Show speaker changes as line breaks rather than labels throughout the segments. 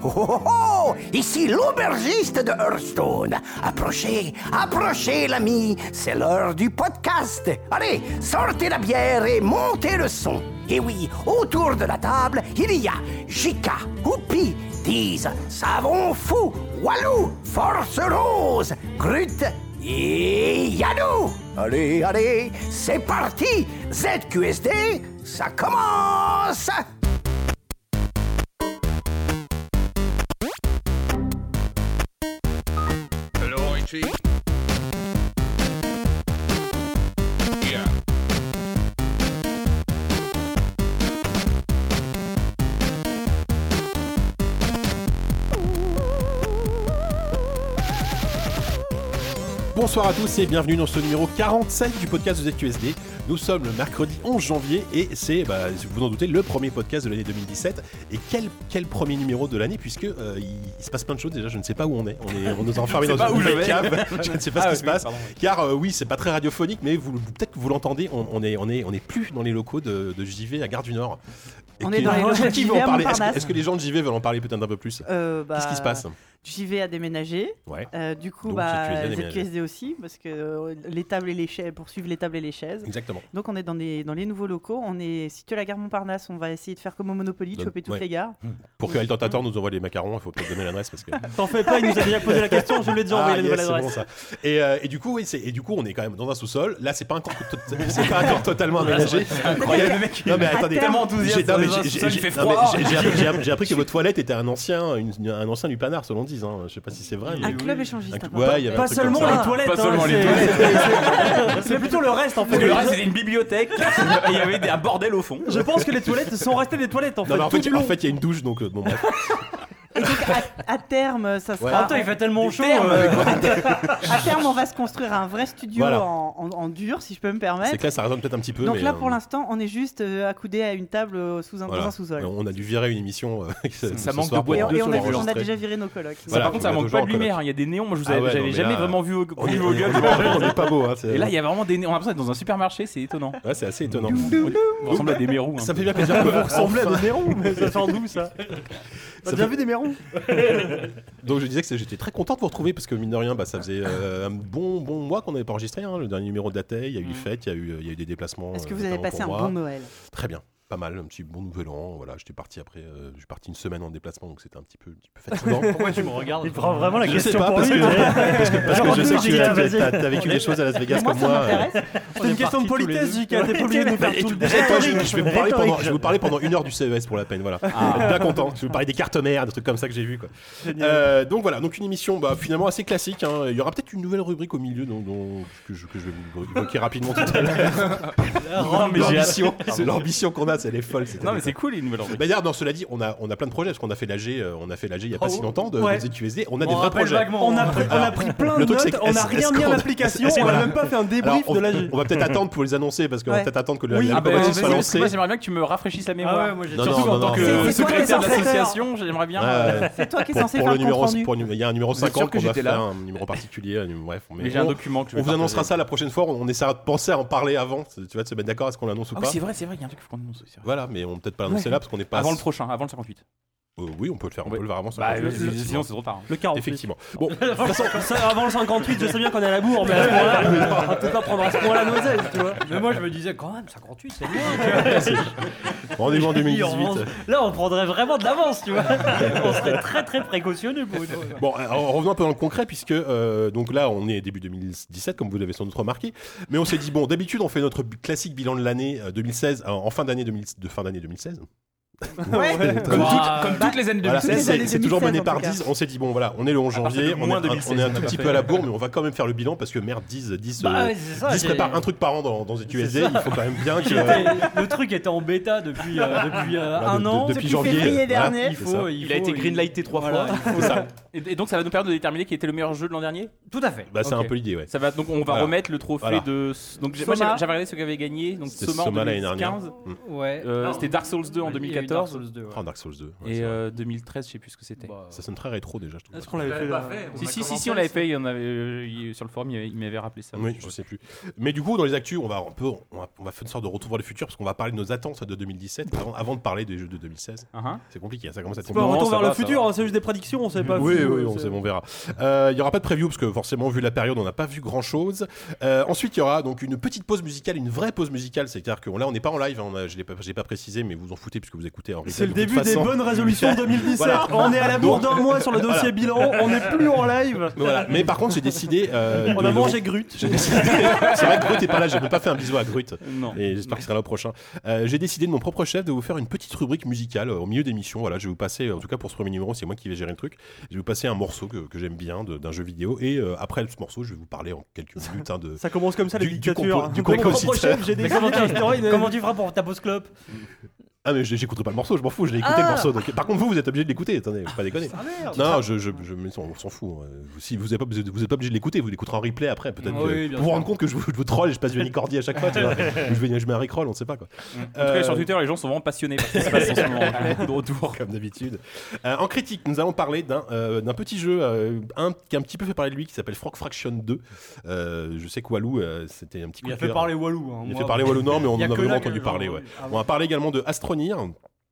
Oh, oh, oh Ici l'aubergiste de Hearthstone. Approchez, approchez, l'ami. C'est l'heure du podcast. Allez, sortez la bière et montez le son. Et oui, autour de la table, il y a Jika, Houpi, Tease, Savon Fou, Walou, Force Rose, Grut et Yadou. Allez, allez, c'est parti. ZQSD, ça commence.
Hello, IT. Yeah.
Ah Bonsoir à tous et bienvenue dans ce numéro 47 du podcast de ZQSD. Nous sommes le mercredi 11 janvier et c'est, bah, vous vous en doutez, le premier podcast de l'année 2017. Et quel, quel premier numéro de l'année puisque euh, il, il se passe plein de choses déjà, je ne sais pas où on est. On, est, on nous a enfermés dans
pas
une
où je
nouvelle
vais.
cave, je ne sais pas
Ah
ce qui se
oui,
passe.
pardon.
Car euh, oui, c'est pas très radiophonique, mais vous, vous- peut-être que vous l'entendez, on, on est, on, est, on est plus dans les locaux de, de JV à Gare du Nord. Et
On
qui-
est dans les locaux de
Qui vont
JV à
en parler Est-ce que-
Montparnasse.
est-ce que les gens de JV veulent en parler peut-être un peu plus
Euh, bah,
Qu'est-ce qui se passe
JV a déménagé.
Ouais.
Euh, du coup,
Donc, ZQSD a
bah,
déménagé.
ZQSD aussi, parce que euh, les tables et les chaises, pour suivre les tables et les chaises.
Exactement.
Donc, on est dans les, dans les nouveaux locaux. On est situé à la gare Montparnasse. On va essayer de faire comme au Monopoly, de
Donc,
choper toutes
ouais. Hmm.
les gares.
Pour que El Tentator nous envoie les macarons, il faut peut-être donner l'adresse parce que.
T'en fais pas, il nous a déjà posé la question, je lui ai déjà envoyé
Ah,
la nouvelle
yes, c'est
adresse.
bon, ça. Et, euh, et du coup, oui, c'est- et du coup, on est quand même dans un sous-sol. Là, c'est pas encore, c'est pas encore totalement aménagé.
Incroyable, Ah, le mec.
Non mais
À
attendez,
terme,
enthousiaste,
J'ai- non, mais
dans un
j'ai-
sous-sol,
j'ai-
il fait
non, mais
froid.
j'ai- j'ai appris- J'ai appris, j'ai appris que vos toilettes étaient un ancien, une- un ancien du panard, selon disent. hein. Je sais pas si c'est vrai.
Un
Mais...
club échangiste.
Un-
hein,
ouais, il y avait un
Pas
truc comme
seulement
ça.
les toilettes,
Pas
hein,
seulement les
c'est-
toilettes.
c'est- C'est plutôt le reste en fait.
Parce que le reste, c'était une bibliothèque et il y avait des- un bordel au fond.
Je pense que les toilettes sont restées des toilettes en fait.
Non mais en
tout
fait,
du
en
long.
fait, il y a une douche, donc euh, bon bref.
Et donc, à, à terme, ça
Ouais.
En
sera.
même temps, il fait tellement chaud.
termes,
euh,
À terme, on va se construire un vrai studio
Voilà.
en, en- en dur, si je peux me
C'est
permettre.
que là, ça résonne peut-être un petit peu.
Donc
mais,
là,
euh,
pour l'instant, on est juste euh, accoudé à une table euh, sous un,
voilà.
dans un sous-sol.
On a dû virer une émission. euh, ce
Ça
ce
manque
soir
de
pour
boîte
Et,
être
et on, a,
enregistré.
on a déjà viré nos colocs.
Voilà.
Par
on
contre, ça
a deux
manque pas
gens
de
en
lumière, il y a des néons. Moi, je vous
Ah
avais-
ouais, non,
j'avais
mais
jamais
là,
vraiment vu au,
On
vu
est-
au gueule.
on est pas beau. hein, c'est-
Et là, il y a vraiment des néons. On a l'impression d'être dans un supermarché, c'est étonnant.
Ouais, c'est assez étonnant.
On ressemble à des mérous. hein.
Ça me fait bien plaisir que vous ressemblez à des
Néron, mais ça sort d'où ça T'as
Ça
déjà
fait-
vu des mérons
Donc je disais que c'est- j'étais très content de vous retrouver parce que mine de rien, bah, ça faisait euh, un bon, bon mois qu'on n'avait pas enregistré. hein. le dernier numéro datait, il y a eu les fêtes, il y a eu, euh, il y a eu des déplacements.
Est-ce que
euh,
vous avez
notamment
passé un
pour
bon
moi.
Noël
Très bien, pas mal, un petit bon nouvel an. Voilà, j'étais parti après, euh, je suis parti une semaine en déplacement, donc c'était un petit peu, un petit peu fatigant.
Pourquoi tu me regardes
Il prend vraiment la
je sais
question
pas
pour
parce
lui.
que, parce que- parce que
Raconte-nous,
je sais que tu
Gilles,
as,
vas-y.
t'as- t'as vécu des choses à Las Vegas comme moi. euh,
C'est une question de politesse, JK. T'es pas obligé de nous faire tout le
Vous savez quoi, Eh, je,
débat.
je vais vous parler pendant, je vais vous parler pendant une heure du CES pour la peine, voilà.
Ah.
Vous êtes Bien content. Je vais vous parler des cartes mères, des trucs comme ça que j'ai vu quoi. Euh, donc voilà, donc une émission bah, finalement assez classique. hein. Il y aura peut-être une nouvelle rubrique au milieu dont, dont- que, je, que je vais vous évoquer rapidement tout à l'heure.
Oh, mais j'ai hâte.
L'ambition, c'est l'ambition qu'on a, c'est elle est folle. cette
Non, mais
année.
c'est cool, les nouvelles rubriques.
Bah, D'ailleurs, dans cela dit, on a, on a plein de projets parce qu'on a fait l'AG, euh, on a fait l'AG il y a pas
Oh,
si longtemps de,
ouais.
de ZQSD. On a des vrais projets.
On a, pris, on a pris plein
Le
de
truc, c'est
notes,
que
on
est-ce-
n'a rien
est-ce
mis à
qu'on-
l'application,
est-ce
on
qu'on
n'a
a-
même pas fait un
Alors,
débrief
on,
de l'AG.
on va peut-être attendre pour les annoncer parce qu'on va
Ouais.
peut-être attendre que le
Oui,
la
ah bah,
locomotive
c'est-
soit
parce
c'est-
que
lancée.
moi, j'aimerais bien que tu me rafraîchisses la
Ah
mémoire.
Non,
Surtout
non,
en
non,
tant
non.
C'est-
que
c'est
secrétaire
quoi les
d'association, j'aimerais bien.
Ouais,
euh,
ouais.
C'est toi qui es
pour,
censé
pour
faire
le
le
numéro,
compte rendu.
pour- il y a un numéro
êtes
50
sûr que
qu'on va
j'étais
faire,
là
un numéro particulier. un numéro- bref, on, met-
Mais j'ai un
on-
document que je
on
vais
vous annoncera
partager.
ça la prochaine fois. On, on essaiera de penser à en parler avant. Tu vas te se mettre d'accord, est-ce qu'on l'annonce ou
Ah
pas
oui, c'est vrai, c'est vrai, il y a un truc qu'on annonce aussi. c'est vrai.
Voilà, mais on peut peut-être pas l'annoncer là parce qu'on n'est pas.
Avant le prochain, avant le 58.
Euh, oui, on peut le faire. On
Ouais.
peut le faire avant. ça.
Bah,
Effectivement.
euh, sinon, c'est trop tard. hein.
Le 40.
Effectivement. Bon,
De toute façon, ça, avant le 58, je sais bien qu'on est à la bourre, mais à ce moment-là, on va peut-être pas prendre à ce moment-là nos ailes, tu vois.
Mais moi je me disais quand même 58 c'est loin.
rendez-vous en
Et on
2018.
avance. Là on prendrait vraiment de l'avance tu vois. on serait très très précautionneux pour une fois.
Bon, alors, revenons un peu dans le concret, puisque euh, donc là, on est début 2017, comme vous l'avez sans doute remarqué. Mais on s'est dit, bon, d'habitude, on fait notre bu- classique bilan de l'année euh, 2016, en en fin d'année 2000 de fin d'année 2016.
Ouais.
Comme
Voilà,
toutes- Comme toutes les années
Voilà,
2016.
toutes les
c'est
années
c'est toujours
2016,
mené
en
par
tout cas.
10. On s'est dit, bon, voilà, on est le 11
partir
janvier,
de
on est,
moins
un-
2016,
on est un
on
tout
a
petit
pas
peu à la
fait.
bourre, mais on va quand même faire le bilan parce que merde, 10, 10,
Bah
euh,
ouais, c'est ça.
10
j'ai-
prépare un truc par an dans, dans ZQSD. Il faut quand même bien que.
J'étais- Le truc était en bêta depuis, euh, depuis
Bah,
euh,
Voilà,
un
de- de-
an.
depuis
depuis
janvier.
février
voilà,
dernier.
il
il,
faut
faut,
ça.
il
Il a
faut-
été
il-
greenlighté trois
voilà,
fois.
il faut-
C'est ça.
Et et donc, ça va nous permettre de déterminer qui était le meilleur jeu de l'an dernier
Tout à fait.
Bah, c'est
Ok.
un peu l'idée, ouais.
Ça va donc on va
Voilà.
remettre le trophée
Voilà.
de donc j'ai- moi
Soma.
j'avais j'avais regardé ce qu'avait gagné donc
C'était
Soma, Mm. en
Soma l'année
2015
dernière. Hmm.
Ouais.
euh, c'était Dark Souls 2 en
Il y a eu
2014 2014.
Dark Souls 2, ouais.
Ah, Dark Souls 2. ouais,
Et
c'est vrai.
euh, 2013, je sais plus ce que c'était.
Bah,
Ça sonne très rétro déjà, je trouve.
Est-ce qu'on l'avait fait,
l'avait
euh, là
pas fait.
Bah, Si,
a
si, si,
commencé,
si, on l'avait fait, il y en avait, euh, il- sur le forum, il m'avait- il m'avait rappelé ça.
Oui, je sais plus. Mais du coup, dans les actus, on va un peu, on va, on va faire une sorte de retour vers le futur parce qu'on va parler de nos attentes de 2017 avant, avant de parler des jeux de 2016.
Ah,
C'est compliqué, hein, ça commence à être
Bon,
Non,
retour
ça
vers
va,
le
ça
futur,
va.
hein, c'est juste des prédictions, on sait pas.
Oui,
si-
oui, on,
c'est-
sait, on verra. Euh, Il y aura pas de preview parce que forcément, vu la période, on n'a pas vu grand chose. ensuite, il y aura donc une petite pause musicale, une vraie pause musicale. C'est-à-dire que là, on n'est pas en live. hein, on a- je l'ai pas, j'ai pas précisé, mais vous en foutez puisque vous écoutez. en replay
C'est le
de toute
début des
façon.
bonnes résolutions 2017.
Voilà.
On est à la bourre d'un mois sur le dossier bilan, on n'est plus en live.
Voilà. Mais par contre, j'ai décidé. euh,
On
de-
a
de-
mangé Grut.
J'ai décidé- C'est vrai que Grut est pas là. J'ai même pas fait un bisou à Grut.
Non.
Et j'espère qu'il sera là au prochain. Euh, j'ai décidé de mon propre chef de vous faire une petite rubrique musicale euh, au milieu d'émission. Voilà, je vais vous passer, en tout cas pour ce premier numéro, c'est moi qui vais gérer le truc. Je vais vous passer un morceau que, que j'aime bien de- d'un jeu vidéo. Et euh, après ce morceau, je vais vous parler en quelques minutes hein, de.
Ça commence comme ça, les
Du- du
dictatures.
compo- du
Mon propre
compositeur.
chef, j'ai des
Mais comment
idées
tu,
inspirées.
comment tu feras pour ta pause clope
Ah, mais je- j'écouterai pas le morceau, je m'en fous, je l'ai écouté le morceau. donc- Par contre, vous, vous êtes obligé de l'écouter, attendez, faut pas déconner. Non, je, je, je- mais on s'en fout. hein. Vous- Si vous n'êtes pas, vous êtes pas obligé de l'écouter, vous l'écouterez en replay après, peut-être.
Oui,
euh,
bien
pour
sûr.
vous rendre compte que je vous, je vous troll et je passe Yannick Cordier à chaque fois, tu vois. Ou je vais je mets un Rickroll, on sait pas quoi.
Mm.
Euh,
En tout cas, sur Twitter, les gens sont vraiment passionnés par ce qui se passe en ce moment. hein. J'ai beaucoup de retours.
comme d'habitude. Euh, en critique, nous allons parler d'un euh, d'un petit jeu euh, un, qui a un petit peu fait parler de lui, qui s'appelle Frog Fraction 2. Euh, je sais que Walou, euh, c'était un petit coup
Il a
de
fait
cœur.
parler Walou. hein,
Il a
moi.
fait parler Walou, non, mais on
Il y
en a
a que
vraiment
là
entendu
que j'en ai
parler, ouais.
entendu. Ah
On va parler également de Astronir.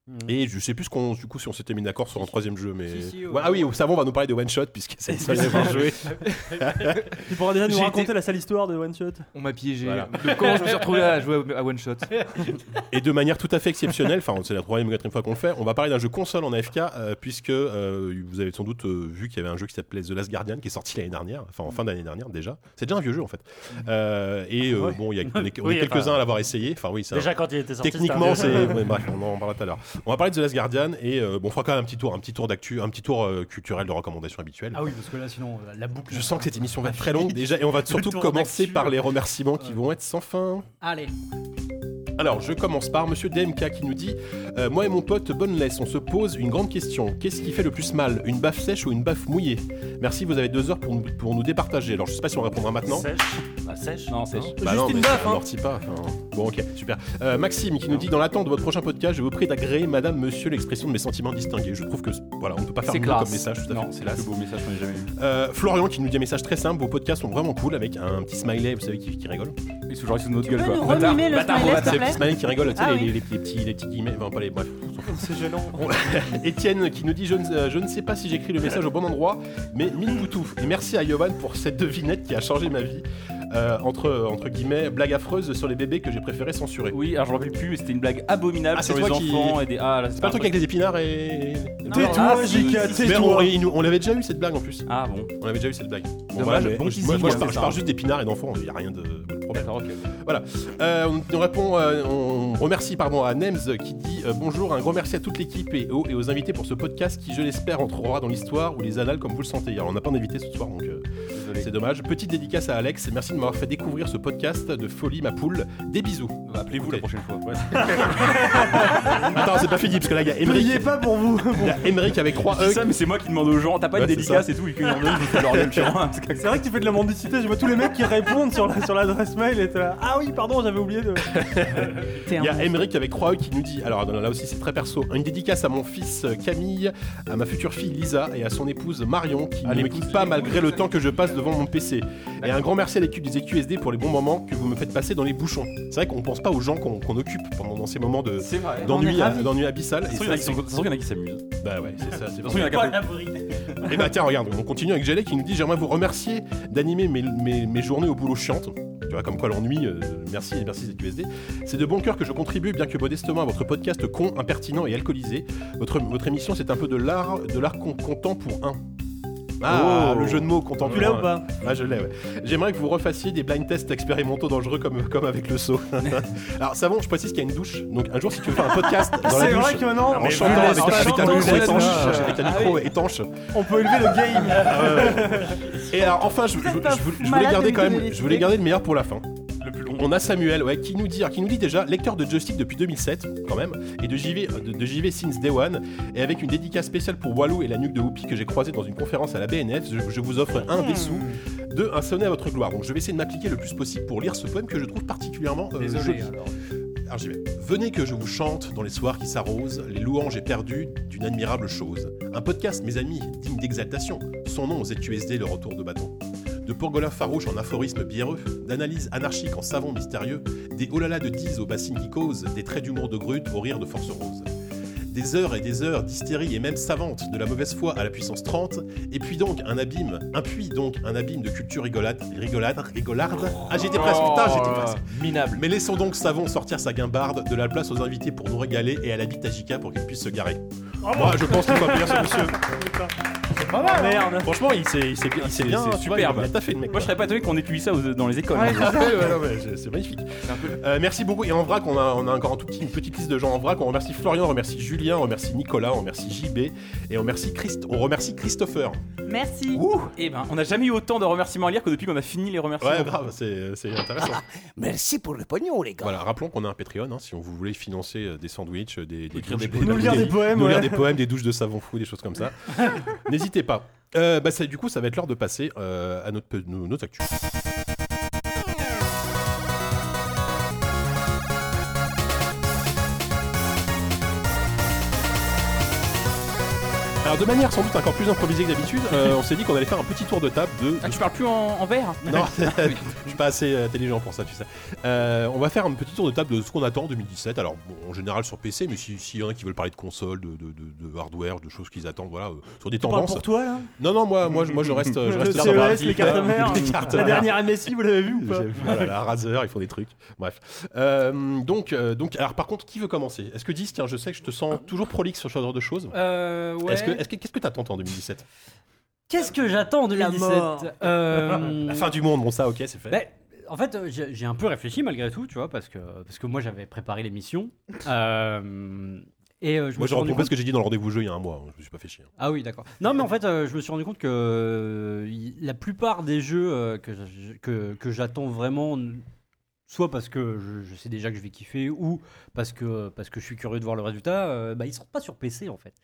Mhm.
Et je sais plus qu'on, du coup si on s'était mis d'accord sur un troisième jeu, mais
Si, si, ouais.
Ouais, ah oui, au savon on va nous parler de One Shot puisque c'est le seul à avoir joué.
Tu pourras déjà nous
J'ai
raconter
été-
la sale histoire de One Shot.
On m'a piégé.
Voilà.
Donc, comment je me suis retrouvé à jouer à One Shot
Et de manière tout à fait exceptionnelle, enfin c'est la troisième ou quatrième fois qu'on le fait, on va parler d'un jeu console en AFK, euh, puisque euh, vous avez sans doute euh, vu qu'il y avait un jeu qui s'appelait The Last Guardian qui est sorti l'année dernière, enfin en fin d'année dernière déjà. C'est déjà un vieux jeu en fait. Euh, et euh, bon, il y a, on est, on est
Oui,
quelques-uns
enfin,
à l'avoir essayé. Enfin oui, ça.
Déjà quand il était sorti.
Techniquement,
c'était un
c'est.
vieux jeu.
ouais, bref, on en parlera tout à l'heure. On va parler de The Last Guardian et euh, bon, on fera quand même un petit tour, un petit tour d'actu, un petit tour euh, culturel de recommandation habituelle.
Ah oui, parce que là, sinon, la boucle. euh,
Je sens que cette émission va être très longue déjà et on va surtout
tour
commencer
d'actu.
par les remerciements qui vont être sans fin.
Allez.
Alors, je commence par Monsieur DMK qui nous dit euh, Moi et mon pote Boneless, on se pose une grande question. Qu'est-ce qui fait le plus mal Une baffe sèche ou une baffe mouillée Merci, vous avez deux heures pour, nous- pour nous départager. Alors, je sais pas si on répondra maintenant.
Sèche. Bah, sèche.
Non, c'est.
Bah
Juste
non,
une
mais ça
baffe, hein.
amortit pas. enfin. Bon, ok, super. Euh, Maxime qui nous dit Dans l'attente de votre prochain podcast, je vous prie d'agréer, madame, monsieur, l'expression de mes sentiments distingués. Je trouve que, voilà, on ne peut pas faire
C'est
mieux
classe.
comme message, tout à fait.
Non, c'est le plus beau message qu'on ait jamais eu.
Euh, Florian qui nous dit un message très simple, vos podcasts sont vraiment cool avec un petit smiley, vous savez, qui, qui rigole.
Ils sont toujours sous notre
Tu
gueule,
peux nous
quoi. Bâtard.
remimer le
Bâtard,
smiley,
bâtard.
s'il te plaît
C'est le petit smiley qui rigole, tu sais,
Ah
les,
oui.
les- les petits, les petits guillemets, enfin pas les bref.
C'est gênant.
Étienne qui nous dit je ne, euh, je ne sais pas si j'écris le message au bon endroit, mais mille poutous. Et merci à Yovan pour cette devinette qui a changé ma vie. Euh, entre, entre guillemets, blague affreuse sur les bébés que j'ai préféré censurer.
Oui, alors je me rappelle plus, mais c'était une blague abominable
Ah, c'est
sur les
toi qui-
enfants et des. Ah, là,
C'est pas le truc avec les épinards et.
Tais-toi,
Ah, si,
JK,
si,
Mais on,
tais-toi.
il nous- on l'avait déjà eu cette blague en plus.
Ah bon,
On avait déjà eu cette blague. Bon,
Dommage,
mais
bon
moi,
teasing,
moi, je,
hein,
parle,
c'est
je
ça.
parle juste d'épinards et d'enfants, il n'y a rien de, de problème.
d'accord, ok.
Euh, on nous répond, euh, on remercie pardon à Nems qui dit euh, bonjour, un grand merci à toute l'équipe et aux, et aux invités pour ce podcast qui, je l'espère, entrera dans l'histoire ou les annales comme vous le sentez. Alors, on n'a pas d'invité ce soir, donc euh,
Désolé.
c'est dommage. Petite dédicace à Alex, merci de m'avoir fait découvrir ce podcast de folie, ma poule. Des bisous.
Appelez-vous la prochaine fois.
Attends, c'est pas fini parce que là, il y a
Payez
Emmerich,
pas pour vous.
il y a Emmerich avec trois
C'est
E.
ça, mais c'est moi qui demande aux gens. T'as pas
Ouais,
une
c'est
dédicace et tout, et qu'ils en donnent, je fais leur gueule, tu vois, un truc comme
C'est
ça.
vrai que tu fais de la mendicité, je vois tous les mecs qui répondent sur la- sur l'adresse mail et t'es là. Ah oui, pardon, j'avais oublié de.
T'es un
Il y a Emeric avec 3 E qui nous dit, alors là aussi c'est très perso, une dédicace à mon fils euh, Camille, à ma future fille Lisa et à son épouse Marion qui ne me quitte pas malgré le temps que je passe devant mon PC. Et un grand merci à l'équipe des EQSD pour les bons moments que vous me faites passer dans les bouchons. C'est vrai qu'on pense pas aux gens qu'on qu'on occupe pendant dans ces moments de
C'est vrai. De
d'ennui
On est
à-
ravis.
d'ennui abyssal.
toute
Et
façon, il y en
ça,
a qui sont- de toute façon, il y en a qui s'amusent.
c'est- bah ouais, c'est ça. c'est
De toute façon, il y en a qui
hein,
appellent-
et bah tiens, regarde, on continue avec Jalé qui nous dit J'aimerais vous remercier d'animer mes, mes- mes journées au boulot chiantes. Tu vois, comme quoi l'ennui, euh, merci, merci ZQSD. C'est de bon cœur que je contribue, bien que modestement, à votre podcast con, impertinent et alcoolisé. Votre, votre émission, c'est un peu de l'art de l'art con- content pour un. Ah,
Oh.
le jeu de mots content
Tu
pour
l'as
un.
ou pas
Ah, je l'ai, ouais. J'aimerais que vous refassiez des blind tests expérimentaux dangereux comme, comme avec le saut. Alors, savon, je précise qu'il y a une douche. Donc, un jour, si tu veux faire un podcast dans la
C'est
douche,
vrai que Ah, maintenant,
en chantant avec,
en
avec un
chantant,
micro
c'est la
étanche,
douche.
avec un
Ah
micro
oui.
étanche,
on peut élever le game.
Ah et alors enfin, je, je- je- je voulais- je voulais
Malade
garder
de
quand
nous
même,
donner
je voulais
l'idée.
garder le meilleur pour la fin.
le plus long.
On a Samuel, ouais, qui nous dit, qui nous dit déjà lecteur de Joystick depuis 2007 quand même, et de JV, euh, de, de JV since day one, et avec une dédicace spéciale pour Walou et la nuque de Whoopi que j'ai croisé dans une conférence à la BNF. Je, je vous offre
Hmm.
un dessous, deux, un sonnet à votre gloire. Donc je vais essayer de m'appliquer le plus possible pour lire ce poème que je trouve particulièrement euh, joli.
Désolé. alors.
Alors j'y vais. Venez que je vous chante dans les soirs qui s'arrosent les louanges éperdues d'une admirable chose. Un podcast, mes amis, digne d'exaltation. Son nom aux ZQSD, le retour de bâton. De pourgola farouche en aphorisme biéreux, d'analyse anarchique en savon mystérieux, des olala de dise aux bassines qui causent, des traits d'humour de grute au rire de force rose. Des heures et des heures d'hystérie et même savante, de la mauvaise foi à la puissance 30, et puis donc un abîme, un puis donc un abîme de culture rigolade, rigolade, rigolarde. Ah j'étais presque, putain j'étais presque.
Minable.
Mais laissons donc Savon sortir sa guimbarde, de la place aux invités pour nous régaler et à la Tajika pour qu'il puisse se garer. Ah, Moi, je pense qu'on va payer ce monsieur.
Oh, Pas mal, hein. merde.
Franchement, il s'est il s'est bien, il s'est
C'est-
bien,
c'est
tu vois,
superbe.
Il a taffé le mec.
Moi, je serais pas étonné qu'on ait publié ça aux- dans les écoles.
Ouais,
hein.
c'est ça, ouais, non, mais c'est- c'est magnifique. Euh, merci beaucoup. Et en vrac, on a, on a encore un tout petit- une petite liste de gens en vrac. On remercie Florian, on remercie Julien, on remercie Nicolas, on remercie JB et on remercie, Christ- on remercie Christopher.
Merci.
Eh ben, on n'a jamais eu autant de remerciements à lire que depuis qu'on a fini les remerciements.
Ouais, grave, c'est c'est intéressant.
Ah, Merci pour le pognon, les gars.
Voilà, rappelons qu'on a un Patreon, hein, si on vous voulez financer euh, des sandwichs, euh, des, des
Écrire
douches-
des
des-
poèmes.
nous
lire des poèmes,
nous lire
ouais.
des poèmes, des douches de savon fou, des choses comme ça. N'hésitez pas. Euh, bah, ça, du coup, ça va être l'heure de passer euh, à notre, pe- nos- notre actu. Alors de manière sans doute encore plus improvisée que d'habitude, euh, on s'est dit qu'on allait faire un petit tour de table de,
Ah, tu parles plus en, en verre
non, je suis pas assez euh, intelligent pour ça, tu sais. Euh, on va faire un petit tour de table de ce qu'on attend en 2017. Alors, bon, en général sur PC, mais si- s'il y en a qui veulent parler de consoles, de, de- de- de hardware, de choses qu'ils attendent, voilà, euh, sur des
Parle
tendances.
pour toi là
Non, non, moi, moi, je- moi je reste. euh, Je
Le
reste
CES,
dans la-
les cartes mères.
Les cartes
La
mères.
dernière MSI, vous l'avez vu ou pas
J'ai vu, oh là là, Razer, ils font des trucs. Bref. Euh, donc, euh, donc, alors par contre, qui veut commencer Est-ce que 10 Tiens, je sais que je te sens toujours prolixe sur ce genre de choses.
Euh, ouais.
Est-ce que, est-ce que- qu'est-ce que t'attends toi en 2017
Qu'est-ce que j'attends en 2017
mort.
Euh,
La fin du monde, bon ça, ok, c'est fait.
Ben, en fait, euh, j'ai j'ai un peu réfléchi malgré tout, tu vois, parce que, parce que moi j'avais préparé l'émission. Euh, et euh, je me
moi, je
suis rendu
reprends pas ce
compte...
que j'ai dit dans le rendez-vous jeu il y a un mois. hein, Je me suis pas fait chier.
Ah oui, d'accord. Non, mais en fait, euh, je me suis rendu compte que euh, y- la plupart des jeux euh, que, je- que, que j'attends vraiment, n- soit parce que je, je sais déjà que je vais kiffer, ou parce que, parce que je suis curieux de voir le résultat, euh, bah, ils sortent pas sur PC en fait.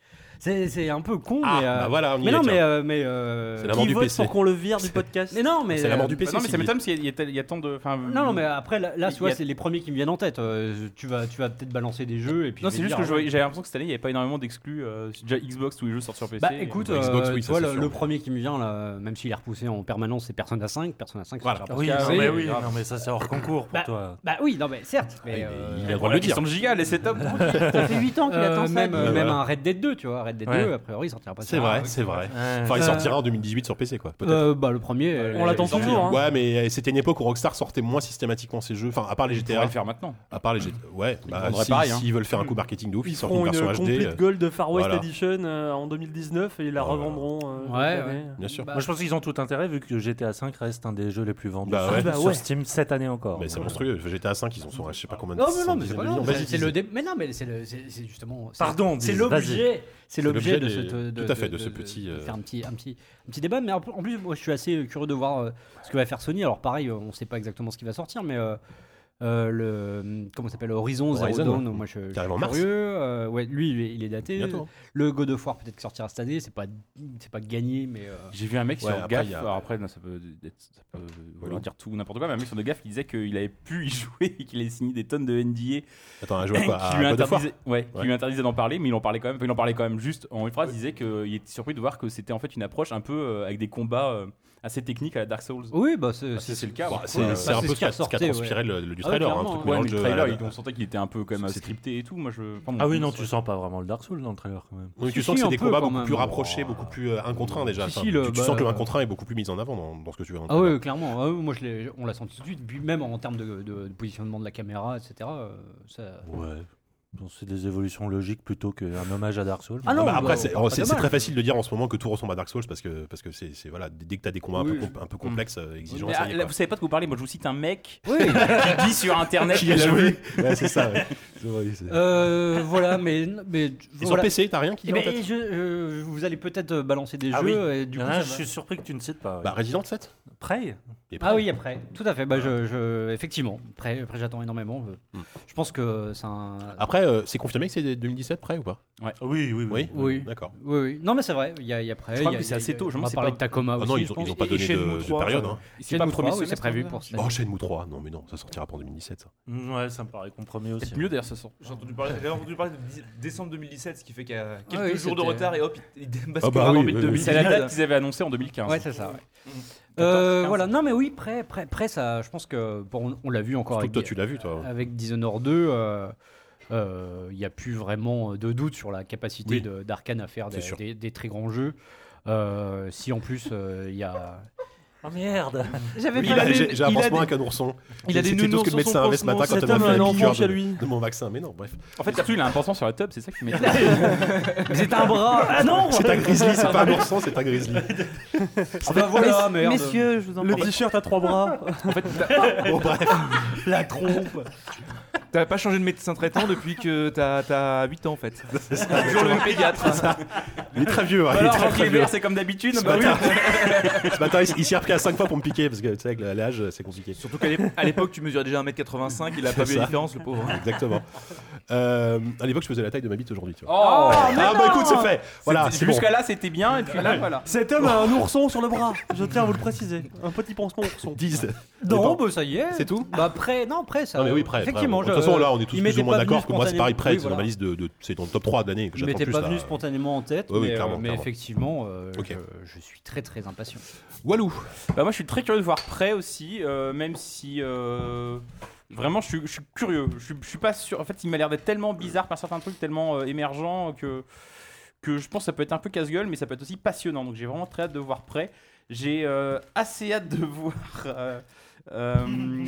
C'est c'est un peu con,
Ah,
mais. euh,
bah voilà, on y
mais
est,
non,
tiens.
mais. euh, mais euh,
C'est la mort
Qui
du
vote
PC.
pour qu'on le vire du podcast
mais non, mais. euh,
C'est la mort du
Bah
PC.
Non, mais ça
Sylvie.
m'étonne parce qu'il y a- il y, a tel- il y a tant de. enfin,
Non, non, mais
Mm.
après, là, là,
Il
tu
y
vois,
a-
c'est les premiers qui me viennent en tête. Euh, tu vas, tu vas peut-être balancer des jeux et puis.
Non,
je
c'est
vais
juste
te
que je
dire, euh,
voyais- j'avais l'impression que cette année, il n'y avait pas énormément d'exclus. euh, c'est déjà Xbox, tous les jeux sortent sur PC.
Bah écoute,
euh, Xbox,
euh,
oui,
tu
ça,
vois,
c'est
le,
sûr.
le premier qui me vient, là, euh, même s'il est repoussé en permanence, c'est Persona 5. Persona 5,
Voilà.
c'est
Oui,
Persona.
c'est-
Bah,
oui, grave.
mais ça c'est hors concours pour toi.
Bah oui, non, mais certes. Mais,
Ah, Il a
euh,
le droit de le dire.
100 gigas, les setups.
Ça fait 8 ans qu'il
euh,
attend ça.
même,
lui.
euh,
Ouais,
même
voilà.
un Red Dead 2, tu vois. Red Dead
Ouais.
2, a priori, il sortira pas
C'est
sur-
vrai,
Ah,
c'est vrai.
Ouais.
Enfin, il
Euh,
sortira en 2018 sur PC, quoi. Peut-être.
Euh, bah le premier. euh,
On l'attend
il est sorti.
toujours, hein.
Ouais, mais euh, c'était une époque où Rockstar sortait moins systématiquement ses jeux. Enfin, à part les
On va
GTA.
le faire maintenant.
À part les GTA. Ouais, bah,
vendraient
si-
pareil, hein.
s'ils veulent
Mm.
faire un coup marketing de ouf, ils,
Ils
sortent
feront
une
une
version HD.
complete
euh,
gold Far West
voilà.
Edition euh, en 2019 et ils la
Voilà.
revendront. euh,
Ouais,
toute
ouais.
l'année.
Bien sûr.
Bah,
Moi, je pense qu'ils ont tout intérêt vu que GTA V reste un des jeux les plus vendus
Bah
sur-
ouais.
Bah
sur
ouais.
Steam cette année encore.
Mais c'est monstrueux. GTA 5, ils ont sur je sais pas combien de
Non, mais non, mais c'est
centaines
pas
de millions.
grave.
Vas-y,
C'est
dis-
le dé- Mais non, mais c'est le- c'est c'est justement. c'est-
Pardon,
C'est
dis,
l'objet. C'est l'objet
l'objet
de,
des-
ce- de- de-
tout à fait, de ce petit,
de
euh,
faire un petit, un petit, un petit débat. Mais en pl- en plus, moi, je suis assez curieux de voir euh, ce que va faire Sony. Alors, pareil, euh, on ne sait pas exactement ce qui va sortir, mais. euh, euh, le comment ça s'appelle Horizon,
Horizon,
Zero Dawn
ouais.
moi je, je
Qui arrive en
suis
mars.
curieux Euh, ouais lui il est, il est daté
Bientôt.
le God of War peut-être qu'il sortira cette année c'est pas c'est pas gagné mais euh,
J'ai vu un mec
Ouais,
sur
après,
Gaff.
il y a-
Alors après, non, ça peut, être- ça peut vouloir
Ouais.
dire tout ou n'importe quoi. Mais un mec sur de Gaff qui disait qu'il avait pu y jouer et qu'il avait signé des tonnes de NDA
Attends, à jouer à quoi
qui
À
lui
God of War
interdisait, ouais, qui
Ouais.
lui interdisait d'en parler, mais il en parlait quand même. Il en parlait quand même juste en une phrase. Il disait qu'il était surpris de voir que c'était en fait une approche un peu euh, avec des combats euh, assez techniques à la Dark Souls.
oui bah c'est
Ah, si c'est le cas.
Bah,
ouais.
C'est
Ouais,
c'est un
c'est
peu
ce
ce
qui
qu'a
a
ce qu'a
sorti,
transpiré le- le- du
Ah oui,
trailer. hein,
clairement,
un truc
Ouais, mais
mélange
le
de-
trailer,
à la-
il- on sentait qu'il était un peu quand même
C'est-
scripté et tout. Moi, je. enfin, mon-
Ah oui, non,
ouais.
tu sens pas vraiment le Dark Souls dans le trailer quand même.
Oui, tu
Si,
sens que
si,
c'est
un
des
peu,
combats
quand
beaucoup
même.
plus rapprochés, beaucoup plus euh, un contre un déjà.
Si,
Enfin,
si,
tu-
le-
Tu
bah,
sens que le
euh,
1 contre 1 est beaucoup plus mis en avant dans dans ce que tu veux.
Ah oui, clairement. Ah oui, moi, je l'ai- on l'a senti tout de suite. Puis même en termes de, de- de positionnement de la caméra, etc. euh, ça-
Ouais. Bon, c'est des évolutions logiques plutôt qu'un hommage à Dark Souls.
Ah non,
Non, mais
bah,
après,
on-
c'est-
pas
alors, c'est c'est
dommage.
très facile de dire en ce moment que tout ressemble à Dark Souls parce que, parce que c'est c'est- voilà, dès que t'as des combats un peu
Oui.
com- un peu complexes, euh, exigeants,
Mais,
ça
ah,
y est,
là,
quoi.
vous savez pas de quoi vous parlez. Moi, je vous cite un mec
Oui.
qui dit sur internet
Qui a joué Ouais, C'est ça, ouais. C'est vrai, c'est-
Euh, voilà, mais mais
Et sur
voilà.
PC, t'as rien qui
Eh
vient en
ben,
tête
je, euh, vous allez peut-être euh, balancer des
Ah
jeux. Et du
Il y en
coup,
a un,
ça
je
va.
suis surpris que tu ne cites pas.
Bah, Resident 7
Prey
Et
Ah oui, après. Tout à fait. Bah, je, je- effectivement. Après, après, j'attends énormément. euh,
Hmm.
Je pense que c'est un.
Après, Après, euh, c'est confirmé que c'est 2017 près ou pas
Oui, oui,
Oui.
Oui.
D'accord.
Oui, oui. Non, mais c'est vrai. Il y a, il y a après.
Je crois
il y a-
que c'est assez tôt, je
On
me
va
sais
parler
pas.
de Tacoma
Ah
aussi.
non, ils
je
ont,
pense.
ils ont pas
Et- et
donné de,
Shenmue
de
3,
période.
euh,
Hein.
C'est pas le premier
oui, c'est
semestre.
prévu pour. cette
Oh,
année.
Shenmue 3, non mais non, ça sortira pas en 2017. Ça.
Mm, Ouais, ça me paraît compromis aussi.
Peut-être mieux d'ailleurs ce soir.
J'ai entendu parler, j'avais entendu parler de dix- décembre 2017, ce qui fait qu'il y
Ah
a
Ah
quelques
oui,
jours de
c'était-
retard et hop, il, il bascule
Ah bah
en
oui, oui, oui.
euh, C'est la date qu'ils avaient annoncée en 2015.
Ouais, c'est ça. ouais.
Mm.
Euh,
14,
voilà. Non, mais oui, près, près, près. Ça, je pense que bon, on- on l'a vu
Surtout
encore. Avec,
que toi, tu l'as vu, toi.
avec Dishonored 2. euh, euh, Il n'y a plus vraiment de doute sur la capacité
Oui.
de- d'Arkane à faire des,
C'est sûr.
des- des très grands jeux. Euh, si en plus euh, il y a.
Ah merde
J'avais
Oui,
pas
j'ai-
vu.
j'ai un
il a
pansement
des-
avec un ourson.
il a
C'est-
des
c'est tout ce
nounours
que le
sur
médecin
son
avait ce matin
pansement.
quand
Cet
elle
homme
m'a
a
fait
un
la
enfant
piqûre
chez
de-
lui.
de mon vaccin. Mais non, bref.
En fait, surtout, il a un pansement sur la tub, c'est ça qui m'étonne.
C'est un bras. Ah non
C'est un grizzly, c'est pas un ourson, c'est un grizzly.
bah voilà,
Mes- Messieurs, je vous en
Le
prie.
t-shirt à trois bras.
Bon, bref.
La trompe
T'as pas changé de médecin traitant depuis que t'as- t'as 8 ans en fait. Toujours le même pédiatre.
Il est très vieux, hein, il est
Alors,
très, très
Henri
vieux.
Vert, c'est comme d'habitude.
Ce
bah oui.
matin, ce matin, il- il s'y est repris à 5 fois pour me piquer parce que tu sais, avec l'âge, c'est compliqué.
Surtout qu'à l'ép- à l'époque, tu mesurais déjà 1m85, il a pas
C'est
vu
ça.
la différence, le pauvre.
Exactement. Euh, à l'époque, je faisais la taille de ma bite aujourd'hui. tu vois.
Oh
ah bah écoute, c'est fait. Voilà,
C'est-
c'est bon.
Jusqu'à là, c'était bien, et puis là, voilà.
Cet homme a un ourson sur le bras. Je tiens à vous le préciser. Un petit pansement ourson.
10.
Non, bah ça y est.
C'est tout
Bah près, non, près ça.
Non mais oui, près. près.
Effectivement.
De toute façon,
je-
là, on est tous plus
il m'était
ou moins
pas venu
d'accord que moi, c'est pareil, près,
spontanément.
c'est dans ma liste de, de- c'est dans le top 3 de l'année que
Je
j'attends
m'étais
plus.
pas
là.
venu spontanément en tête,
Oui, oui,
mais, euh,
clairement,
mais
clairement.
effectivement, euh,
Ok.
je, je suis très très impatient.
Walou.
Bah moi je suis très curieux de voir près aussi, euh, même si euh, vraiment je suis, je suis curieux. Je suis, je suis pas sûr. En fait, il m'a l'air d'être tellement bizarre par certains trucs, tellement euh, émergent que que je pense que ça peut être un peu casse-gueule, mais ça peut être aussi passionnant. Donc j'ai vraiment très hâte de voir près. J'ai euh, assez hâte de voir euh, euh,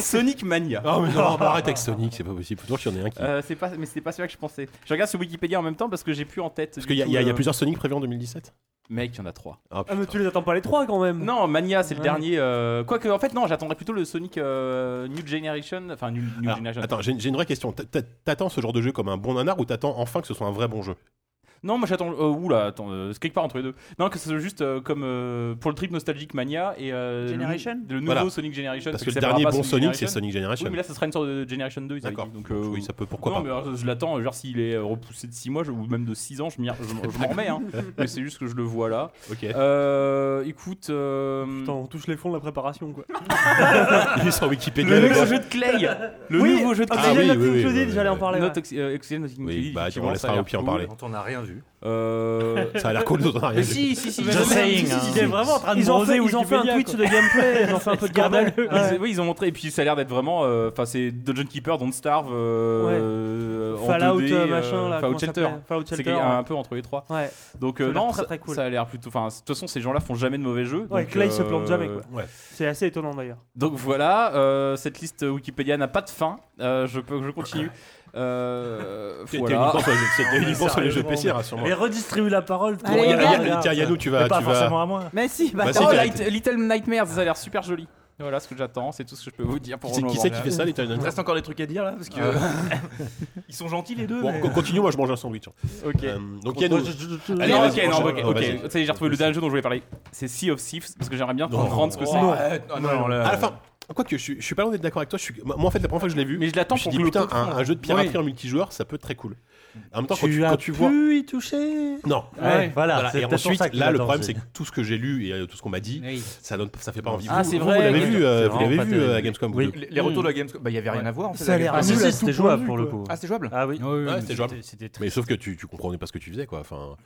Sonic Mania.
Oh mais non, bah, arrête avec Sonic, c'est pas possible. Faut toujours qu'il y en ait un qui.
Euh, c'est pas, mais c'était pas celui que je pensais. Je regarde sur Wikipédia en même temps parce que j'ai plus en tête.
Parce
du
qu'il y, a-
tout euh,
il y a- il y a
le-
plusieurs Sonic prévus en 2017.
Mec, il y en a trois.
Ah,
Ah, mais
putain.
tu les attends pas les trois quand même.
Non, Mania, c'est le
Ouais.
dernier. euh, Quoique, en fait, non, j'attendrais plutôt le Sonic euh, New Generation. Enfin, New, New
Alors,
Generation.
attends, j'ai j'ai une vraie question. T'a- t'a- T'attends ce genre de jeu comme un bon nanar ou t'attends enfin que ce soit un vrai bon jeu
Non, moi j'attends. Euh, oula, attends, euh, c'est quelque part entre les deux. Non, que ce soit juste euh, comme euh, pour le trip Nostalgic Mania et. euh,
Generation
le, le nouveau
Voilà.
Sonic Generation.
Parce que
qui
le
s'appellera
dernier
pas
bon Sonic, c'est
Generation.
Sonic Generation.
Oui, mais là, ça sera une sorte de Generation 2. ils avaient
D'accord.
dit. Donc, euh,
oui, ça peut, pourquoi
non,
pas.
mais alors, je l'attends. Genre, s'il est euh, repoussé de 6 mois je- ou même de 6 ans, je m'y- je- je m'en remets. hein. mais c'est juste que je le vois là.
Ok.
Euh, écoute. euh,
Attends, on touche les fonds de la préparation quoi.
Il est sur Wikipédia.
le
le
nouveau
gars.
jeu de Clay Le
Oui,
nouveau jeu de
Ah,
Ah
Clay
c'est
oui,
la
oui,
petite
oui,
chose,
oui, oui,
j'allais en
oui.
parler. ouais.
Not Oxy- euh, Oxygen Oxygen
Oui,
Kelly,
bah tu on
effectivement, ça a
laissera
l'air
au pied en
cool.
parler.
Dont on n'a rien vu.
Euh...
Ça a l'air cool d'autant rien.
mais si, si, si.
Mais
ils ont-
Just saying,
si, si,
hein.
si, Ils vraiment en train de
Ils ont
broser
fait- ils ont fait un
Wikipédia,
Twitch
quoi.
de gameplay, ils ont fait un peu de gardel.
Ils- Oui, ils ont montré. Et puis ça a l'air d'être vraiment. euh, Enfin, c'est Dungeon Keeper, Don't Starve, euh, en
Fallout
2D,
euh,
euh,
machin là.
Fallout
comment ça
Shelter.
s'appelle Fallout
C'est
Shelter.
un
ouais.
peu entre les trois.
Ouais.
Donc
Ça a
euh,
l'air
non,
très,
ça,
très cool.
ça a l'air plutôt. Enfin, de toute façon, ces gens-là font jamais de mauvais jeux.
Ouais,
donc,
Clay
euh,
se plante jamais, quoi.
Ouais.
C'est assez étonnant d'ailleurs.
Donc voilà, euh, cette liste Wikipédia n'a pas de fin. Euh, je peux, je continue. Euh,
T'es- t'es
voilà.
uniquement sur les- C'était uniquement sur les jeux PC, rassure-moi.
Mais redistribue la parole, toi.
Allez, les gars.
Yannou, Tiens, Yannou, tu vas.
Mais pas
tu vas-
forcément à moi.
Mais si, bah,
Bah,
attends.
Oh,
t'as-
Light- Little Nightmares, ça a l'air super joli. Voilà ce que j'attends, c'est tout ce que je peux vous dire pour
Qui c'est
le
qui,
moment.
c'est qui fait ça, les
Il
Italiens
reste encore des trucs à dire là parce que ils sont gentils les deux.
Bon,
mais-
co- continue, moi je mange un sandwich.
Ok.
Euh, donc Yannou.
Allez, non, ok,
vas-y,
non,
prochain. Oh,
ok, ok.
Vas-y.
Ça y est, j'ai retrouvé le dernier jeu dont je voulais parler. C'est Sea of Thieves, parce que j'aimerais bien
Non.
comprendre ce que c'est.
Oh,
Ah, non, non, là-
euh.
À la fin. Quoique, je, suis- je suis pas loin d'être d'accord avec toi. Je suis... Moi, en fait, la première fois que je l'ai vu,
Mais je l'attends
je me
pour
suis
que
dit,
le
putain, un,
comprendre.
un jeu de piraterie
Ouais.
en multijoueur, ça peut être très cool. En même temps, quand
Tu
tu,
as
quand tu vois.
pu y toucher
Non.
Ouais, voilà.
Voilà,
c'est
Et
peut-être pour
ensuite,
ça que
là, le
t'as
problème, c'est
danger.
que tout ce que j'ai lu et euh, tout ce qu'on m'a dit,
Oui.
ça donne, ça fait pas envie.
Ah,
Vous-
c'est
vous,
vrai,
Vous l'avez
oui.
vu, euh,
C'est
vous
vraiment
l'avez
pas
vu
terrible.
euh, à Gamescom. vous
Oui.
deux
Les, les retours de la Gamescom, bah il y avait rien à voir en fait.
Ça a
la
l'air
Ah,
Gamescom.
si,
nul.
si,
à
c'était
tout
jouable
point
pour
de
le
vue,
coup.
Ah c'était jouable.
Ah oui.
Ouais, c'était jouable.
C'était très
Mais sauf que tu, tu comprenais pas ce que tu faisais, quoi. Enfin,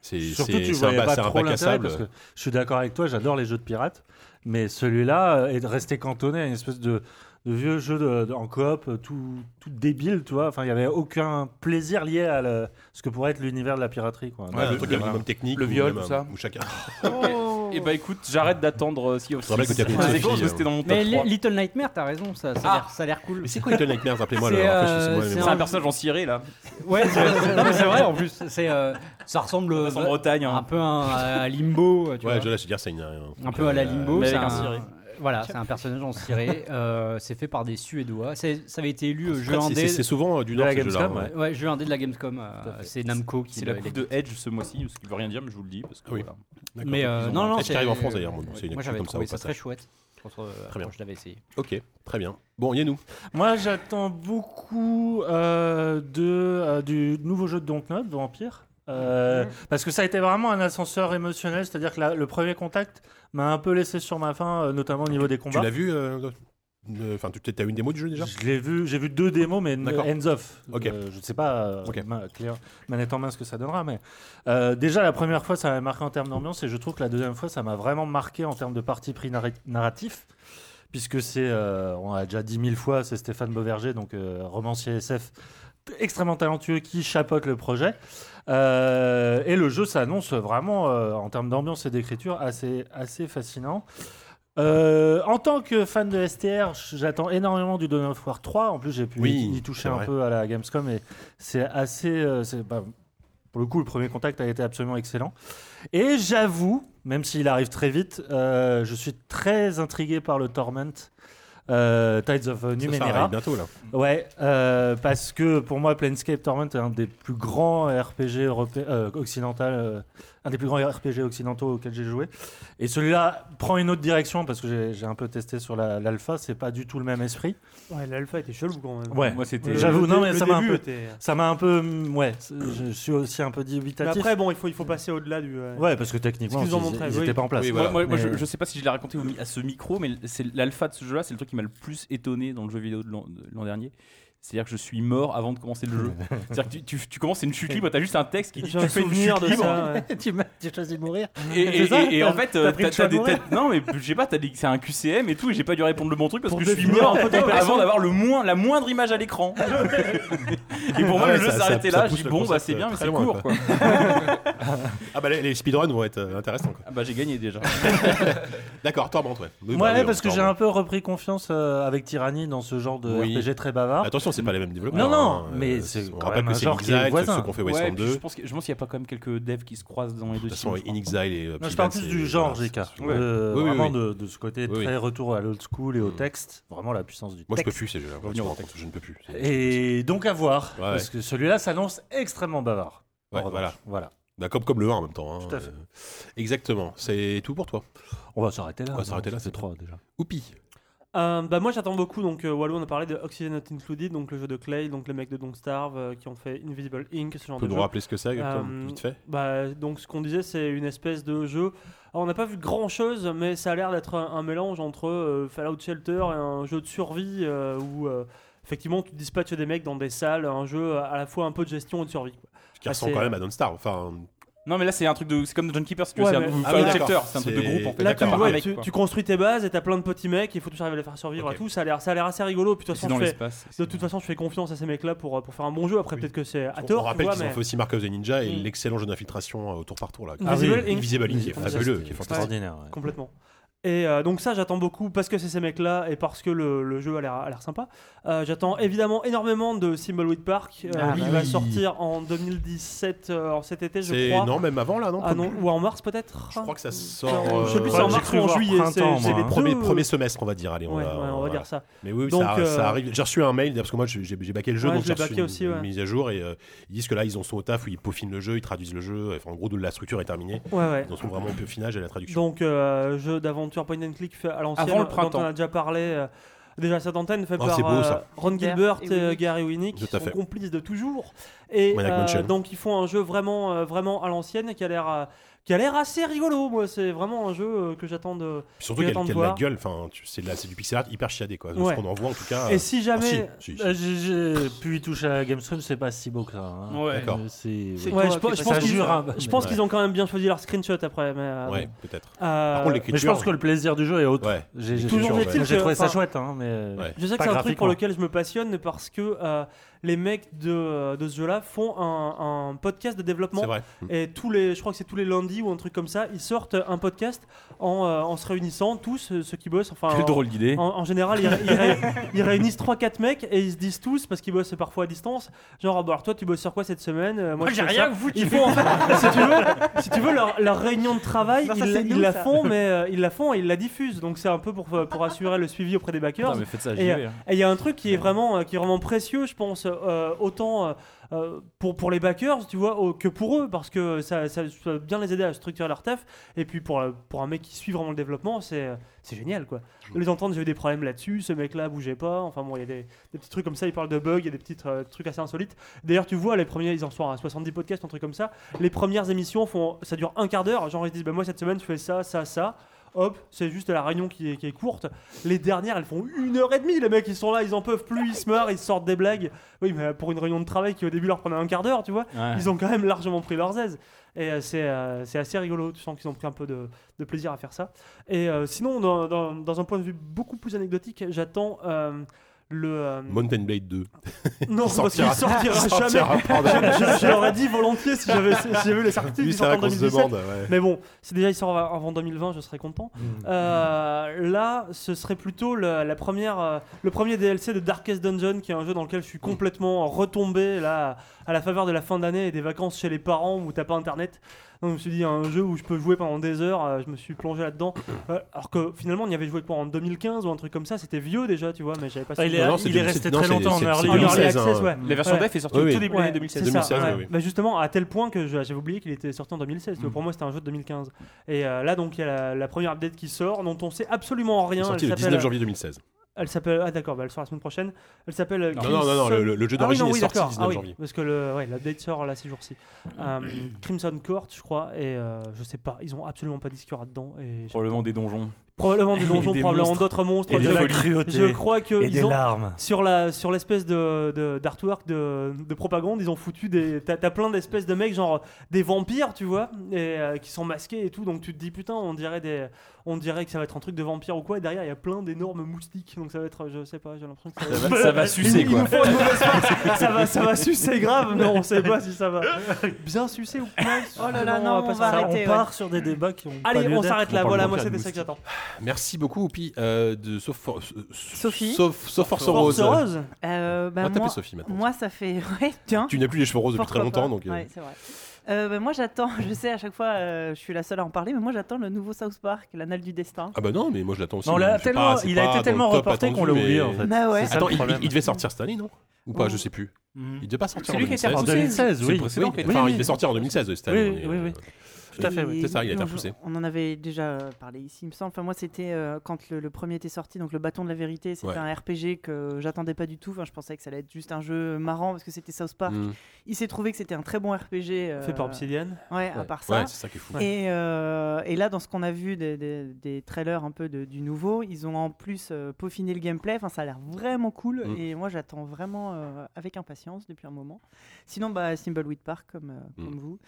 c'est
Surtout,
c'est-
tu
c'est un,
voyais
ba-
pas
c'est un
trop
bac à
l'intérêt
sable.
parce que je suis d'accord avec toi, j'adore les jeux de pirates, mais celui-là euh, est resté cantonné à une espèce de, de vieux jeu de, de- en coop, euh, tout, tout débile, tu vois. Enfin, il n'y avait aucun plaisir lié à le- ce que pourrait être l'univers de la piraterie, quoi. Bah, euh,
Ouais,
Ouais,
le truc avec
voilà.
la même technique.
le
ou
viol,
même
tout
un-
ça.
Ou chacun.
Oh.
Et bah écoute, j'arrête d'attendre euh, Sea of
Je rappelle
Thieves.
que t'as pris
C'est
Sophie,
faux, parce que
euh.
c'était dans mon top
Mais
3.
Li- Little Nightmare, t'as raison, ça, ça a l'air- ça a l'air cool.
Ah Mais c'est quoi Little Nightmares Rappelez-moi le.
C'est, euh,
rafraîchissez-moi la
c'est
C'est
mémoire.
un personnage en ciré là.
Ouais, c'est non, mais c'est vrai en plus. C'est, euh, ça ressemble euh,
C'est en Bretagne. hein.
un peu à, à Limbo, tu
Ouais,
vois.
je là, je veux dire, c'est une. Un,
un
truc,
peu à la
euh,
Limbo.
mais
c'est
avec un ciré.
Voilà, c'est un personnage en ciré. euh, c'est fait par des Suédois. C'est- ça avait été élu euh, jeu
Après, c'est-
indé.
c'est- C'est souvent euh, du
De la
Nord, ces jeux-là.
Gamescom,
hein.
ouais.
Ouais, jeu indé de la Gamescom. euh, c'est Namco qui
C'est la
l'a-
coupe de Edge ce mois-ci, ce qui veut rien dire, mais je vous le dis. Parce que,
Oui.
voilà.
D'accord.
Mais euh, non, non,
Est-ce qu'il
c'est-
arrive en France d'ailleurs bon, C'est une
Moi
actu
j'avais
comme ça
trouvé
au
ça,
passage.
très chouette. quand, euh,
bien.
quand je l'avais essayé.
Ok, très bien. Bon, Yannou.
Moi, j'attends beaucoup euh, de, euh, du nouveau jeu de Dontnod, Vampire. Euh, Parce que ça a été vraiment un ascenseur émotionnel, c'est-à-dire que la- le premier contact m'a un peu laissé sur ma faim, euh, notamment au niveau des
Tu
combats.
l'as vu euh, le- le- Enfin, tu as une démo du jeu déjà
Je l'ai vu, j'ai vu deux démos, mais n-
D'accord.
hands off.
Ok.
Euh, je ne sais pas, euh,
Ok.
ma- clair- manette en main, ce que ça donnera, mais euh, déjà la première fois, ça m'a marqué en termes d'ambiance, et je trouve que la deuxième fois, ça m'a vraiment marqué en termes de parti pris narri- narratif, puisque c'est, euh, on a déjà dit mille fois, c'est Stéphane Beauverger, donc euh, romancier SF t- extrêmement talentueux qui chapeaute le projet. Euh, et le jeu s'annonce vraiment, euh, en termes d'ambiance et d'écriture, assez, assez fascinant. Euh, en tant que fan de STR, j'attends énormément du Dawn of War 3. En plus, j'ai pu
Oui,
y- y toucher
c'est
un
vrai.
peu à la Gamescom et c'est assez. euh, c'est- bah, pour le coup, le premier contact a été absolument excellent. Et j'avoue, même s'il arrive très vite, euh, je suis très intrigué par le Torment euh, Tides of
Ça, ça
Numenera.
arrive bientôt là.
Ouais, euh, parce que pour moi, Planescape Torment est un des plus grands RPG europé- euh, occidental, euh, un des plus grands RPG occidentaux auxquels j'ai joué. Et celui-là prend une autre direction parce que j'ai- j'ai un peu testé sur la- l'alpha, c'est pas du tout le même esprit.
Ouais, l'alpha était chelou quand même.
Ouais.
Moi, c'était.
J'avoue,
Le
non,
dé-
mais
le
ça m'a un
début
peu-
était-
Ça m'a un peu, mm, ouais, c'est- je suis aussi un peu
Mais
dubitatif.
après, bon, il faut, il faut passer au-delà du. euh,
ouais, parce que
Ce
techniquement,
qu'ils ont
ils
montré,
n'étaient
oui.
pas en place.
Oui,
Moi,
voilà.
moi, moi,
Mais-
je, je sais pas si je l'ai raconté au mi- à ce micro, mais c'est l'alpha de ce jeu-là, c'est le truc qui m'a le plus étonné dans le jeu vidéo de l'an de l'an dernier. C'est-à-dire que je suis mort avant de commencer le jeu. C'est-à-dire que tu, tu- tu commences, c'est une chute libre, t'as juste un texte qui dit
J'ai
tu
un
fais une chute
souvenir de
libre.
ça. ouais.
tu as choisi de mourir
Et, et-
C'est ça
et- et en fait, euh,
pris
t'as-
le
t'as
choix de
des
mourir.
t'as- Non, mais je sais pas, t'as des- c'est un QCM et tout, et j'ai pas dû répondre le bon truc parce
Pour
que je suis
définir
mort
un peu ton perso.
avant d'avoir le moins, la moindre image à l'écran. et pour moi,
Ouais,
le jeu
ça-
s'arrêtait
ça- ça
là. Je
pousse
dis
le
bon, bah
concept,
c'est bien,
euh,
mais
très
c'est
loin,
court.
quoi.
Quoi.
Ah bah les, les speedruns vont être euh, intéressants. quoi.
Ah bah j'ai gagné déjà.
D'accord, Torment, ouais. Oui,
Ouais,
bah, oui,
parce que
Torment.
j'ai un peu repris confiance euh, avec Tyranny dans ce genre de
Oui.
RPG très bavard.
Attention, c'est pas les mêmes développeurs.
Non, non,
hein.
mais
Euh,
c'est
On
quand
rappelle
même
que
un
c'est
genre qui est
Inexile,
voisin.
ceux qu'on fait
Ouais,
Wasteland
puis
2.
je
De
pense que- je pense qu'il y a pas quand même quelques devs qui se croisent dans les deux
toute façon,
teams, je crois.
Inexile et. euh,
Non, je
Psyland,
parle plus
c'est-
du genre,
voilà,
JK.
c'est-
Euh,
ouais. Oui, oui,
vraiment
oui.
De, de ce côté
Oui,
très retour à l'old school et au
Mm.
texte. Vraiment la puissance du
Moi, je peux
texte.
plus ces jeux-là. Je me rends compte, Je ne peux plus. C'est-
Et donc à voir.
Ouais,
parce
ouais.
que celui-là s'annonce extrêmement bavard. En
Ouais,
revanche,
voilà.
voilà.
Bah, comme, comme le 1 en même temps. hein.
Tout à fait.
Euh, Exactement. C'est tout pour toi.
On va s'arrêter là.
On va s'arrêter
non,
là,
C'est
c'est
trois déjà.
Oupi.
Euh, bah moi j'attends beaucoup donc euh, Walou on a parlé de Oxygen Not Included donc le jeu de Clay donc les mecs de Don't Starve euh, qui ont fait Invisible Inc ce genre
Peux
de
nous
jeu.
rappeler ce que c'est, exactement,
Euh,
vite fait
Bah, donc ce qu'on disait, c'est une espèce de jeu. Alors, on n'a pas vu grand chose, mais ça a l'air d'être un, un mélange entre euh, Fallout Shelter et un jeu de survie euh, où euh, effectivement tu dispatches des mecs dans des salles, un jeu à la fois un peu de gestion et de survie. quoi.
Qui
Ah,
ressemble
c'est-
euh,
quand même à Don't Starve. Enfin,
Non, mais là, c'est un truc de. C'est comme John Keeper, si tu
Ouais,
veux.
mais-
C'est un,
Ah
enfin,
oui,
un
d'accord.
chapter, c'est un truc de
C'est-
groupe en fait.
Là,
Là,
tu,
t'as pas
ouais,
un mec,
tu-
quoi.
tu construis tes bases et t'as plein de petits mecs, il faut toujours arriver à les faire survivre
Ok.
à tout. Ça a l'air ça a l'air assez rigolo. Puis de toute
C'est dans
façon, je fais-
l'espace.
de toute façon, je fais confiance à ces mecs-là pour, euh, pour faire un bon jeu. Après, peut-être que c'est à
on,
tort.
on
tu
rappelle
vois,
qu'ils ont
mais-
fait aussi Marqueuse et Ninja et
Mm.
l'excellent jeu d'infiltration euh, au tour par tour là.
Ah oui, Invisible Inc.
Invisible Inc. qui est fabuleux, qui est fantastique.
Extraordinaire. ouais.
Complètement. Et euh, donc ça, j'attends beaucoup parce que c'est ces mecs-là et parce que le, le jeu a l'air a l'air sympa. Euh, j'attends évidemment énormément de Thimbleweed Park. euh,
Ah
qui
oui.
va sortir en 2017, euh, en cet été, je
C'est
crois.
non, même avant là, non
Ah non, ou en mars peut-être.
Je crois que ça
Non,
sort.
je sais
euh,
plus
ouais,
c'est en
j'ai
mars
cru
ou en
voir
juillet. c'est-
printemps,
c'est
moi,
les
hein.
Premier,
deux-
premier semestre, on va dire. Allez, on
Ouais,
va,
ouais, on va
voilà.
dire ça.
Mais oui, oui,
Donc,
ça,
euh,
ça arrive. J'ai reçu un mail parce que moi j'ai j'ai- j'ai backé le jeu,
Ouais,
donc
je
j'ai
l'ai
reçu
backé
une,
aussi, ouais.
une mise à jour et euh, ils disent que là ils en sont au taf où ils peaufinent le jeu, ils traduisent le jeu. Enfin, en gros, de la structure est terminée.
Ouais, ouais.
Ils en sont vraiment au peaufinage et à la traduction.
Donc euh, jeu d'aventure point and click fait à l'ancienne.
Avant le
dont
printemps.
on a déjà parlé. euh, Déjà cette antenne fait
Oh,
par
c'est beau, ça.
euh, Ron Gilbert
et
et,
Winnick.
euh, Gary Winnick, qui
Tout à
sont
fait.
complices de toujours. Et
Maniac
euh,
Mansion.
donc ils font un jeu vraiment, euh, vraiment à l'ancienne qui a l'air, euh, qui a l'air assez rigolo. Moi, c'est vraiment un jeu euh, que j'attends de.
Puis surtout
j'ai
qu'elle
hâte de
qu'elle a la
voir.
gueule. Enfin, tu- c'est de la- c'est du pixel art hyper chiadé quoi.
Ouais.
Ce qu'on en voit en tout cas. euh,
Et si
ah, si,
jamais,
si, si.
Euh, j'ai- J'ai pu y toucher à la Gamescom, c'est pas si beau que ça. hein.
Ouais.
D'accord.
Euh, C'est.
C'est-
ouais.
Ouais,
Toi,
je,
qui
pense-
est
je
Ça
pense qu'ils,
jure, hein.
je pense
Ouais.
qu'ils ont quand même bien choisi leur screenshot après. Mais, euh,
Ouais, peut-être.
euh,
Par contre,
Mais je
l'écriture.
pense que le plaisir du jeu est autre.
Ouais.
J'ai j'ai-
Toujours
j'ai-
est-il
j'ai
que-
trouvé ça
enfin,
chouette, hein, mais.
Ouais.
Je sais que
Pas
c'est un truc
graphiquement.
pour lequel je me passionne parce que euh, les mecs de, de ce jeu-là font un, un podcast de développement
C'est vrai.
Et tous les, je crois que c'est tous les lundis ou un truc comme ça, ils sortent un podcast en, euh, en se réunissant tous euh, ceux qui bossent. Enfin,
Quelle
en-
drôle d'idée.
En, en général, ils, ré- ils ré- ils réunissent 3-4 mecs et ils se disent tous parce qu'ils bossent parfois à distance. Genre, Ah, bah, alors toi, tu bosses sur quoi cette semaine Euh, Moi, j'ai rien vous. Ils font en fait, si tu veux, si tu veux leur, leur réunion de travail,
Non, ça,
ils,
c'est
ils
nous,
la
ça.
font, mais euh, ils la font et ils la diffusent. Donc c'est un peu pour, euh, pour assurer le suivi auprès des backers.
Non, mais faites ça,
Et il y a un truc qui est vraiment, euh, qui est vraiment précieux, je pense, euh, autant euh, euh, pour, pour les backers, tu vois, au- que pour eux, parce que ça, ça, ça va bien les aider à structurer leur taf. Et puis pour, euh, pour un mec qui suit vraiment le développement, c'est euh, c'est génial, quoi. Les entendre, j'ai eu des problèmes là-dessus, ce mec-là bougeait pas. Enfin bon, il y a des, des petits trucs comme ça, ils parlent de bugs, il y a des petits euh, trucs assez insolites. D'ailleurs, tu vois, les premiers, ils en sont à 70 podcasts, un truc comme ça. Les premières émissions, font, ça dure un quart d'heure. Genre, ils se disent, bah, moi, cette semaine, je fais ça, ça, ça. Hop, c'est juste la réunion qui est, qui est courte. Les dernières, elles font une heure et demie. Les mecs, ils sont là, ils en peuvent plus, ils se meurent, ils sortent des blagues. Oui, mais pour une réunion de travail qui au début leur prenait un quart d'heure, tu vois, ils ont quand même largement pris leurs aises. Et euh, c'est euh, c'est assez rigolo. Tu sens qu'ils ont pris un peu de, de plaisir à faire ça. Et euh, sinon, dans, dans- dans un point de vue beaucoup plus anecdotique, j'attends euh, le. euh,
Mountain Blade 2.
non,
Il
parce qu'il
sortira.
sortira,
Sortira, pardon.
jamais. Je- je l'aurais dit volontiers si j'avais si j'avais eu les certitudes.
Lui,
qu'il
c'est vrai
sortira en
qu'on se
2017.
demande. ouais.
Mais bon, si déjà il sort av- avant 2020, je serais content.
Mmh.
Euh, là, ce serait plutôt le, la première, euh, le premier DLC de Darkest Dungeon, qui est un jeu dans lequel je
Mmh.
suis complètement retombé là, à la faveur de la fin d'année et des vacances chez les parents où t'as pas internet. Donc je me suis dit, un jeu où je peux jouer pendant des heures, euh, je me suis plongé là-dedans. Euh, alors que finalement, on y avait joué quoi en 2015 ou un truc comme ça, c'était vieux déjà, tu vois, mais j'avais pas
Ah, il
souvenir.
est-
Non, non, c'est du-
resté
c'est-
très
non,
longtemps
c'est-
en
c'est
early
En early
2016, hein.
access, ouais.
La version
Ouais.
dev est sortie
Oui,
au
oui.
tout début de
Ouais,
l'année 2016.
c'est ça,
2016,
ouais.
oui, oui.
Bah, justement, à tel point que je- j'avais oublié qu'il était sorti en
Mm.
2016. tu vois, Pour moi, c'était un jeu de 2015. Et euh, là, donc, il y a la, la première update qui sort, dont on sait absolument
Il est
rien.
sorti
elle
le
s'appelle-
19 janvier 2016.
Elle s'appelle. Ah, d'accord, bah, elle sort la semaine prochaine. Elle s'appelle. euh,
Non, non, non, non,
Crimson-
le, le jeu
Ah oui,
d'origine
non,
est
oui,
sorti le
d'accord.
19
Ah oui,
janvier. Mm.
Parce que le- ouais, l'update sort là ces jours-ci. Euh, Crimson Court, je crois. Et euh, je sais pas, ils ont absolument pas dit ce qu'il y aura dedans. Et j'ai-
Probablement des donjons.
probablement des
Et
donjons,
des
probablement
monstres.
d'autres monstres.
Et de
je,
la
je
cruauté.
crois
Et des
qu'ils ont,
larmes.
sur la sur l'espèce de de- d'artwork de, de, propagande ils ont foutu des t'as t'as plein d'espèces de mecs genre des vampires tu vois et euh, qui sont masqués et tout donc tu te dis putain on dirait des on dirait que ça va être un truc de vampire ou quoi et derrière il y a plein d'énormes moustiques donc ça va être je sais pas j'ai l'impression que ça va, être-
Ça va sucer
Il
quoi.
nous faut une mauvaise farce. ça va ça va sucer grave mais on sait pas si ça va bien sucer ou pas
Oh là là, non, on va
ça.
arrêter.
on
ouais.
part sur des débats qui ont pas
allez
lieu
on
d'être.
s'arrête là
parle
voilà
de
moi
vampires et
c'était
de
ça que j'attends
Merci beaucoup, Oupi. Euh, de, sauf for, euh,
Sophie.
Sauf, sauf Force Rose.
Force Rose
Euh, bah,
On va taper
moi,
Sophie maintenant.
moi, ça fait. Ouais, tiens.
Tu n'as plus les cheveux roses depuis très
Pourquoi
longtemps,
pas.
donc. euh,
Ouais, c'est vrai. Euh, bah, moi, j'attends. Je sais, à chaque fois, euh, je suis la seule à en parler, mais moi, j'attends le nouveau South Park, l'anal du destin.
Ah bah non, mais moi je l'attends aussi.
Non,
mais
là,
c'est
tellement-
c'est
il a été
dans le
tellement
top
reporté
attendu,
qu'on l'a oublié,
mais-
en fait.
Bah ouais.
C'est ça,
Attends,
le
il,
problème.
il devait sortir cette année, non Ou pas,
Oh.
je sais plus.
Mhm.
Il devait pas sortir
C'est
en
lui qui a été
2016.
En
repoussé.
2016,
C'est
oui.
le précédent
Oui,
qui a été
enfin,
oui,
il devait
oui.
sortir en 2016 cette
Oui,
année. on est,
oui,
euh,
oui. Tout à fait, oui.
Et
C'est ça, il a été
non,
repoussé.
je- On en avait déjà euh, parlé ici, il me semble. Enfin, moi, c'était euh, quand le, le premier était sorti, donc le bâton de la vérité, c'était
Ouais.
un RPG que j'attendais pas du tout. Enfin, je pensais que ça allait être juste un jeu marrant parce que c'était South Park.
Mm.
Il s'est trouvé que c'était un très bon RPG. euh,
fait par Obsidian
Ouais, à part ça.
Ouais, c'est ça qui est fou.
Et, euh, et là, dans ce qu'on a vu des, des- des trailers un peu de- du nouveau, ils ont en plus euh, peaufiné le gameplay. Enfin, ça a l'air vraiment cool.
Mm.
Et moi, j'attends vraiment euh, avec impatience depuis un moment. Sinon, bah, Thimbleweed Park, comme, euh,
Mm.
comme vous.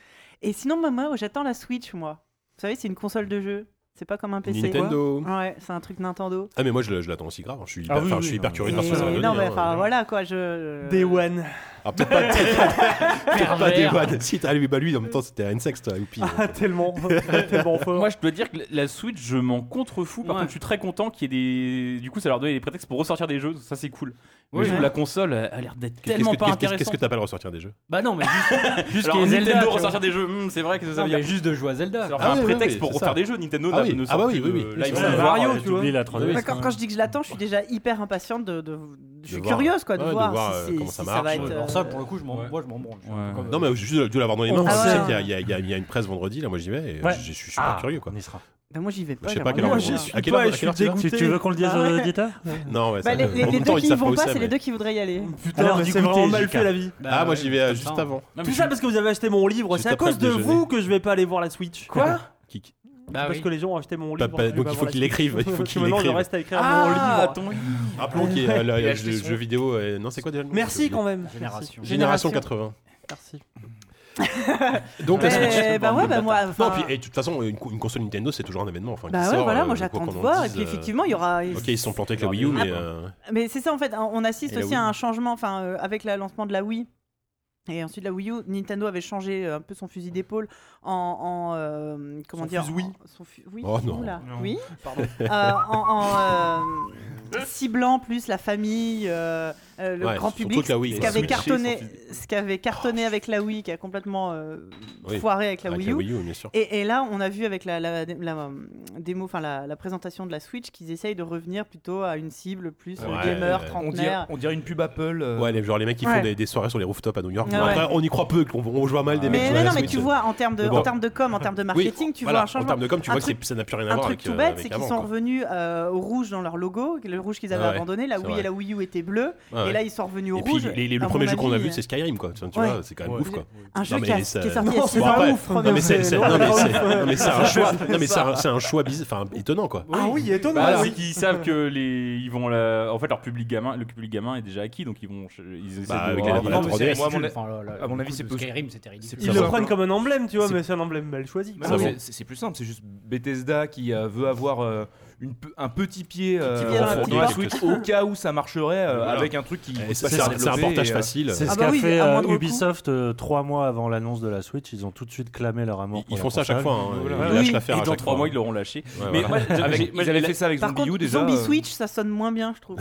Et sinon, bah, moi, j'attends la Switch, moi. Vous savez, c'est une console de jeu. C'est pas comme un PC.
Nintendo.
Ouais, c'est un truc Nintendo.
Ah, mais moi je le- je l'attends aussi grave. Je suis hyper,
Ah oui,
enfin,
oui, euh,
je suis hyper
non,
curieux de
Et
voir ce que ça va donner.
non, mais
hein.
enfin, voilà quoi. Je... euh,
Day One
Ah, peut-être pas, peut-être pas- peut-être pas des vannes. Si, t'as lui, bah lui, en même temps, c'était un sexe, toi, Oupi.
ah tellement tellement fort
Moi, je dois dire que la- la Switch, je m'en contrefous. Par
Ouais.
contre, je suis très content qu'il y ait des. Du coup, ça leur donne des prétextes pour ressortir des jeux. Ça, c'est cool. Mais
Oui.
je trouve la console elle a l'air d'être
Qu'est-ce
tellement
que-
pas
qu'est-ce que- Qu'est-ce
intéressante.
que t'appelles ressortir des jeux
Bah non, mais juste, juste
Alors,
qu'il y ait Zelda,
Nintendo
tu vois.
ressortir des jeux, hmm, c'est vrai que ça, ça veut
Non,
dire
mais juste de jouer à
Ça
Zelda.
leur
Ah
fait un
oui, oui,
prétexte
oui,
pour
c'est
refaire
ça.
des jeux. Nintendo
Ah
n'a-
oui.
ne
Ah
sort
bah
plus
oui, oui,
de
oui.
live
Ils
service.
sont
Ouais,
d'accord.
Wario,
ouais,
tu vois.
T'oublies la 3DS.
Bah, quand, quand je dis que je l'attends, je suis déjà hyper impatiente de. de- je suis
hein. De voir.
curieuse quoi de
Ouais, de
voir,
voir,
si,
euh,
c'est-
comment ça
si
marche,
va
ouais.
être.
Alors
euh,
ça, pour le coup, je m'en,
Ouais.
moi, je m'en branle. je suis un peu
Ouais.
comme-
Non, mais juste de l'avoir dans les mains.
Ah
Je sais
ouais.
qu'il y a- il y, a- il y a- il y a une presse vendredi, là, moi j'y vais. Et
Ouais.
je, je suis super
Ah,
curieux, quoi.
On y sera.
Bah, moi j'y vais pas.
Je sais pas à quelle
j'aimerais
heure.
bien.
on-
suis
À quelle heure
pas,
à
je
quelle heure
suis
tu vas
Tu,
Écoutez-
tu veux qu'on le dise
Ah
aux
ouais.
auditeurs
Non, ouais,
Bah,
ça-
les, les-
en
les
même
deux
temps, ils
qui y
savent pas
vont
où
pas,
c'est,
c'est les
mais-
deux qui voudraient y aller.
Putain,
Alors,
mais
du
c'est
coup,
vraiment
t'es
mal
JK.
fait la vie.
Ah, moi j'y vais euh, juste avant.
Non, mais
Tout
je-
ça parce que vous avez acheté mon livre,
Juste
c'est à
après
cause
le
de
déjeuner.
vous que je vais pas aller voir la Switch.
Quoi Kik.
Parce que les gens ont acheté mon
Pas-
livre.
pas-
je vais
donc
pas
il faut
voir la
qu'il
Switch.
l'écrive, il faut qu'il
Maintenant,
l'écrive.
le reste à écrire mon
Ah,
livre.
ton
Rappelons qu'il y a le-
Il a
le
acheté
jeu
son-
jeu vidéo. euh, Non, c'est quoi déjà le nom
Merci quand même.
Génération.
Génération 80.
Merci.
Donc la
Mais-
Switch.
bah ouais, bah moi.
Non,
enfin,
puis et de toute façon, une, co- une console Nintendo, c'est toujours un événement. Enfin,
Bah
qui
ouais,
sort,
voilà,
euh,
moi
quoi
j'attends
qu'on
de
en
voir. Et
dise,
puis
euh,
effectivement, il y aura.
Ok, ils se sont plantés avec la Wii U, mais. euh,
Mais c'est ça en fait, on on assiste
Et la
aussi
Wii.
à un changement, enfin euh, avec le lancement de la Wii. Et ensuite la Wii U, Nintendo avait changé euh, un peu son fusil d'épaule en, en, euh, comment
Son
dire,
fusoui.
en- son fu- oui,
Oh non.
oula,
Non.
oui, Euh, en, en, euh, ciblant plus la famille, euh, euh, le
Ouais,
grand
surtout
public,
que la Wii,
ce
quoi.
qu'avait
Switcher son Oh,
cartonné, ce qu'avait cartonné avec la Wii, qui a complètement euh,
Oui,
foiré avec la
avec
Wii U.
la Wii U, bien sûr.
Et, et là, on a vu avec la, la- la, euh, démo, enfin la, la présentation de la Switch, qu'ils essayent de revenir plutôt à une cible plus euh, gamer,
Ouais. On
On dirait,
trentenaire.
on dirait une pub Apple. euh,
Ouais, les, genre les mecs qui font
Ouais. Ah
des, des soirées sur les rooftops à New York,
Ouais,
Après,
ouais.
on y croit peu, qu'on- on, joue à mal des mecs.
Mais, mais
qui jouent à
non,
la
mais
Switch.
tu vois, en termes de,
Mais bon.
en termes de com, en termes de
Oui,
marketing, tu
voilà,
vois un
En
changement.
termes de com, tu
Un
vois que
truc-
c'est- ça n'a plus rien à
Un
voir
truc
avec.
tout
euh,
bête,
avec
c'est qu'ils
avant,
sont
quoi.
revenus euh, au rouge dans leur logo, le rouge qu'ils avaient
Ouais,
abandonné, la
c'est
Wii
vrai.
et la Wii U étaient bleues,
Ouais,
et
ouais.
là ils sont revenus au
Et puis,
rouge.
les- les-
à
le premier
mon
jeu qu'on a
avis, euh,
vu, c'est Skyrim, quoi. Tu
Ouais.
vois, c'est quand même ouf, quoi.
Un jeu
Non, mais
qui, a-
ça-
qui est sorti il y a
Non,
six
c'est pas
ans.
ouf.
Non mais c'est c'est- non, mais
Ouais.
c'est- non, mais c'est un choix, non mais c'est un, c'est un choix bizarre, enfin étonnant quoi.
Ah oui, étonnant.
Bah,
oui.
c'est qu'ils savent que les, ils vont la- en fait leur public gamin, le public gamin est déjà acquis, donc ils vont, ils essaient
Bah,
de.
avec
Ouais,
la-
ils-
la
non, mais
3DS.
Moi, à mon-
Enfin, le- le-
à mon
le
avis,
coup
c'est
de
peu-
Skyrim, c'était ridicule.
c'est Ça
Ils le
va.
prennent comme un emblème, tu vois,
C'est-
mais c'est un emblème mal choisi.
Bah
Ça
non,
va.
c'est- c'est c'est plus simple, c'est juste Bethesda qui euh, veut avoir euh, une pe- un petit pied euh,
pied dans la
dans
petite
la
porte.
Switch au cas où ça marcherait euh, avec un truc qui
Et
coûte
C'est
pas
c'est-
cher à
c'est un
développer
portage
et, euh,
facile.
C'est ce
Ah bah
qu'a
oui,
fait
à
euh,
moindre coût.
Ubisoft euh, trois mois avant l'annonce de la Switch. Ils ont tout de suite clamé leur amour.
Ils-
pour
Ils
la
font ça à chaque
console.
fois. hein.
Voilà.
Ils
Oui.
lâchent l'affaire
Et
à
dans
chaque
trois
fois.
mois, ils l'auront lâché.
Ouais,
mais
voilà.
moi, j'ai-
avec-
j'ai- moi,
ils avaient
la-
fait ça avec
Par
Zombie
contre,
U déjà.
Zombie
euh,
Switch, ça sonne moins bien, je trouve.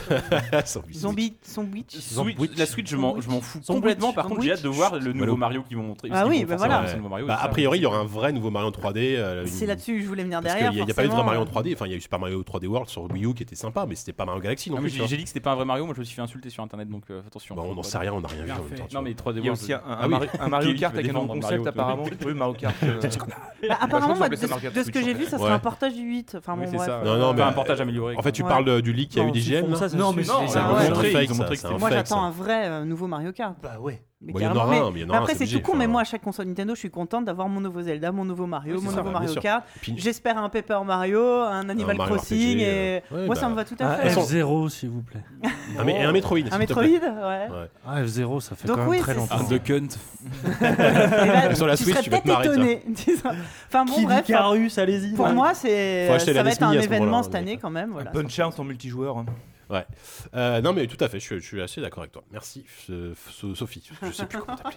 Sans bisous.
Zombie, Zombie.
Switch- la Switch, je m'en je m'en fous
Zombie.
complètement. Par contre, j'ai hâte de voir le nouveau
Voilà.
Mario qu'ils vont montrer.
Ah
parce qu'ils
oui,
vont
bah
forcément
voilà.
annoncer le nouveau Mario,
Bah,
ça,
a priori, il y aura un vrai nouveau Mario en 3D. euh,
C'est
une-
là-dessus que je voulais venir
Parce
derrière.
qu'il n'y a, pas eu de vrai
forcément.
Mario en 3D. Enfin, il y a eu Super Mario 3D World sur Wii U qui était sympa, mais c'était pas Mario Galaxy non
Non, Ah, mais
plus.
j'ai
tu vois.
j'ai dit que c'était pas un vrai Mario, moi je me suis fait insulter sur internet donc euh, attention.
Bah, on n'en sait rien, on n'a rien vu en même temps. tu vois.
Non
Ah
mais 3D
Il y a aussi un, un
oui.
Mario, un Mario
Qui- qui
Kart
veut
avec un nom
défendre Mario,
concept
toi.
apparemment. Oui, Mario Kart. euh,
Bah, apparemment,
je
moi,
pense
de,
que ça marque
de ce que
Switch,
j'ai
en
vu,
fait.
ça seera
Ouais.
un portage du 8. Enfin, bon,
Oui, c'est
bref.
ça.
Non, non,
Enfin,
mais-
un portage amélioré.
En fait,
quoi.
tu
Ouais.
parles euh, du leak qu'il y a eu d'IGN. là.
Non, mais
Non,
c'est
ils
ça.
ont
ouais.
montré-
Fake,
ils ont montré
ça,
que c'était
un
Moi,
fake,
j'attends
ça.
un vrai euh, nouveau Mario Kart.
Bah ouais.
Mais
Bon, il y en
carrément.
aura un,
Mais-
mais il y en
mais
aura un,
après, c'est
obligé,
tout con, mais
enfin.
moi, à chaque console Nintendo, je suis contente d'avoir mon nouveau Zelda, mon nouveau Mario,
Oui, c'est
mon
ça,
nouveau
bien
Mario
sûr.
Kart.
Et puis-
J'espère un Paper Mario, un Animal
Mario
Crossing,
RPG,
et
euh, ouais,
moi, ça
bah,
me va tout à
Un
fait.
F0, s'il vous plaît.
Un mé- et un Metroid. s'il te
Un
plaît.
Metroid, ouais.
Ah, F0, ça fait
Donc
quand
oui,
même très
c'est
longtemps.
ça.
Un de Cunt.
Et là,
Sur la
tu
Switch,
serais
tu vas te
peut-être
marrer,
étonné. Tu seras- enfin bon,
Qui dit
bref,
Carus, allez-y.
pour
Ouais.
moi, c'est
Faut acheter
ça
la
va être un
Nesmini à ce moment-là,
événement
hein,
cette année quand même.
Un
Voilà.
punch out en multijoueur. hein.
Euh, Non, mais tout à fait, je suis- je suis assez d'accord avec toi. Merci, ce- ce- Sophie. Je sais plus comment t'appeler.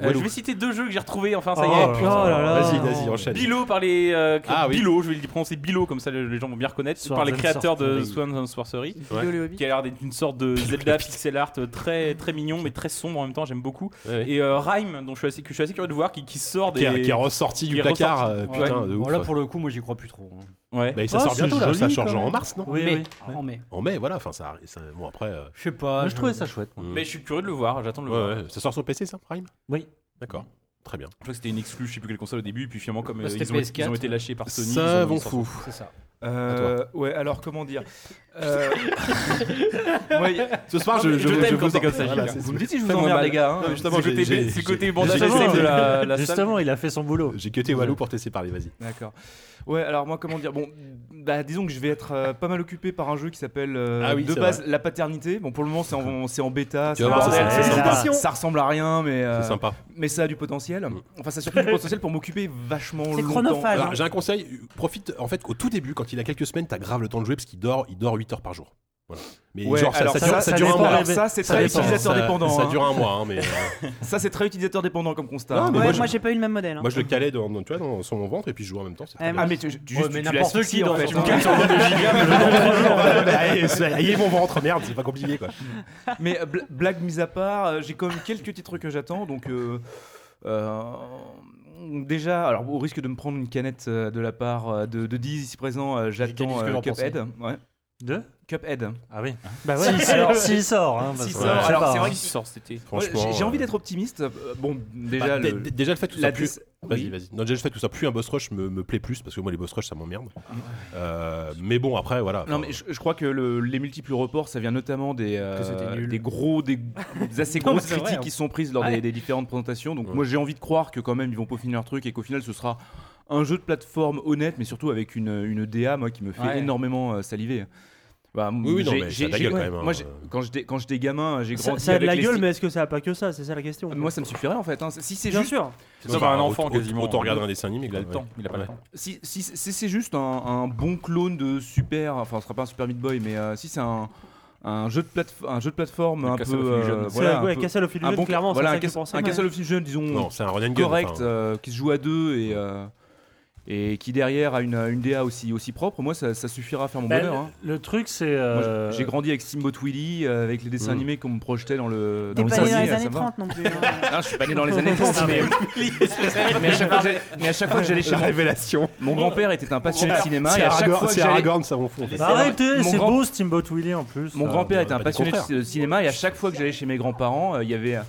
Euh,
Walou.
je vais citer deux jeux que j'ai retrouvés, enfin ça y est.
Oh,
Putain.
putain.
là là.
Vas-y, vas-y, enchaîne.
Bilo par les euh, cré-
Ah oui.
Bilo, je vais le prononcer Bilo comme ça le- les gens vont bien reconnaître
Swords
par les
and
créateurs de
Sorcery.
Swans and Sorcery
Vidéo le hobby.
qui a l'air d'être une sorte de Zelda pixel art euh, très très mignon mais très sombre en même temps, j'aime beaucoup.
Ouais, ouais.
Et euh, Rhyme dont je suis assez que je suis assez curieux de voir qui, qui sort des
Qui est, qui est ressorti
qui
du
est
placard,
ressorti.
euh, putain,
Ouais.
de
Bon,
ouf.
là, pour le coup, moi, j'y crois plus trop. hein.
Ouais.
Bah, et ça
Oh,
sort
c'est
bientôt, là, ça
joli,
sort
quand
genre en
même.
mars, non
Oui,
Mais-
oui.
Ah, mais
En mai, voilà, enfin ça, ça- Bon, après. euh,
je sais pas.
Moi,
je trouvais ça chouette. moi.
hmm.
Mais je suis curieux de le voir, j'attends de le
Ouais,
voir.
ouais. Ça sort sur PC, ça, Prime
Oui.
D'accord, très bien.
Je crois que c'était une exclue, je sais plus quelle console au début, puis finalement comme
Bah,
euh,
c'était
ils, ont,
PS4.
ils ont été lâchés par Sony.
ça,
ils ont-
bon
ils sont-
fou.
C'est ça.
Euh, ouais, alors comment dire Euh, ouais,
Ce soir, je,
Non, mais
je,
je t'aime quand
vous
c'est comme
en-
ça,
voilà,
Gilles.
c'est-
Vous me dites si je vous
Fais-moi
emmerde,
mal.
les gars. hein.
Non, mais
C'est
justement,
le côté
j'ai-
B- c'est le côté
j'ai-
bandage
j'ai-
SM de Oh la, la salle.
Justement, il a fait son boulot.
J'ai cuté Walou pour te séparer, vas-y.
D'accord. Ouais, alors moi, comment dire Bon, bah, disons que je vais être euh, pas mal occupé par un jeu qui s'appelle euh,
Ah oui,
de
c'est
base La Paternité. Bon, pour le moment, c'est en, c'est en bêta.
Tu
c'est
vas voir,
un
c'est
bordel,
sympa, c'est
ça-
sympa.
Ça ressemble à rien, mais, euh,
C'est sympa.
mais ça a du potentiel.
Mm.
Enfin, ça a surtout du potentiel pour m'occuper vachement longtemps.
C'est chronophage. hein.
Alors, j'ai un conseil, profite, en fait, au tout début, quand il a quelques semaines, t'as grave le temps de jouer parce qu'il dort, il dort 8 heures par jour. Voilà. Mais
Ouais,
genre, ça,
alors
ça dure, ça dure un
dépend.
mois.
Alors ça, c'est
Ça
très
dépend.
utilisateur
Ça-
dépendant.
Ça
hein.
dure un mois, hein, mais. euh,
Ça, c'est très utilisateur dépendant comme constat.
Non, mais
Ouais,
moi,
moi, j'ai pas eu le même modèle. hein.
Moi, je le calais dans, dans- tu vois, dans, sur mon ventre et puis je jouais en même temps. c'est
Ouais,
très
moi,
Ah, mais tu, tu- tu-
Ouais,
tu
mais
l'as
n'importe
asfixié,
qui,
en
dans
fait. Ah,
son
Donc,
cas.
bien. Bah, ayez- Ayez mon ventre, merde, c'est pas compliqué quoi.
Mais euh, bla- blague mise à part, euh, j'ai quand même quelques titres que j'attends. Donc, euh, euh, déjà, alors au risque de me prendre une canette euh, de la part euh, de, de Diz ici présent, euh,
dit
j'attends
ce que
euh,
j'en
Cuphead. Ouais.
Deux
Cuphead.
Ah oui.
Bah
S'il sort, s'il sort. hein, parce
S'il
que-
sort,
je sais
alors,
pas,
c'est vrai
hein.
Il sort cet été.
Franchement.
Ouais, j'ai- j'ai envie
euh,
d'être optimiste. Euh, bon, déjà,
bah, d-
le,
d- déjà le fait que ça
la
pue-
dé-
Vas-y,
oui.
vas-y. Non, déjà le fait que ça pue un boss rush me, me plaît plus parce que moi les boss rush ça m'emmerde. Euh, mais bon, après voilà.
Non mais je, je crois que le- les multiples reports, ça vient notamment des, euh,
Que c'était nul.
des gros, des, des assez
Non, mais
grosses
c'est vrai,
critiques
hein.
qui sont prises lors des, des différentes présentations. Donc
Ouais.
moi j'ai envie de croire que quand même ils vont peaufiner leur truc et qu'au final ce sera un jeu de plateforme honnête, mais surtout avec une, une DA moi qui me fait
Ouais.
énormément euh, saliver. Bah,
Oui, oui, non, mais
j'ai-
ça a
j'ai-
de la
j'ai-
gueule, quand même, hein.
Moi j'ai- quand j'étais quand j'étais gamin, j'ai
Ça,
grandi
ça a de
avec
la
les
gueule,
sti-
mais est-ce que ça a pas que ça C'est ça la question.
Moi ça me suffirait en fait. hein. Si c'est
Bien
juste
sûr.
C'est comme un enfant quasiment.
Autant regarder un dessin animé.
Il a le
quoi,
temps,
ouais.
il a pas le temps.
Si, si- si c'est juste un, un bon clone de Super, enfin ce sera pas un Super Meat Boy, mais euh, si c'est un, un, jeu de platef- un jeu de plateforme
Le
un
Castle
peu,
of Illusion.
euh,
C'est
voilà,
ouais,
un peu-
Castle of Illusion,
bon-
clairement,
voilà, un,
c'est ça que je
Castle-
pensais,
un
mais-
Castle of Illusion, disons
Non, c'est un run and gun.
correct,
enfin,
euh, qui se joue à deux et, euh, et qui derrière a une, une DA aussi, aussi propre. Moi ça, ça suffira à faire mon
Bah,
bonheur.
le-
hein.
Le truc, c'est.
Moi,
euh,
j'ai grandi avec Steamboat Willie, euh, avec les dessins
Mm.
animés qu'on me projetait dans le.
T'es
le
pas né dans
grenier,
les
ça
années
va.
30 non plus. hein.
Non, je suis pas né dans les années 30, mais, mais à chaque fois que j'allais- mais à chaque fois que j'allais chez mon-
Révélation.
mon grand-père était un passionné de cinéma
C'est
et à chaque
Aragorn-
fois que
c'est
j'allais
Aragorn, ça m'en fout. en fait.
Arrêtez,
Mon
c'est
grand-
beau Steamboat Willie en plus.
Mon
ça.
grand-père était
bah,
un
du
passionné
contraire.
de cinéma et à chaque fois que j'allais chez mes grands-parents, euh, il y avait euh,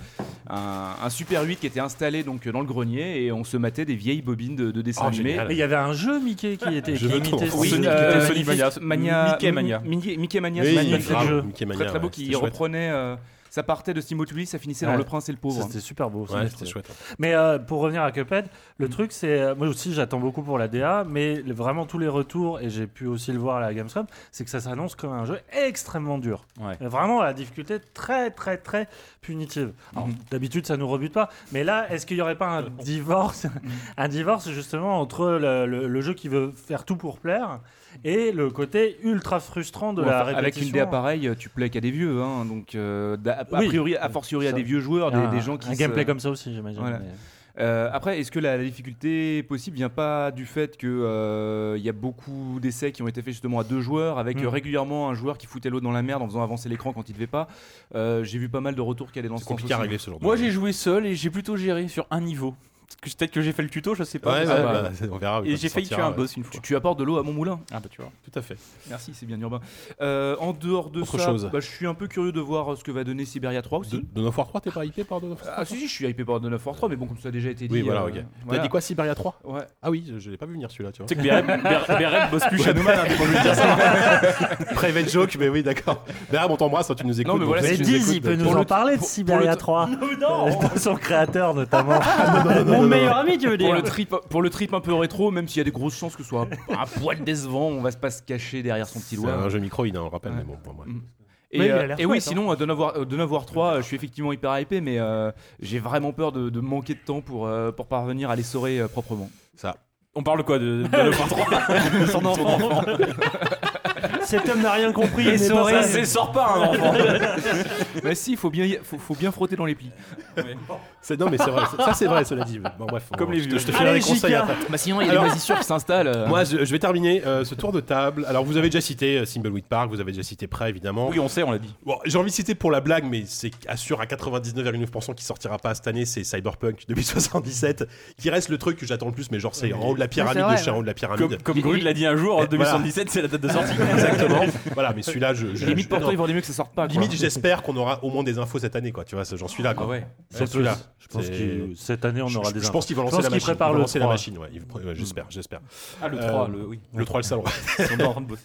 un, un Super 8 qui était installé donc euh, dans le grenier et on se matait des vieilles bobines de, de dessins
Oh,
animés.
génial.
Mais il y avait un jeu, Mickey, qui était.
Je
qui
veux
imitait
tout.
ça.
Oui,
Sonic,
euh,
euh,
Sonic Mania, Mania,
Mickey Mania.
Mickey, Mickey Mania,
Oui,
Mania,
magnifique
grave,
jeu.
Mickey Mania,
Fred Labo
ouais,
qui
c'était chouette.
reprenait euh, sa partait de Steam O'Toole, ça finissait dans
Ouais.
Le Prince et le Pauvre.
C'était super beau.
Ouais,
Sonic,
c'était chouette.
Mais euh, pour revenir à Cuphead, le truc c'est, euh, moi aussi j'attends beaucoup pour la DA, mais le- vraiment tous les retours, et j'ai pu aussi le voir à la Gamescom, c'est que ça s'annonce comme un jeu extrêmement dur.
Ouais.
Euh, Vraiment la difficulté très très très punitive. Alors,
Mhm.
D'habitude ça nous rebute pas, mais là est-ce qu'il n'y aurait pas un
Mhm.
divorce, un divorce justement entre le, le- le jeu qui veut faire tout pour plaire et le côté ultra frustrant de
Bon,
la
enfin, avec une
répétition
idée pareil, tu plais qu'à des vieux, hein, donc euh, d'a- a
Oui.
priori, a fortiori à
Ça-
des vieux joueurs, des,
un,
des gens qui.
un
se-
gameplay comme ça aussi j'imagine.
Voilà.
mais-
Euh, après, est-ce que la, la difficulté possible vient pas du fait que euh, il y a beaucoup d'essais qui ont été faits justement à deux joueurs, avec
Mm.
euh, régulièrement un joueur qui foutait l'autre dans la merde en faisant avancer l'écran quand il devait pas. Euh, J'ai vu pas mal de retours qui allaient dans ce
C'est
sens.
compliqué à
aussi.
régler ce genre de
Moi
jeu.
j'ai joué seul et j'ai plutôt géré sur un niveau. Parce que Peut-être que j'ai fait le tuto, je sais
Ouais,
pas.
ouais,
Ah,
mais ça va.
bah, on verra. quand
Et
il
j'ai failli tuer
sortira,
un
ouais.
boss une
Tu,
fois.
tu apportes de l'eau à mon moulin.
Ah bah tu vois.
Tout à fait.
Merci, c'est bien urbain. Euh, en dehors de
Autre
ça,
chose.
bah, je suis un peu curieux de voir euh, ce que va donner Siberia 3 aussi.
De, de 9 War 3, t'es pas hypé par de 9 War 3
Ah si, si, je suis hypé par Dawn of War 3, mais bon, comme ça a déjà été dit.
Oui, voilà,
euh,
ok. T'as
voilà.
dit quoi, Siberia 3
Ouais.
Ah oui, je, je l'ai pas vu venir celui-là, tu vois.
Tu sais que BRM, bosse plus chez nous.
Private joke, mais oui, d'accord. D'ailleurs, on t'embrasse, hein, tu nous écoutes.
mais voilà,
donc,
Mais
si
tu
Diz, il
écoutes,
peut
donc,
nous
pour
en
le-
parler de
pour-
Siberia 3. Dans son créateur, notamment.
Ah,
Mon meilleur ami, tu veux
Pour le, trip, pour le trip un peu rétro, même s'il y a des grosses chances que ce soit un, un poil décevant, on va pas se cacher derrière son petit
C'est
doigt.
un jeu microïde, hein, on le rappelle,
Ouais.
mais bon, bon, bref.
Mm. Et,
Mais il a
euh,
l'air
et oui,
chouette,
sinon,
hein.
euh, Dawn of War- euh, Dawn of War 3, euh, je suis effectivement hyper hypé, mais euh, j'ai vraiment peur de, de manquer de temps pour, euh, pour parvenir à l'essorer euh, proprement.
On parle quoi de, de Dawn of War 3
Son enfant.
Cet homme n'a rien compris. il n'est pas
Ça,
sage.
c'est- sort pas un enfant.
mais si, faut bien, y- faut, faut bien frotter dans les plis.
C'est- Non, mais c'est vrai, c'est- ça c'est vrai, cela dit. Bon, bref, on-
Comme les
je te-
vieux.
Je te ferai
Allez,
des conseils
Jika.
après.
Bah sinon, il y a
Alors-
des moisissures qui s'installent. euh.
Moi, je, je vais terminer euh, ce tour de table. Alors, vous avez déjà cité euh, Thimbleweed Park, vous avez déjà cité Prey, évidemment.
Oui, on sait, on l'a dit.
Bon, j'ai envie de citer pour la blague, mais c'est assure à 99,9% qu'il sortira pas cette année, c'est Cyberpunk 2077, qui reste le truc que j'attends le plus, mais genre c'est en haut de la pyramide,
vrai,
de chez en haut de la
Comme,
pyramide.
comme Grud l'a dit un jour, en
Et voilà.
2077, c'est la date de sortie.
Exactement. voilà, mais celui-là, je, je-
Limite,
je-
pour toi,
non.
il vaut mieux que ça sorte pas. quoi.
Limite, j'espère qu'on aura au moins des infos cette année, quoi. Tu vois, ça, j'en suis là, quoi.
Ah ouais.
J'en suis là.
Je pense
C'est-
que cette année, on
Je-
aura
je,
des
je
infos.
pense qu'ils vont
Je
lancer
pense
la
qu'ils
machine. Ils
préparent
vont
le
lancer la
3.
machine, ouais. Ils vont- ouais, J'espère, j'espère.
Ah, le
Euh,
3, le, oui.
Le 3, le salon.
Ils sont en train de bosser.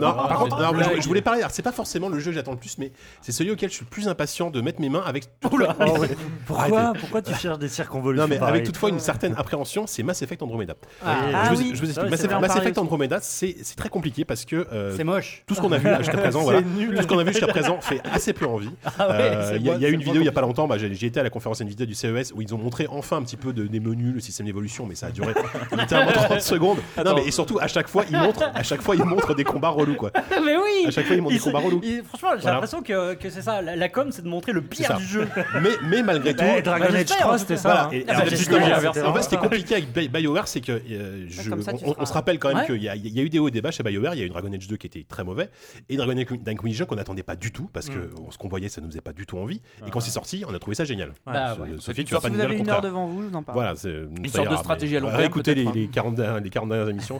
Non, par contre, non, je, je voulais parler. Alors, c'est pas forcément le jeu que j'attends le plus, mais c'est celui auquel je suis le plus impatient de mettre mes mains avec. tout-
Ah ouais. Pourquoi,
Arrêtez.
pourquoi tu cherches des circonvolutions
Non, mais avec
pareilles
toutefois une certaine appréhension, c'est Mass Effect Andromeda.
Ah
je vous,
oui,
je vous
ça,
explique.
oui,
Mass,
c'est vrai, on
Mass
parlait
Effect
aussi.
Andromeda, c'est c'est très compliqué parce que euh,
C'est moche.
tout ce qu'on a vu là jusqu'à présent, voilà, tout ce qu'on a vu jusqu'à présent fait assez peu envie.
Ah
Euh, Il y a, il y a une vidéo il y a pas longtemps, bah, j'ai j'ai été à la conférence Nvidia du CES où ils ont montré enfin un petit peu de, des menus, le système d'évolution, mais ça a duré littéralement 30 secondes. Non, mais, et surtout à chaque fois ils montrent, à chaque fois ils montrent des combats relous quoi.
Ah, mais oui
À chaque fois ils montrent
Il
des
se-
combats relous.
il- Franchement, j'ai
Voilà.
l'impression que, que c'est ça. La, la com, c'est de montrer le
C'est ça.
pire du jeu.
Mais, mais malgré tout,
Eh, Dragon
Bah,
Age
j'espère,
3,
en
c'était
tout
ça.
Voilà,
hein.
et-
Ah,
alors,
bah,
justement,
j'espère,
en
j'espère.
fait, c'était compliqué avec Bi- BioWare, c'est que euh, je-
Comme ça, tu
on, on
seras-
se rappelle quand même
Ouais.
qu'il y, a- il y a eu des hauts et des bas chez BioWare. Il y a eu Dragon Age 2 qui était très mauvais et Dragon Age Inquisition qu'on n'attendait pas du tout parce que
Mm.
on- ce qu'on voyait, ça nous faisait pas du tout envie. Et quand c'est sorti, on a trouvé ça génial.
Bah,
So-
ouais.
Sophie, tu vas pas
Si vous
nous dire le
avez une heure
contraire.
devant vous, je vous en parle.
Voilà, c'est une
sorte de stratégie à long terme,
Écoutez les,
peut-être, hein.
les 40 dernières, les 40 dernières émissions.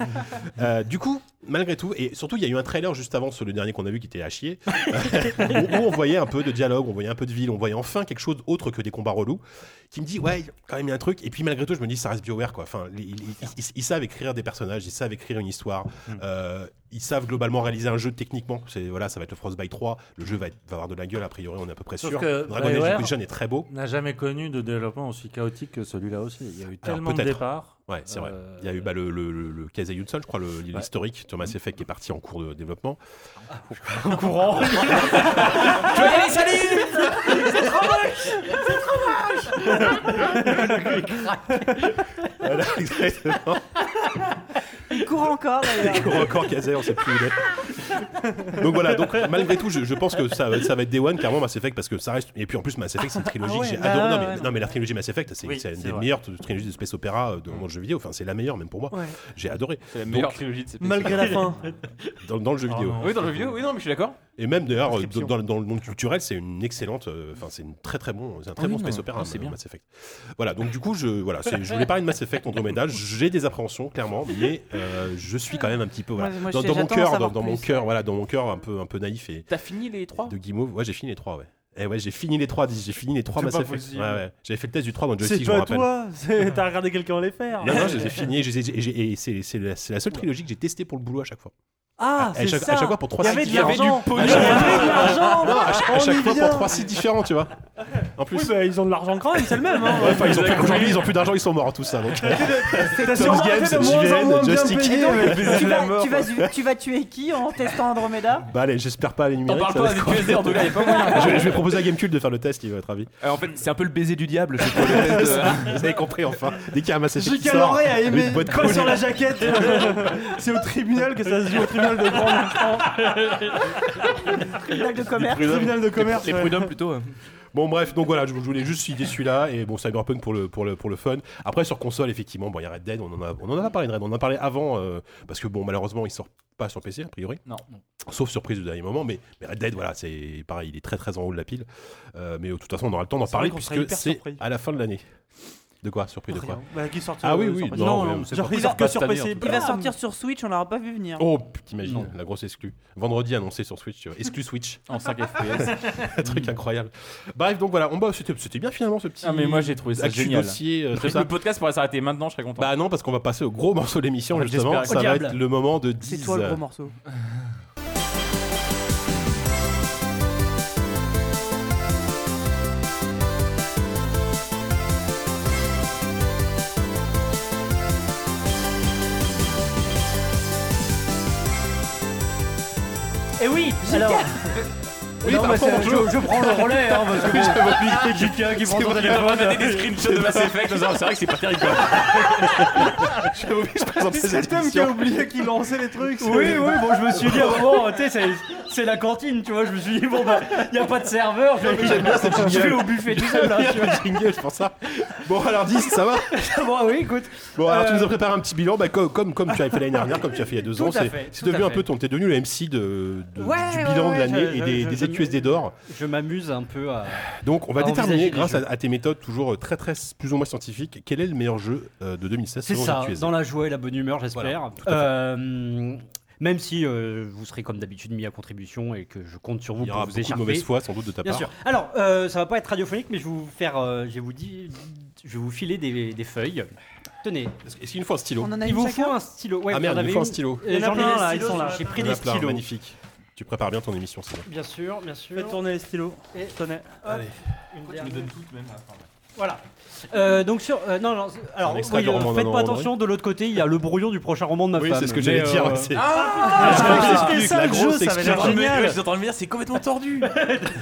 Euh, du coup, malgré tout, et surtout, il y a eu un trailer juste avant, sur le dernier qu'on a vu qui était à chier, où, où on voyait un peu de dialogue, on voyait un peu de ville, on voyait enfin quelque chose autre que des combats relous, qui me dit, ouais, quand même, il y a un truc. Et puis, malgré tout, je me dis, ça reste BioWare, quoi. Enfin, les- ils, ils- ils- ils savent écrire des personnages, ils savent écrire une histoire,
Mm.
euh, ils savent globalement réaliser un jeu techniquement. C'est- Voilà, ça va être le Frostbite 3, le jeu va, être- va avoir de la gueule, a priori, on est à peu près
Sauf
sûr.
que
Dragon Age
BioWare-
Inquisition est très beau.
n'a jamais connu de développement aussi chaotique que celui-là aussi. Il y a eu tellement de
peut-être.
départs.
Ouais, c'est vrai.
Euh,
Il y a eu bah, le, le, le, le Casey Hudson, je crois, le- l'historique, Thomas Effect qui est parti en cours de développement.
courant.
Voilà, exactement.
Il court encore d'ailleurs.
Ou encore Casey, on sait plus où il est. Donc voilà, donc malgré tout, je, je pense que ça, va- ça va être Day One, clairement Mass Effect, parce que ça reste. Et puis en plus, Mass Effect, c'est une trilogie
Ah
que j'ai
ouais, bah
adorée.
ouais,
Non, mais,
ouais,
non, mais la trilogie Mass Effect, c'est
Oui,
c'est une
c'est
des
vrai.
meilleures t- trilogies de space opéra euh, dans le monde jeu vidéo. Enfin, c'est la meilleure, même pour moi.
Ouais.
J'ai adoré.
C'est la meilleure trilogie de cette
Malgré la fin.
Dans, dans le jeu
Oh
vidéo.
non.
Oui, dans le jeu vidéo, oui, non, mais je suis d'accord.
Et même d'ailleurs, euh,
Description.
dans, dans le monde culturel, c'est une excellente, euh, enfin c'est une très très bon, c'est un très
Ah oui,
bon space
non,
opéra,
non, c'est
euh,
bien.
Mass Effect. Voilà, donc du coup, je voilà, c'est- je voulais parler de Mass Effect Andromeda. J'ai des appréhensions clairement, mais euh, je suis quand même un petit peu voilà,
Moi, moi,
dans,
je-
dans mon
j'attends à
cœur, dans,
savoir
dans mon
plus.
cœur, voilà, dans mon cœur un peu un peu naïf et
T'as fini les 3
de guimauve. Ouais, j'ai fini les trois, ouais. Et ouais, j'ai fini les trois, dis- j'ai fini les trois
C'est
Mass
pas
Effect.
possible.
Ouais, ouais. J'avais fait le test du 3 dans le
C'est
joystick, je me
pas
rappelle.
toi c'est-
T'as regardé quelqu'un les faire
Non, non, je les ai finis, je les ai- j'ai- j'ai- et c'est c'est la, c'est la seule trilogie que j'ai testée pour le boulot à chaque fois.
Ah,
À
c'est
chaque-
ça.
à chaque fois pour trois
Il y avait
sites
de l'argent.
différents.
Il y avait de l'argent.
Non, à, chaque- à
On
chaque
y
fois
vient.
pour trois sites différents, tu vois. En plus,
Oui, bah, ils ont de l'argent quand même, c'est le même. Hein.
Ouais, enfin, ils ont plus aujourd'hui, ils ont plus d'argent, ils sont morts tous ça. Donc.
T'as
Tom's Games, JVN, Joystick.
Et donc, tu,
la
vas,
mort.
tu, vas, tu vas tuer qui en testant Andromeda
Bah allez, j'espère pas les
T'en
numériques.
parles
ça
pas
va
avec
être quoi.
QSD en tout cas, il y a pas moyen.
je, vais- je vais proposer à Gamecube de faire le test, il va être ravi.
Euh, en fait, c'est un peu le baiser du diable. c'est pour le test de-
Vous avez compris enfin. Dès qu'il y a un Mass Effect qui
J.K.
sort,
Loret a aimé
une boîte
quoi
cool.
sur la jaquette C'est au tribunal que ça se joue, au tribunal de grande
Blague de commerce.
tribunal de commerce.
Les
ouais.
prud'hommes plutôt. euh.
Bon bref, donc voilà, je je voulais juste citer celui-là et bon Cyberpunk pour le pour le pour le fun. Après sur console effectivement, bon il y a Red Dead, on en a on en a parlé de Red, Dead, on en a parlé avant euh, parce que bon malheureusement il sort pas sur PC a priori.
Non.
Sauf surprise du dernier moment, mais, mais Red Dead voilà c'est pareil, il est très très en haut de la pile. Euh, mais de toute façon on aura le temps d'en
C'est vrai
parler
qu'on serait
puisque
hyper
c'est
surpris.
à la fin de l'année. De quoi Surpris de quoi
Bah, qui sortira
Ah oui
euh,
oui,
sur-
non, mais-
Genre, il sort que sur PC.
Il va sortir sur Switch, on l'aura pas vu venir.
Oh, p- t'imagines, la grosse exclue. Vendredi annoncé sur Switch, tu vois. exclu Switch,
En 5 FPS.
un truc incroyable. Bref, donc voilà, on bah, c'était c'était bien finalement ce petit
Ah, mais moi j'ai trouvé ça
actu
génial.
dossier, euh, tout ça.
Le podcast pourrait s'arrêter maintenant, je serais content.
Bah non, parce qu'on va passer au gros morceau de l'émission,
Ah,
justement.
j'espère.
Ça
Au
va
diable.
être le moment de 10.
C'est toi le gros morceau. Eh
Et oui, alors.
Oui,
Non,
par
bah,
rapport
c'est-
au
je,
jeu.
je prends le relais, hein, parce que bon, quelqu'un qui prend son téléphone.
Regardez des screenshots de Mass Effect, c'est vrai que c'est pas terrible. quoi.
J'avais oublié, je présentais cette
Tom qui a
émission.
oublié qu'il lançait les trucs. c'est-
Oui, oui, bon, je me suis dit à un moment, tu sais, c'est- c'est la cantine, tu vois. Je me suis dit, bon, bah, il a pas de serveur, je
euh,
vais, je vais au buffet tout seul. Hein, tu vois.
Jingle, je pense ça. Bon, alors 10, ça va
Bon, oui, écoute.
Bon, alors tu
Euh,
nous as préparé un petit bilan, bah, co- comme, comme, tu as fait l'année dernière, comme tu as fait il y a deux
Tout
ans.
à
C'est
fait,
c'est
tout à
devenu un
fait.
peu ton. T'es devenu le MC de, de-
Ouais,
du
ouais,
bilan
ouais,
de l'année
je-
et
je-
des,
je-
des
je-
AQSD d'or.
Je m'amuse un peu à.
Donc, on va
À envisager
déterminer,
les
grâce à,
jeux.
à tes méthodes toujours euh, très, très plus ou moins scientifiques, quel est le meilleur jeu euh, de 2016
C'est
selon
ça,
AQSD.
dans la joie et la bonne humeur, j'espère.
à fait.
Euh, même si euh, vous serez comme d'habitude mis à contribution et que je compte sur vous
Il y
pour
aura
vous
beaucoup de
écharper.
mauvaise foi, sans doute, de ta
Bien
part.
sûr. Alors, euh, ça va pas être radiophonique, mais je vais vous faire, euh, je vais vous dire, je vais vous filer des, des feuilles. Tenez,
Est-ce qu'il nous faut un stylo
On en a
il
une
vous
chacun
faut un stylo. Ouais,
Ah merde,
j'en
il nous
avais
faut un
une.
stylo.
Et
Il y en a
J'en ai
plein,
des
là, ils
stylos,
sont là.
J'ai pris
Il y en
des
a plein,
stylos.
magnifique. Tu prépares bien ton émission, c'est
Bien sûr, bien sûr.
Fais tourner les stylos.
Et-
Tenez.
Une dernière. Voilà. Euh, donc sur, euh, non, non, c'est- alors
Un extrait
oui,
de
euh,
roman
faites
d'un roman
pas attention. De l'autre côté, il y a le brouillon du prochain roman de ma
Oui,
femme.
c'est ce que
mais,
j'allais dire.
euh,
c'est-
Ah,
explique,
ça,
la
le jeu,
grosse
ça avait l'air
explication.
génial.
Je suis en train de me dire, c'est complètement tordu.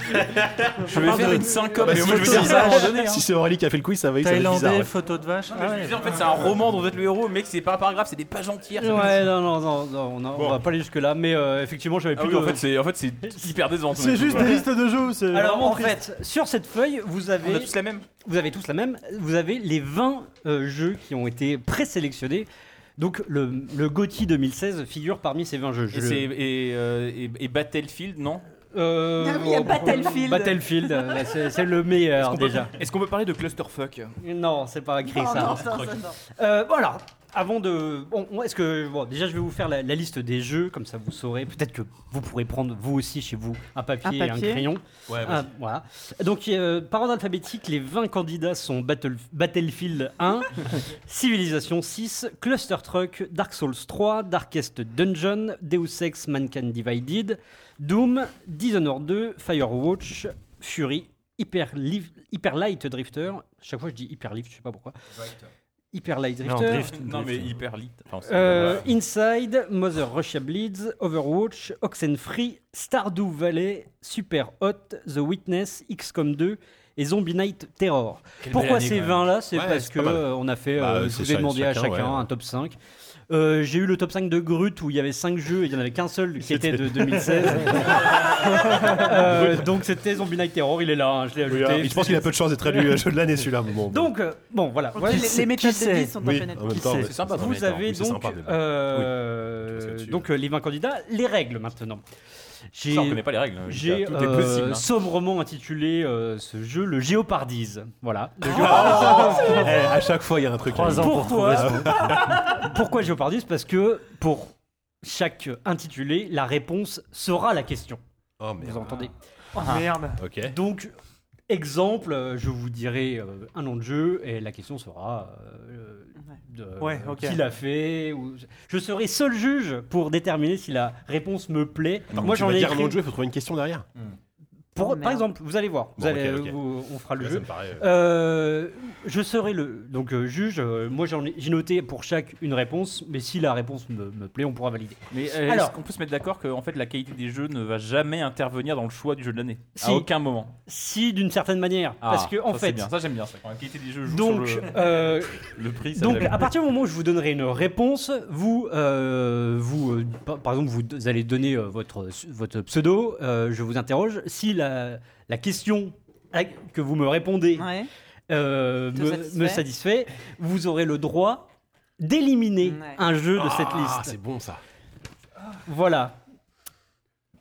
Je vais
Pardon.
faire une syncope.
Bah,
mais
si
moi, je veux
si-
dire ça à un moment donné. hein.
si c'est Aurélie qui a fait le quiz, ça va être ça va être bizarre. hein.
Thaïlandais,
ouais.
photo de vache. Ah
Je me
ouais.
disais, en fait, c'est un roman dont vous êtes le héros, mais que c'est pas un paragraphe, c'est des pages entières.
Ouais, non, non, non, non, on, a- on va pas aller jusque là, mais euh, effectivement, j'avais
Ah
plus
oui,
de.
en fait, c'est en fait, c'est hyper décevant.
C'est juste des listes de jeux. c'est
Alors
vraiment
en
triste.
fait, sur cette feuille, vous
On a
avez,
tous la même.
vous avez tous la même, vous avez les 20 euh, jeux qui ont été présélectionnés. Donc le, le GOTY 2016 figure parmi ces 20 jeux. Je
Et,
le-
c'est- et, euh, et- et Battlefield, non
Euh,
Ah oui, il y a
oh,
Battlefield.
Battlefield, euh, c'est c'est le meilleur déjà.
Est-ce qu'on peut parler de clusterfuck
Non, c'est pas écrit
Non,
ça.
non, ça, ça, non.
Euh, bon alors, avant de, bon, on- est-ce que, bon, déjà je vais vous faire la, la liste des jeux, comme ça vous saurez. Peut-être que vous pourrez prendre vous aussi chez vous un papier,
Un
et
papier.
un crayon. Ah, voilà. Donc euh, par ordre alphabétique, les 20 candidats sont Battle- Battlefield 1, Civilization 6, Cluster Truck, Dark Souls 3, Darkest Dungeon, Deus Ex Mankind Divided, Doom, Dishonored 2, Firewatch, Fury, Hyper, Liv- Hyper Light Drifter. Chaque fois je dis Hyper Lift, je sais pas pourquoi. Hyper Light
Non,
Drifter.
Drift.
Non, mais hyper lit. Enfin, c'est-
Euh,
voilà.
Inside, Mother Russia Bleeds, Overwatch, Oxenfree, Stardew Valley, Super Hot, The Witness, XCOM 2 et Zombie Night Terror. Pourquoi ces 20 là C'est
Ouais,
parce
c'est
que
pas mal.
euh, on a fait,
Bah,
euh,
c'est
je vous ai
chaque-
demandé à
chacun,
chacun
ouais.
un top 5. Euh, j'ai eu le top 5 de Grut où il y avait 5 jeux et il y en avait qu'un seul qui était de 2016. Euh, donc c'était Zombie Night Terror, il est là, hein, je l'ai
Oui,
ajouté.
hein. Je pense qu'il a peu de chance d'être élu euh, jeu de l'année celui-là. mais Bon,
Donc, euh, bon voilà.
Les-
c'est-
Les méthodes
qui c'est
de vie sont en
oui,
planète.
en même
Qui
temps,
sait
ouais.
C'est
sympa,
Oui,
Vous
c'est
avez
sympa,
donc,
mais bon.
euh,
Oui, tu vois ce que tu veux.
donc euh, les 20 candidats, les règles maintenant. J'ai
Ça, on connaît pas les règles.
hein,
j'ai,
tout
euh,
est possible. hein.
sobrement intitulé euh, ce jeu le Géopardise. Voilà.
Ah,
Le
Eh, à chaque fois, il y a un truc.
Trois
à-
ans pour trouver
Pourquoi
ça.
Pourquoi Géopardise Parce que pour chaque intitulé, la réponse sera la question.
Oh,
Vous
merde. Ah,
entendez
Oh, Merde.
Ok.
Donc, exemple, euh, je vous dirai euh, un nom de jeu et la question sera euh, de,
Ouais, ok.
qui l'a fait. ou- Je serai seul juge pour déterminer si la réponse me plaît.
Attends,
Moi,
tu
j'en
vas
ai
dire un
écrit-
nom de jeu, il faut trouver une question derrière.
pour-
Oh,
Par
merde.
exemple, vous allez voir. Vous
Bon,
allez,
ok, ok.
vous- on fera le
Là,
jeu.
ça me paraît. euh,
Euh, je serai le donc euh, juge. euh, moi, j'en ai- j'ai noté pour chaque une réponse, mais si la réponse me, me plaît, on pourra valider.
Mais euh, est-ce
Alors-
qu'on peut se mettre d'accord que en fait, la qualité des jeux ne va jamais intervenir dans le choix du jeu de l'année
Si.
À aucun moment.
Si d'une certaine manière,
Ah,
parce que en
ça, c'est
fait,
bien. ça j'aime bien ça. Quand la qualité des jeux joue
donc
sur le,
euh,
le prix, ça
Donc,
j'aime.
à partir du moment où je vous donnerai une réponse, vous, euh, vous euh, par- par exemple, vous allez donner euh, votre, votre pseudo, euh, je vous interroge. Si la, la question à- que vous me répondez
Ouais.
euh,
Te
me,
satisfait.
me satisfait, vous aurez le droit d'éliminer
Ouais.
un jeu de cette
Ah,
liste.
c'est bon ça.
Voilà.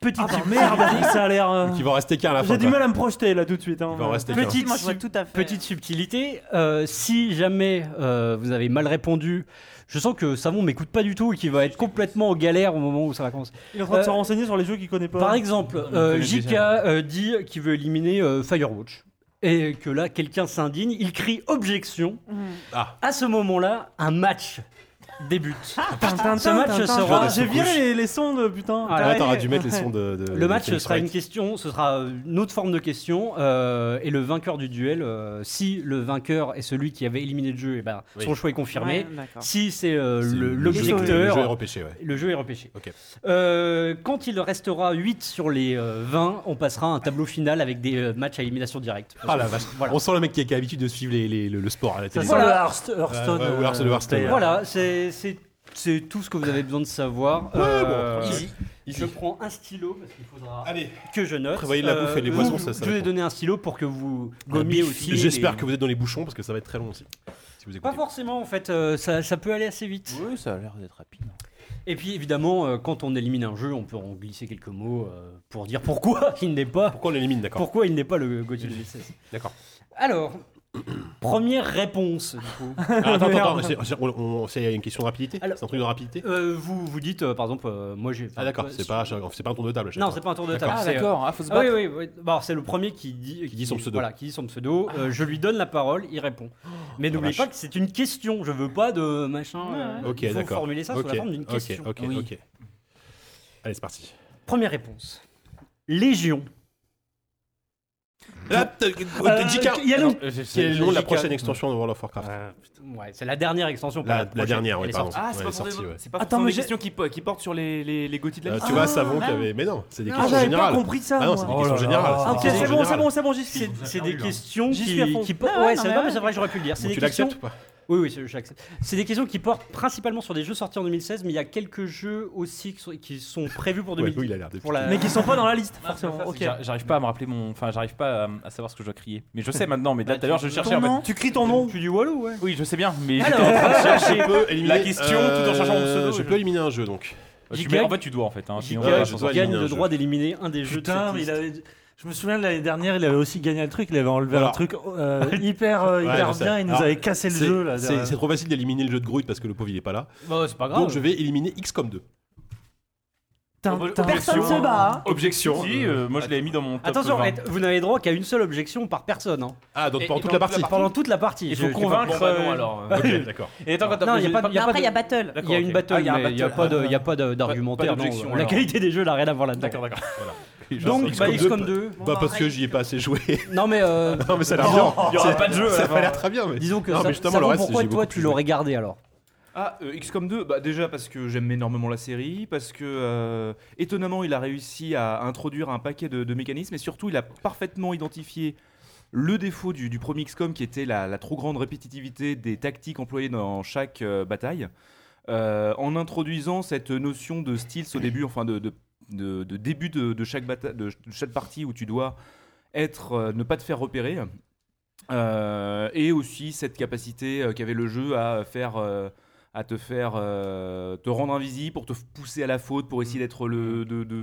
Petit
Ah bah
tip-
merde, ça a l'air. euh,
Donc il va en rester qu'un à la fin.
J'ai du
quoi.
mal à me projeter là tout de suite. hein.
Ah, Il va en rester qu'un.
Petite,
Moi, je vois
sub-
tout à fait.
petite subtilité, euh, si jamais euh, vous avez mal répondu, je sens que Savon m'écoute pas du tout et qu'il va être complètement en galère au moment où ça va commencer.
Il est en train de se
Euh,
renseigner sur les jeux qu'il connaît pas.
Par exemple,
on
euh,
connaît
JK
déjà.
euh, dit qu'il veut éliminer euh, Firewatch. Et que là, quelqu'un s'indigne, il crie objection.
Ah.
À ce moment-là, un match débute.
Ah.
Tintin,
ce match
Tintin,
sera-
Tintin. J'ai
se
viré les, les sons de putain.
Ah,
Ouais,
ouais.
t'aurais dû mettre les sons de. de- de
Le match, ce
Phoenix
sera une
Wright.
question, ce sera euh, une autre forme de question. euh, et le vainqueur du duel, euh, si le vainqueur est celui qui avait éliminé le jeu, eh ben,
Oui.
son choix est confirmé.
Ouais, d'accord.
Si c'est euh,
C'est
le-
jeu- Le
l'objecteur,
jeu est repêché, ouais.
Le jeu est repêché.
Ok.
Euh, quand il restera 8 sur les euh, 20, on passera à un tableau final avec des euh, matchs à élimination directe.
Ah la vache.
Voilà.
On sent le mec qui a, qui a l'habitude de suivre les- les- le, le sport à la
Ça
télé.
sent
Voilà.
le Hearthst- Hearthstone.
Ouais, ouais, ouais, Hearthstone,
euh,
Hearthstone,
player.
Voilà, c'est c'est- c'est tout ce que vous avez besoin de savoir. Euh,
tranquille.
il- Je prends un stylo parce qu'il faudra
Allez.
que je note. Euh,
Prévoyez de la bouffe et des
vous-
boissons, ça, ça
Je
va
vais
être
donner un stylo pour que vous gommiez aussi.
Euh, J'espère
les-
que vous êtes dans les bouchons parce que ça va être très long aussi. Si vous
Pas
écoutez.
forcément en fait, euh, ça, ça peut aller assez vite.
Oui, ça a l'air d'être rapide.
Et puis évidemment, euh, quand on élimine un jeu, on peut en glisser quelques mots euh, pour dire pourquoi il n'est pas
Pourquoi on l'élimine, d'accord Mmh.
Pourquoi il n'est pas le Gauthier 2016
D'accord.
Alors, première réponse, du coup.
Ah, Attends, attends, attends, c'est- c'est on- on- c'est une question de rapidité
Alors-
C'est un truc de rapidité
Euh, vous, vous dites, euh, par exemple, euh, moi j'ai.
Ah d'accord,
euh,
c'est pas, c'est pas un tour de table. à chaque
Non,
fois.
c'est pas un tour de table.
D'accord.
Ah,
c'est, euh,
d'accord, ah, faut se
ah
battre.
oui, oui, oui. Bon, c'est le premier qui dit,
Qui dit son pseudo. Ah. Oh,
Voilà, qui dit son pseudo. Euh, je lui donne la parole, il répond. Mais
la
n'oubliez
vache.
pas que c'est une question. Je veux pas de machin. euh,
Ok,
il faut
d'accord.
formuler ça sous
Ok,
la forme d'une
ok,
question.
Ok,
Oui.
ok. Allez, c'est parti.
Première réponse. Légion.
Là,
Euh, Il y a donc-
Attends, j'ai-
Quel est le nom de la
j'ai-
prochaine extension de World of Warcraft
Ah, putain, ouais, c'est la dernière extension.
La,
pas
la
prochaine.
dernière,
Elle
oui,
est
pardon.
sortie.
Ouais,
Ah, c'est
elle
pas
est
pour des-
sortie, ouais.
c'est pas
Attends,
forcément
mais
des
j'ai- Ah,
questions qui, po- qui portent sur les, les, les Gauthier de la
Euh,
liste.
tu vois, Savon qui avait. Mais non, c'est des questions
j'avais pas
générales.
compris ça.
Ah non,
moi.
c'est des
Oh
questions
là
générales.
là.
c'est des
Ok,
Ah,
questions
c'est bon, c'est
générales.
bon, c'est bon, j'y suis.
C'est des questions
J'y suis à
qui,
fond.
qui po-
Ah,
ouais,
non,
c'est
mais
non,
ouais.
mais c'est vrai, j'aurais pu le dire. C'est
hein. Bon,
des
Tu
questions.
l'acceptes ou pas
Oui, oui, c'est- j'accepte. C'est des questions qui portent principalement sur des jeux sortis en 2016, mais il y a quelques jeux aussi qui sont, qui sont prévus pour
Ouais,
2016.
lui, il a l'air de.
pour la...
Mais qui sont pas dans la liste,
Non, c'est pas
forcément.
ça,
Ok.
c'est que j'a- J'arrive pas à me rappeler mon. Enfin, j'arrive pas à, à savoir ce que je dois crier. Mais je sais maintenant, mais là, tout à l'heure, je cherchais
Ton
en fait-
nom, Bah, tu cries ton nom.
Tu dis Wallo, ouais.
Oui, je sais bien, mais j'étais
Alors,
en train de chercher.
La
question, tout en cherchant mon pseudo,
euh, Je
je-
peux éliminer un jeu donc.
Bah, Tu
Gigag.
mets- en fait, tu dois en fait. Hein, sinon, on va
Gigag,
pas
je
s'en
dois
sortir.
gagne
éliminer un
le
jeu.
droit d'éliminer un des jeux de
Putain,
cette
mais il
liste.
avait- Je me souviens de l'année dernière, il avait aussi gagné un truc, il avait enlevé
Voilà.
un truc euh, hyper, euh,
Ouais,
hyper
je sais.
bien, il nous
Alors,
avait cassé le
C'est-
jeu là. Euh,
C'est c'est trop facile d'éliminer le jeu de Groot parce que le pauvre il est pas là.
Bah, c'est pas grave.
Donc je vais éliminer XCOM 2.
Tintin.
Personne se bat. hein.
Objection.
Si, euh, moi je l'avais mis dans mon top
Ah, Attention,
20.
et- vous n'avez droit qu'à une seule objection par personne. hein.
Ah donc
Et-
pendant
et
toute
pendant
la partie.
toute
Pendant toute la partie.
Il
Je-
faut
je-
convaincre. euh,
Ok, d'accord.
Et attends, quand t'as-
Non, il y a
j'ai
pas de-
de-
y a pas
Après, il
de-
y a battle.
Il y a une battle,
Ah, il y a un
mais il n'y a
battle.
pas de- il y a pas de-
pas
d'argumentaire. non.
d'objection,
La
alors.
qualité des jeux n'a rien à voir là-dedans.
D'accord, d'accord. Voilà.
Donc,
Genre,
bah,
XCOM
XCOM 2.
2. Bah parce que j'y ai pas assez joué.
Non, mais euh,
Non mais ça a l'air bien.
Il y aura pas de jeu. à la
Ça
fin.
a l'air très bien mais.
disons que
Non,
ça,
mais justement,
ça
le
vaut
reste,
pourquoi
j'ai
toi
beaucoup
tu
plus
l'aurais gardé alors
Ah, euh, XCOM 2, bah déjà parce que j'aime énormément la série, parce que euh, étonnamment il a réussi à introduire un paquet de, de mécanismes et surtout il a parfaitement identifié le défaut du, du premier XCOM qui était la, la trop grande répétitivité des tactiques employées dans chaque euh, bataille, Euh, en introduisant cette notion de styles au début, enfin de, de- de- de début de, de chaque bata- de, de chaque partie où tu dois être, euh, ne pas te faire repérer. Euh, et aussi cette capacité euh, qu'avait le jeu à faire euh, à te faire euh, te rendre invisible pour te f- pousser à la faute pour essayer d'être le de, de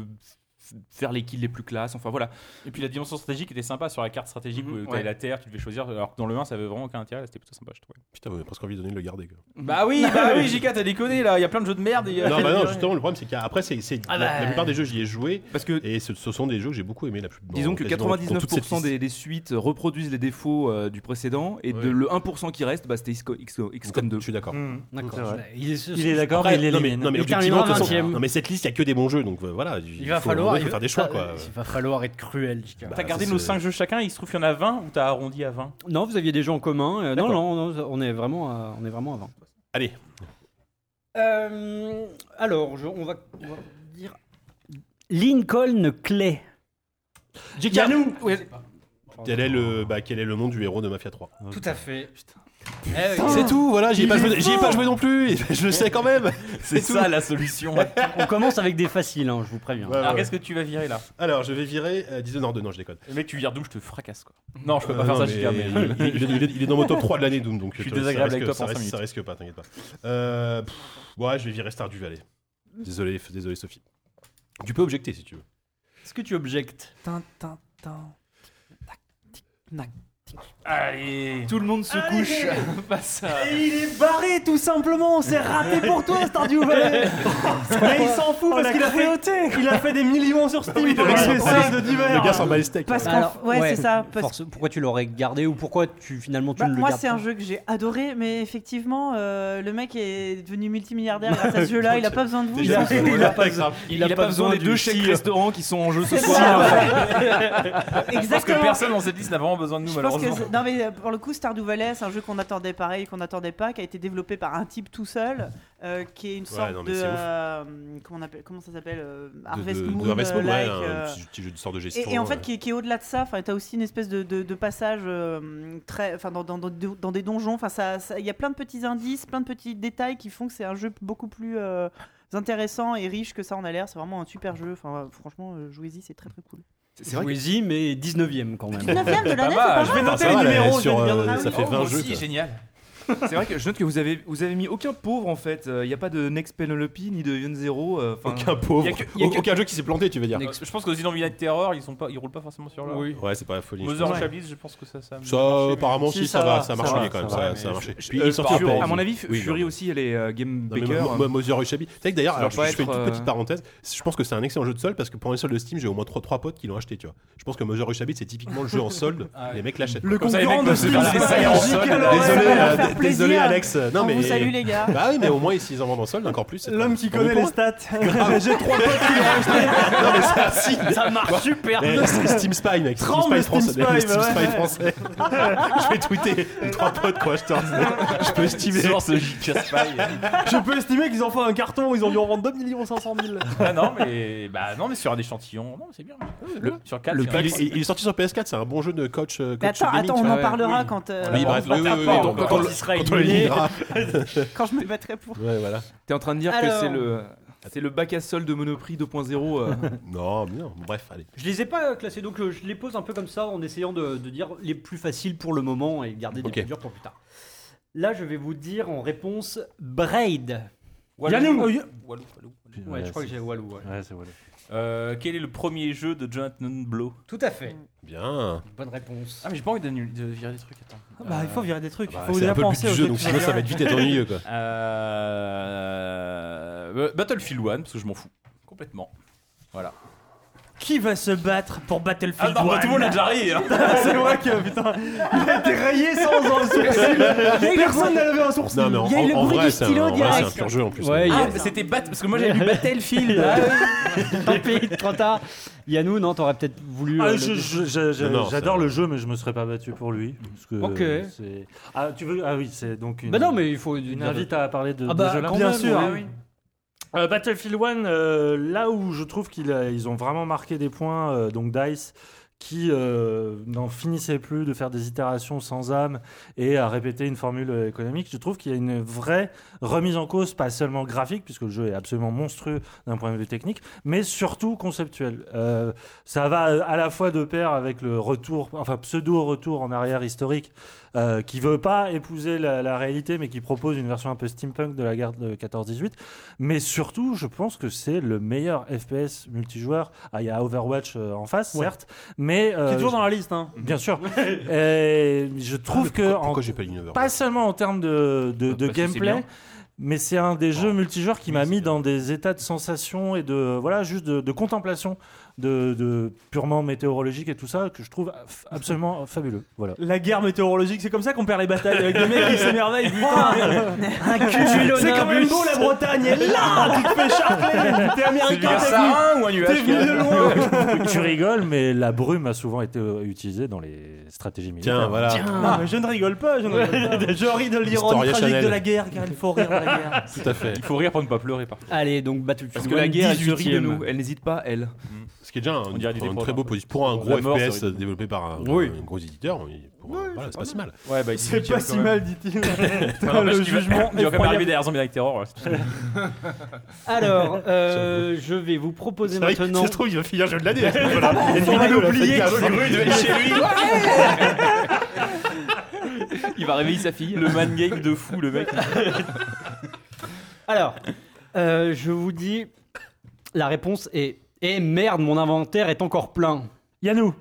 f- faire les kills les plus classes. Enfin voilà.
Et puis la dimension stratégique était sympa sur la carte stratégique
Mhm,
où t'avais
ouais.
la terre, tu devais choisir. Alors que dans le 1, ça avait vraiment aucun intérêt, c'était plutôt sympa, je trouvais.
Putain, on a presque envie de donner de le garder. quoi.
Bah oui, bah oui, JK, t'as déconné là, il Euh, y a plein de jeux de merde. et-
Non, bah non, justement, le problème, c'est qu'après, c'est, c'est-
Ah
la,
bah.
la plupart des jeux, j'y ai joué.
Parce que
Et ce, ce sont des jeux que j'ai beaucoup aimé la plus
disons que
quasiment dans
99%
toute
des, des suites reproduisent les défauts euh, du précédent et
Ouais.
de le 1% qui reste, bah, c'était XCO- XCO-
cette liste.
XCOM 2.
Je suis d'accord. Bah,
Hmm,
D'accord.
c'est vrai.
Il est,
Il est d'accord,
Après,
il est
non, mais, non, mais
Il
objectivement, de toute
terminera
façon,
20e.
non, mais cette liste, il n'y a que des bons jeux, donc euh, voilà.
Il va
faut, à un
falloir
moment, il faut faire des choix, quoi.
Il va falloir être cruel, JK.
Bah,
T'as gardé
ça,
nos
c'est-
5 jeux chacun, il se trouve qu'il y en a 20 ou t'as arrondi à 20
Non, vous aviez des gens en commun. euh, non,
D'accord.
non, non, on est vraiment à, on est vraiment à 20.
Allez.
Euh, alors, je- on, va, on va dire Lincoln Clay.
JK
Yannou
Quel est, le, bah, quel est le nom du héros de Mafia 3
Tout à fait.
Eh
Eh
C'est tout, voilà, j'y ai,
Il
pas
est
joué- j'y ai pas
fort
joué non plus, et je le sais quand même
C'est ça la solution.
on commence avec des faciles, hein, je vous préviens.
Ouais, ouais.
Alors qu'est-ce que tu vas virer là
Alors, je vais virer euh, Dishonored 2, non, je déconne.
Le mec, tu vires Doom, je te fracasse quoi. Non, je peux
Euh,
pas faire
non,
ça,
mais
JK, mais.
il, est- il est- il est- il est dans mon top 3 de l'année, Doom, donc
Je suis
ça
désagréable
risque-
avec toi
ça
pendant
risque,
cinq
ça risque pas, t'inquiète pas. Euh, pff, ouais, je vais virer Star du Valais. Désolé, f- désolé Sophie. Tu peux objecter si tu veux.
Est-ce que tu objectes
Allez
Tout le monde se couche. Pas ça.
Il est barré tout simplement, c'est raté pour toi Stardew Valley Mais il s'en fout parce qu'il a fait Il a fait des millions sur Steam pour
le
les
gars s'en bat
essais de
Le gars
divers
s'en bat les steaks.
Parce
ouais.
qu'en f- ouais, c'est ça. parce-
Force- Pourquoi tu l'aurais gardé ou pourquoi tu finalement tu
Bah,
ne le
moi,
gardes
c'est un
pas
jeu que j'ai adoré, mais effectivement, euh, le mec est devenu multimilliardaire grâce à ce jeu-là. Il a pas besoin de vous.
Déjà,
il s'en
c'est-
fout.
c'est pas grave.
Il, il a pas besoin des deux chèques restaurants qui sont en jeu ce
C'est
soir.
ça.
Parce que
Exactement.
personne dans cette liste n'a vraiment besoin de nous,
Je pense que
malheureusement.
c'est- non mais euh, pour le coup Stardew Valley c'est un jeu qu'on attendait pareil qu'on n'attendait pas qui a été développé par un type tout seul euh, qui est une sorte
non, mais
de
c'est ouf.
euh, comment on appelle comment ça s'appelle euh,
De-
Harvest
de- de
Moon
Harvest Moon,
euh,
ouais,
like,
un
euh,
petit- petit jeu de sorte de gestion.
et, et en fait,
euh.
qui, est- qui est au-delà de ça, enfin, t'as aussi une espèce de, de- de passage euh, très, enfin, dans, dans- dans- dans des donjons. Enfin, ça, ça- il y a plein de petits indices, plein de petits détails qui font que c'est un jeu beaucoup plus euh, intéressant et riche que ça en a l'air. C'est vraiment un super jeu. Enfin, franchement, euh, jouez-y, c'est très très cool.
C'est vrai
Jouez-y, mais 19ème quand même.
19ème de l'année, c'est
mal,
pas
je
mal. Ah,
Enfin, ça
les
va, là,
numéros,
sur,
je viens de
euh,
dire,
ça
ah
Oh,
fait 20 jeux.
aussi,
quoi.
génial.
C'est vrai que je note que vous avez, vous avez mis aucun pauvre en fait. Il n'y a pas de Next Penelope ni de Yon Zero. euh, enfin,
Aucun
Y
pauvre.
a que- y a que-
Aucun jeu qui s'est planté, tu veux dire.
Euh, Je pense que Zidane Village Terror, ils sont pas, ils roulent pas forcément sur là. Oui.
Ouais, c'est pas la folie. je
Mother
pense.
and Chablis, je pense que ça, ça. a
Ça,
marché,
apparemment,
Si,
si,
ça
ça va, ça
va,
a
ça
marché
va,
quand même.
ça
ça-
va,
Ça a
mais
marché.
je-
Puis
euh,
il sortira
Fury-
pas.
à mon avis, Fu-
Oui, non,
Fury
mais-
aussi, elle est euh, Game
Non, mais
Baker.
Mo- Mo- Mother Ushabi. Tu sais que d'ailleurs,
Ça
alors
va
je,
pas
je fais une
être,
toute
euh,
petite parenthèse. Je pense que c'est un excellent jeu de solde parce que pour un seul de Steam, j'ai au moins 3 trois potes qui l'ont acheté, tu vois. Je pense que Mother Ushabi, c'est typiquement le jeu en solde.
Ah ouais.
Les mecs l'achètent.
Le
Comme ça, les
concurrent
mecs
de
peuvent se
Steam,
faire des
c'est pas
séances
Magic,
seuls.
alors,
Désolé,
ça va
euh,
leur
dé-
faire
désolé
plaisir.
Alex. Non
On
mais
vous salue les gars.
Bah oui, mais au moins s'ils en vendent en solde, encore plus. c'est
L'homme
pas-
qui
tant mieux
connaît
pour
les stats
j'ai trois potes qui l'ont acheté. Non mais c'est un signe.
Ça marche super
Eh, c'est Steam Spy, mec. Steam
Tremble,
Spy français.
Steam Spy,
Le Steam
ouais,
Spy bah
ouais.
français. Je vais tweeter les trois potes quoi, je te Je peux estimer.
Sur ce JK Spy.
Je peux estimer qu'ils ont fait un carton, ils ont dû en vendre 2 500 000
Ah non, mais bah non, mais sur un échantillon, non, c'est bien.
Le-
sur 4,
Le pack- il, il est sorti sur PS4, c'est un bon jeu de coach. euh,
Mais
coach
attends,
gaming,
attends,
tu
on
vois.
en parlera
oui.
quand, euh,
Oui, bref, oui, oui, oui,
Quand
donc, quand
on-
on
quand
le-
il sera
quand on le
éliminé.
liera.
quand je me battrai pour.
Ouais, voilà.
T'es en train de dire que
Alors.
c'est le, c'est le bac à sol de Monoprix 2.0. euh,
Non, mais non, bref, allez.
Je les ai pas classés, donc euh, je les pose un peu comme ça en essayant de, de dire les plus faciles pour le moment et garder des
Ok.
plus durs pour plus tard. Là, je vais vous dire en réponse Braid.
Oh,
Walou. Walou, Walou.
Ouais, je crois que j'ai Walou. ouais.
Ouais, c'est voilà.
Euh, Quel est le premier jeu de Jonathan Blow
Tout à fait.
Bien.
Bonne réponse. Ah,
Ah, mais j'ai pas envie de, de virer des trucs, attends.
Bah, il faut virer des trucs,
Bah,
faut
c'est
déjà
un peu le but
penser
du
aux
jeu,
trucs
donc
qui
sinon
sont
ça va être
bien.
vite être ennuyeux quoi.
Euh... euh, Battlefield 1, parce que je m'en fous. Complètement. Voilà.
Qui va se battre pour Battlefield
bah,
1
tout le monde l'a déjà rayé. hein.
C'est vrai que putain, il a été rayé sans un sourcil. Personne n'a levé un sourcil.
Non, mais en,
Il y a eu
en-
le
en
bruit
vrai,
du
c'est un,
stylo
en vrai, c'est un
direct.
pur jeu en plus.
Ouais, il y a-
Ah, c'était Bat, parce que moi j'avais lu Battlefield. Ah, oui.
Tant pis, trop tard. Yannou, non, t'aurais peut-être voulu. euh,
Ah,
le-
je- je- je- je-
Non, non, ça
J'adore
va.
le jeu, mais je me serais pas battu pour lui. Parce que
Ok.
euh, c'est- Ah, tu veux... ah oui, c'est donc une,
Bah non, mais il faut.
une invite à parler de,
Ah
de
bah,
jeu-là.
quand Bien même, sûr.
Ah oui.
Euh, Battlefield 1, là où je trouve qu'ils ont vraiment marqué des points, euh, donc DICE, qui euh, n'en finissait plus de faire des itérations sans âme et à répéter une formule euh, économique, je trouve qu'il y a une vraie remise en cause, pas seulement graphique, puisque le jeu est absolument monstrueux d'un point de vue technique, mais surtout conceptuel. Euh, ça va euh, à la fois de pair avec le retour, enfin pseudo-retour en arrière historique
euh, qui veut pas épouser la, la réalité, mais qui propose une version un peu steampunk de la guerre de 14-18. Mais surtout, je pense que c'est le meilleur FPS multijoueur. Ah, il y a Overwatch euh, en face,
Ouais.
certes, mais euh,
Qui est toujours dans la liste, hein.
bien sûr. Et je trouve que
Pourquoi,
en-
pourquoi j'ai pas une
pas seulement en termes de, de-
Bah,
de
parce que c'est
gameplay,
bien. Ah.
mais c'est un des jeux multijoueurs qui
Oui,
m'a
c'est
mis
bien.
dans des états de sensation et de voilà juste de, de contemplation de, de purement météorologique et tout ça que je trouve f- absolument fabuleux. Voilà.
La guerre météorologique, c'est comme ça qu'on perd les batailles avec des mecs qui s'émerveillent. Putain, c'est quand même beau la Bretagne, elle est là Tu te fais charcler T'es américain,
un
t'es venu,
sarin Ah, ou un
t'es venu de
nuage
loin
tu rigoles, mais la brume a souvent été euh, utilisée dans les stratégies militaires.
Tiens, voilà.
Non, mais je ne rigole pas, je ne rigole pas. Je ris de l'ironie
Historia
tragique
Chanel.
de la guerre, car il faut rire de la guerre.
Tout à fait.
Il faut rire pour ne pas pleurer parfois.
Allez, donc Battlefield.
Parce que la guerre, elle se rit de
18e.
nous. Elle n'hésite pas, elle.
Ce qui est déjà un,
On dirait du
un
dépôt,
très
là.
beau positif. Pour un
Pour
gros
la mort,
FPS
c'est horrible.
développé par un,
Oui.
un gros éditeur, oui, pour- voilà, c'est pas si mal.
Ouais, bah,
C'est pas si mal, dit-il.
Non,
Le
parce qu'il va- Il
jugement
va quand même
effroyable.
arriver derrière Zombie avec Terror.
Oh,
ouais.
Alors, euh, je vais vous proposer maintenant.
trouve, il va finir jeu de l'année.
On va l'oublier.
Il va réveiller sa fille. Le man game de fou, le mec.
Alors, euh, je vous dis, la réponse est. Eh merde, mon inventaire est encore plein.
Yannou,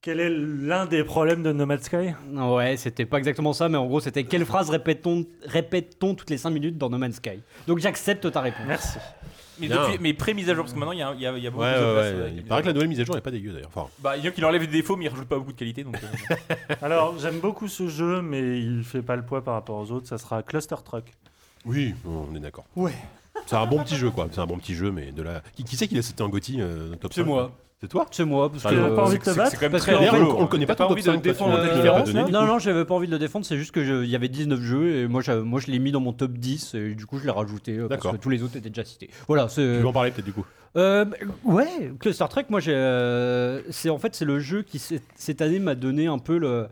quel est l'un des problèmes de Nomad Sky
Ouais, c'était pas exactement ça, mais en gros, c'était quelle phrase répète-t-on répète toutes les 5 minutes dans No Man's Sky Donc j'accepte ta réponse. Merci.
Mais,
Bien.
depuis, mais pré-mise à jour, parce que maintenant il y a, il y a- il y a beaucoup
Ouais,
de
ouais,
place,
ouais.
euh,
Il
avec-
paraît que la nouvelle mise à jour n'est pas dégueu d'ailleurs. Enfin,
Bah, il y a qui enlève des défauts, mais il rajoute pas beaucoup de qualité. Donc, euh,
Alors, j'aime beaucoup ce jeu, mais il fait pas le poids par rapport aux autres. Ça sera Cluster Truck.
oui, on est d'accord.
Ouais.
C'est un bon petit jeu, quoi. C'est un bon petit jeu, mais de la. Qui, qui c'est qui l'a sauté en Gotti euh, top
C'est
5,
moi.
là C'est toi
C'est moi, parce
Ah,
que.
non,
T'as pas envie de
c'est-
te
c'est-
battre
c'est quand même
Parce
très
que, en
D'ailleurs,
fait,
on, on le connaît pas
t'as
ton top
pas envie de
5 toi, tu
défendre
l'as-
la
tu l'as
différence,
pas donné, du
Non,
coup.
non, j'avais pas envie de le défendre, c'est juste que je- il y avait 19 jeux et moi, j'avais- moi je l'ai mis dans mon top 10 et du coup je l'ai rajouté euh, parce
D'accord.
que tous les autres étaient déjà cités. Voilà,
Tu
c'est.
veux en parler peut-être du coup.
Euh, bah, ouais, Cluster Trek, moi, j'ai, euh, c'est en fait c'est le jeu qui c'est- cette année m'a donné un peu le,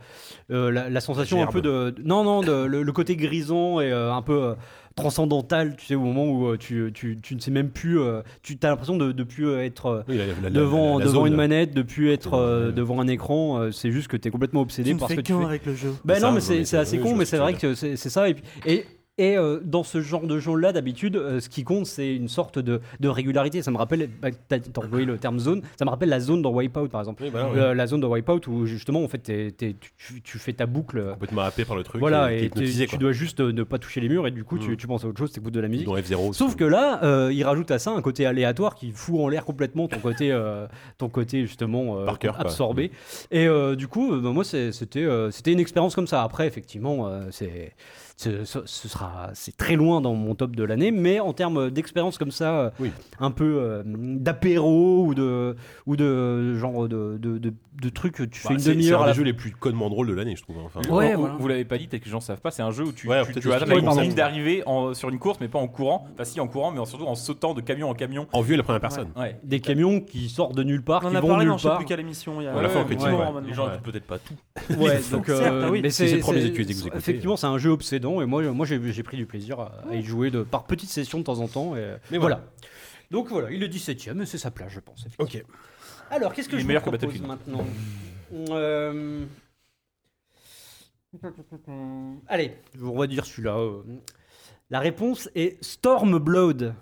euh, la, la sensation un
Gerbe.
peu de, de- non non de- le, le côté grison et euh, un peu euh, transcendantal, tu sais au moment où euh, tu, tu, tu ne sais même plus, euh, tu as l'impression de de plus euh, être euh,
Oui, la- la- la-
devant
la- la
devant
zone.
une manette, de plus être euh,
Ouais.
devant un écran, euh, c'est juste que tu es complètement obsédé
Tu ne
par ce
fais
que tu
qu'un
fais.
avec le jeu.
Ben
C'est
non,
ça,
mais
non,
c'est
mais
c'est
c'est-
assez
oui, je
con,
vois
mais
ce
c'est
que tu
vrai
veux
que c'est c'est ça. Et, puis- et, et, euh, dans ce genre de jeu-là, d'habitude, euh, ce qui compte, c'est une sorte de, de régularité. Ça me rappelle, bah, t'as t'as employé le terme zone, ça me rappelle la zone dans Wipeout, par exemple.
Oui, voilà, ouais.
Euh, la zone dans Wipeout où justement, en fait, t'es- t'es- tu- tu, tu fais ta boucle. euh,
Complètement happé par le truc.
Voilà,
euh, t'es
et t'es-
hypnotisé,
tu
quoi.
dois juste euh, ne pas toucher les murs, et du coup,
Mm.
tu, tu penses à autre chose, t'écoutes de la musique.
Dans F0.
Sauf que là, euh, il rajoute à ça un côté aléatoire qui fout en l'air complètement ton côté, euh, ton côté justement euh,
Par cœur, quoi. Mm.
absorbé. Et euh, du coup, euh, bah, moi, c'est- c'était euh, c'était une expérience comme ça. Après, effectivement, euh, c'est ce, ce- ce sera c'est très loin dans mon top de l'année, mais en termes d'expérience comme ça, euh,
Oui.
un peu euh, d'apéro ou de ou de genre de de, de- de trucs que tu
Bah,
fais une
c'est-
demi-heure.
C'est
à
un
la-
des jeux les plus connement drôles de l'année, je trouve. hein. Enfin,
Ouais,
vous-
voilà.
Vous l'avez pas dit, peut-être que les gens savent pas, c'est un jeu où tu,
Ouais,
tu,
peut-être
tu atteins
expliquer
une
le
ligne
concept.
d'arrivée en- sur une course, mais pas en courant. Enfin, si, en courant, mais en- surtout en sautant de camion en camion.
En vue à la première personne.
Ouais.
Des camions qui sortent de nulle part,
On en
qui
a
vont
parlé
nulle
dans je sais
part.
plus quelle émission il y a
Ouais, la fois, effectivement,
un moment
ouais.
Les
maintenant.
gens écoutent peut-être pas tout.
Ouais, donc,
certes,
euh,
ah oui.
mais
C'est le premier jeu que tu
c'est-
exécutes.
Effectivement, c'est un jeu obsédant et moi, moi j'ai j'ai pris du plaisir à, à y jouer de, par petites sessions de temps en temps. Et,
Mais
voilà. Donc voilà, il est 17ème et c'est sa place, je pense. effectivement.
Ok.
Alors, qu'est-ce que
Il est
je vous
meilleur que
propose
Battlefield.
maintenant Euh, Allez, on va dire celui-là. euh. La réponse est Stormblood.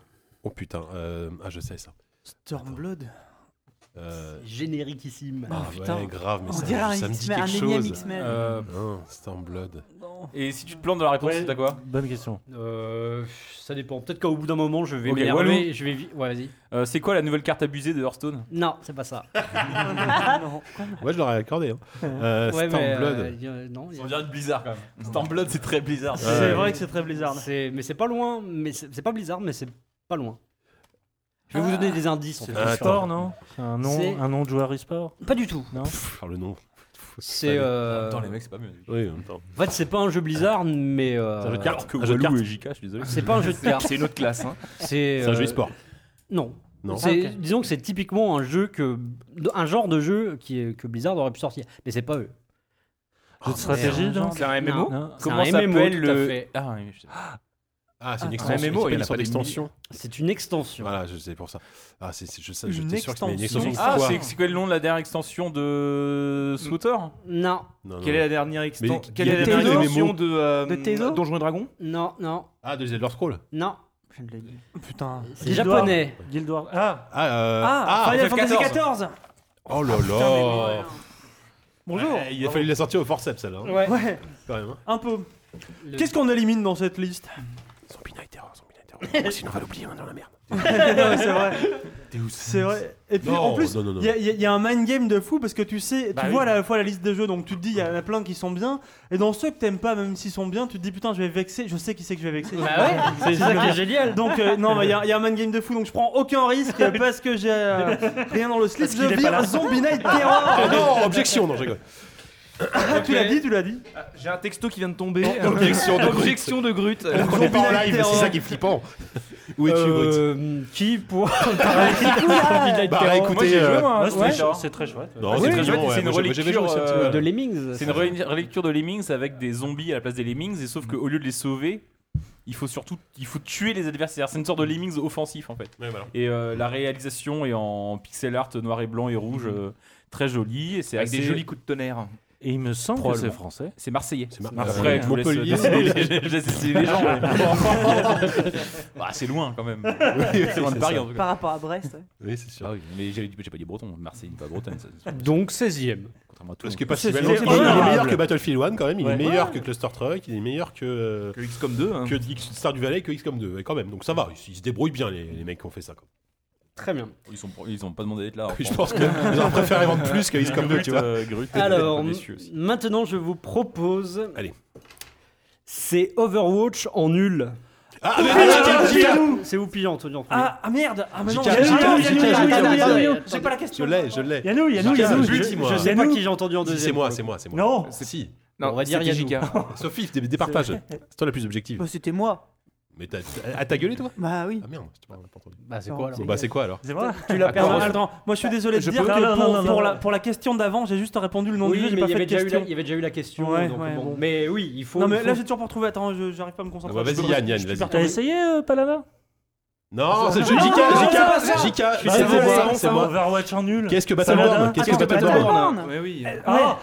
Oh putain. euh, Ah, je sais ça.
Stormblood.
Euh,
Génériquissime.
Ah
putain.
ouais, grave, mais
Oh, On
ça,
dirait un,
ça me
X-
dit
un
quelque
énième
chose.
X-Men.
Euh,
Hein, Stormblood.
et si tu te plantes dans la réponse,
Ouais.
t'as quoi
Bonne question.
Euh, ça dépend. Peut-être qu'au bout d'un moment, je vais
Ok,
m'énerver.
Walou.
Je vais. vi- Ouais, vas-y.
Euh, C'est quoi la nouvelle carte abusée de Hearthstone
Non, c'est pas ça.
Non.
Ouais, je l'aurais accordé. hein. Euh,
Ouais, mais,
Stormblood.
euh, y a- non, y a-
On dirait Blizzard quand même. Stormblood, c'est très Blizzard.
C'est vrai que c'est très Blizzard.
C'est- mais c'est pas loin. Mais c'est c'est pas Blizzard, mais c'est pas loin. Je vais vous donner des indices. en fait.
Attends.
Sport, non C'est un
C'est-
nom, un nom de joueur e-sport
Pas du tout.
Pff, le nom.
C'est. euh,
Attends, les mecs, c'est pas mieux.
Oui, en même temps.
En fait, c'est pas un jeu Blizzard, mais. euh,
C'est un jeu de cartes.
Alors que
Un jeu de cartes.
Walou et JK, je suis désolé.
C'est pas un jeu de cartes.
C'est une autre classe. Hein.
C'est
C'est un jeu
euh,
e-sport.
Non.
Non.
C'est- Disons que c'est typiquement un jeu que. Un genre de jeu qui est- que Blizzard aurait pu sortir. Mais c'est pas eux.
Jeu de stratégie,
merde.
non
C'est un
MMO?
Non.
C'est un MMO, tout à fait.
Ah, oui, je sais.
Ah, c'est une
Ah,
extension.
MMO,
il
il
n'a pas
a pas des
d'extension.
C'est une extension.
Voilà, je sais pour ça. Ah, c'est, c'est- je sais,
Une
j'étais sûr que c'était une
extension.
extension de
Ah,
quoi
c'est c'est quoi le nom de la dernière extension de Scooter
Non,
Non, non,
Quelle est la dernière
Mais
extension
qui-
Quelle est la
Théo
dernière
Théo
extension de, euh,
De Théo
Donjons et Dragons
non, non,
Ah, de The Elder Scrolls.
non.
Je ne l'ai dit.
Putain.
C'est japonais.
Guildward.
Ah,
Ah,
euh,
Ah, Final
Final
Fantasy XIV
oh là là. Bonjour. il a fallu la sortir au forceps, celle-là. hein,
Ouais.
Ouais,
Quand même. hein.
un peu.
Le-
Qu'est-ce qu'on élimine dans cette liste
Zombie Night Terror, Zombie Night Terror. Sinon, on va l'oublier, on est dans la merde.
Ouais, C'est vrai. C'est vrai. Et puis
Non,
en plus,
non, non, non.
il y, a- y a- y a un mind game de fou parce que tu sais,
Bah
tu
oui.
vois à la fois la liste des jeux, donc tu te dis, il y en a plein qui sont bien, et dans ceux que t'aimes pas, même s'ils sont bien, tu te dis putain, je vais vexer, je sais qui c'est que je vais vexer.
Bah ouais, c'est ça qui est génial.
Donc euh, non, mais il y, a- y a un mind game de fou, donc je prends aucun risque euh, parce que j'ai euh, rien dans le slip. Je vire Zombie Night Terror.
Ah non, objection, non, je rigole.
Ah, tu l'as dit, tu l'as dit.
Ah, J'ai un texto qui vient de tomber.
Objection de Grut.
Objection de Grut.
Euh,
Alors qu'on est pas en
Zombie
live,
Night
c'est ça
Terror.
qui est flippant. Où es-tu, Brut
Euh, Qui pour parler de
Bah, écoutez. euh,
moi, hein. Ah,
Ouais.
c'est-
C'est très chouette.
Non,
c'est
c'est
très
très
chouette,
mignon,
c'est
ouais,
une
moi, j'avais- j'avais joué
relecture,
aussi un petit peu.
euh,
de Lemmings.
C'est une re- relecture de Lemmings avec des zombies à la place des Lemmings, et sauf qu'au lieu de les sauver, il faut surtout il faut tuer les adversaires. C'est une sorte de Lemmings offensif en fait.
Ouais, voilà.
Et euh, la réalisation est en pixel art noir et blanc et rouge,
Mhm.
euh, très jolie. Et c'est
Avec des
assez-
jolis coups de tonnerre.
Et il me semble que c'est
Probablement.
français.
C'est marseillais.
C'est Mar-
Après,
euh,
je vous laisse
Montpellier.
décider. Je laisse décider les gens. Bah, c'est loin quand même. C'est loin de
c'est
Paris
ça.
en tout cas.
Par rapport à Brest. ouais.
Oui, c'est sûr.
Ah oui, mais j'ai j'ai pas dit breton. Marseille n'est pas bretonne. ça, c'est sûr.
Donc 16ème.
Contrairement à tout.
Parce
le
que
monde.
pas si mal.
c'est-
Il est meilleur
honorable.
que Battlefield 1 quand même, il est
Ouais.
meilleur que Cluster Truck, il est meilleur que. euh,
Que XCOM 2. hein.
que X- Star du Valais que XCOM 2 ouais, quand même donc ça va ils, ils se débrouillent bien les, les mecs qui ont fait ça quoi.
Très bien.
Ils sont ils ont pas demandé d'être là. en
je
France.
pense qu'ils auraient préféré vendre plus que XCOM 2 tu vois
euh, Grut était
Alors,
pas déçu aussi.
maintenant je vous propose.
Allez.
C'est Overwatch en nul.
ah mais non,
C'est où pile Antonio en premier.
Ah, ah, merde. Ah mais non.
J'ai
Yannou,
carrément-
Yannou,
j'ai carrément-
Yannou, Yannou,
attendez,
Yannou.
attendez.
J'ai pas la question.
je l'ai je l'ai
Yannou, Yannou,
J'ai
Yannou.
un but,
je-
moi.
je
Je sais
sais
pas
nous.
qui j'ai entendu en
Si,
deuxième.
c'est moi c'est moi c'est moi
Non.
c'est si
Non,
on va dire
c'était
Yannou.
JK.
Sophie des, des partages c'est toi la plus objective
Bah, c'était moi.
mais t'as à ta gueulé toi
Bah oui.
ah merde je t'ai pas pas entendu
Bah, c'est quoi
bon
alors
bah c'est quoi alors
C'est moi
Tu l'as perdu.
Attends,
Attends, moi Ah, je suis désolé de
je
dire
peux-
que
Non, non,
pour,
non, non,
pour
non.
la, pour la question d'avant, j'ai juste répondu le nom
Oui,
du jeu,
mais
j'ai
il
pas
y,
fait
avait
de
déjà eu la,
question.
il y avait déjà eu la question.
Ouais,
donc
ouais,
bon.
bon.
Mais oui, il faut.
Non mais
il
là
faut-
j'ai toujours pas retrouvé. Attends, je- j'arrive pas à me concentrer.
Bah, vas-y Yann Yann vas-y
T'as essayé, euh, Palava
non c'est JK
non, non, c'est pas ça.
JK JK
Ah,
c'est
c'est moi,
moi
c'est
c'est
moi.
moi
Overwatch en nul.
qu'est-ce que
Attends,
Battleborn qu'est-ce que
Ah,
attends,
Battleborn
attends.
Euh,
Ouais, oui.
Ah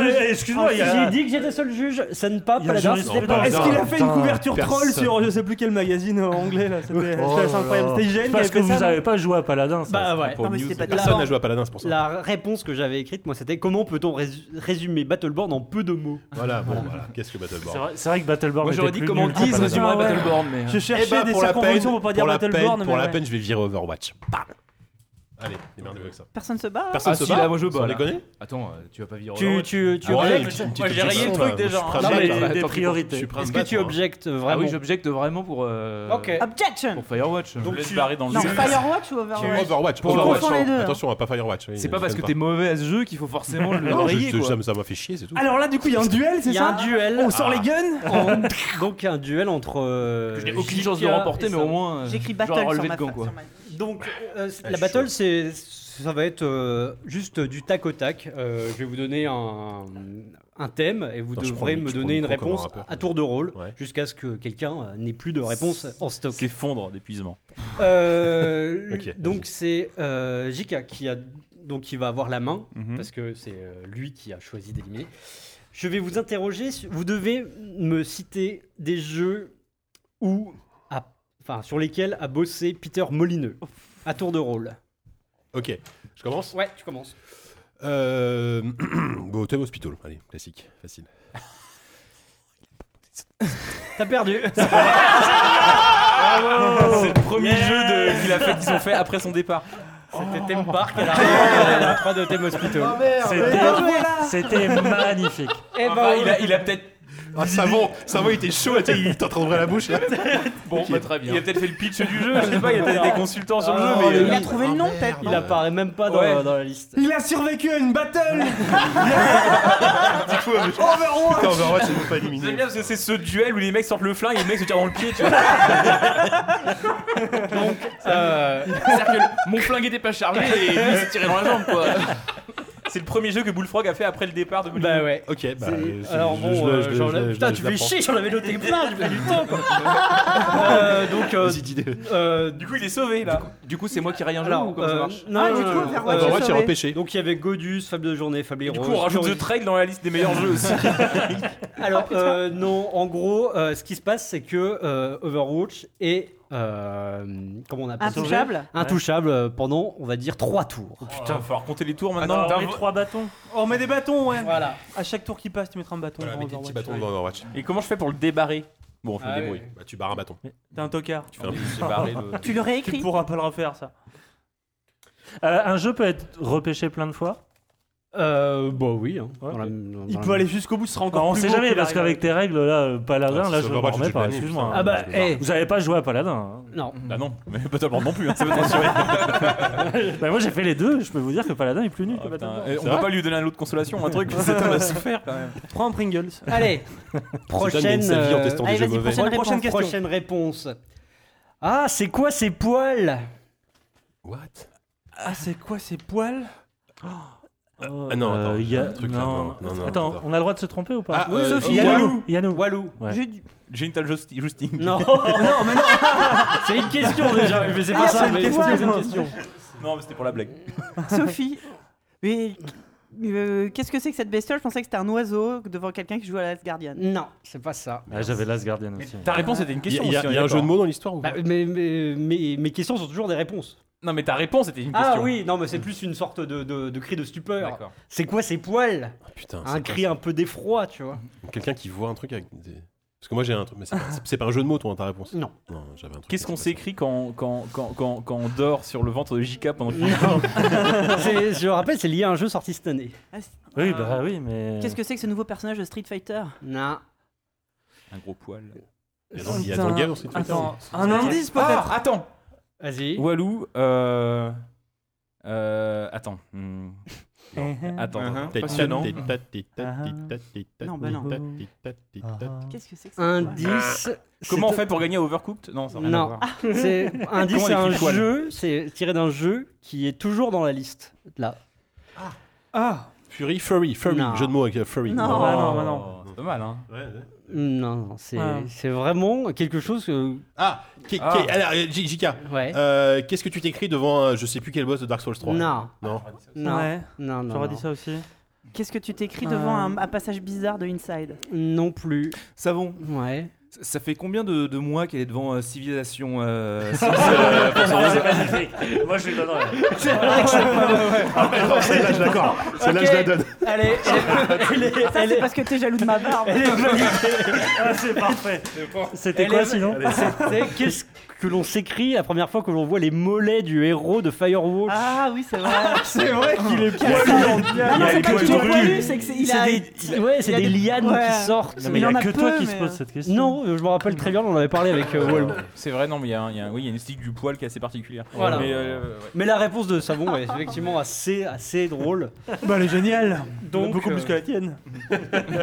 je- Excuse-moi, il y a.
J'ai dit que j'étais seul juge, ça ne pas,
Il y a
pas la
Joris
danse.
Rodan.
Rodan.
Est-ce qu'il a fait une couverture
personne.
troll sur je sais plus quel magazine euh, anglais là C'était c'était
Oh
assez
là
incroyable.
là.
C'était IGN qui avait
Parce que
fait
vous
ça. non
n'avez pas joué à Paladin. ça.
Bah ouais.
Non, mais c'était pas de
personne
la-
n'a joué à Paladin c'est pour ça
La réponse que j'avais écrite, moi, c'était comment peut-on résu- résumer Battleborn en peu de mots
voilà bon voilà qu'est-ce que
C'est
Battleborn
vrai, c'est vrai que Battleborn.
Moi j'aurais
était
dit
plus
comment
nul que
10
Paladin.
résumerait
Ah ouais.
Battleborn, mais. euh.
Je cherchais
Eh ben,
des
pour la peine,
circonventions pour pas dire
pour la
Battleborn.
peine,
mais
pour la
ouais.
peine, je vais virer Overwatch. Bam. Allez, démerdez-vous avec ça.
Personne se bat. hein
Personne
Ah,
se
si,
bat.
là, moi, je
Sans
bats, là.
déconner.
Attends, euh, tu vas pas vivre.
Tu, tu, tu
Ah ouais,
objectes
une petite- une
Moi, j'ai
petite
rayé le
objection,
truc
là.
déjà,
Moi, je suis
hein.
prêt à
Non,
me battre,
mais
là.
des
attends,
Je suis
priorités.
prêt à
Est-ce
me
que
battre,
tu
moi.
objectes
Ah
vraiment
oui, j'objecte vraiment pour. euh,
Ok.
Objection.
Pour Firewatch.
Donc, laisse barrer dans le
Non,
jeu.
Firewatch ou Overwatch
Overwatch.
Pour
Overwatch.
Overwatch, les deux, hein.
Attention, hein, pas Firewatch. oui,
C'est
je
pas parce que
l'aime
t'es mauvais à ce jeu qu'il faut forcément le
Non, je-
rayer,
je-
quoi.
ça me- ça m'a fait chier, c'est tout.
Alors là, du coup, il y a un duel, Ah. Oh. c'est
Il y a
ça
un duel. Ah.
On sort les guns
En- Donc un duel entre. euh,
Je n'ai aucune
JK
chance de remporter,
et
mais
Sam.
au moins. euh,
J'écris
j'aurai
battle sur
relevé
ma,
de gants,
fa-
quoi.
sur ma-
Donc euh, la
chaud.
battle, c'est ça va être euh, juste du tac au tac. Euh, je vais vous donner un, un thème et vous
Attends, je prends
devrez
le-
me
je prends
donner
le
une
micro comme un
réponse
rappeur.
à tour de rôle
Ouais.
jusqu'à ce que quelqu'un euh, n'ait plus de réponse en stock.
S'effondre d'épuisement.
Euh,
Ok,
donc
vas-y.
c'est euh, JK qui a donc qui va avoir la main
Mhm.
parce que c'est euh, lui qui a choisi d'éliminer. Je vais vous interroger. sur- Vous devez me citer des jeux
Oh,
où, a- enfin sur lesquels a bossé Peter Molineux à tour de rôle.
Ok, je commence.
Ouais, tu commences.
Euh, Bon, Thème Hospital. Allez, classique, facile.
T'as perdu.
C'est le premier jeu de- qu'il a fait qu'ils ont fait après son départ.
C'était Theme Park à la fin- à la fin de Theme Hospital.
C'était- C'était magnifique.
Eh
Ah
ben,
bah, il a, il a peut-être
Ah, savon, savon, il était chaud, là, il était en train d'ouvrir la bouche. là.
bon, bah, très bien. Il a peut-être fait le pitch du jeu, je sais pas, il y a peut-être des consultants sur le
Ah,
jeu, mais
Il
euh,
a trouvé le nom peut-être.
il apparaît même pas dans,
Ouais.
dans la liste.
Il a survécu à une battle
hein, Putain, Overwatch, ils m'ont pas
Oh, j'aime
éliminé.
bien parce que c'est ce duel où les mecs sortent le flingue et les mecs se tirent dans le pied, tu vois.
Euh,
C'est-à-dire que le- mon flingue était pas chargé et lui il s'est tiré dans la jambe, quoi. C'est le premier jeu que Bullfrog a fait après le départ de
Bah
Bullfrog.
ouais.
Ok, bah.
C'est-
c'est-
Alors
je-
bon,
je-
euh,
je-
j'en
je-
avais-
je-
putain,
je
tu fais
l'apprends.
chier, j'en avais noté plein, j'ai pris du temps quoi. Euh, donc, euh,
Les idées.
euh,
Du coup, il est sauvé là.
Du coup, c'est moi qui raille un jeu
alors,
ou comment ça
euh,
marche
non,
Ah,
non,
du
non,
coup,
non,
faire Ouais,
euh,
Bah, ouais,
j'ai
tu es
sauvé.
repêché.
donc il y avait Godus, Fable de Journée, Fable
Et
Heroes.
du coup, on rajoute The
Fury-
Trail dans la liste des meilleurs jeux aussi.
Alors euh, non, en gros, euh, ce qui se passe, c'est que euh, Overwatch est euh, comment on appelle ça
Intouchable
Intouchable euh, pendant, on va dire, trois tours.
Putain, faut compter les tours
Non,
maintenant.
on met trois bâtons. Oh, on met des bâtons, ouais.
Voilà.
À chaque tour qui passe, tu mettras un bâton.
Voilà,
dans
mets des
Overwatch,
petits bâtons
ouais.
dans Overwatch.
Et comment je fais pour le débarrer
Bon, on fait
Ah
des
ouais.
bruits. Bah, tu barres un bâton.
T'es un tocard.
Tu fais un bruit.
Débarrer le.
Tu le
Tu
réécris
pourras pas le refaire, ça.
Euh, un jeu peut être repêché plein de fois.
Euh, bah oui. hein,
Ouais.
dans la- dans
Il
la-
peut aller jusqu'au bout, ce sera encore
Alors, on
plus
sait
beau
jamais
qu'il
parce
arrive.
qu'avec tes règles là, euh, Paladin,
Ouais,
là
Ah, ça
je
va
m'en
pas, tu
remets
joues
pas.
de la nuit,
Excuse-moi.
putain.
Ah bah, eh,
Vous avez pas joué à Paladin. hein.
non.
Bah non, mais pas toi non plus, hein, ça va être assuré.
Bah, moi j'ai fait les deux. Je peux vous dire que Paladin est plus nul que Paladin.
Putain, eh, on va pas lui donner un lot de consolation, un truc, cet homme a souffert quand même.
Prends un Pringles.
Allez, prochaine.
sa vie en
euh,
testant des
allez,
jeux
vas-y,
mauvais.
prochaine réponse.
prochaine, réponse. prochaine réponse. Ah, c'est quoi ces poils
What
Ah, c'est quoi ces poils
Ah non,
Euh,
attends.
il y a-
un truc là,
non,
non, non, non,
Attends,
attends.
on a le droit de se tromper ou pas
Ah, euh,
Sophie,
Walou.
Walou.
Yannou.
Walou.
Ouais.
J'ai du-
Genital Justi- Justing.
Non, non, mais non. c'est une question déjà, mais c'est pas
Ah,
ça.
c'est une
mais
question.
c'est une question.
Non, mais c'était pour la blague.
Sophie. Mais euh, qu'est-ce que c'est que cette bestiole Je pensais que c'était un oiseau devant quelqu'un qui joue à la Last Guardian.
Non, c'est pas ça.
Ah, J'avais Last Guardian aussi.
Ta réponse était une
Il y a-
question
il y a,
aussi,
il y
on
a
est
un jeu de
d'accord.
mots dans l'histoire ou
Bah,
pas
mais, mais- mais- mes questions sont toujours des réponses.
Non, mais ta réponse était une question.
Ah oui, non, mais c'est plus une sorte de, de- de cri de stupeur.
D'accord.
C'est quoi ces poils
Ah, Putain,
Un
c'est
cri un peu d'effroi, tu vois.
pas- quelqu'un qui voit un truc avec des... Parce que moi j'ai un truc, mais c'est pas, c'est- c'est pas un jeu de mots toi, ta réponse.
Non.
Non, j'avais un truc.
Qu'est-ce qu'on
c'est pas
s'écrit quand, quand, quand, quand, quand on dort sur le ventre de JK pendant que
C'est- je rappelle, c'est lié à un jeu sorti cette année.
Oui, bah oui, mais.
Ah, Qu'est-ce que c'est que ce nouveau personnage de Street Fighter
Non.
Un gros poil.
ça. Il y a dans- Il y a dans le game aussi.
Attends, un indice peut-être
Ah, attends
Vas-y.
Walou, euh. Euh. Attends. Hmm.
Uh-huh.
Attends. attends.
Passionnant.
Ah.
Non, bah non. Qu'est-ce que c'est que ça
Uh-huh. Indice. Ah.
Comment on
c'est-
fait pour gagner à Overcooked Non, ça n'a rien à
Non. Ah.
voir.
C'est
Comment
indice,
on
c'est un
écrit poil
jeu, c'est tiré d'un jeu qui est toujours dans la liste là.
Ah
Fury, Furry, Furry,
Non.
jeu de mots avec euh, Furry.
Non.
Ah, non, bah non.
Oh. C'est pas mal, hein.
Ouais, ouais.
Non, non, c'est
Ah.
c'est vraiment quelque chose que
Ah, qu'est-
Ah.
qu'est- alors, euh, J- JK,
ouais.
euh, qu'est-ce que tu t'écris devant euh, je sais plus quel boss de Dark Souls 3
Non,
Non.
non,
Ouais,
non, non,
j'aurais
non.
dit ça aussi.
Qu'est-ce que tu
Euh.
t'écris devant un, un passage bizarre de Inside
Non plus.
Savon,
Ouais.
ça- ça fait combien de, de mois qu'elle est devant euh, Civilisation euh,
Moi je lui donnerais.
C'est vrai que c'est pas bon.
Ah,
Celle-là, je d'accord. Celle-là, je la
Ok.
donne.
Allez, elle est, elle est-
Ça,
elle
c'est
est-
parce que t'es jaloux de ma barbe.
elle est validée.
Ah, c'est parfait. C'était
Elle
quoi
est-
sinon
C'était qu'est-ce que l'on s'écrit la première fois que l'on voit les mollets du héros de Firewatch.
Ah oui, c'est vrai.
c'est vrai qu'il est
Ah non,
a
c'est
les
pas que
poils
tu es
drus.
poilu, c'est que c'est- il a.
Ouais,
il
c'est
y a
des,
des-
lianes
ouais.
qui sortent.
Non, mais il y
Il
a
en a
que
peu,
toi qui
mais,
se pose cette question.
Non, je me rappelle très bien, on en avait parlé avec euh, Walou.
C'est vrai, non, mais il y a, un- il y a un- oui, il y a une esthétique du poil qui est assez particulière.
Voilà.
Mais, euh, ouais.
Mais la réponse de Savon est effectivement assez, assez drôle.
Bah, elle est géniale
Donc,
Beaucoup
euh,
plus que la tienne.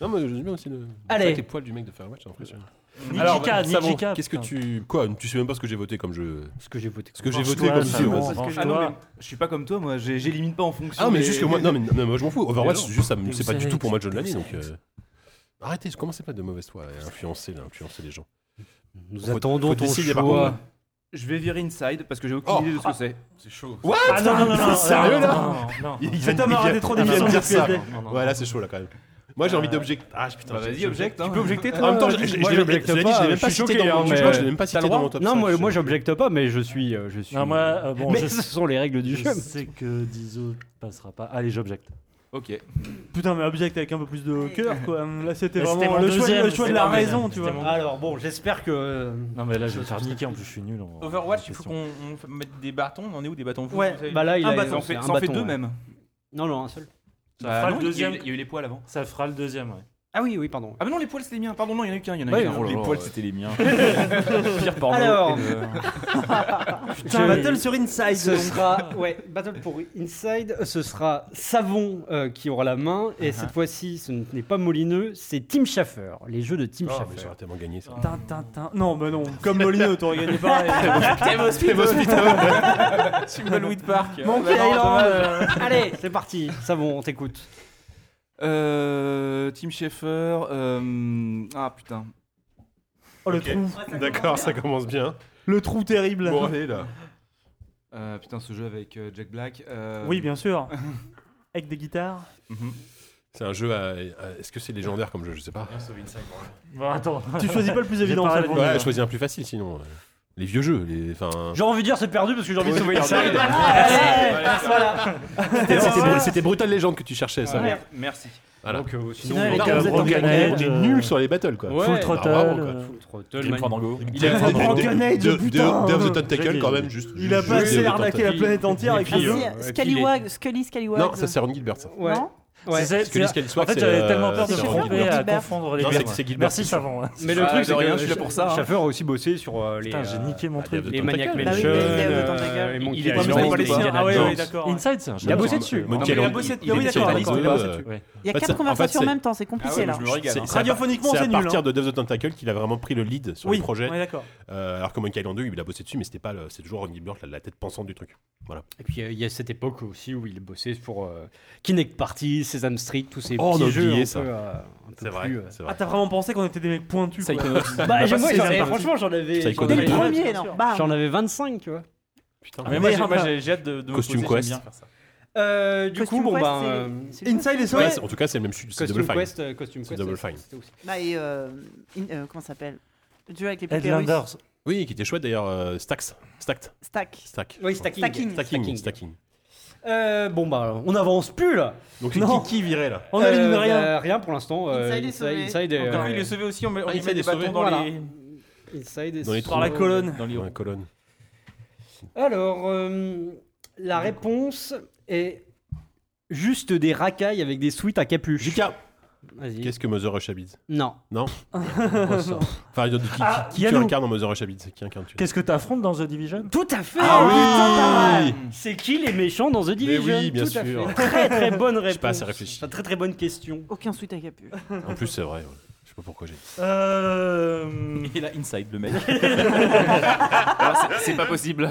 Non, mais je sais bien aussi le.
Allez.
Avec les poils du mec de Firewatch, c'est impressionnant.
Ni
Alors,
Jika, ni
ça bon,
Jika,
Qu'est-ce que
putain.
tu. Quoi Tu sais même pas ce que j'ai voté comme jeu.
Ce que j'ai voté.
Ce que j'ai voté
Venge-toi,
comme
ça,
jeu.
bon,
bah, c'est-
Ah non,
venge-toi.
mais je suis pas comme toi, moi, j'ai- j'élimine pas en fonction.
Ah, mais
des-
juste que moi. Non, mais, non, mais moi je m'en fous. Overwatch, c'est juste ça. me-
Vous
C'est pas du
savez
tout pour moi le
qui-
jeu de l'année.
vous
Donc. euh, Arrêtez, commencez pas de mauvaise foi et influencer, là, influencer les gens.
Nous
Faut-
attendons
faut
ton
décider, par
choix.
contre.
Je vais virer Inside parce que j'ai aucune
Oh.
idée de ce que c'est.
C'est chaud.
What
Ah non, non, non, non,
sérieux, là
non, non, non.
Il
Cet homme aura des trop
il vient
d'émissions
de
de
dire ça.
PSD.
Ouais, là c'est chaud là quand même. Moi j'ai envie d'objecter. Ah putain,
Bah,
j'ai-
vas-y,
j'ai-
objecte.
Tu
hein.
peux objecter, toi
En même temps,
euh,
je- je- je
moi,
l'ai
j'objecte
je l'ai dit, je
pas,
l'ai même
je
pas
suis
cité
choqué,
dans
hein,
mon je
mais-
crois que je l'ai même pas
T'as
cité
le
dans
droit
mon top
Non,
5,
moi,
je-
moi j'objecte pas, mais je suis. euh, Je suis
Non, moi, euh, bon,
mais
je,
ce sont les règles du
je
jeu.
sais que Dizo passera pas. Allez, j'objecte.
Ok.
Putain, mais object avec un peu plus de cœur, quoi. Là, c'était
Là,
vraiment
c'était mon
le choix,
deuxième,
le choix
c'était
de la
mon
raison,
deuxième,
tu vois.
c'était mon-
Alors, bon, j'espère
euh,
que.
Non, mais là, je vais me faire niquer, en plus, je suis nul. en- en
Overwatch, il faut
question.
qu'on on f- mette des bâtons. On en est où des bâtons vous,
Ouais,
vous savez Ah,
Bah là, il
Un
a
bâton.
il en
Ça en fait, ça en fait
bâton,
deux
ouais.
même.
Non, non, un seul.
Ça fera le
Bah,
non, il y a eu-
deuxième.
Il y a eu les poils avant.
Ça fera le deuxième, ouais.
Ah oui, oui, pardon.
Ah, mais non, les poils, c'était les miens. Pardon, non, il y en a eu qu'un. Il y en a
Ouais,
eu Oh qu'un.
non, les poils, c'était
les miens.
Pire porno.
Alors.
ever.
Je-
Putain, battle sur Inside.
euh, Ce sera, ouais, Battle pour Inside, ce sera Savon euh, qui aura la main, et cette fois-ci, ce n'est pas Molineux, c'est Tim Schafer, les jeux de Tim
Ah, mais
Schafer.
j'aurais tellement gagné ça.
Tin, tin, tin. Non, mais non. Comme Molineux, t'aurais gagné pareil.
Tumbleweed Park.
Monkey
Bah non,
Island.
dommage.
euh,
Allez, c'est parti, Savon, on t'écoute.
Euh, Tim Schaeffer. euh, Ah putain.
Oh, le
Ok.
trou.
D'accord, ça commence bien.
Le trou terrible.
Bon, allez, là.
Euh, putain, ce jeu avec euh, Jack Black. euh,
Oui, bien sûr. Avec des guitares.
mhm.
C'est un jeu à. à- Est-ce que c'est légendaire comme jeu Je sais pas.
Bon, attends.
Tu choisis pas le plus évident.
pas
ça,
répondu.
la
Ouais,
dernière.
je choisis un plus facile sinon. euh, Les vieux jeux, les. Enfin.
J'ai envie de dire c'est perdu parce que j'ai envie de sauver Inside.
C'était- c'était bru- C'était Brutal Legend que tu cherchais, ça.
Mer- Merci.
Voilà.
Donc, euh, sinon,
Sinon, elle
on-
est
Non,
comme vous êtes en
on est- on est
Brockenhead,
nuls sur les battles quoi.
Ouais,
Full
bah,
Throttle.
Ah, bravo, quoi.
euh,
Full Throttle,
Grim
Man-
Fandango.
Il a
Brockenhead, putain.
Death of the
J'ai
Tentacle quand
dit.
même juste.
Il a
juste
pas
Death of
assez
the
arnaqué la
Tentacle.
planète entière avec
Ah,
un
si,
Puis,
jeu.
euh,
Scallywag, Scully Scallywag.
Non, ça c'est Ron Gilbert ça.
Ouais.
Non
Ouais.
C'est-
Parce que
c'est-
les Skelly
En
Swag,
fait,
c'est,
j'avais
euh,
tellement peur de
c'est
me
Ron
tromper
Gilbert.
à confondre les
Non,
deux.
c'est- c'est Gilbert.
Merci, Savon.
Mais le
Ah,
truc,
de
c'est
rien,
que
je suis là pour ça, hein.
Schafer a aussi bossé sur euh, les.
Putain, j'ai
euh,
niqué mon truc.
Les
Tentacle.
Maniac
Bah
oui,
Mansion,
les
euh,
Tentacle.
et Monkey
Il est
Ah, mais
pas
c'est
Island.
pas les siens. Ah ouais,
Non.
ouais, d'accord. ouais.
Inside, c'est un jeu.
Il a
de
bossé
genre.
dessus.
Monkey
mais il a
Island, il
bossé- ah oui,
était
d'accord,
sur les
d'accord.
deux, euh,
Il y a
Bah, c'est- en
quatre
fait,
conversations
c'est-
en même temps, c'est
Ah
compliqué
ouais, mais
là.
je me régale.
c'est- c'est
hein.
à par-
Radiophoniquement,
C'est à
c'est nul.
partir
hein.
de Death of the Tentacle qu'il a vraiment pris le lead sur
Oui,
le projet.
on est d'accord.
Euh, alors que Monkey Island 2, il a bossé dessus, mais c'était pas le- c'est toujours Ron Gilbert, la, la tête pensante du truc.
Et puis euh, il y a cette époque aussi où il bossait pour euh, Kinect Party, Sesame Street, tous ces
Oh, on a
petits jeux
oublié
un
ça.
peu, euh, un peu
C'est vrai.
plus, euh.
c'est
Ah,
vrai.
t'as vraiment pensé qu'on était des mecs pointus. quoi.
Psychonauts.
Bah, j'ai-
bah,
moi,
c'est
j'en-
sympa.
eh, franchement, j'en avais.
Psychonauts.
j'en
Dès le
avais-
premier,
bien
non Bah.
sûr.
Bam.
J'en avais 25, tu vois.
Ah, mais moi, j'ai- moi, j'ai j'ai hâte de, de me
Costume
poser, j'aime
Quest.
bien faire ça.
Euh, du
Costume
coup, bon,
Quest,
bah.
c'est-
euh,
c'est le-
Inside et
Ouais,
Soleil.
c'est- en tout cas, c'est le même studio. C'est Double
Costume
Fine.
Quest, euh, Costume
C'est
Quest.
Double
c'est-
Fine.
c'était aussi-
Bah, et. euh, in- euh, Comment ça s'appelle Le jeu avec les papyrus.
Headlanders.
Oui, qui était chouette d'ailleurs. euh, Stax. Stacked.
Stack.
Stack.
Oui, stacking.
Stacking.
Stacking.
Stacking.
Stacking.
Euh, bon bah, on avance plus là.
Donc
Non.
qui qui virait là
On n'allume
Euh,
rien.
bah, rien pour l'instant. euh,
Inside est sauvé.
Inside est,
Encore
euh,
il est sauvé aussi, on, met, on
Ah,
lui
il
met
s'est
des
sauvé.
bâtons dans
Voilà.
les.
Inside est
Dans les
sauvé.
Par la colonne.
Dans les
Dans la colonne.
Alors, euh, la réponse est juste des racailles avec des suites à capuche.
JK
Vas-y.
Qu'est-ce que Mother Rush Habits
Non.
Non. Enfin, qui, qui,
Ah,
qui tu
Yannou.
incarnes en Mother Rush Habits Qui incarne tu
Qu'est-ce que t'affrontes dans The Division
Tout à fait.
Ah oui
Oh, putain, pas mal. C'est qui les méchants dans The Division
oui, bien
Tout à
sûr.
fait. Très très bonne réponse.
sais pas, c'est réfléchi.
Enfin, très très bonne question.
Aucun sweat à capu.
En plus, c'est vrai. ouais. Je sais pas pourquoi j'ai.
Euh.
Il a inside le mec. Alors, c'est- c'est pas possible.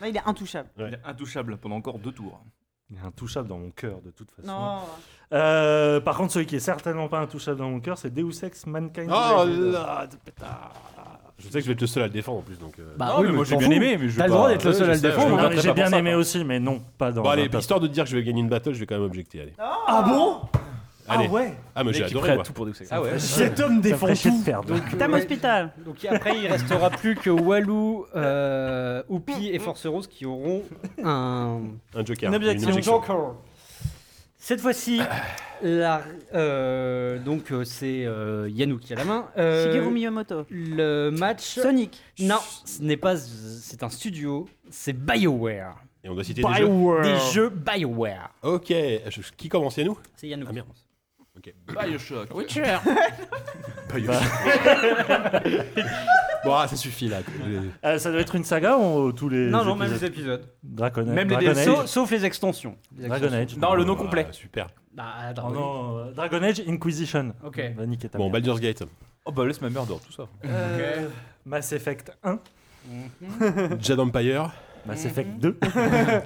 Bah, il est intouchable.
Il est intouchable pendant encore deux tours.
Il est intouchable dans mon cœur, de toute façon.
Non.
Euh, par contre, celui qui est certainement pas intouchable dans mon cœur, c'est Deus Ex Mankind.
Oh
Divided.
là
Bah,
putain Je sais que je vais être le seul à le défendre en plus donc. euh.
Bah
Non, mais moi j'ai bien aimé, mais je.
T'as
vais
le
pas-
droit d'être le
ouais,
seul
je
à le
sais,
Non,
défendre.
mais
hein.
j'ai bien aimé aussi, mais non, pas dans.
Bon allez,
un top.
histoire de dire que je vais gagner une battle, je vais quand même objecter. Allez.
Ah bon
allez.
Ah ouais
Ah mais
Le
j'ai
mec qui est
adoré
prêt à
moi.
tout pour Deus Ex.
Ah ouais.
Cet homme
Ça me ferait
défend
chier de
tout.
perdre.
Tam Hospital.
euh, Donc après, il restera plus que Walou, euh, Oupi et Force Rose qui auront un.
Un joker.
Une objection.
Une objection.
Cette fois-ci, la- euh, donc euh, c'est euh, Yannou qui a la main. Euh,
Shigeru Miyamoto.
le match.
Sonic.
Non, ce n'est pas. C'est un studio. C'est BioWare.
Et on doit citer des jeux.
Des jeux BioWare.
Ok. je- Qui commence Yannou
C'est Yannou.
Ah, merde.
Bioshock.
Witcher.
Bon ah, ça suffit là. Euh,
Euh, ça doit être une saga ou tous les.
Non, non, même les
épisodes
épisodes.
Dragon Age.
Même les
Dragon
DLC.
Age.
Sauf, sauf les extensions. Les
Dragon
extensions.
Age.
Non, le nom
ah,
complet.
Super.
Bah,
Oh
Dragon Age.
non, euh, Dragon Age Inquisition.
Ok.
Va niquer ta
Bon
mère.
Baldur's Gate.
Oh bah laisse ma mère dehors, tout ça.
Euh,
Mass Effect 1,
Mhm.
Jad Empire.
Mass
Mhm.
Effect 2,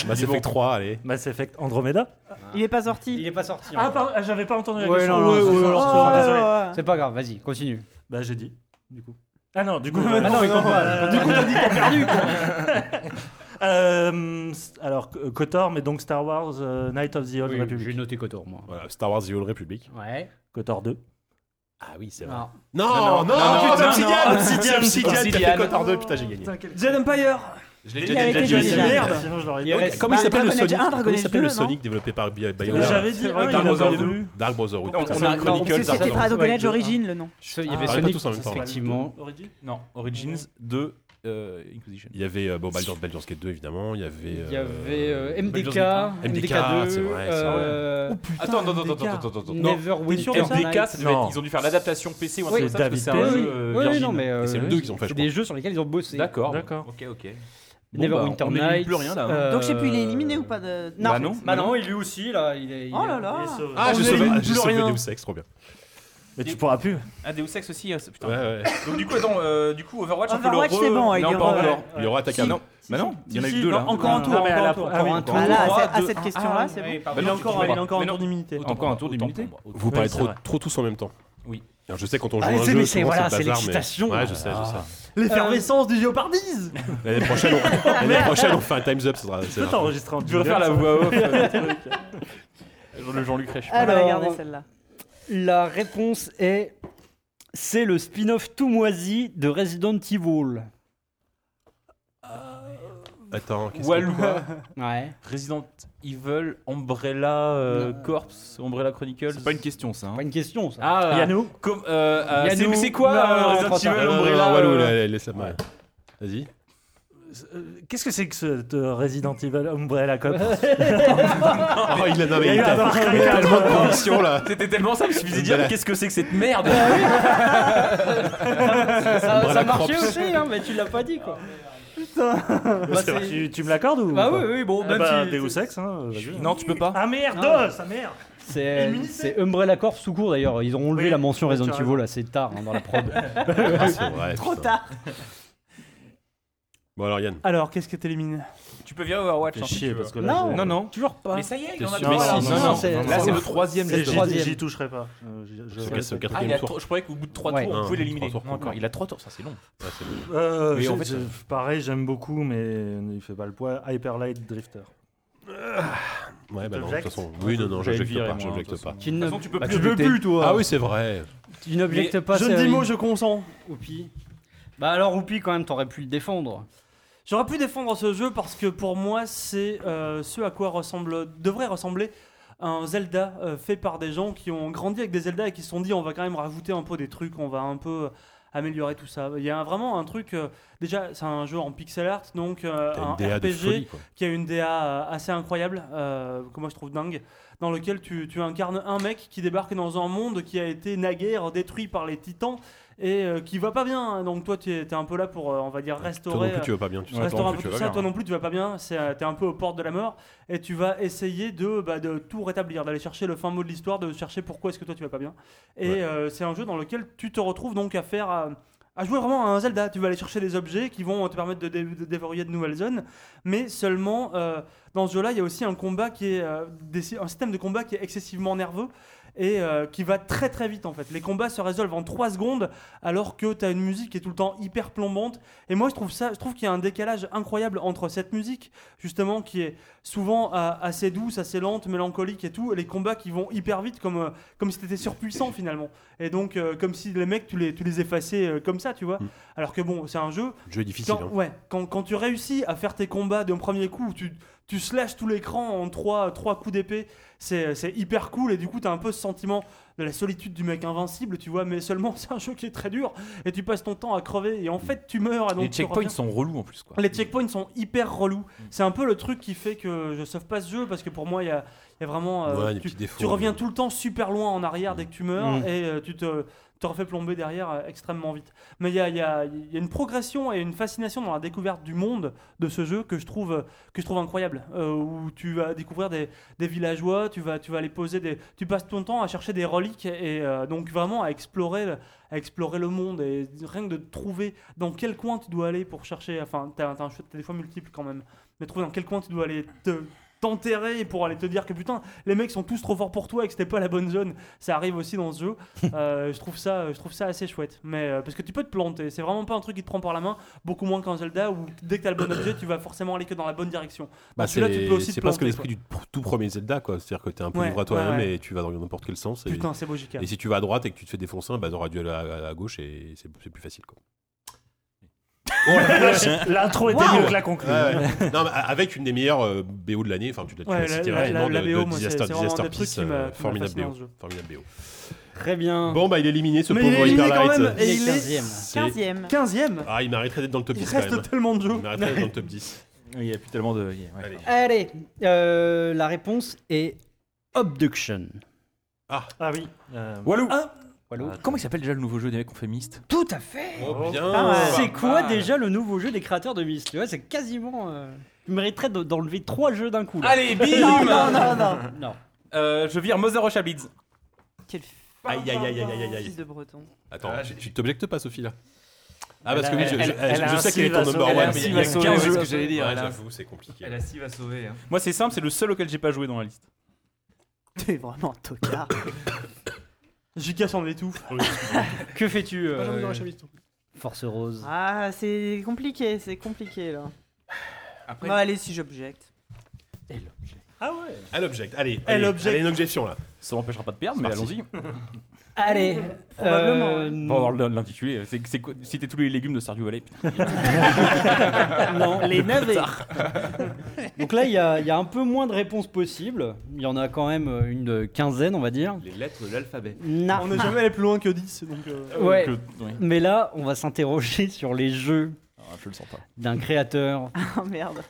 Mass Effect 3. Allez.
Mass Effect Andromeda.
Ah.
Il est pas
Il
sorti.
n'est pas sorti.
Ah,
encore.
pardon, ah, j'avais pas entendu la
Ouais,
question.
non, non,
Ouais,
c'est
ouais,
ça.
alors,
Oh,
désolé.
ouais, ouais.
C'est pas grave, vas-y, continue.
Bah, j'ai dit, du coup. Ah non, du coup.
euh,
Ah non, il compte pas. Du coup, t'as dit t'as perdu.
Euh, alors, euh, KOTOR, mais donc Star Wars euh, Knight of the Old Republic.
J'ai noté Kotor, moi.
Voilà, Star Wars The Old Republic.
Ouais.
KOTOR 2.
Ah oui, c'est vrai.
Alors,
Oh,
Non, non,
non,
putain,
non,
Obsidian, Obsidian,
non.
Obsidian, t'as fait
Obsidian.
Cotard 2, putain, j'ai gagné.
Jet Empire
Je l'ai
Il avait
déjà
été
dit.
joué déjà.
Merde.
Sinon, je l'aurais dit.
Il
Ouais,
reste-
Comment il
bah,
s'appelle le
Dragon Age
Sonic
un, Dragon
Comment il
Age
s'appelle le
deux, non
Sonic développé par Bi-
Mais
BioWare
J'avais dit.
C'est vrai
ah, il
que Dark
en
Brother
avait
deux.
vu.
Dark Brother. Oh,
Non,
putain,
on
c'est
a-
vrai.
Parce que
non,
Chronicles,
C'était
pardon.
Dragon
Ouais,
Age
deux,
Origins, le nom.
il y
Ah,
avait
pas
Sonic,
tous en même temps.
effectivement.
Non, Origins 2, euh, Inquisition.
Il y avait euh, bon, Baldur's, Baldur's Gate 2, évidemment. Il y avait.
Il y
euh,
avait euh, MDK,
Baldur's Gate
MDK,
MDK2,
c'est vrai, c'est
euh,
Attends, attends, attends, attends, attends, attends, attends. Non,
Never Winter
MDK, ça
Nights.
devait être-
Non.
ils ont dû faire l'adaptation PC ou un
Oui,
truc comme ça, parce que
David
c'est un
Oui,
jeu euh,
oui, oui,
Virgin.
non, mais
Et c'est le
euh,
deux qu'ils ont fait, je
C'est
crois.
des jeux sur lesquels ils ont bossé.
D'accord.
D'accord.
Ok, ok.
Never
Bon, bah,
Winter
on
Nights.
élimine plus rien, là, hein.
Donc j'ai pu l'éliminer ou pas de...
Non,
Bah non.
euh, Bah non, il lui aussi là. Il est, il
Oh
est-
là là
Ah, j'ai
On
sauvé,
élimine
j'ai
plus
sauvé
rien.
Deus Ex, trop bien.
Mais tu pourras plus.
Ah, Deus Ex aussi, euh, c'est- putain.
Ouais, ouais.
Donc, du coup, attends, euh, du coup, Overwatch, on peut le
Overwatch,
re-
c'est bon, il est
Non, pas
en-
encore.
Il aura attaqué
Si.
un.
Bah non, il y en a
Si,
eu
si,
deux
non,
là.
Encore un tour,
Ah, mais à la-
encore
ah oui.
un tour.
Ah là,
Trois,
à cette- à
deux,
cette
un.
question-là,
Ah,
c'est
oui,
bon.
pardon,
Il est
tu comprends
encore il est
pas.
encore en
Mais non,
tour d'immunité.
Encore un tour
autant
d'immunité.
pour moi, autant
Vous
pour
parlez
c'est
trop,
vrai.
trop tous en même temps.
Oui.
Alors, je sais quand on joue à
Ah,
un
c'est-
jeu, souvent,
mais c'est- voilà,
le
c'est
bazar, mais-
l'excitation.
Ouais, je sais, je
Ah.
sais.
L'effervescence du Géopardise
L'année prochaine, on... l'année prochaine, on fait un times up. ça sera-
Tu peux
ça sera-
t'enregistrer en
moi. Tu vas faire la voix off. euh, le truc. Le Jean-Luc Rech.
On va
Alors,
regarder celle-là.
La réponse est. C'est le spin-off tout moisi de Resident Evil.
Attends, qu'est-ce que...
Walou.
Ouais.
Resident Evil, Umbrella euh, Corps, Umbrella Chronicles.
C'est pas une question ça. hein.
Pas une question ça.
Ah,
Yannou
comme, euh, euh,
Ah,
Yannou.
c'est- C'est quoi
Non,
euh,
non,
Resident
trop tard.
Evil,
Non, non, non,
Umbrella
Walou,
euh,
la- laisse la main. Vas-y.
Euh, Qu'est-ce que c'est que ce de Resident Evil Umbrella Cop
Oh, il a
Il
nommé
y a eu un
tellement de convictions, là.
C'était tellement simple, il suffisait de dire
Umbrella.
mais qu'est-ce que c'est que cette merde
Ah ça,
Umbrella
marchait
Corps.
aussi, hein, mais tu l'as pas dit quoi.
Bah, c'est- tu, tu me l'accordes ou
Bah
pas
oui, oui, bon,
Eh
même
bah,
si-
Deus Ex, hein, vas-y.
Non, tu peux pas.
Ah merde,
Ah.
sa merde
C'est c'est Umbrella Corps sous court d'ailleurs. Ils ont enlevé
Oui,
la mention
oui,
Resident
tu as
Evil assez tard hein, dans la prod.
Ah, c'est vrai,
Trop
putain.
tard
Bon, alors, Yann.
Alors, qu'est-ce que t'élimines
Tu peux virer Overwatch. hein, si tu veux.
parce que là,
non,
je-
Non, non.
toujours pas.
Mais ça y est, il y en a
T'es
deux.
sûr
là.
Non,
si,
non,
non,
c'est-
Là, c'est
non.
le troisième.
C'est-
là,
le
c'est-
j'y-
troisième.
J'y toucherai pas. Euh, je- je-
C'est le- c'est le
Ah,
quatrième
il a
tour.
trois- je croyais qu'au bout de 3
Ouais.
tours, on
Un,
pouvait l'éliminer.
trois tours.
Non, encore, il a 3 tours, ça c'est long.
Ouais, c'est bon.
Euh,
Mais
je-
en fait,
je- pareil, j'aime beaucoup, mais il fait pas le poids. Hyper Light Drifter.
Ouais, bah non, de toute
T'objectes
façon. Oui, non, non,
J'allais
j'objecte
le virer,
pas.
moi, hein, de
J'objecte
toute
pas.
Tu ne,
façon, tu peux
bah,
plus
tu veux
jeter.
plus, toi.
Ah oui, c'est vrai.
Tu n'objectes pas.
Je ne dis
Séverine.
mot, je consens.
Oupi. Bah alors Oupi quand même t'aurais pu le défendre.
J'aurais pu défendre ce jeu parce que pour moi, c'est euh, ce à quoi ressemble, devrait ressembler un Zelda euh, fait par des gens qui ont grandi avec des Zelda et qui se sont dit on va quand même rajouter un peu des trucs, on va un peu euh, améliorer tout ça. Il y a vraiment un truc, euh, déjà c'est un jeu en pixel art, donc euh,
T'as une
un
DA
RPG
de folie, quoi.
qui a une DA assez incroyable, euh, que moi je trouve dingue, dans lequel tu, tu incarnes un mec qui débarque dans un monde qui a été naguère détruit par les titans et euh, qui va pas bien. hein. Donc toi tu es, t'es un peu là pour, euh, on va dire,
Toi non
restaurer...
plus, tu vas pas bien. Tu
Tu
sais.
restes un peu
tu
tout
vas
ça,
bien.
toi non euh, plus hein. tu vas pas bien, c'est, euh, t'es un peu aux portes de la mort, et tu vas essayer de, bah, de tout rétablir, d'aller chercher le fin mot de l'histoire, de chercher pourquoi est-ce que toi tu vas pas bien. Et
Ouais.
euh, c'est un jeu dans lequel tu te retrouves donc à faire... euh, à jouer vraiment à un Zelda, tu vas aller chercher des objets qui vont te permettre de, dé- de déverrouiller de nouvelles zones, mais seulement euh, dans ce jeu-là, il y a aussi un combat qui est euh, des- un système de combat qui est excessivement nerveux et euh, qui va très très vite en fait. Les combats se résolvent en 3 secondes alors que tu as une musique qui est tout le temps hyper plombante et moi, je trouve ça, je trouve qu'il y a un décalage incroyable entre cette musique, justement, qui est souvent euh, assez douce, assez lente, mélancolique et tout, et les combats qui vont hyper vite, comme, euh, comme si t'étais surpuissant finalement. Et donc, euh, comme si les mecs, tu les, tu les effaçais euh, comme ça, tu vois.
Mm.
Alors que bon, c'est un jeu.
Le jeu est difficile.
Quand,
hein.
ouais, quand, quand tu réussis à faire tes combats d'un premier coup, tu, tu slashes tout l'écran en trois, trois coups d'épée, c'est c'est hyper cool et du coup, t'as un peu ce sentiment de la solitude du mec invincible, tu vois, mais seulement c'est un jeu qui est très dur et tu passes ton temps à crever et en fait, tu meurs. Et donc
Les
tu
checkpoints
reviens.
sont relous en plus, quoi. Mm.
Les checkpoints sont hyper relous. C'est un peu le truc qui fait que je sauve pas ce jeu parce que pour moi, il y a, il y a vraiment. euh,
Ouais, des
tu,
petits défauts,
tu reviens
mais-
tout le temps super loin en arrière dès que tu meurs
Mm.
et euh, tu te, te refais plomber derrière euh, extrêmement vite. Mais il y a, il y a- il y a une progression et une fascination dans la découverte du monde de ce jeu que je trouve, que je trouve incroyable. euh, où tu vas découvrir des, des villageois, tu vas, tu vas aller poser des. Tu passes ton temps à chercher des reliques et euh, donc vraiment à explorer. le- à explorer le monde et rien que de trouver dans quel coin tu dois aller pour chercher. Enfin, t'as t'as un choix- t'as des fois multiples quand même, mais trouver dans quel coin tu dois aller te t'enterrer pour aller te dire que putain les mecs sont tous trop forts pour toi et que c'était pas la bonne zone ça arrive aussi dans ce jeu Euh, je trouve ça je trouve ça assez chouette mais euh, parce que tu peux te planter c'est vraiment pas un truc qui te prend par la main beaucoup moins qu'un Zelda où dès que t'as le bon objet tu vas forcément aller que dans la bonne direction
Bah,
Dans celui-là, tu peux
c'est
aussi te
c'est presque
planter,
l'esprit du pr- tout premier Zelda, quoi. C'est-à-dire que t'es un peu
Ouais,
libre à toi-même
ouais, ouais.
et tu vas dans n'importe quel sens. Et,
putain c'est logique
et si tu vas à droite et que tu te fais défoncer, bah, t'auras dû aller à, à- à gauche et c'est c'est plus facile, quoi.
L'intro était
Waouh
mieux que la conclusion.
Ouais, ouais. non, mais a- avec une des meilleures euh, BO de l'année. Enfin, tu, tu
Ouais,
l'as
la-
cité
la-
rapidement
la-
de,
la BO,
de
moi, c'est-
Disaster,
c'est vraiment
Disaster
des trucs
Peace,
qui m'a-
euh,
qui m'a
formidable
fasciné dans ce
BO.
jeu.
Formidable BO.
Très bien.
Bon, bah, il est éliminé, ce
Mais il
pauvre
est éliminé quand
Hyperlight.
même Et
Il est
il est
15e.
C'est-
15ème.
15ème
Ah, il mériterait d'être dans le top
Il
10 quand même.
reste tellement de
Il
jeux
mériterait d'être dans le top 10.
Il n'y a plus tellement de. il y a- ouais.
Allez.
Allez, euh, la réponse est Obduction.
Ah oui. euh,
Walou Euh,
Walou.
Comment il s'appelle déjà le nouveau jeu des mecs confémistes
Hein Tout à fait.
Oh,
pas
bien
mal.
C'est
Pas
quoi
mal.
déjà le nouveau jeu des créateurs de Myst Tu vois, c'est quasiment. euh, Tu mériterais de- d'enlever trois jeux d'un coup. là.
Allez, bim
Non, non, non, non.
Non.
Euh, Je vire Mother Russia Blitz.
Quel
Aïe, aïe, aïe, aïe, aïe, aïe.
fils de breton.
Attends, tu t'objectes pas, Sophie, là Ah, parce
Elle
que
a-
oui, je,
elle-
je-
elle a
je
un
sais quel est ton
Sylvain
number
Sauvé.
one,
Elle a un
mais il y
Sylvain
a 15
Sauvé,
jeux.
c'est ce que j'allais dire,
Ouais,
elle a-
j'avoue, c'est compliqué.
Elle a Siva sauvé. Hein.
Moi, c'est simple, c'est le seul auquel j'ai pas joué dans la liste.
T'es vraiment un tocard.
JK s'en étouffe.
Que fais-tu euh,
Moi
Force Rose.
Ah, c'est compliqué, c'est compliqué là.
Après-
Bon, allez, si j'objecte.
Ah ouais.
Elle objecte, allez.
Elle
allez,
objecte.
Allez, une objection, là.
Ça m'empêchera pas de perdre, mais allons-y.
Allez.
Probablement,
euh,
On va voir l'intitulé. C'est- c'est quoi- C'était tous les légumes de Stardew Valley.
non, les navets. Donc là, il y, a il y a un peu moins de réponses possibles. Il y en a quand même euh, une euh, quinzaine, on va dire.
Les lettres de l'alphabet.
Non.
On n'est jamais allé plus loin que 10, donc. euh,
Ouais.
Donc, euh, ouais.
Mais là, on va s'interroger sur les jeux
Ah, je le sens pas.
d'un créateur,
Ah merde.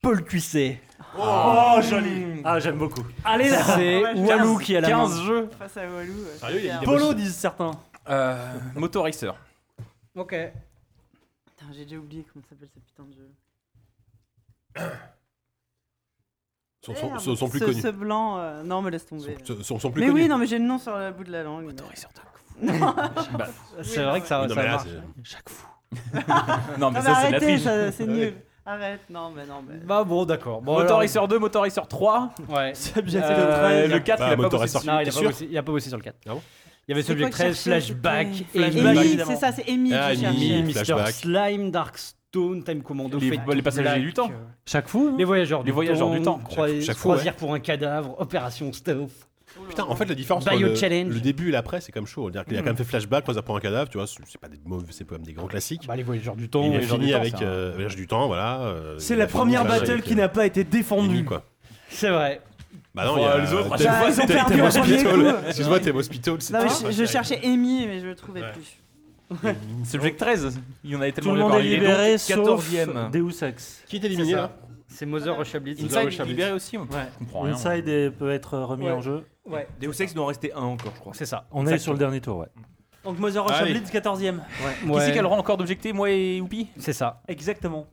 Paul Cuisset.
Oh, joli. Ah, j'aime beaucoup.
Allez là C'est Walou qui a la
15
main.
jeux.
Face à Walou. ouais,
Sérieux, il y a-
super.
il y a-
Polo, disent certains.
Euh, Moto Racer.
Ok.
Putain, j'ai déjà oublié comment s'appelle ce putain de jeu.
Sont, sont- sont- sont plus
Eh, ce,
connus.
ce blanc, euh, non, me laisse tomber.
Sont, sont- sont plus
Mais
connus.
oui, non, mais j'ai le nom sur le bout de la langue. mais-
C'est vrai que ça,
Non,
ça
mais là,
marche.
c'est-
Non,
Non,
mais
mais
ça, c'est de la
Ah bah, arrêtez,
triche.
ça, c'est nul. Arrête, non, mais non, mais.
Bah bon, d'accord. Bon,
Motor
alors-
Racer 2, Motor Racer 3.
Ouais.
C'est bien, c'est
Euh,
le 13.
le 4,
Bah,
il a pas
Motor
bossé
Racer.
dessus.
Non, il
T'es
a, pas
sûr
bossé, il a pas bossé sur le 4.
Ah bon
Il y avait
C'est
celui
quoi que je
13,
cherchais,
Flashback,
c'était
Amy,
Flashback,
Amy,
évidemment.
c'est ça, c'est Amy
Ah,
que
Amy.
je
Amy,
cherchais.
Mr.
Flashback.
Slime, Darkstone, Time Commando,
Les-
Fate to
les passagers
Black,
du temps.
euh,
Chaque hein. fou.
Les voyageurs du
Les voyageurs du temps.
croi-
Chaque- chaque fois,
croisière pour un cadavre, Opération Stealth.
Putain, en fait, la différence entre
Bio
le,
Challenge.
le début et l'après, c'est comme chaud. C'est-à-dire qu'il a quand même fait flashback, croise après un cadavre, tu vois, c'est c'est pas des mauvais, c'est quand même des grands classiques.
Bah, les voyageurs du temps.
il a
les gens du
fini
temps,
avec
ça.
euh, Voyage du temps, voilà. euh,
C'est
il a
la
fait
première
une flashback
battle
avec,
qui
euh,
n'a pas été défendue.
Amy, quoi.
C'est vrai.
Bah non, il y a
les autres, Euh, à
Thème-
chaque fois,
ils ont
Thème-
perdu
Thème
au premier
Hospital.
coup.
Excuse-moi, Thème Hospital, c'est
Non, mais
tout.
je, je cherchais Amy, mais je le trouvais
Ouais.
plus.
C'est le jeu 13. Il y en avait
Tout
tellement
le
bien
monde est
parlé.
libéré,
donc
sauf
14e.
Deus Ex.
Qui est éliminé
C'est ça.
là
C'est Mother Russia Blitz.
Inside
Inside
Blitz.
est libéré aussi. moi.
Ouais.
Je comprends rien.
Inside est- peut être remis
Ouais.
en jeu.
Ouais,
Deus Ex, il doit en rester un encore, je crois.
c'est ça.
On est sur le dernier tour, ouais.
Donc Mother Russia
Allez.
Blitz 14ème.
Ouais.
Qui c'est qu'elle aura encore d'objecter, moi et Oupi
C'est ça.
Exactement.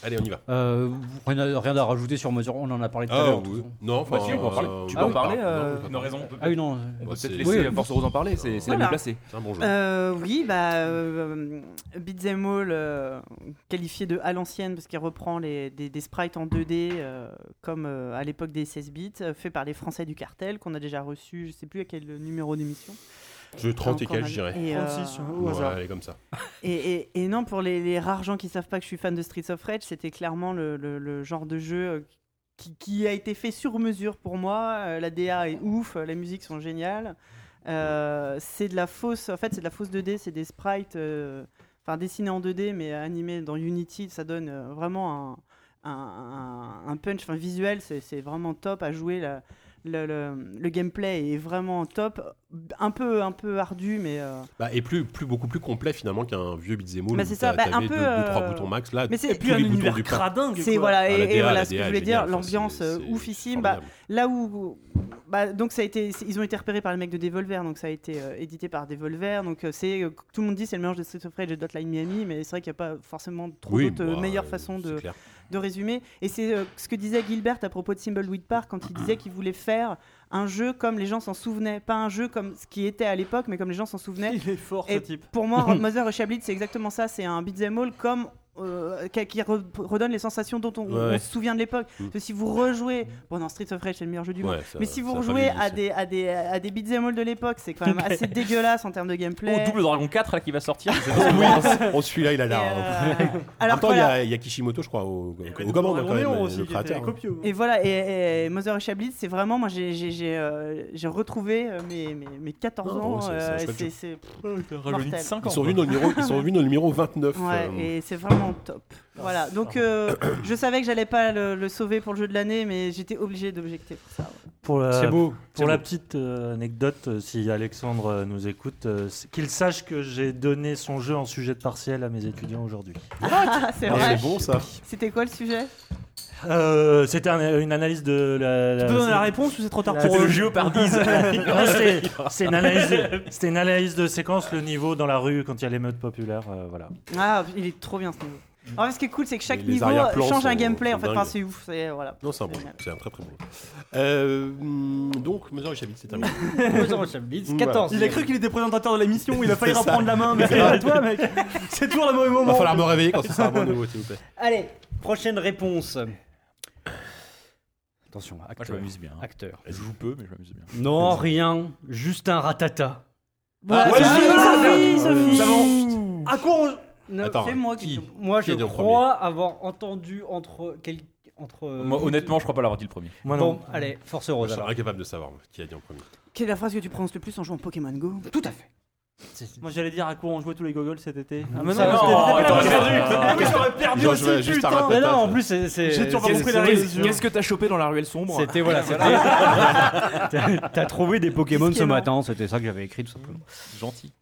Allez, on y va.
Euh, rien, à, rien à rajouter sur Mother. On en a parlé tout à
Ah,
l'heure.
oui. Non, enfin,
Bah, si, on peut en parler.
euh,
Tu
on
peux
peut
en parler,
Non,
euh,
on peut
On a
pas.
raison.
Ah oui, non.
On
Bah,
peut
c'est-
peut-être laisser
oui.
Force Rose en parler, c'est c'est la
Voilà.
mieux placée.
C'est un bon jeu.
Euh, oui, bah, euh, Beat'em All euh, qualifié de à l'ancienne parce qu'il reprend les, des, des sprites en 2D euh, comme euh, à l'époque des 16 bits, euh, fait par les Français du cartel qu'on a déjà reçu, je sais plus à quel numéro d'émission.
Je 30 et
Encore
quelques,
mal.
je dirais.
Et, euh,
36, hein, au
Ouais,
hasard.
elle est comme ça.
Et, et- et non, pour les, les rares gens qui savent pas que je suis fan de Streets of Rage, c'était clairement le, le- le genre de jeu euh, qui, qui a été fait sur mesure pour moi. Euh, La DA est ouf, euh, les musiques sont géniales. Euh, c'est de la fausse, en fait, c'est de la fausse 2D, c'est des sprites, euh, enfin dessinés en 2D mais animés dans Unity, ça donne euh, vraiment un, un- un- un punch, enfin visuel, c'est c'est vraiment top à jouer. la- le, le- le gameplay est vraiment top, un peu un peu ardu, mais euh,
Bah, et plus, plus, beaucoup plus complet finalement qu'un vieux beat'em all.
Bah,
où
c'est ça.
t'as-
Bah,
t'avais
un peu,
deux, deux, trois
euh,
boutons max là.
mais
t'as
c'est
Et puis
tous
un
les boutons
univers
du pain.
cradingue.
C'est
quoi.
voilà,
Ah,
et,
la
et
DA,
voilà
la
ce que
DA,
je voulais
elle est géniale.
dire,
Enfin,
l'ambiance
c'est-
euh,
c'est
oufissime. Bah,
formidable.
là où, bah, donc ça a été, c'est- ils ont été repérés par les mecs de Devolver, donc ça a été euh, édité par Devolver. Donc euh, c'est, euh, tout le monde dit c'est le mélange de Street of Rage et de Hotline Miami, mais c'est vrai qu'il n'y a pas forcément trop
Oui,
d'autres euh,
bah,
meilleures
euh,
façons
c'est
de,
clair.
de résumer. Et c'est euh, ce que disait Gilbert à propos de Thimbleweed Park quand il disait qu'il voulait faire un jeu comme les gens s'en souvenaient, pas un jeu comme ce qui était à l'époque, mais comme les gens s'en souvenaient.
Il est fort ce
Et
type.
Pour moi, Mother Russia Blitz, c'est exactement ça. C'est un beat'em all comme euh, qui qui re- redonne les sensations dont on,
Ouais.
on se souvient de l'époque.
Mm.
Parce que Si vous rejouez, bon, non, Street of Rage c'est le meilleur jeu du monde.
Ouais, ça-
Mais si vous
ça a pas
rejouez
vieilli,
à
ça.
des, à des, à des beat'em all de l'époque, c'est quand même assez dégueulasse en termes de gameplay.
Oh, double Dragon 4 là qui va sortir. C'est
Oh, oui, on- on suit là, il a
Et,
la.
euh,
En
alors
même temps, il y
voilà.
a- il y, a Kishimoto, je crois, au- aux commandes quand même, le hein. créateur.
Et voilà, et, et Mother Russia Blitz, c'est vraiment, moi j'ai- j'ai j'ai, euh, j'ai retrouvé euh, mes, mes, mes 14
Non,
ans.
non, c'est-
euh,
c'est un
et
chouette
c'est-
jeu.
c'est-
Rajeuni de
Mortel.
5 ans.
Ils sont venus dans le numéro, ils sont venus dans le numéro 29.
ouais,
euh,
et c'est vraiment mon top.
Ah,
Voilà, donc euh, je savais que j'allais pas le, le sauver pour le jeu de l'année, mais j'étais obligé d'objecter pour ça. ouais.
Pour la,
C'est beau.
Pour la petite euh, anecdote, euh, si Alexandre euh, nous écoute, euh, c'est- qu'il sache que j'ai donné son jeu en sujet de partiel à mes étudiants aujourd'hui.
Ah, c'est
Ah,
vrai.
c'est bon ça.
C'était quoi le sujet
Euh, C'était un- une analyse de la. la-
Tu peux donner la réponse ou c'est trop tard pour
C'était
eux
le Non, c'est- c'est une analyse de- C'était une analyse de séquence, le niveau dans la rue quand il y a l'émeute populaire. euh, voilà.
Ah, il est trop bien ce niveau. En fait, ce qui est cool, c'est que chaque
Les- Mm. les
niveau
arrière-plans
change un
sont-
gameplay. En
sont
fait,
dingues.
enfin, c'est ouf. C'est voilà.
Non, c'est un bon
Génial.
jeu. C'est un très très bon jeu. Euh, hum, donc, Mother et Chabit, c'est terminé.
Beats, 14.
Il a cru qu'il était présentateur de l'émission, il a failli
C'est ça.
reprendre la main, mais toi mec, c'est toujours le mauvais
Il va
moment.
falloir me réveiller quand ce sera bon nouveau, s'il vous plaît.
Allez, prochaine réponse. Attention,
Moi, je
acteur.
m'amuse bien. hein.
acteur.
Je joue peu, mais je m'amuse bien.
Non, rien, juste
Ah,
un Ah, ratata.
Voilà,
ouais,
c'est
j'ai-
Sophie, Sophie,
À quoi on... Ne-
Attends.
C'est moi qui.
Moi, je
Qui est en
crois avoir entendu entre... quel- entre...
Moi, honnêtement, je crois pas l'avoir dit le premier.
Moi non.
Bon, allez, force
Je
heureuse
serais
alors.
incapable de savoir moi, qui a dit en premier.
Quelle est la phrase que tu prononces le plus en jouant Pokémon Go
Tout à fait. C'est-
Moi j'allais dire à quoi on jouait tous les gogoles cet été. Ah, mais non,
Ça va.
c'était-
Non,
c'était pas
attends,
perdu.
attends,
Ah, mais j'aurais perdu
Genre,
aussi,
je vais juste
putain.
un rappel.
Mais non, en plus, c'est... c'est-
J'ai toujours pas
c'est-
compris
c'est-
la réalisation.
Qu'est-ce que t'as chopé dans la ruelle sombre
C'était voilà, c'était. T'as- T'as trouvé des Pokémon ce
Disquement.
matin, c'était ça que j'avais écrit tout simplement.
Gentil.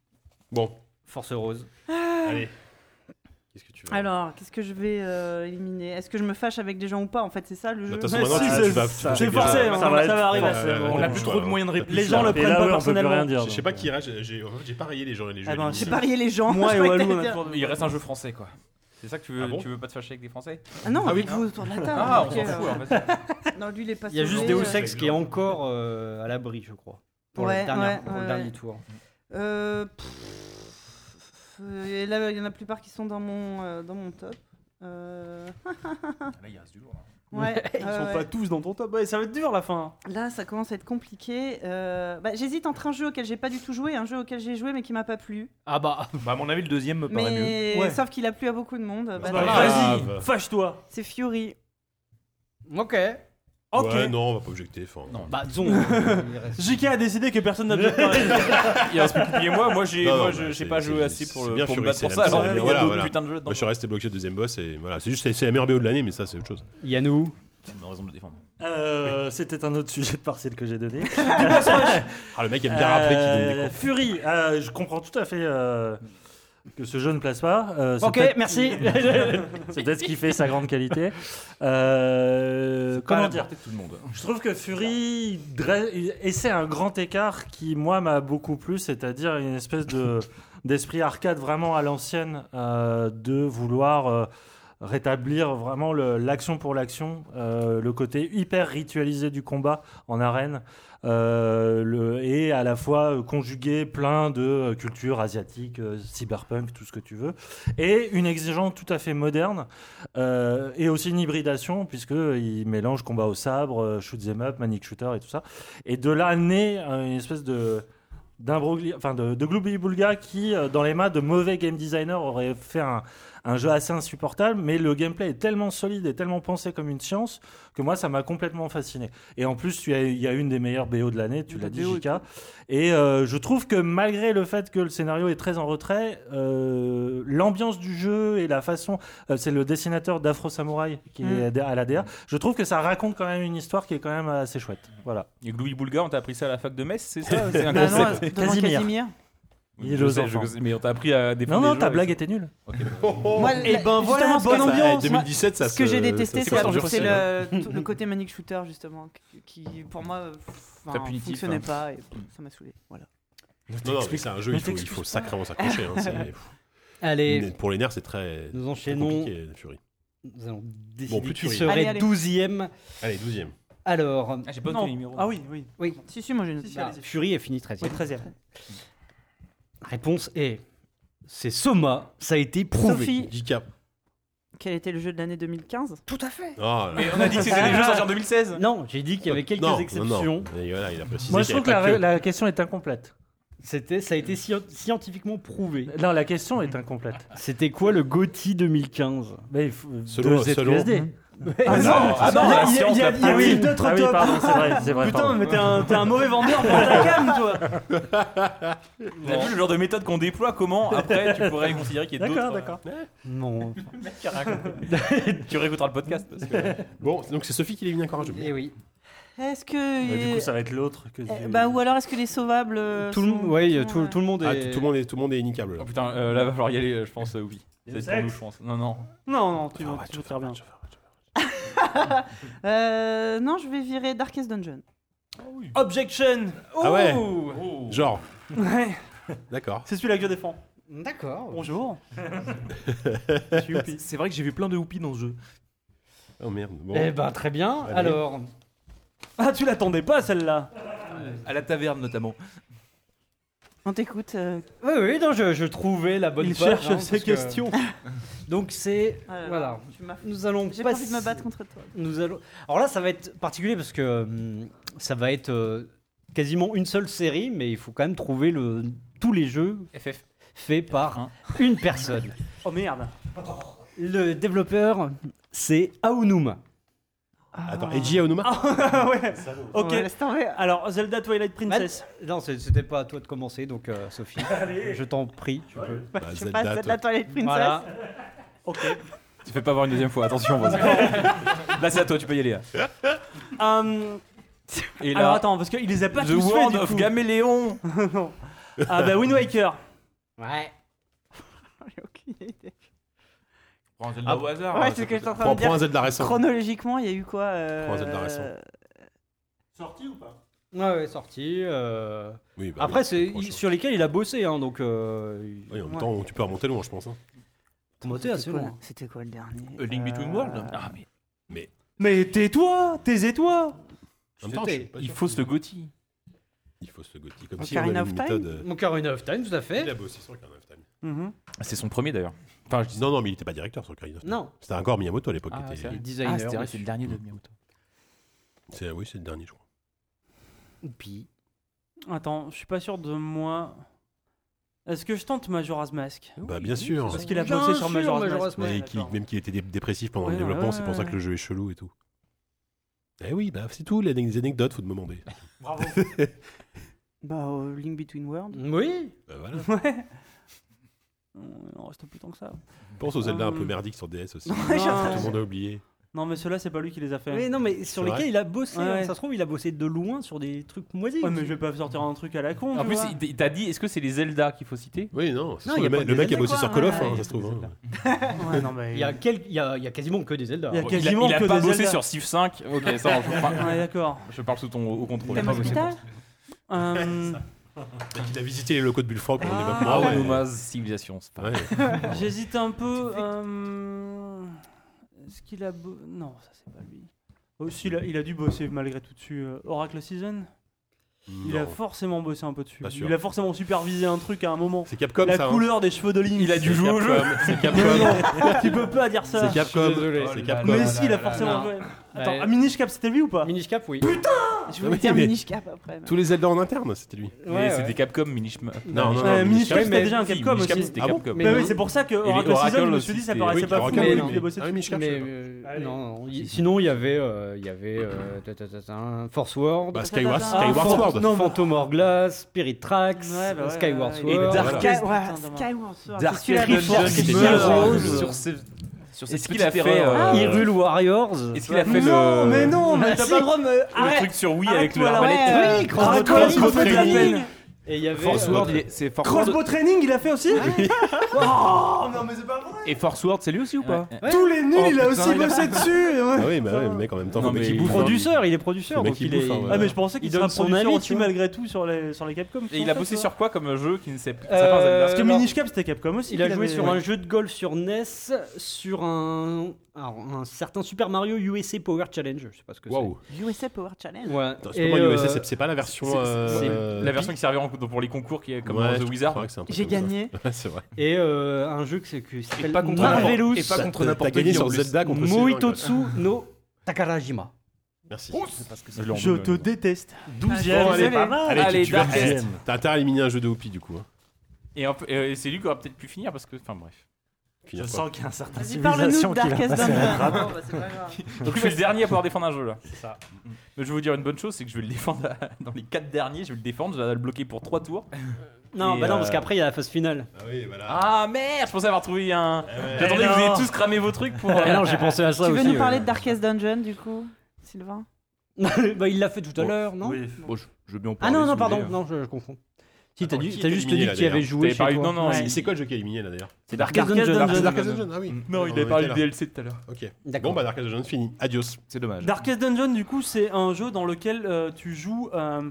Bon,
Force rose.
Ah,
allez. Qu'est-ce que tu veux
Alors, qu'est-ce que je vais euh, éliminer Est-ce que je me fâche avec des gens ou pas En fait, c'est ça le
Bah, De
jeu.
toute façon,
Mais
maintenant,
si,
tu- tu
c'est-
vas. tu vas-
C'est
tu
forcé,
vas-
hein,
Ça va être-
arriver.
Ouais, ouais,
On
ouais,
a
ouais,
plus
ouais,
trop de
ouais.
moyens de répliquer.
Les gens le
Et
prennent
là,
pas
ouais, on peut plus rien
personnellement.
dire.
Je sais
donc,
pas
euh,
qui ira, j'ai j'ai- j'ai pas rayé les gens et les jeux.
ben,
J'ai
c'est-
parié les gens.
Moi
je
et
croyais que
Walou, on
t'allais
a
dire.
toujours-
Il reste un jeu français, quoi. C'est ça que tu veux.
Ah bon
tu veux pas te fâcher avec des Français
Ah non,
Ah oui.
avec vous autour de la table.
Ah, on
ok,
s'en fout.
euh,
En fait.
Non, lui, il est pas
Il y a juste
sauvé,
Deus
euh,
Ex qui est encore euh, à l'abri, je crois. Pour,
Ouais,
le, dernier,
ouais,
pour le
ouais,
dernier
ouais.
tour.
Euh, pff, euh, et là, il y en a la plupart qui sont dans mon, euh, dans mon top. Euh,
Là, il reste du lourd. hein.
ouais,
Ils
ouais,
sont
ouais.
pas tous dans ton top. Ouais, ça va être dur la fin.
Là, ça commence à être compliqué. Euh, bah, J'hésite entre un jeu auquel j'ai pas du tout joué et un jeu auquel j'ai joué mais qui m'a pas plu.
Ah bah.
Bah, à mon avis, le deuxième me paraît mieux.
Mais
Ouais.
sauf qu'il a plu à beaucoup de monde. Bah,
pas
là,
grave.
Vas-y, fâche-toi.
C'est Fury.
Ok.
Ok.
Ouais, non, on va pas objecter. enfin.
Non.
Bah, disons. il reste-
JK a décidé que personne n'objecterait.
Il reste plus que lui et moi. Moi, j'ai
Non, non,
moi,
mais
je-
c'est-
j'ai pas
c'est-
joué assez pour
c'est
le
bien
pour
sûr,
me battre
c'est
pour
la-
ça. Alors,
c'est-
il y a
voilà,
d'autres
voilà.
putains de jeux dedans.
Moi, je suis resté bloqué au deuxième boss et voilà. C'est juste, c'est- c'est la meilleure BO de l'année, mais ça, c'est autre chose.
Yannou.
C'est une raison de le défendre.
euh, C'était un autre sujet de partiel que j'ai donné.
Ah, le mec aime bien rappeler qu'il donne des
Euh,
cours.
Fury, euh, je comprends tout à fait euh, que ce jeu ne place pas. Euh, c'est
Ok,
peut-être-
merci.
C'est peut-être ce qui fait sa grande qualité. Euh, comment
Pas
dire
à la portée de tout le monde.
Je trouve que Fury dre- il essaie un grand écart qui, moi, m'a beaucoup plu, c'est-à-dire une espèce de d'esprit arcade vraiment à l'ancienne euh, de vouloir euh, rétablir vraiment le- l'action pour l'action, euh, le côté hyper ritualisé du combat en arène. euh, le, et à la fois euh, conjuguer plein de euh, cultures asiatiques, euh, cyberpunk, tout ce que tu veux, et une exigence tout à fait moderne euh, et aussi une hybridation, puisqu'il mélange combat au sabre, euh, shoot 'em up, manic shooter et tout ça. Et de là naît euh, une espèce de d'imbrogli- enfin de, de Bulga qui, euh, dans les mains de mauvais game designer, aurait fait un, un jeu assez insupportable, mais le gameplay est tellement solide et tellement pensé comme une science que moi, ça m'a complètement fasciné. Et en plus, tu as- il y a une des meilleures BO de l'année, tu
La
l'as dit,
BO est
JK. Et euh, je trouve que malgré le fait que le scénario est très en retrait, euh, l'ambiance du jeu et la façon, euh, c'est le dessinateur d'Afro Samurai qui est à la DA, je trouve que ça raconte quand même une histoire qui est quand même assez chouette. Voilà.
Et Louis Boulga, on t'a appris ça à la fac de Metz, c'est ça C'est un
Bah non,
concept.
devant
Casimir.
Casimir.
Il est
Je
aux
sais, je
enfants.
sais, Mais on t'a appris à
Non,
défendre.
non,
les
ta
gens,
blague
et
était nulle.
Moi,
Et
la-
ben voilà,
justement, ce que-
bonne ambiance.
Ça, eh, 2017, ça
Ce que
se-
j'ai détesté,
ça
c'est
s'endurcit.
c'est le, tout- le côté manic shooter justement, qui- qui pour moi euh, enfin,
Très punitif,
fonctionnait
hein.
pas et ça m'a saoulé. Voilà.
Non, non, mais c'est un jeu, il faut, il faut sacrément s'accrocher. hein, c'est-
Allez,
Pour les nerfs, c'est très,
nous
très
enchaînons.
compliqué, Fury.
Nous allons
Bon,
décider
plus de
qui
Fury.
Allez,
serait
allez.
12ème.
Allez, 12ème.
Alors,
Ah, j'ai pas
Non.
noté les numéros.
Ah oui, oui.
Si, si, moi j'ai une
Si, si,
bah,
allez-y.
Fury est fini 13
Oui, 13
Réponse est. C'est Soma, ça a été prouvé.
Sophie,
Gika.
quel était le jeu de l'année 2015
Ah, là.
Mais on a dit que c'était des jeux sortis en 2016.
Non, j'ai dit qu'il y avait quelques
Non, non,
exceptions.
non. Et voilà, il a précisé
Moi, je
qu'il y
trouve
avait
que
pas
la,
que-
la question est incomplète.
C'était, ça a été scien- scientifiquement prouvé.
Non, la question est incomplète.
C'était quoi le GOTY 2015
Mais il faut-
Selon-
de ZQSD.
Ah non,
ah non, la
il y a-
science
il y a-
l'a
il y a
prouvé.
aussi d'autres
Ah oui,
tops.
pardon, c'est vrai, c'est vrai.
Putain,
pardon.
mais t'es un, t'es un mauvais vendeur pour ta cam, toi.
On a vu le genre de méthode qu'on déploie, comment après tu pourrais considérer qu'il y a d'autres. euh,
D'accord, d'accord. Non.
Tu réécouteras le podcast parce que.
Bon, donc c'est Sophie qui l'élimine encore un jeu.
Et Eh oui.
Est-ce
Bah,
que.
du coup, ça va être l'autre que
Eh,
tu-
bah, ou alors est-ce que les sauvables. euh,
Tout le,
sont-
ouais,
sont,
tout,
euh,
tout le monde est.
Ah, tout, tout le monde est, tout le monde est niquable là.
Oh putain, euh, là va falloir y aller, euh, je pense, euh, oui. C'est pour nous, je pense. Non, non.
Non, non,
Ah,
tu vas tout faire bien.
euh, non, je vais virer Darkest Dungeon.
Objection
Ah ouais.
Oh.
Genre,
Ouais,
d'accord.
c'est celui-là que je défends.
D'accord.
Bonjour.
C'est vrai que j'ai vu plein de hoopies dans ce jeu.
Oh merde. Bon.
Eh ben, très bien.
Allez.
Alors,
Ah, tu l'attendais pas celle-là
À la taverne notamment.
On t'écoute. euh,
oui, oui, non, je, je trouvais la bonne
Il
page,
cherche
hein,
ses
parce que-
questions.
Donc c'est
ah là là,
voilà.
tu m'as-
Nous allons
J'ai pas
passer-
envie de me battre contre toi.
Nous allons. Alors là, ça va être particulier parce que hum, ça va être euh, quasiment une seule série, mais il faut quand même trouver le tous les jeux
FF.
faits par
Hein.
une personne.
Oh merde.
Le développeur, c'est Aonuma.
Attends, Eiji Aonuma
Ah ouais. Ok.
Ouais, laisse tomber.
Alors, Zelda Twilight Princess.
Non, c'est- c'était pas à toi de commencer, donc euh, Sophie, je t'en prie. tu peux.
Bah,
Je
Zelda,
passe de la
toi.
Twilight Princess.
Voilà.
Tu fais pas avoir une deuxième fois, attention. parce que- là, c'est à toi, tu peux y aller. là.
Hum,
Et là,
alors attends, parce qu'il les a pas
The
tous faits
World
du
of
coup.
Gaméléon.
Non. Ah bah Wind Waker.
Ouais.
J'ai aucune idée.
Prends un
Ah,
Zelda
Ah,
au
hein,
hasard.
Ouais,
ça
c'est ce que
peut-
je suis en train
Prends,
de
prends
dire.
un Z de la récente.
Chronologiquement, il y a eu quoi euh,
Prends un Z de la récente.
euh,
Sorti ou pas
Ouais, ouais, sorti. euh,
Oui, bah,
Après,
oui,
c'est
prochain.
il- sur lesquels il a bossé, hein, donc. euh, il-
Oui, en même temps, tu peux remonter loin, je pense. hein.
il a bossé assez
C'était quoi,
loin.
c'était quoi le dernier Euh,
A Link
Euh,
Between Worlds
Ah, mais
Mais tais-toi, taisez-toi.
En même temps, je suis
C'était-
pas
il
sûr.
faut se le gothi.
Il faut se goûter. Comme
En
si on
Ocarina
avait une
of Time
méthode. euh,
Mon cœur une of Time, tout à
Il
fait.
a bossé sur Ocarina of Time.
Mhm.
C'est son premier d'ailleurs. Enfin, je dis
Non, non, mais il était pas directeur sur Ocarina of Time.
Non,
C'était encore Miyamoto à l'époque.
Ah,
qui était-
c'est vrai.
designer.
c'est le dernier de Miyamoto.
c'est- Oui, c'est le dernier, je crois.
Oupi.
Attends, je suis pas sûr de moi. Est-ce que je tente Majora's Mask
Bah, bien sûr.
Parce qu'il a
Bien
bossé sur
sûr,
Majora's,
Majora's Mask.
Mask.
Mais
Ouais,
qui,
d'accord.
même qu'il était dé- dépressif pendant le
Ouais,
développement,
ouais,
c'est pour ça
ouais.
que le jeu est chelou et tout. Eh oui, bah c'est tout, les, les anecdotes, faut de me demander.
Bah, euh, Link Between Worlds.
Oui.
Bah, voilà.
Ouais. Il en reste plus tant que ça.
Pense aux Zelda un peu
Ah.
Euh,
Hum.
merdiques sur DS aussi.
Ouais, j'ai
Tout le
l'impression.
monde a oublié.
non mais ceux-là c'est pas lui qui les a fait.
Mais non, mais sur
C'est
lesquels
vrai.
il a bossé.
Ouais,
hein.
ouais.
Ça se trouve, il a bossé de loin sur des trucs moisis.
Ouais, mais je vais pas sortir un truc à la con.
En
tu
plus,
vois.
il t- il t'a dit, est-ce que c'est les Zelda qu'il faut citer
Oui, non.
Non,
non
il y a
le,
pas
mec-
que
le
des
mec a
Zelda,
bossé
quoi,
sur Call of,
ouais,
hein,
il y a
ça se trouve.
des
hein.
Zelda.
Ouais, non, mais-
Il y, a quel- il y a- il y a quasiment que des Zelda.
Il y a
Bon, Il a,
quasiment
il a
que
pas
des
bossé
Zelda.
sur Civ 5. Ok, ça, on- enfin,
Ouais, d'accord.
je parle sous ton haut contrôle.
Thème hospital
Euh,
Il a visité les locaux de Bullfrog pour le développement.
Ah
ouais.
ouais, Noma's Civilization, c'est pas
Ouais.
J'hésite un peu. euh, Est-ce qu'il a. bo- Non, ça c'est pas lui. Aussi, il a, il a dû bosser malgré tout dessus. euh, Oracle Season Il a
Non.
forcément bossé un peu dessus.
Pas sûr.
Il a forcément supervisé un truc à un moment.
C'est Capcom,
La
ça. hein.
couleur des cheveux de Link.
Il a dû
C'est
jouer au jeu.
Capcom, C'est
Non,
Capcom.
non, tu peux pas dire ça.
C'est Capcom.
désolé.
C'est
Oh là
Capcom.
Mais si, il a forcément
Ah, là.
joué. Attends,
Ouais.
à Minish Cap, c'était lui ou pas
Minish Cap, oui.
Ah,
Je
mais-
voulais dire
mais-
Minish Cap après. mais-
Tous les Zelda en interne, c'était lui.
Mais
Ouais,
c'était
ouais.
Capcom, Minish. Ma-
Non, non,
Euh,
non.
Minish Cap,
Oui,
c'était
mais-
déjà un Capcom
Minish Cap,
aussi.
c'était
Ah bon
Capcom.
Mais
Bah
non.
oui, c'est pour ça que Oracle
Oracle
Season, je me suis
aussi,
dit, ça
c'était-
paraissait
oui,
pas fou
Oracle,
qu'il
oui,
ait- qu'il ait bossé
Ah oui,
dessus.
Minish Cap.
Mais
je-
euh,
Allez.
non, non, y- sinon il y avait, euh, il y avait euh, ta- ta- ta- ta- Force World,
Bah, Skyward,
Ah, bah-
Skyward
Phantom-
Sword.
non, Phantom Hourglass, Spirit Tracks,
Ouais, bah ouais,
euh,
Skyward
ouais,
Sword,
ouais.
Et Dark-
Voilà.
Sky-
Darkest-
ouais,
Putain, dommage.
Skyward Sword.
Dark
c'est celui-là
Dungeon,
avec Force
qui euh,
qui
meurt.
meurt.
Rose.
Sur ce- sur cette
Est-ce qu'il
petite
a fait,
affaire,
euh,
euh,
Hyrule Warriors.
Est-ce qu'il a fait
Ah, Non,
le...
mais non, mais
Ah,
t'as
si.
pas le droit de me.
le
Arrête
truc sur Wii
Arrête,
avec le
toi, là,
arbalète
Ouais,
Oui,
euh,
Crossbow
Oracle
Training.
Season, fait de la peine.
Et il y avait
Force
euh,
World, il est- c'est Force World.
Crossbow Training, il a fait
Ah
aussi
Oh,
Oh,
Et Force World, c'est lui aussi ou pas
Tous les nuls,
Oh,
il a
putain,
aussi
il a-
bossé dessus ouais.
Ah oui, bah ouais, le mec en même temps,
Non,
faut le mec
mais
qui
il
bouffe. hein.
producteur, il est producteur,
Le mec,
donc
il
il
bouffe,
est.
hein, ouais.
Ah, mais je pensais qu'il
Il
sera
donne son
producteur
avis,
aussi
tu vois.
malgré tout sur les, sur les Capcom.
Et il a bossé sur quoi comme jeu qui ne sait pas
Euh,
Zelda
Parce que
alors-
Minish Cap, c'était Capcom aussi.
Il a
qu'il
joué
avait-
sur un jeu de golf sur NES, sur un, alors, un certain Super Mario USA Power Challenge. Je sais pas ce que
Waouh.
USA Power Challenge.
c'est. Ouais.
Attends,
Et,
c'est pas moi,
euh,
USA, c'est- c'est pas la version.
c'est-
euh,
La version qui servait en- pour les concours qui est comme
Ouais,
dans The
je
Wizard.
crois que c'est un peu
J'ai
comme ça.
gagné.
Ouais, c'est vrai.
et, euh, un jeu qui s'est- qui s'appelle
pas contre
Marvelous
n'importe- et pas contre
T'as-
n'importe
T'as gagné
qui, en
sur
plus.
Zelda contre Sylvain,
Moitotsu no Takarajima.
quoi. Merci.
Oh,
Je te
euh.
déteste.
12
Bon,
e
allez, allez, tu-
Allez,
tu vas-
Darkest.
T'as intérêt à éliminer un jeu de Hopi du coup. hein.
Et, un peu- et c'est lui qui aura peut-être pu finir parce que. Enfin bref.
Finir
Je
quoi
sens qu'il y a un certain
Vas-y, parle-nous
civilisation
de
qui l'a
Darkest
passé.
Dungeon. Bon, bah, c'est pas grave.
Donc je suis le dernier à pouvoir défendre un jeu là. C'est ça. Mais je vais vous dire une bonne chose, c'est que je vais le défendre à- dans les 4 derniers, je vais le défendre, je vais le bloquer pour 3 tours.
Non,
Et,
bah non,
euh,
parce qu'après il y a la phase finale.
Ah oui, voilà.
Ah merde, je pensais avoir trouvé un. J'attendais
Eh
que vous ayez
non.
tous cramé vos trucs pour. euh,
Ah non, j'ai pensé à ça
Tu
aussi.
veux nous parler
ouais.
de Darkest Dungeon du coup, Sylvain
Bah il l'a fait tout à l'heure, non
Oui.
Bon, je, je veux bien en
Ah
parler,
non,
si
non,
vous
pardon,
voulez.
non, je, je confonds. Si, t'as
Attends,
dû-
qui
t'as
est
juste
éliminé,
dit
là,
qu'il avait
d'ailleurs
joué
T'avais
chez
parlé-
toi.
Non, non,
Ouais.
il-
C'est quoi le jeu qui a éliminé là d'ailleurs
c'est
Darkest
Darkest
Dungeon.
Dungeon.
C'est
Darkest
Darkest Dungeon, ah oui.
Non, il
On
avait parlé
était
du
là.
DLC tout à l'heure.
Ok. Bon,
D'accord.
bah Darkest Dungeon, fini. Adios.
C'est dommage.
Darkest Dungeon, du coup, c'est un jeu dans lequel euh, tu joues, euh,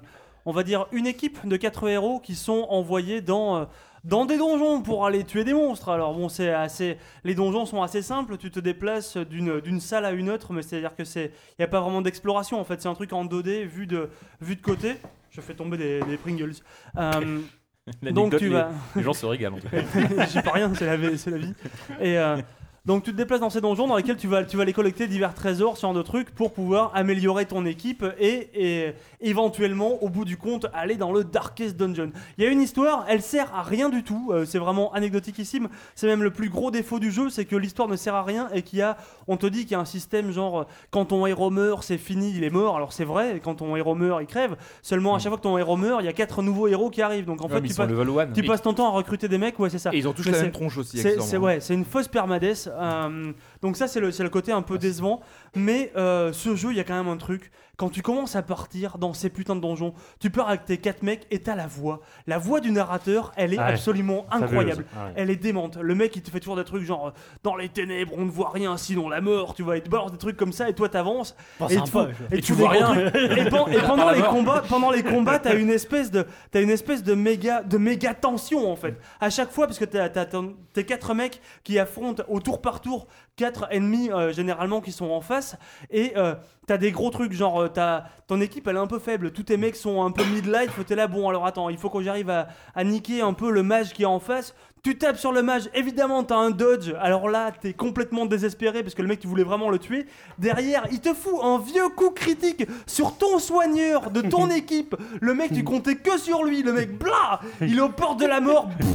on va dire, une équipe de quatre héros qui sont envoyés dans, euh, dans des donjons pour aller tuer des monstres. Alors, bon, c'est assez. Les donjons sont assez simples, tu te déplaces d'une d'une salle à une autre, mais c'est-à-dire que c'est. Il n'y a pas vraiment d'exploration, en fait, c'est un truc en 2D vu de, vu de côté. Je fais tomber des, des Pringles. Euh, donc,
L'anecdote,
tu
les-
vas.
Les gens se régalent en tout cas.
J'y peux rien, c'est la, vie- c'est la vie. Et euh, donc tu te déplaces dans ces donjons dans lesquels tu vas, tu vas aller collecter divers trésors, ce genre de trucs, pour pouvoir améliorer ton équipe et, et éventuellement, au bout du compte, aller dans le Darkest Dungeon. Il y a une histoire, elle sert à rien du tout, euh, c'est vraiment anecdotiquissime, c'est même le plus gros défaut du jeu, c'est que l'histoire ne sert à rien et qu'il y a, on te dit qu'il y a un système genre, euh, quand ton héros meurt, c'est fini, il est mort, alors c'est vrai, quand ton héros meurt, il crève, seulement à chaque fois que ton héros meurt, il y a quatre nouveaux héros qui arrivent, donc en fait
ils
tu
sont
passes...
level 1.
Tu passes ton temps à recruter des mecs, ouais, c'est ça.
Et ils ont tous
Mais
la
c'est-
même tronche aussi.
C'est c'est-
accessoirement. hein.
ouais, c'est une fausse permadesse. euh, donc ça, c'est le, c'est le côté un
Ah,
peu décevant. Mais euh, ce jeu, il y a quand même un truc. Quand tu commences à partir dans ces putains de donjons, tu pars avec tes quatre mecs et t'as la voix. La voix du narrateur, elle est
Ah Ouais.
absolument
Fabuleuse.
incroyable.
Ah ouais.
Elle est démente. Le mec, il te fait toujours des trucs genre euh, dans les ténèbres, on ne voit rien sinon la mort. Tu vois, il te balance des trucs comme ça et toi t'avances
Bon,
et,
c'est
tu-
sympa,
et
Et
tu
tu vois
vois rien.
rien.
Et, pen- et pendant
Par
les
la mort.
combats, pendant les combats, t'as une espèce de, t'as une espèce de méga, de méga tension en fait. À chaque fois, parce que t'as, t'as ton- tes quatre mecs qui affrontent au tour par tour quatre ennemis euh, généralement qui sont en face, et euh, t'as des gros trucs genre euh, t'as, ton équipe elle est un peu faible, tous tes mecs sont un peu mid-life, t'es là bon alors attends, il faut que j'arrive à, à niquer un peu le mage qui est en face. Tu tapes sur le mage, évidemment t'as un dodge, alors là t'es complètement désespéré parce que le mec tu voulais vraiment le tuer. Derrière, il te fout un vieux coup critique sur ton soigneur de ton équipe. Le mec, tu comptais que sur lui. Le mec, bla Il est aux portes de la mort. Pff,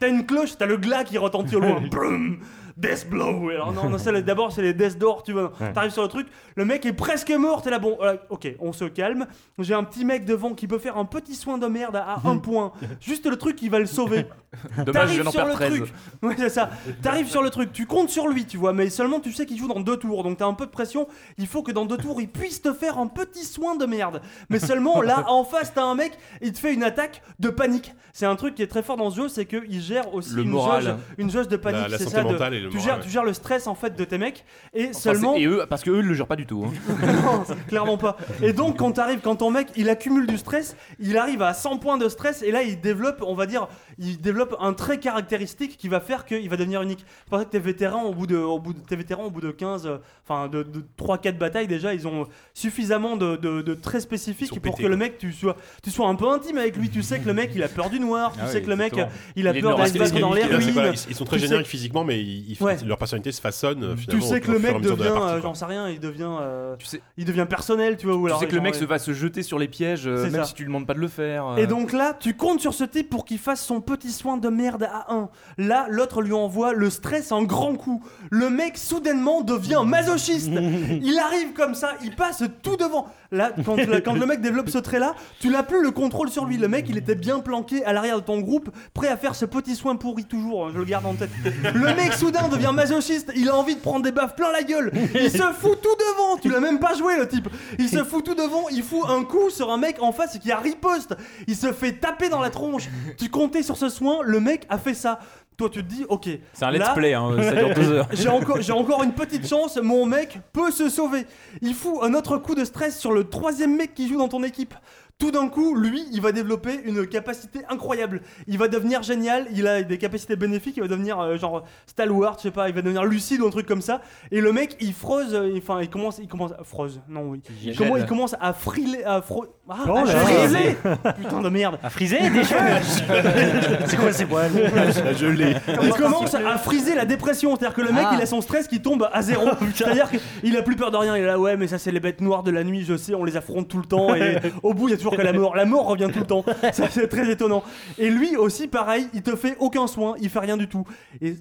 T'as une cloche, t'as le glas qui retentit au loin. Brum Death blow. Alors non, non, ça, là, d'abord c'est les death door, tu vois. T'arrives sur le truc, le mec est presque mort. T'es là, bon, euh, ok, on se calme. J'ai un petit mec devant qui peut faire un petit soin de merde à, à un point. Juste le truc qui va le sauver.
Dommage, je viens
T'arrives
d'en
sur
perdre
le
13.
truc. Ouais, c'est ça. T'arrives sur le truc. Tu comptes sur lui, tu vois, mais seulement tu sais qu'il joue dans deux tours. Donc t'as un peu de pression. Il faut que dans deux tours, il puisse te faire un petit soin de merde. Mais seulement là, en face, t'as un mec. Il te fait une attaque de panique. C'est un truc qui est très fort dans ce jeu, c'est qu'il gère aussi
Le
une
moral.
jauge, une jauge de panique.
La- la
c'est
santé
ça, de-
mentale et le
tu,
moral,
gères,
ouais.
tu gères le stress en fait de tes mecs et
Enfin,
seulement.
c'est- et eux, parce que eux, ils le gèrent pas du tout. hein.
Non, clairement pas. Et donc, quand t'arrives, quand ton mec il accumule du stress, il arrive à 100 points de stress et là il développe, on va dire, il développe un trait caractéristique qui va faire qu'il va devenir unique. C'est pour ça que tes vétérans, au bout de, au bout de, tes vétérans, au bout de 15, euh, enfin de, 3-4 batailles déjà, ils ont suffisamment de, de- de
Ils
traits
sont
spécifiques pour
pétés,
que le
quoi.
mec, tu sois, tu sois un peu intime avec lui. Tu sais que le mec il a peur du noir, tu
Ah
sais
oui,
que le mec
exactement.
il a
Il est
peur
noir.
d'aller se
Parce
battre
que
dans les
les-
Là, c'est pas-
ruines.
ils ils sont très
Tu sais-
génériques physiquement, mais ils- ils-
Ouais.
leur personnalité se façonne euh,
Tu
finalement.
sais
au-
que
au
le
fur et à
mec
mesure de la
devient,
partie,
euh,
quoi.
j'en sais rien, il devient, euh,
Tu sais,
il devient personnel, tu vois. Ou
tu
alors
sais que le
genre,
mec
ouais.
se va se jeter sur les pièges, euh,
C'est
même
ça.
si tu lui demandes pas de le faire. euh.
Et donc là, tu comptes sur ce type pour qu'il fasse son petit soin de merde à un. Là, l'autre lui envoie le stress en grand coup. Le mec, soudainement, devient masochiste. Il arrive comme ça, il passe tout devant. Là, quand, la- quand le mec développe ce trait-là, tu n'as plus le contrôle sur lui. Le mec, il était bien planqué à l'arrière de ton groupe, prêt à faire ce petit soin pourri toujours. hein, Je le garde en tête. Le mec, soudain, devient masochiste. Il a envie de prendre des baffes plein la gueule. Il se fout tout devant. Tu l'as même pas joué, le type. Il se fout tout devant. Il fout un coup sur un mec en face qui a riposte. Il se fait taper dans la tronche. Tu comptais sur ce soin. Le mec a fait ça. Toi, tu te dis, ok,
C'est un let's
Là-
play, hein, ça dure deux heures.
j'ai encore, j'ai encore une petite chance, mon mec peut se sauver. Il fout un autre coup de stress sur le troisième mec qui joue dans ton équipe. Tout d'un coup, lui, il va développer une capacité incroyable. Il va devenir génial, il a des capacités bénéfiques, il va devenir euh, genre stalwart, je sais pas, il va devenir lucide ou un truc comme ça. Et le mec, il froze, euh, enfin, il commence, il commence, froze, non oui. Il, comment- il commence à friler, à fro... ah,
là
à
là.
friser Putain de merde.
Oh À friser des C'est quoi ces poils
Je l'ai.
Il commence à friser la dépression, c'est-à-dire que le mec
Ah.
il a son stress qui tombe à zéro. c'est-à-dire qu'il a plus peur de rien. Il est là, ouais, mais ça c'est les bêtes noires de la nuit, je sais, on les affronte tout le temps et au bout il y a toujours que la mort. La mort revient tout le temps. Ça c'est très étonnant. Et lui aussi, pareil, il te fait aucun soin, il fait rien du tout. Et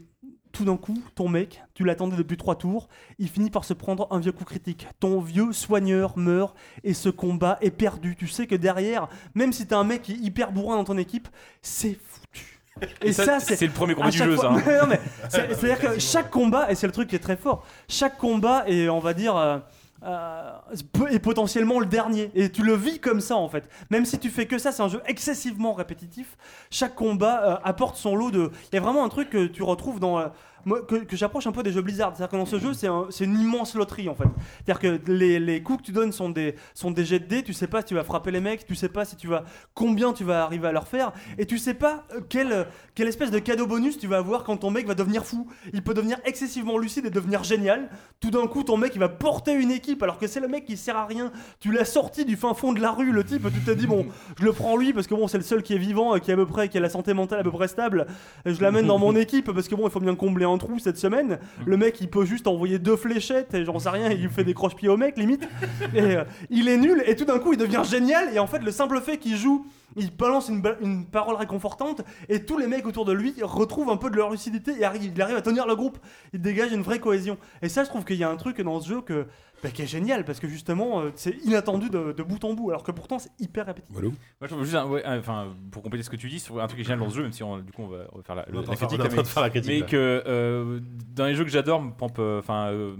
tout d'un coup, ton mec, tu l'attendais depuis trois tours, il finit par se prendre un vieux coup critique. Ton vieux soigneur meurt et ce combat est perdu. Tu sais que derrière, même si t'as un mec qui est hyper bourrin dans ton équipe, c'est foutu. Et, ça, c'est
le premier
à
combat du
chaque
jeu, ça. hein.
fois- Non, mais c'est- C'est-à-dire que chaque combat, et c'est le truc qui est très fort, chaque combat est, on va dire, euh, euh, peut- est potentiellement le dernier. Et tu le vis comme ça, en fait. Même si tu fais que ça, c'est un jeu excessivement répétitif. Chaque combat euh, apporte son lot de. Il y a vraiment un truc que tu retrouves dans. euh, moi, que, que j'approche un peu des jeux Blizzard. C'est-à-dire que dans ce jeu, c'est un- c'est une immense loterie en fait. C'est-à-dire que les, les coups que tu donnes sont des, sont des jets de dés, tu sais pas si tu vas frapper les mecs, tu sais pas si tu vas combien tu vas arriver à leur faire, et tu sais pas euh, quelle, euh, quelle espèce de cadeau bonus tu vas avoir quand ton mec va devenir fou. Il peut devenir excessivement lucide et devenir génial. Tout d'un coup, ton mec il va porter une équipe alors que c'est le mec qui sert à rien. Tu l'as sorti du fin fond de la rue, le type, tu t'es dit bon, je le prends lui parce que bon, c'est le seul qui est vivant, euh, qui est à peu près, qui a la santé mentale à peu près stable. Euh, Je l'amène dans mon équipe parce que bon, il faut bien combler un trou cette semaine. Le mec, il peut juste envoyer deux fléchettes et j'en sais rien, il fait des croche-pieds au mec limite. Et euh, il est nul et tout d'un coup, il devient génial. Et en fait, le simple fait qu'il joue, il balance une, ba- une parole réconfortante et tous les mecs autour de lui retrouvent un peu de leur lucidité et arrivent, il arrive à tenir le groupe. Il dégage une vraie cohésion. Et ça, je trouve qu'il y a un truc dans ce jeu que, bah, qui est génial parce que justement, euh, c'est inattendu de, de bout en bout alors que pourtant, c'est hyper répétitif.
Voilà.
Moi, je trouve juste un- ouais, un- enfin, pour compléter ce que tu dis, sur un truc qui est génial dans ce jeu, même si on, du coup on va refaire la,
On est en train de
la critique.
faire- on est en train de faire la
mais-
critique,
Mais
là.
que euh, dans les jeux que j'adore, me pompe, euh, enfin, euh,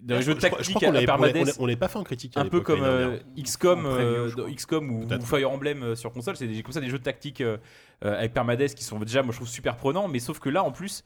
dans les
Je
jeux
crois- je
tactiques
crois qu'on
à-
l'avait-
à
on l'avait-
permadeath,
on l'avait- on l'avait pas fait en critique. à
un peu
l'époque,
comme
l'année
euh,
dernière.
XCOM,
En
euh,
preview,
dans XCOM ou,
Peut-être.
ou Fire Emblem euh, sur console, c'est des- comme ça des jeux de tactique euh, euh, avec permadeath qui sont déjà, moi je trouve super prenants, mais sauf que là en plus.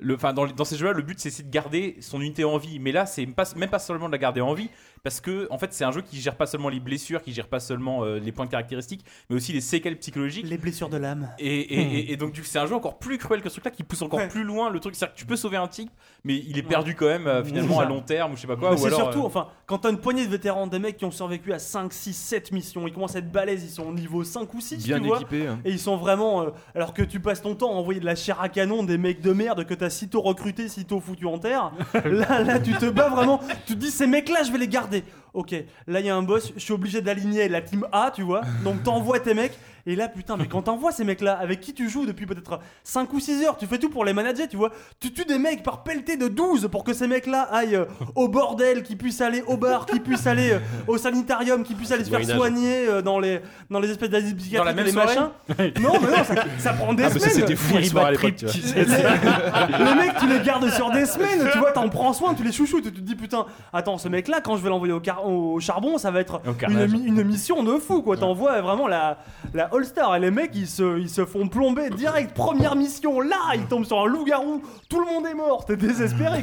Le, enfin, dans, les- dans ces jeux-là, le but c'est c'est de garder son unité en vie. Mais là, c'est pas- même pas seulement de la garder en vie, parce que en fait, c'est un jeu qui gère pas seulement les blessures, qui gère pas seulement euh, les points de caractéristiques, mais aussi les séquelles psychologiques.
Les blessures de l'âme.
Et, et-
Hmm.
et- et donc du coup, c'est un jeu encore plus cruel que ce truc-là qui pousse encore
Ouais.
plus loin le truc. C'est-à-dire que tu peux sauver un type, mais il est perdu quand même euh, finalement
C'est
à
ça.
long terme ou je sais pas quoi.
Mais
ou
c'est
alors,
surtout,
euh,
enfin, quand t'as une poignée de vétérans, des mecs qui ont survécu à 5, 6, 7 missions, ils commencent à être balèzes, ils sont au niveau 5 ou 6,
Bien
tu vois.
équipé. hein.
Et ils sont vraiment. euh, alors que tu passes ton temps à envoyer de la chair à canon des mecs de merde que t'as sitôt recruté, sitôt foutu en terre. là, là, tu te bats vraiment. Tu te dis, ces mecs-là, je vais les garder. Ok, là, il y a un boss, je suis obligé d'aligner la team A, tu vois. Donc t'envoies tes mecs. Et là, putain, mais quand t'envoies ces mecs-là, avec qui tu joues depuis peut-être 5 ou 6 heures, tu fais tout pour les manager, tu vois. Tu tues des mecs par pelleté de 12 pour que ces mecs-là aillent euh, au bordel, qu'ils puissent aller au bar, qu'ils puissent aller euh, au sanitarium, qu'ils puissent aller se faire
Moyen-Âge.
soigner euh, dans, les, dans les espèces d'asiles psychiatriques,
même
les
soirée
machins. Non, mais non, ça, ça prend des
Ah, mais ça,
semaines.
c'était fou l'histoire à l'époque, tu vois.
Les, les mecs, tu les gardes sur des semaines, tu vois, t'en prends soin, tu les chouchoutes, tu te dis putain, attends, ce mec-là, quand je vais l'envoyer au, car- au charbon, ça va être
Au
une,
carnage.
mi- une mission de fou, quoi. T'envoies vraiment la, la All-Star et les mecs, ils se, ils se font plomber direct. Première mission, là, ils tombent sur un loup-garou, tout le monde est mort, t'es désespéré,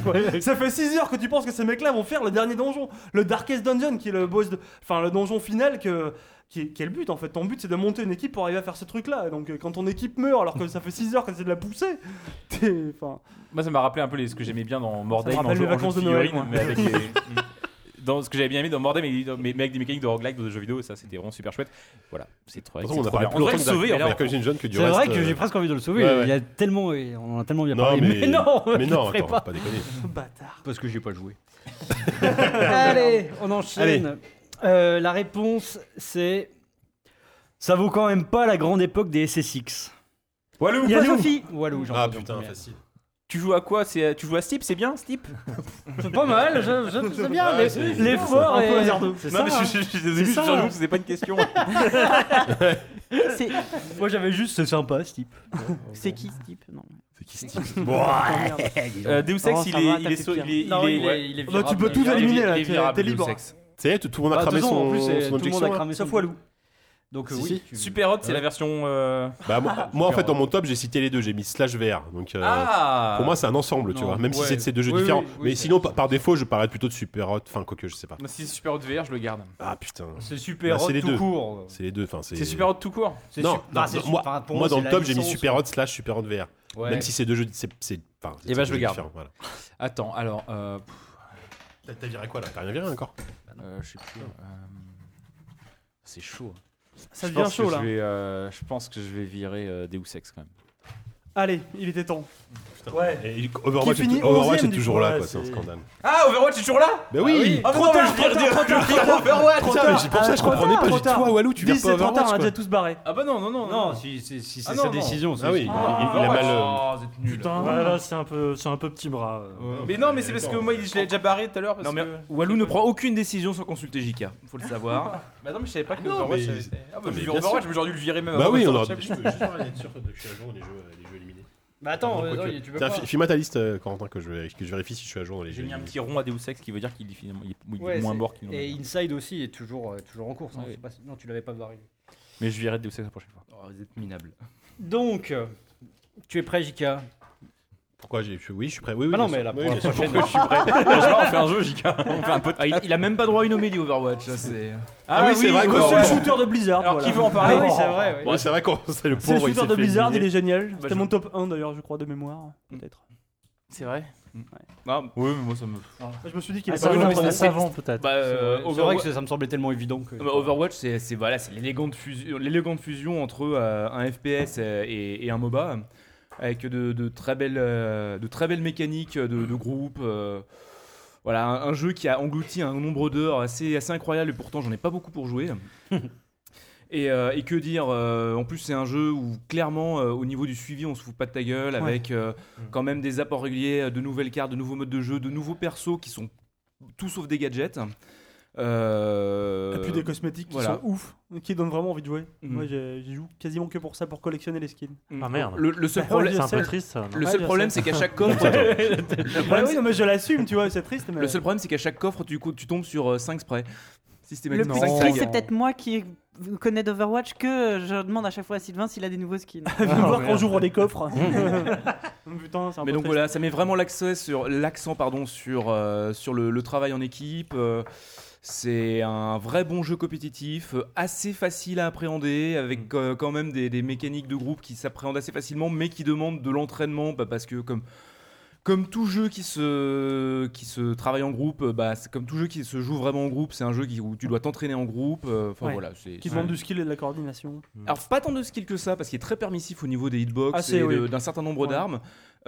quoi. ça fait 6 heures que tu penses que ces mecs-là vont faire le dernier donjon, le Darkest Dungeon, qui est le boss, de- enfin, le donjon final que qui est, qui est le but en fait. Ton but c'est de monter une équipe pour arriver à faire ce truc là. Donc euh, quand ton équipe meurt alors que ça fait 6 heures que c'est de la pousser, t'es. Enfin.
Moi, ça m'a rappelé un peu les- ce que j'aimais bien dans Mordheim.
Ça me
en
rappelle
jeu-
les
en jeu
vacances de Noël,
figurines,
moi.
mais avec les- dans ce que j'avais bien aimé dans Mordheim, mais, mais- mais avec des mécaniques de roguelike, de jeux vidéo, ça c'était vraiment super chouette. Voilà, c'est trop.
De
c'est
toute façon, on a
trop
parlé
bien.
plus
On devrait
longtemps
le sauver. hein.
que
alors.
d'Arc- Virgin John que du
C'est vrai
reste,
que
euh,
j'ai presque envie de le sauver.
ouais, ouais.
Il a tellement, on en a tellement bien
Non,
parlé.
mais,
Mais non,
mais
je
non,
le ferai
attends,
pas.
pas déconner.
Bâtard.
Parce que j'ai pas joué. Allez, on enchaîne. Euh, la réponse, c'est. Ça vaut quand même pas la grande époque des SS6.
Walou,
Il y a
Walou.
Sophie.
Walou, j'en
Ah
peux
putain,
plus.
facile.
tu joues à quoi C'est- euh, Tu joues à Steep, c'est bien Steep
C'est pas mal, je, je- c'est bien.
Ah,
mais-
c'est-
L'effort
c'est un peu
est.
hasardeux.
c'est
Non,
ça,
mais
hein.
je je- je suis désolé, je suis
ça.
sur le coup, c'était pas une question.
C'est-
Moi j'avais juste, c'est sympa ce type.
C'est qui ce type Non.
Euh, Deus Ex,
Oh,
il
ça
est-
va,
il
t'as
est
fait
sau-
pire. Oh,
il est-
Non,
il est.
il est
Bah, tu peux tout éliminer là, t'es- t'es libre.
C'est vrai, tout tout le monde a
Bah, de
cramé
toute façon, en
son
plus, c'est-
son
tout le monde a
objection. là.
cramé son
Sauf Walou.
Donc, euh,
Si,
oui.
si.
tu-
Super Hot, c'est la version. euh,
Bah, moi, moi, en fait, dans mon top, j'ai cité les deux. J'ai mis slash VR. Donc, euh,
Ah
pour moi, c'est un ensemble, tu
Non,
vois. Même si
ouais.
c'est de ces deux jeux
Oui,
différents.
oui, oui,
Mais
c'est-
sinon, par par défaut, je parlais plutôt de Super Hot. Enfin, quoique, je sais pas.
Moi, Si c'est Super Hot VR, je le garde.
Ah putain,
C'est super
Bah, c'est
hot
les
tout
deux.
court.
c'est les deux. Enfin, c'est.
C'est Super Hot tout court.
C'est
Non,
su-
non,
enfin, c'est
non,
su-
moi,
enfin, pour
moi, dans
c'est
le
la
top, j'ai mis
licence.
Super Hot slash Super Hot VR.
Ouais.
Même si ces deux jeux, c'est, c'est, enfin, c'est
Eh ben,
deux
je
jeux
le garde.
différents, Voilà.
Attends, alors. euh, pff,
T'as, t'as viré quoi là T'as rien viré encore
euh, Je sais plus. euh, C'est chaud. hein.
Ça
Je
devient
pense que
chaud là.
je vais, euh, je pense que je vais virer euh, Deus Ex quand même.
Allez, il était temps.
Ouais.
Et Overwatch,
Qui
est,
finit
tou- Overwatch
11e
est
du
toujours
coup,
là,
ouais,
quoi, Oh, c'est un
c'est-
scandale.
Ah, Overwatch est toujours là
Bah oui
Ah, trop tard, je viens de dire- je viens de dire Overwatch
Trop
Mais
tard.
c'est pour ça que je comprenais pas, j'ai dit toi Walou, tu viens
10
pas
et 30
Overwatch
on a
quoi.
déjà tous barré.
Ah bah non, non, non, non.
si, si, si
Ah
c'est
non,
sa
non.
décision, ça.
Ah oui, il, il- il a mal. euh,
Oh, vous êtes nuls.
Putain.
Ouais, là, c'est un peu, c'est un peu petit bras. euh.
Mais non, mais c'est parce que moi, je l'ai déjà barré tout à l'heure. parce
Non, mais
que-
Walou ne prend aucune décision sans consulter JK, faut le savoir.
Bah non, mais je savais pas que
non,
Overwatch
mais-
avait été- Ah bah,
mais
j'ai vu
bien
Overwatch, mais j'aurais dû le virer même
Bah
avant
oui,
de
on aura.
sortir.
Je peux être sûr que je suis à jour les jeux, les jeux éliminés.
Bah attends,
Quoique.
euh, non, tu peux
Tiens,
pas.
fi- file-moi ta liste, euh, Corentin, que je, vais- que je vérifie si je suis à jour dans les jeux.
J'ai mis un
éliminés.
petit rond à Deus Ex qui veut dire qu'il est finalement il est- il est
Ouais,
moins
c'est-
mort qu'il n'en
Et
est.
Inside aussi est toujours, euh, toujours en course. hein,
Ouais.
c'est pas- Non, tu l'avais pas barré.
Mais je virerai Deus Ex la prochaine fois. Oh, vous êtes minables.
Donc, euh, tu es prêt, Jika
Pourquoi j'ai- je- Oui, je suis prêt. Oui, oui,
Ah non,
bien
mais
sûr.
la
Oui,
prochaine.
bien sûr.
on fait un jeu, JK. On fait un podcast.
Ah, il, il a même pas droit à une homélie Overwatch, là, c'est.
Ah oui, c'est vrai,
C'est
quoi.
le shooter de Blizzard.
Alors,
voilà.
qui veut en parler Oh.
Ah oui, c'est
vrai.
Ouais, c'est vrai qu'on c'est le
C'est le
pauvre. il
shooter
s'est
de
fait
Blizzard, il
éliminer.
est génial. C'était
Bah, je- Mm.
mon top 1 d'ailleurs, je crois, de mémoire. Peut-être. Mm.
C'est vrai Non, oui, mais moi ça me.
Je me suis dit qu'il
Ah,
est
ça
pas
avant,
mal.
ça avant, peut-être.
Bah, euh,
C'est vrai
Overwatch,
que ça, ça me semblait tellement évident que.
Non, mais Overwatch, c'est c'est- voilà, c'est l'élégante fusion, l'élégante fusion entre euh, un FPS euh, et, et un MOBA, avec de, de très belles, euh, de très belles mécaniques de, de groupe. euh, voilà, un, un jeu qui a englouti un nombre d'heures assez, assez incroyable, et pourtant j'en ai pas beaucoup pour jouer. Et, euh, et que dire euh, En plus, c'est un jeu où clairement, euh, au niveau du suivi, on se fout pas de ta gueule, avec euh,
Mm.
quand même des apports réguliers, euh, de nouvelles cartes, de nouveaux modes de jeu, de nouveaux persos qui sont tout sauf des gadgets. Euh,
Et puis des cosmétiques
voilà.
qui sont ouf, qui donnent vraiment envie de jouer.
Mhm.
Moi, j'ai- j'y joue quasiment que pour ça, pour collectionner les skins.
Ah merde.
Le, le seul
Ouais,
problème,
c'est un peu
le
triste ça. non
le
Ouais,
seul
je
problème,
sais.
c'est qu'à chaque coffre,
Le problème, mais je l'assume, tu vois, c'est triste. Mais...
le seul problème, c'est qu'à chaque coffre, tu, cou- tu tombes sur 5 sprays.
Le
Systématiquement.
plus
Cinq
triste,
tags.
c'est peut-être moi qui connais d'Overwatch que je demande à chaque fois à Sylvain s'il a des nouveaux skins.
Viens
Ah,
voir qu'on
merde.
j'ouvre des coffres. Putain, c'est un
Mais
peu
donc
triste.
voilà, ça met vraiment l'accent sur l'accent pardon sur euh, sur le, le travail en équipe. euh, c'est un vrai bon jeu compétitif, euh, assez facile à appréhender, avec
Mm.
euh, quand même des, des mécaniques de groupe qui s'appréhendent assez facilement, mais qui demandent de l'entraînement, bah, parce que comme comme tout jeu qui se qui se travaille en groupe, euh, bah, c'est comme tout jeu qui se joue vraiment en groupe, c'est un jeu qui, où tu dois t'entraîner en groupe. euh, Enfin
Ouais.
voilà, c'est Mm. Ah,
Qui
c'est-
demande du skill et de la coordination.
alors, pas tant de skill que ça, parce qu'il est très permissif au niveau des hitbox
Hmm. Ah, c'est-
et de-
oui.
d'un certain nombre
Ouais.
d'armes.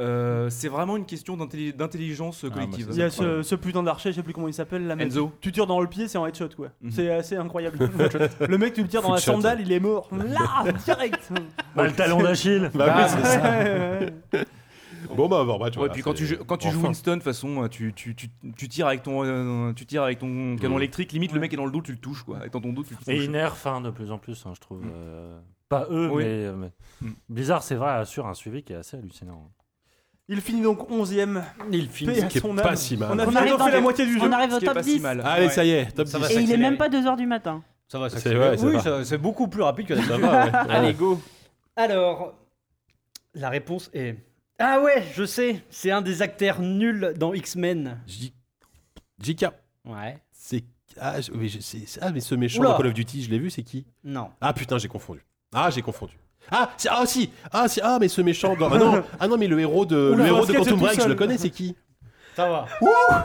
Euh, c'est vraiment une question d'intelli- d'intelligence
Ah,
bah,
collective.
c'est
Il y a ce, ce putain d'archer, je sais plus comment il s'appelle, la mec.
Enzo.
Tu tires dans le pied, c'est en headshot, quoi.
Mhm.
C'est assez incroyable. le mec, tu le tires dans la
Footshot.
sandale, il est mort. Là, direct.
Bah, le talon d'Achille.
Bah oui, c'est ça.
Ah, Ouais, ouais, ouais.
Bon, bah, Overwatch.
Ouais,
voilà,
puis quand
c'est-
tu, joues- quand tu joues
enfin.
Winston, de toute façon, euh, tu, tu, tu, tu tires avec ton, euh, tu tires avec ton canon
Mm.
électrique, limite le mec est dans le dos, tu le touches quoi. Et dans ton dos, tu le touches.
Et ils nerfent hein, de plus en plus, hein, je trouve. euh, Pas eux,
Oui.
mais, euh, mais-
Mm.
Blizzard, c'est vrai, assure un suivi qui est assez hallucinant.
Il finit donc 11ème.
Il
Paix à
qui est
son
pas
âme.
si mal.
Ah,
On a
On
bientôt
arrive dans
fait la
les-
moitié du jeu.
On arrive
Ce
au
qui est
top
pas si
10
mal.
Ah,
Allez,
Ouais.
ça y est, top
Ça
10.
va
et il est
s'accélérer.
même pas 2h du matin.
Ça va, ça
C'est vrai, ça
Oui,
va.
ça- c'est beaucoup plus rapide que d'habitude.
Allez, go
Alors, la réponse est. Ah ouais, je sais, c'est un des acteurs nuls dans X-Men.
J- JK,
Ouais.
c'est. Ah, je- oui, je sais- c'est- ah, mais ce méchant
Oula.
dans Call of Duty, je l'ai vu, c'est qui
Non.
Ah putain, j'ai confondu. Ah, j'ai confondu. Ah, c'est- ah si, ah si, ah mais ce méchant dans ah, non, ah non mais le héros de
Oula,
le héros de
Basket, c'est
Quantum
tout
Break, je
seul.
le connais, c'est qui
Ça va.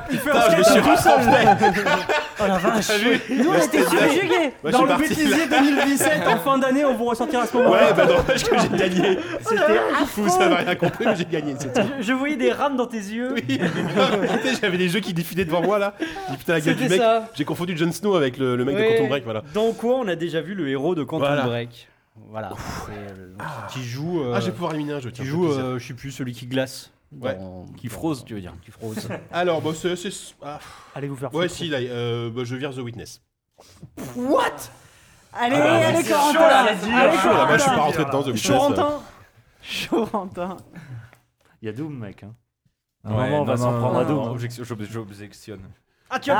Putain, je me suis recentré.
Oh
Ah,
la vache
Nous, on était subjugués.
Ouais, je
Dans
suis parti
le
de là.
bêtisier 2017, en fin d'année, on vous ressortira à ce moment-là.
Ouais, bah dommage que j'ai gagné. C'était fou, ça n'avait rien compris, mais j'ai gagné. c'est tout.
Je, je voyais des rames dans tes yeux.
Oui, putain, j'avais des jeux qui défilaient devant moi là. J'ai dit, putain la gueule du
C'était
mec.
ça.
J'ai confondu Jon Snow avec le, le mec de
Ouais.
Quantum Break, voilà.
Dans quoi on a déjà vu le héros de Quantum
Voilà.
Break Voilà. C'est, euh, qui joue. euh,
Ah, je vais pouvoir éliminer un jeu.
qui
tiens,
joue,
ça fait plaisir.
euh, je sais plus, celui qui glace.
Ouais.
Dans-
Qui
dans-
frose, tu veux dire
Qui frose.
Alors, bon, c'est. c'est- ah,
Allez vous faire
Ouais,
foutre.
si, là, euh, bah, je vire The Witness.
What Allez,
Ah,
allez,
c'est
Corentin.
Ah,
Allez,
là, moi, je suis pas
Corentin.
rentré dedans, The Witness.
Chorentin
Corentin.
Il y a Doom, mec. Hein. À un moment, on va s'en prendre à Doom. hein.
J'objectionne.
Ah, tu as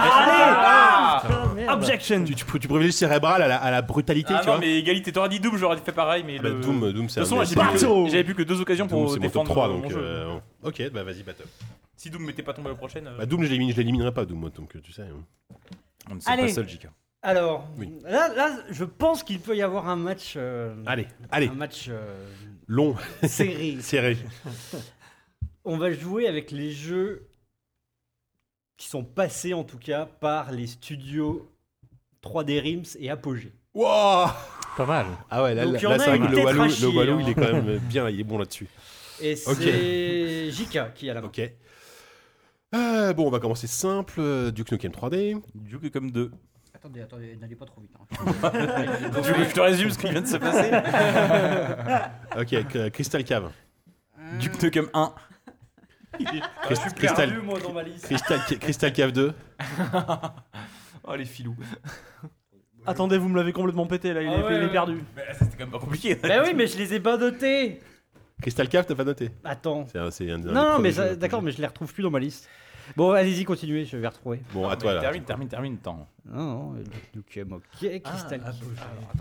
Objection
Tu, tu, tu privilégies cérébral à la, à la brutalité,
Ah
tu
non,
vois.
mais égalité, t'aurais dit Doom, j'aurais fait pareil, mais
Ah bah,
le...
Doom, Doom, c'est
De toute façon,
un
là,
des-
j'ai plus
Doom,
que- j'avais plus que deux occasions pour
c'est mon top
défendre
3,
mon
donc.
jeu.
euh, Ok, bah vas-y, battle.
Si Doom m'était pas tombé la prochaine... euh,
Bah, Doom, je l'élimine- je l'éliminerai pas, Doom, moi, donc tu sais. hein.
On ne sait
Allez.
pas seul, JK.
Alors,
Oui.
là, là, je pense qu'il peut y avoir un match. euh,
Allez, allez,
Un match euh,
long,
serré.
serré.
On va jouer avec les jeux qui sont passés en tout cas par les studios 3D Rims et Apogée.
Wow
Pas mal.
Ah ouais, là,
Donc,
là,
il y en
là,
a
c'est vrai
une
que le
tête
Walou,
rachée,
le Walou,
hein.
il est quand même bien, il est bon là-dessus.
Et c'est
Ok.
JK qui a la main.
Ok. Euh, bon, on va commencer simple. euh, Duke Nukem 3D.
Du coup, comme deux.
Attendez, attendez, n'allez pas trop vite. hein.
Donc, je, je te résume ce qui vient de se passer.
Ok, euh, Crystal Cave.
Euh. Duke Nukem 1.
Christ- Crystal,
Ah, Perdu, moi, dans ma liste.
Crystal, Crystal Cave 2.
Oh, les filous.
Attendez, vous me l'avez complètement pété là, il,
Ah
est, il
ouais,
est
ouais.
perdu.
C'était quand même pas compliqué.
bah oui, mais je les ai pas notés.
Crystal Cave, t'as pas noté
Attends.
C'est un, c'est un- un des
Non, non,
premiers
mais
jeux.
ça- d'accord, mais je les retrouve plus dans ma liste. Bon, allez-y, continuez, je vais retrouver.
Bon, à toi là.
Termine, termine, termine, temps.
Non, non, Nukem, ok, Crystal Cave.
Ah.
A-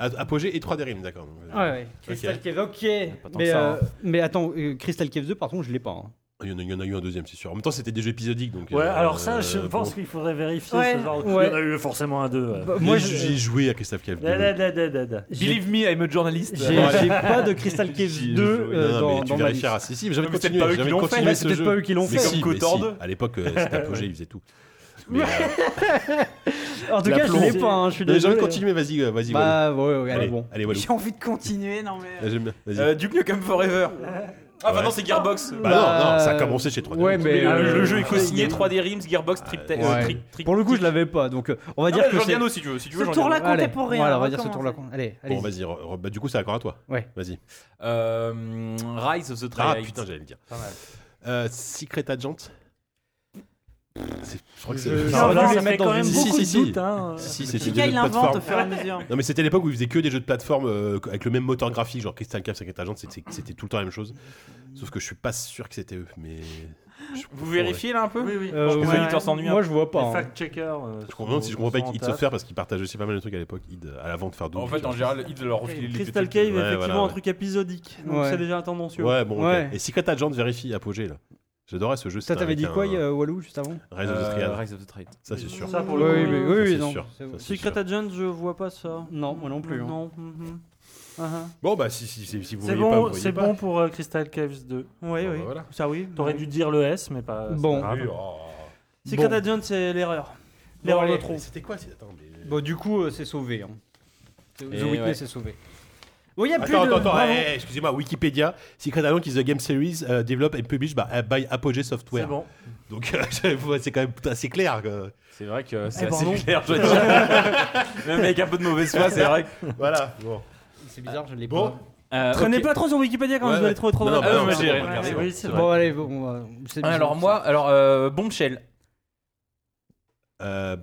Ah, Apogée et 3D Rim, d'accord.
Ouais, ouais, Crystal Cave, ok.
tant que
Mais,
ça, hein.
euh, mais attends, euh, Crystal Cave 2, par contre, je l'ai pas. hein.
Il, y en a, il y en a eu un deuxième, c'est sûr. En même temps, c'était des jeux épisodiques. Donc,
Ouais,
euh,
alors ça, je
bon.
pense qu'il faudrait vérifier
Ouais,
ce genre de...
ouais.
Il y en a eu forcément un deux. ouais.
Bah,
Moi,
moi, je-
j'ai joué à Crystal Cave 2.
Da, da, da, da, da, da.
j'ai
me, I'm a journalist.
j'ai- j'ai pas de Crystal Cave 2 euh,
non, mais tu
dans, dans ma liste.
vérifieras. Si, si, mais j'avais
Non, mais c'est
continué.
pas eux qui
J'avais
l'ont fait,
continué
là, c'est
ce
peut-être
jeu.
pas eux qui l'ont
mais
fait.
Si,
Comme
mais
Cotor
si.
deux.
À l'époque, euh, c'était Apogée, ils faisaient tout. Mais, euh,
En tout
La
cas, je l'ai
plombe.
pas, hein, je suis
mais j'ai envie
désolé.
de continuer, vas-y, euh, vas-y. Walou.
Bah, ouais, ouais, allez,
Allez,
bon.
allez, Walou.
J'ai envie de continuer, non mais.
Là, j'aime- Vas-y.
Euh, Duke Nukem Forever. Ah, bah
Ouais.
non, c'est Gearbox.
Bah non, non, ça a commencé chez 3D.
Ouais, mais.
Le,
euh,
le jeu est co-signé 3D Rims, Gearbox, Trip euh, Tech.
ouais. Pour le coup, je l'avais pas, donc euh, on va dire que
j'en
c'est.
viens aussi, tu veux. Si tu veux,
Ce
j'en
tour-là
viens.
comptait pour rien.
Voilà, on va dire ce
recommencez.
tour-là. compte. Allez, allez.
Bon, vas-y, re- re- bah, du coup, c'est encore à toi.
Ouais.
Vas-y.
Euh, Rise of the
Ah
Triad.
putain, j'allais le dire.
Pas mal.
Euh, Secret Agent. C'est- Je crois que c'est.
Je-
Non,
Ah,
là,
je
ça
les mets
fait
dans
quand
une-
même
Si, si,
beaucoup
si, si.
de doutes. hein.
Si, si, c'est
Le
des
gars,
jeux
il
de
invente
plateforme.
au fur et à mesure.
Non mais c'était l'époque où ils faisaient que des jeux de plateforme euh, avec le même moteur graphique, genre Crystal Cave, Secret Agent, c'était c'était tout le temps la même chose. Sauf que je suis pas sûr que c'était eux, mais je
Vous vérifiez là un peu
Oui, oui.
Euh,
Parce que
ouais.
l'auditeur s'ennuie un
Moi, je vois
Les
pas. hein.
fact-checkers. euh,
Je comprends si je comprends pas
sont en
Id
taf.
Software parce qu'ils partageaient aussi pas mal de trucs à l'époque, Id, à l'avant de faire d'autres. hein.
En fait, en général, ils leur refiler les
Crystal
trucs.
Cave,
Ouais,
effectivement,
voilà, ouais.
un truc épisodique. Donc
Ouais.
c'est déjà tendancieux.
Ouais, bon, ok.
Ouais.
Et Secret Agent vérifie Apogée là. J'adorais ce jeu.
Ça,
c'était
t'avais
avec
dit quoi,
un-
euh, Walou, juste avant Euh,
Rise of the Triad.
Rise of the Triad.
Ça c'est sûr.
Ça, pour
Oui,
le coup,
mais-
oui.
oui,
Ça,
oui,
c'est
non.
sûr.
c'est-
Ça, c'est
Secret
sûr.
Agent, je vois pas ça.
Non, moi non plus, hein.
Non. mhm. Ah
Bon bah si si si, si vous
C'est
voyez pas, vous
bon,
voyez
c'est
pas.
bon pour euh, Crystal Caves 2.
ah. Oui,
Bon,
oui.
bah, voilà.
Ça, oui.
T'aurais
oui.
dû dire le S, mais pas. c'est
Bon.
pas grave.
Oui, oh.
Secret
Bon.
Agent, c'est l'erreur. L'erreur
allez.
de trop.
Mais C'était quoi c'est- Attends, mais-
Bon, du coup, euh, c'est sauvé. hein. The
Eh
Et
Witness
Eh ouais.
est sauvé. Bon, il y a plus
Attends,
de.
attends, attends,
Bravo.
hey, hey, excusez-moi, Wikipédia, Secret Agent is a game series euh, developed and published by, euh, by Apogee Software.
C'est bon.
Donc euh, j'avoue, c'est quand même assez clair. que-
C'est vrai que
Eh,
ben
c'est assez
pardon.
clair, je veux dire. Même avec un peu de mauvaise foi, c'est vrai. que-
Voilà. Bon.
C'est bizarre, je l'ai
Bon.
pas.
Euh,
Traînez
ok.
pas trop sur Wikipédia quand
Ouais,
vous
ouais.
allez trouver trop
Non, non,
de
bah
Ah,
non,
mais
c'est
j'ai
bon,
rien
regardez,
regardé,
bon,
oui,
c'est
c'est
bon.
vrai.
Bon, allez, bon, on va. c'est
Ah,
bizarre,
Alors
ça.
moi, alors euh, Bombshell.
Euh,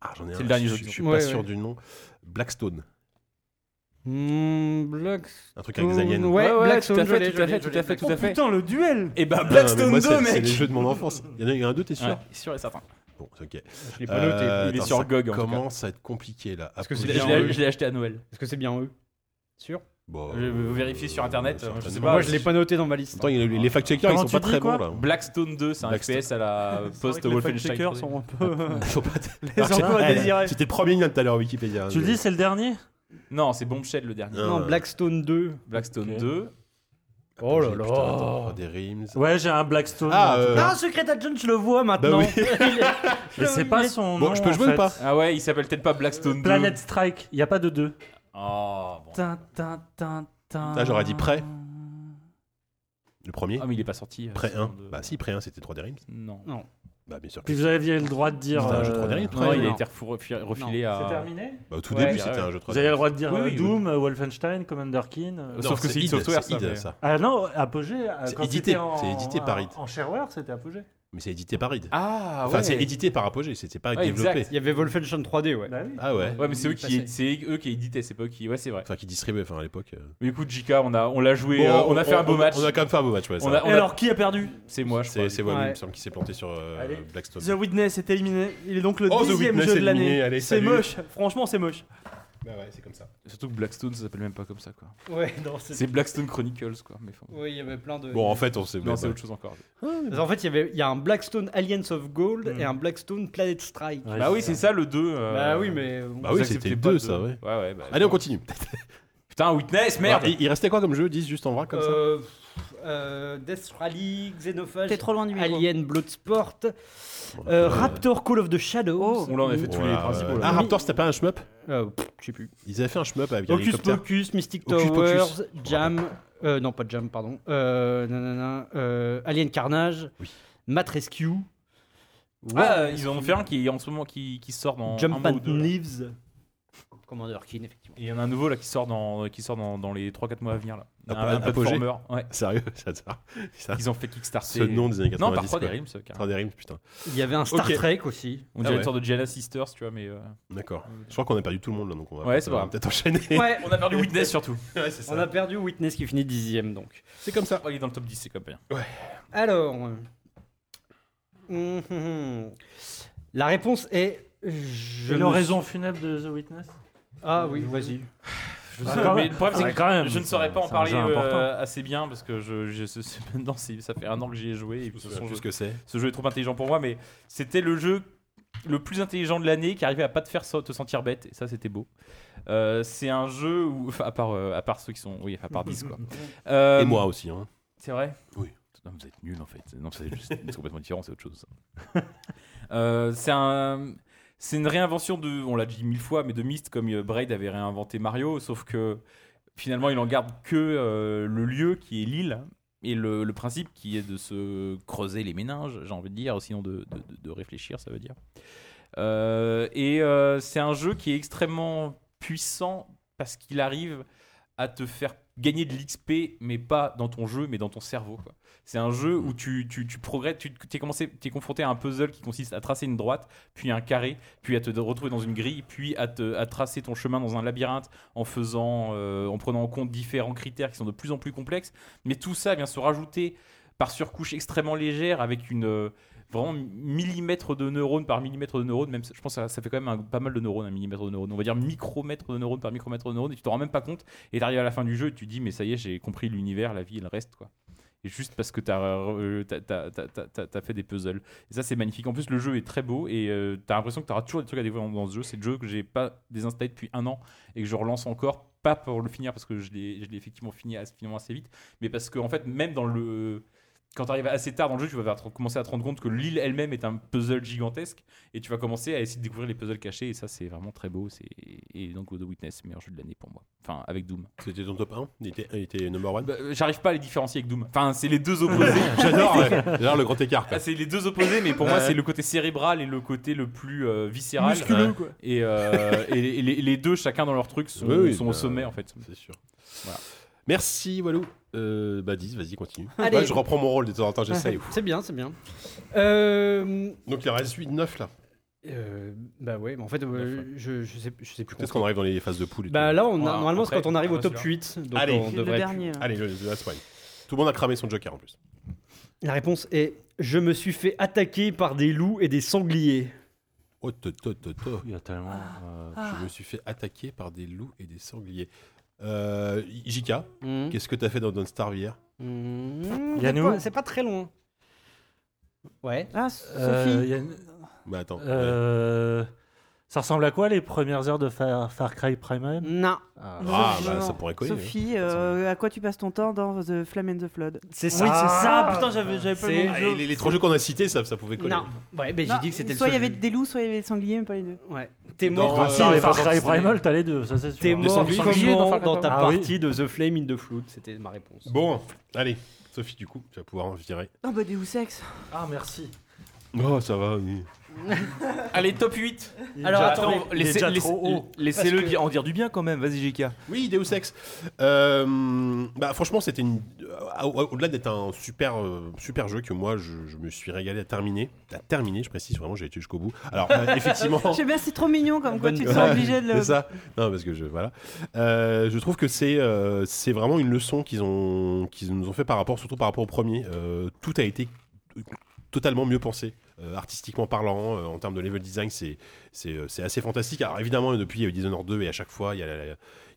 ah, j'en ai un.
C'est le dernier
je,
jeu
je
qu'ils
suis
ont.
pas
Ouais,
sûr
ouais.
du nom. Blackstone.
Hmm, Black.
Un truc avec des aliens.
Euh, Ouais, Black
tout
Stone,
à
je l'ai,
fait, tout à
je
fait,
l'ai,
tout
je
à
l'ai.
fait, tout à fait.
Oh, Putain, le duel
Et bah
Ah, non, mais
Blackstone
moi,
2,
c'est- C'est
mec.
les jeux de mon enfance. Il y en a, il y en a un, deux, t'es sûr
Ouais, c'est sûr et certain.
Bon, c'est ok.
Je l'ai pas noté.
Euh,
Il est
attends,
sur
ça
GOG, en tout
commence à être compliqué là.
Parce que
Je
c'est
l'ai-
bien,
je l'ai-
oui.
je l'ai acheté à Noël.
Est-ce que c'est bien eux Sûr
Bon,
je vais vérifier sur Internet, euh,
certainement.
je sais pas.
Moi, je l'ai pas noté dans ma liste.
Attends, il y a les, les fact-checkers, ils
Comment
sont
tu
pas
dis,
très bons
quoi
là.
Blackstone 2, c'est un
Blackstone.
FPS à la
Les fact-checkers
post-Wolfenstein.
sont un peu.
Ils sont pas très-
Les enfants à
Eh,
désirer.
C'était le premier lien tout à l'heure Wikipédia.
Tu le dis, c'est le dernier
Non, c'est Bombshell le dernier.
Ah.
Non, Blackstone 2.
Blackstone
Ok.
2.
Oh là
Putain,
là.
attends, des rims.
Ouais, j'ai un Blackstone.
Ah,
en tout
euh, Bah
cas.
Ah, Secret Agent, je le vois maintenant.
oui.
mais c'est pas son.
Bon,
nom,
je peux
en
jouer ou
fait.
pas
Ah ouais, il s'appelle peut-être pas Blackstone 2.
Planet Strike, il n'y a pas de 2.
Ah, bon.
Ah, j'aurais dit prêt.
Moi,
Le premier
Ah, mais il est pas sorti. euh,
Prêt
Second
1.
deux.
Bah si, prêt 1, c'était 3D rims.
Non.
Non.
Bah bien sûr. que
Puis vous aviez le droit de dire.
C'était un jeu
euh,
3D rims,
Non,
prêt.
il a
non.
été refou- refi- refilé
C'est
à.
terminé
Bah, au tout
Ouais,
début,
ouais,
c'était
ouais.
un jeu 3D.
Vous avez le droit de dire
Oui,
euh,
oui,
Doom, euh, Wolfenstein, Commander Keen. euh.
Sauf que c'est id Software, ça,
id,
mais-
ça.
Ah non, Apogée. euh,
C'est
quand
édité,
c'était en-
c'est édité par id.
En shareware, c'était Apogée.
Mais c'est édité par id.
Ah, ouais.
Enfin, c'est édité par Apogee, c'était pas
Ouais, exact.
Ah, développé.
Il y avait Wolfenstein 3D, ouais.
Bah oui.
Ah ouais.
Ouais, mais c'est eux qui,
Passé.
c'est eux qui éditaient, c'est pas eux qui. Ouais, c'est vrai.
Enfin, qui distribuait enfin à l'époque. euh.
Mais écoute, JK, on a, on l'a joué,
Bon,
euh, on, a fait un beau match.
On a quand même fait un beau match, ouais. ça
On
va.
a- on
Et
a-
alors, qui a perdu
C'est moi, je crois.
C'est c'est Walou, il
Ouais.
me semble, qui s'est planté sur euh,
Allez.
Blackstone.
The Witness est éliminé. Il est donc le
Oh, The
dixième
Witness
jeu
est
de
éliminé, allez,
l'année. C'est
salut.
moche. Franchement, c'est moche.
Bah ouais, c'est comme ça.
Surtout que Blackstone, ça s'appelle même pas comme ça, quoi.
Ouais, non, c'est.
C'est Blackstone Chronicles, quoi. Mais enfin,
Oui, il y avait plein de.
Bon, en fait, on s'est.
non, c'est autre chose encore.
Ah, En fait, il y avait il y a un Blackstone Alliance of Gold
Mm.
et un Blackstone Planet Strike.
Ouais,
Bah oui, c'est ça le 2. euh,
Bah oui, mais.
Bah oui,
vous acceptez
c'était
pas
deux,
de-
ça, ouais.
Ouais, ouais, bah.
Allez, on continue.
Putain, Witness, merde
Alors, il- Il restait quoi comme jeu 10 juste en vrac comme ça
Euh, pff, euh, Death Rally, Xenophage,
T'es trop loin du micro.
Alien Bloodsport,
Bon,
euh,
euh,
Raptor Call of the Shadows.
On l'a, on a fait tous les
voilà,
principaux,
ouais.
là.
Ah, Raptor, c'était pas un shmup
Euh, pff, Je sais plus.
Ils avaient fait un shmup avec un
Hocus
hélicoptère.
Pocus, Mystic
Hocus
Towers,
Pocus.
Jam, Euh, non, pas Jam, pardon. Euh, nanana, euh, Alien Carnage, Mat Rescue.
Ah,
War
ils en ont fait un qui en ce moment qui, qui sort dans un
Jump
mois
and
ou deux, là.
Leaves. Commander Keen, effectivement.
Et il y en a un nouveau là qui sort dans qui sort dans, dans les 3-4 mois à venir là.
Ah,
Un,
pas-
un
Apogée
platformer. Ouais.
Sérieux, ça, ça- ça-
Ils ont fait Kickstarter.
ce nom des années 90.
Non, par 3 des
quoi.
rimes, ce, carrément.
3D Rims, putain.
Il y avait un Star
Ok.
Trek aussi.
On dirait
Ah ouais.
une sorte de Jenna Sisters, tu vois, mais. euh,
D'accord. Je crois qu'on a perdu tout le monde là, donc on va
Ouais,
peut-être-
c'est pas
on va
grave.
peut-être enchaîner.
Ouais,
On a perdu Witness surtout.
Ouais, c'est ça.
on a perdu Witness qui finit dixième donc.
C'est comme ça.
Ouais, Oh, il est dans le top 10, c'est quand même bien.
Alors, euh, mhm. la réponse est. Je
Et
ne-
l'oraison funèbre de The Witness
Ah oui, vas-y.
Je
Ah,
sais,
quand
mais
même.
le problème,
Ah,
c'est
ouais,
que
quand même,
je ne saurais pas en
c'est un
parler
jeu
euh,
important.
assez bien parce que je, je- ce- ce- maintenant, c'est- ça fait un an que j'y ai joué. Et
Je
puis,
sais
de toute façon,
plus
je-
ce que c'est.
ce jeu est trop intelligent pour moi, mais c'était le jeu le plus intelligent de l'année qui arrivait à pas te faire so- te sentir bête, et ça c'était beau. Euh, c'est un jeu où, enfin, à part, euh, à part ceux qui sont, oui, à part 10 quoi. Euh,
Et moi aussi. Hein.
C'est vrai
Oui.
Non, vous êtes nuls en fait. Non, c'est juste- c'est complètement différent, c'est autre chose. Euh, c'est un. C'est une réinvention de, on l'a dit mille fois, mais de Myst comme euh, Braid avait réinventé Mario, sauf que finalement il en garde que euh, le lieu qui est l'île et le, le principe qui est de se creuser les méninges, j'ai envie de dire, sinon de, de- de- de réfléchir, ça veut dire. Euh, et euh, c'est un jeu qui est extrêmement puissant parce qu'il arrive à te faire gagner de l'XP, mais pas dans ton jeu, mais dans ton cerveau. quoi. C'est un jeu où tu, tu, tu progresses, tu es, confronté à un puzzle qui consiste à tracer une droite, puis un carré, puis à te retrouver dans une grille, puis à, te, à tracer ton chemin dans un labyrinthe en, faisant, euh, en prenant en compte différents critères qui sont de plus en plus complexes. Mais tout ça vient se rajouter par surcouche extrêmement légère avec une... euh, Vraiment millimètre de neurones par millimètre de neurones, même je pense que ça, ça fait quand même un- pas mal de neurones, un millimètre de neurones. On va dire micromètre de neurones par micromètre de neurones, et tu t'en rends même pas compte. Et t'arrives à la fin du jeu, et tu te dis, mais ça y est, j'ai compris l'univers, la vie et le reste, quoi. Et juste parce que t'as euh, t'as- t'as- t'as- t'as- t'as- t'as fait des puzzles. Et ça, c'est magnifique. En plus, le jeu est très beau et euh, t'as l'impression que t'auras toujours des trucs à découvrir dans ce jeu. C'est le jeu que j'ai pas désinstallé depuis un an et que je relance encore, pas pour le finir parce que je l'ai je l'ai effectivement fini assez- finalement assez vite, mais parce que, en fait, même dans le. Quand t'arrives assez tard dans le jeu, tu vas te- commencer à te rendre compte que l'île elle-même est un puzzle gigantesque et tu vas commencer à essayer de découvrir les puzzles cachés. Et ça, c'est vraiment très beau. c'est- Et donc, The Witness, meilleur jeu de l'année pour moi. Enfin, avec Doom.
C'était ton top 1 Il était, il était number 1
Bah, euh, J'arrive pas à les différencier avec Doom. Enfin, c'est les deux opposés.
J'adore ouais. J'adore le grand écart. quoi.
Ah, c'est les deux opposés, mais pour moi, c'est le côté cérébral et le côté le plus euh, viscéral.
Musculeux,
quoi. Et, euh, et les- et les, les deux, chacun dans leur truc, sont,
Oui, oui,
sont
bah,
au sommet en fait.
C'est sûr.
Voilà.
Merci Walou. Euh, bah 10, vas-y, continue.
Allez.
Ouais, je reprends mon rôle de temps en temps, j'essaye.
C'est bien, c'est bien. Euh,
Donc il en reste 8, 9 là.
euh, bah ouais, mais en fait, euh, je, je sais, je sais plus.
Peut-être
compter.
qu'on arrive dans les phases de poule. et
Bah là, on a,
Voilà,
normalement, c'est
après,
quand on arrive au
on
top
va
8. Donc
Allez.
on
C'est le
devrait être-
dernier.
tout. Allez, le, le last one. Tout le monde a cramé son joker en plus.
La réponse est Je me suis fait attaquer par des loups et des sangliers.
Oh, to, to, to, to.
Il y a tellement. euh,
Ah.
Je me suis fait attaquer par des loups et des sangliers. Euh, Jika,
Hmm.
Mmh.
qu'est-ce que t'as fait dans Don't Starve hier
Mmh,
Yannou
c'est pas- C'est pas très loin. Ouais.
Ah, Sophie.
euh, il y a une-
Bah attends.
euh, Ça ressemble à quoi les premières heures de Far, Far Cry Primal
Non.
Ah.
Ah,
Non,
bah
non,
ça
non.
pourrait coller. hein.
Sophie, euh, à quoi tu passes ton temps dans The Flame and the Flood
C'est
Oui, c'est ça, Ah, putain, j'avais j'avais pas
C'est-
le nom
Ah,
du
et
jeu.
les, les trois jeux qu'on a cités, ça, ça pouvait coller.
Non. Ouais, mais j'ai
Non,
dit que c'était le
Soit il y
seul
avait
jeu.
des loups, soit il y avait des sangliers, mais pas les deux.
Ouais. T'es
Dans
mort.
euh,
Grand
Ah, si,
Star,
les
les
Far
Far
Cry
Cry.
Primal, t'as les deux, ça c'est sûr.
T'es mort
sangliers dans
comment
Far Cry
dans ta
Ah oui.
partie de The Flame in the Flood C'était ma réponse.
Bon, allez. Sophie, du coup, tu vas pouvoir en virer.
Oh bah des sexe
Ah merci.
Oh, ça va. oui.
Allez, top 8
Alors
Attends,
attendez.
laissez-
déjà
laissez-
trop haut.
Laissez-le
Dis-
dire.
En dire du bien quand même, vas-y JK.
Oui, Deus Ex. Euh, bah, franchement, c'était une... euh, au- au-delà d'être un super, euh, super jeu que moi, je, je me suis régalé à terminer. À terminer, je précise vraiment, j'ai été jusqu'au bout. Alors, euh, effectivement.
J'aime bien, c'est trop mignon comme quoi tu te sens
Ouais,
obligé de le.
C'est ça. Non, parce que je voilà. Euh, je trouve que c'est euh, c'est vraiment une leçon qu'ils ont qu'ils nous ont fait par rapport, surtout par rapport au premier. Euh, tout a été totalement mieux pensé. Euh, artistiquement parlant, euh, en termes de level design, c'est c'est euh, c'est assez fantastique. Alors évidemment, depuis il y a eu Dishonored 2 et à chaque fois il y a la-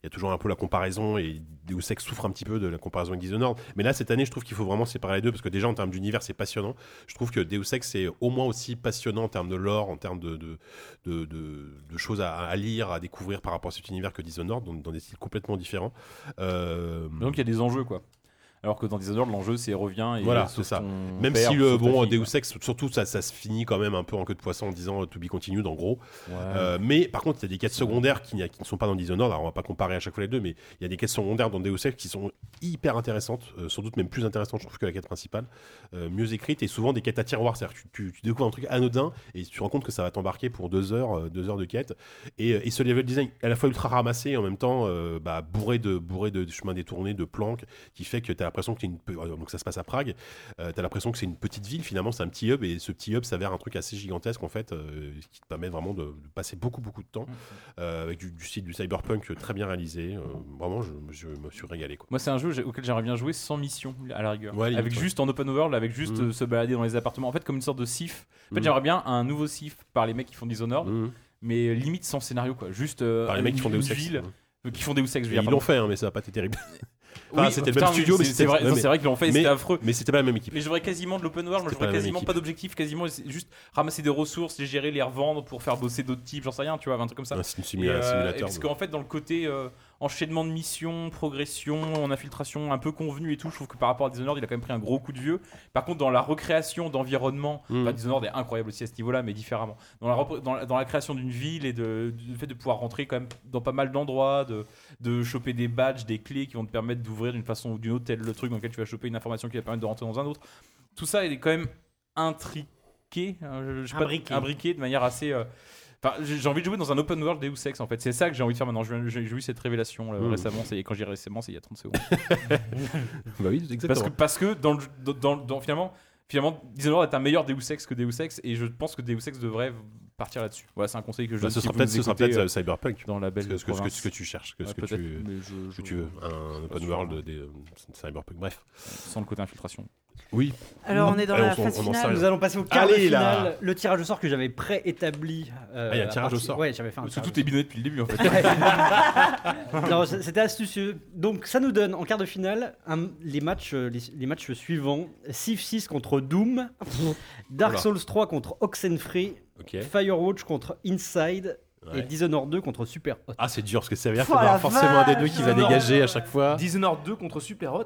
il y a toujours un peu la comparaison et Deus Ex souffre un petit peu de la comparaison avec Dishonored. Mais là, cette année, je trouve qu'il faut vraiment séparer les deux parce que déjà en termes d'univers, c'est passionnant. Je trouve que Deus Ex c'est au moins aussi passionnant en termes de lore, en termes de, de, de, de- de choses à, à lire, à découvrir par rapport à cet univers que Dishonored, donc dans des styles complètement différents. Euh,
Donc il y a des enjeux quoi. Alors que dans Dishonored, l'enjeu c'est revient et
Voilà,
sauve
c'est ça.
ton
Même
père,
si, euh,
sauve ta
bon,
fille.
Deus Ex, surtout, ça, ça se finit quand même un peu en queue de poisson en disant euh, to be continued, en gros.
Ouais.
Euh, mais par contre, il y a des quêtes secondaires qui, n'y a- qui ne sont pas dans Dishonored. Alors, on va pas comparer à chaque fois les deux, mais il y a des quêtes secondaires dans Deus Ex qui sont hyper intéressantes, euh, sans doute même plus intéressantes, je trouve, que la quête principale, euh, mieux écrite et souvent des quêtes à tiroir. C'est-à-dire que tu, tu- tu découvres un truc anodin et tu te rends compte que ça va t'embarquer pour deux heures, euh, deux heures de quête. Et, euh, et ce level design, à la fois ultra ramassé et en même temps euh, bah, bourré de bourré de chemins détournés, de planques, qui fait que tu as l'impression que t'es une. pe- euh, Donc ça se passe à Prague. Euh, t'as l'impression que c'est une petite ville, finalement c'est un petit hub, et ce petit hub s'avère un truc assez gigantesque en fait, euh, ce qui te permet vraiment de, de passer beaucoup beaucoup de temps,
Mm-hmm.
euh, avec du, du style du cyberpunk euh, très bien réalisé, euh, vraiment je, je me suis régalé quoi.
Moi, c'est un jeu j'ai- auquel j'aimerais bien jouer sans mission, à la rigueur.
Ouais, limite,
avec
ouais.
juste en open world, avec juste
Mhm.
euh, se balader dans les appartements. En fait, comme une sorte de sif. En fait,
Mhm.
j'aimerais bien un nouveau sif par les mecs qui font Dishonored,
Mhm.
mais limite sans scénario, quoi. Juste euh,
Par les mecs qui font
une
Deus Ex.
ville,
hein.
euh, qui font des je veux
Et
dire,
ils
pardon.
l'ont fait, hein, mais ça n'a pas été terrible.
Oui,
Enfin, c'était le
putain,
même studio, mais
c'est
c'était-
vrai,
ouais,
non,
mais-
c'est vrai qu'ils l'ont fait, et c'était affreux.
Mais c'était pas la même équipe.
Mais j'aurais quasiment de l'open world, moi
C'était
je
pas la
vois
même
quasiment
équipe.
pas d'objectif, quasiment c'est juste ramasser des ressources, les gérer, les revendre pour faire bosser d'autres types, j'en sais rien, tu vois, un truc comme ça.
Un sim-
Et,
simula-
euh, et
simulateur.
parce
de-
qu'en fait, dans le côté euh, enchaînement de missions, progression, en infiltration un peu convenu et tout, je trouve que par rapport à Dishonored, il a quand même pris un gros coup de vieux. Par contre, dans la recréation d'environnement,
Mm.
enfin, Dishonored est incroyable aussi à ce niveau-là, mais différemment. Dans la, repré- dans la, dans la création d'une ville et de, du fait de pouvoir rentrer quand même dans pas mal d'endroits, de, de choper des badges, des clés qui vont te permettre d'ouvrir d'une façon ou d'une autre tel le truc dans lequel tu vas choper une information qui va te permettre de rentrer dans un autre. Tout ça, il est quand même intriqué, hein, je- je sais pas,
Imbriqué.
imbriqué de manière assez. euh, Enfin, j'ai j'ai envie de jouer dans un open world Deus Ex en fait. C'est ça que j'ai envie de faire maintenant. J'ai j'ai- j'ai eu cette révélation là,
Mmh.
récemment. C'est quand j'ai récemment, c'est il y a 30 secondes.
Bah oui,
parce
exactement.
que parce que dans, le- dans, dans- dans- finalement finalement Dishonored est un meilleur Deus Ex que Deus Ex et je pense que Deus Ex devrait partir là-dessus. Voilà, c'est un conseil que je
Bah,
donne
ce
si
sera
vous
peut-être
nous
ce sera
écoutez,
peut-être,
euh,
euh, Cyberpunk.
dans la belle
Ce que, ce que- ce que
province.
tu cherches, que,
Ouais,
ce que
peut-être,
tu,
mais je-
ce que
je-
tu veux. Un open
sûrement.
world des, euh, Cyberpunk, bref.
sans le côté infiltration.
Oui,
Alors, on est dans
Allez,
la
on-
phase
on en
finale.
sort,
Nous allons passer au quart de
Allez, là.
finale. Le tirage au sort que j'avais préétabli. euh,
Ah, il y a un
à
tirage au
partir-
sort.
Ouais, j'avais fait un
Parce que
tirage au
tout est binonné depuis le début en fait.
Non, c- c'était astucieux. Donc ça nous donne en quart de finale un- les, matchs, euh, les, les matchs suivants. Civ 6 contre Doom, Dark
Oula.
Souls 3 contre Oxenfree,
ok.
Firewatch contre Inside
Ouais.
et Dishonored 2 contre Super Hot.
Ah, c'est dur parce que ça veut dire qu'il y
Oh,
en aura
la
forcément un des deux qui va
vache.
dégager à chaque fois.
Dishonored 2 contre Super Hot.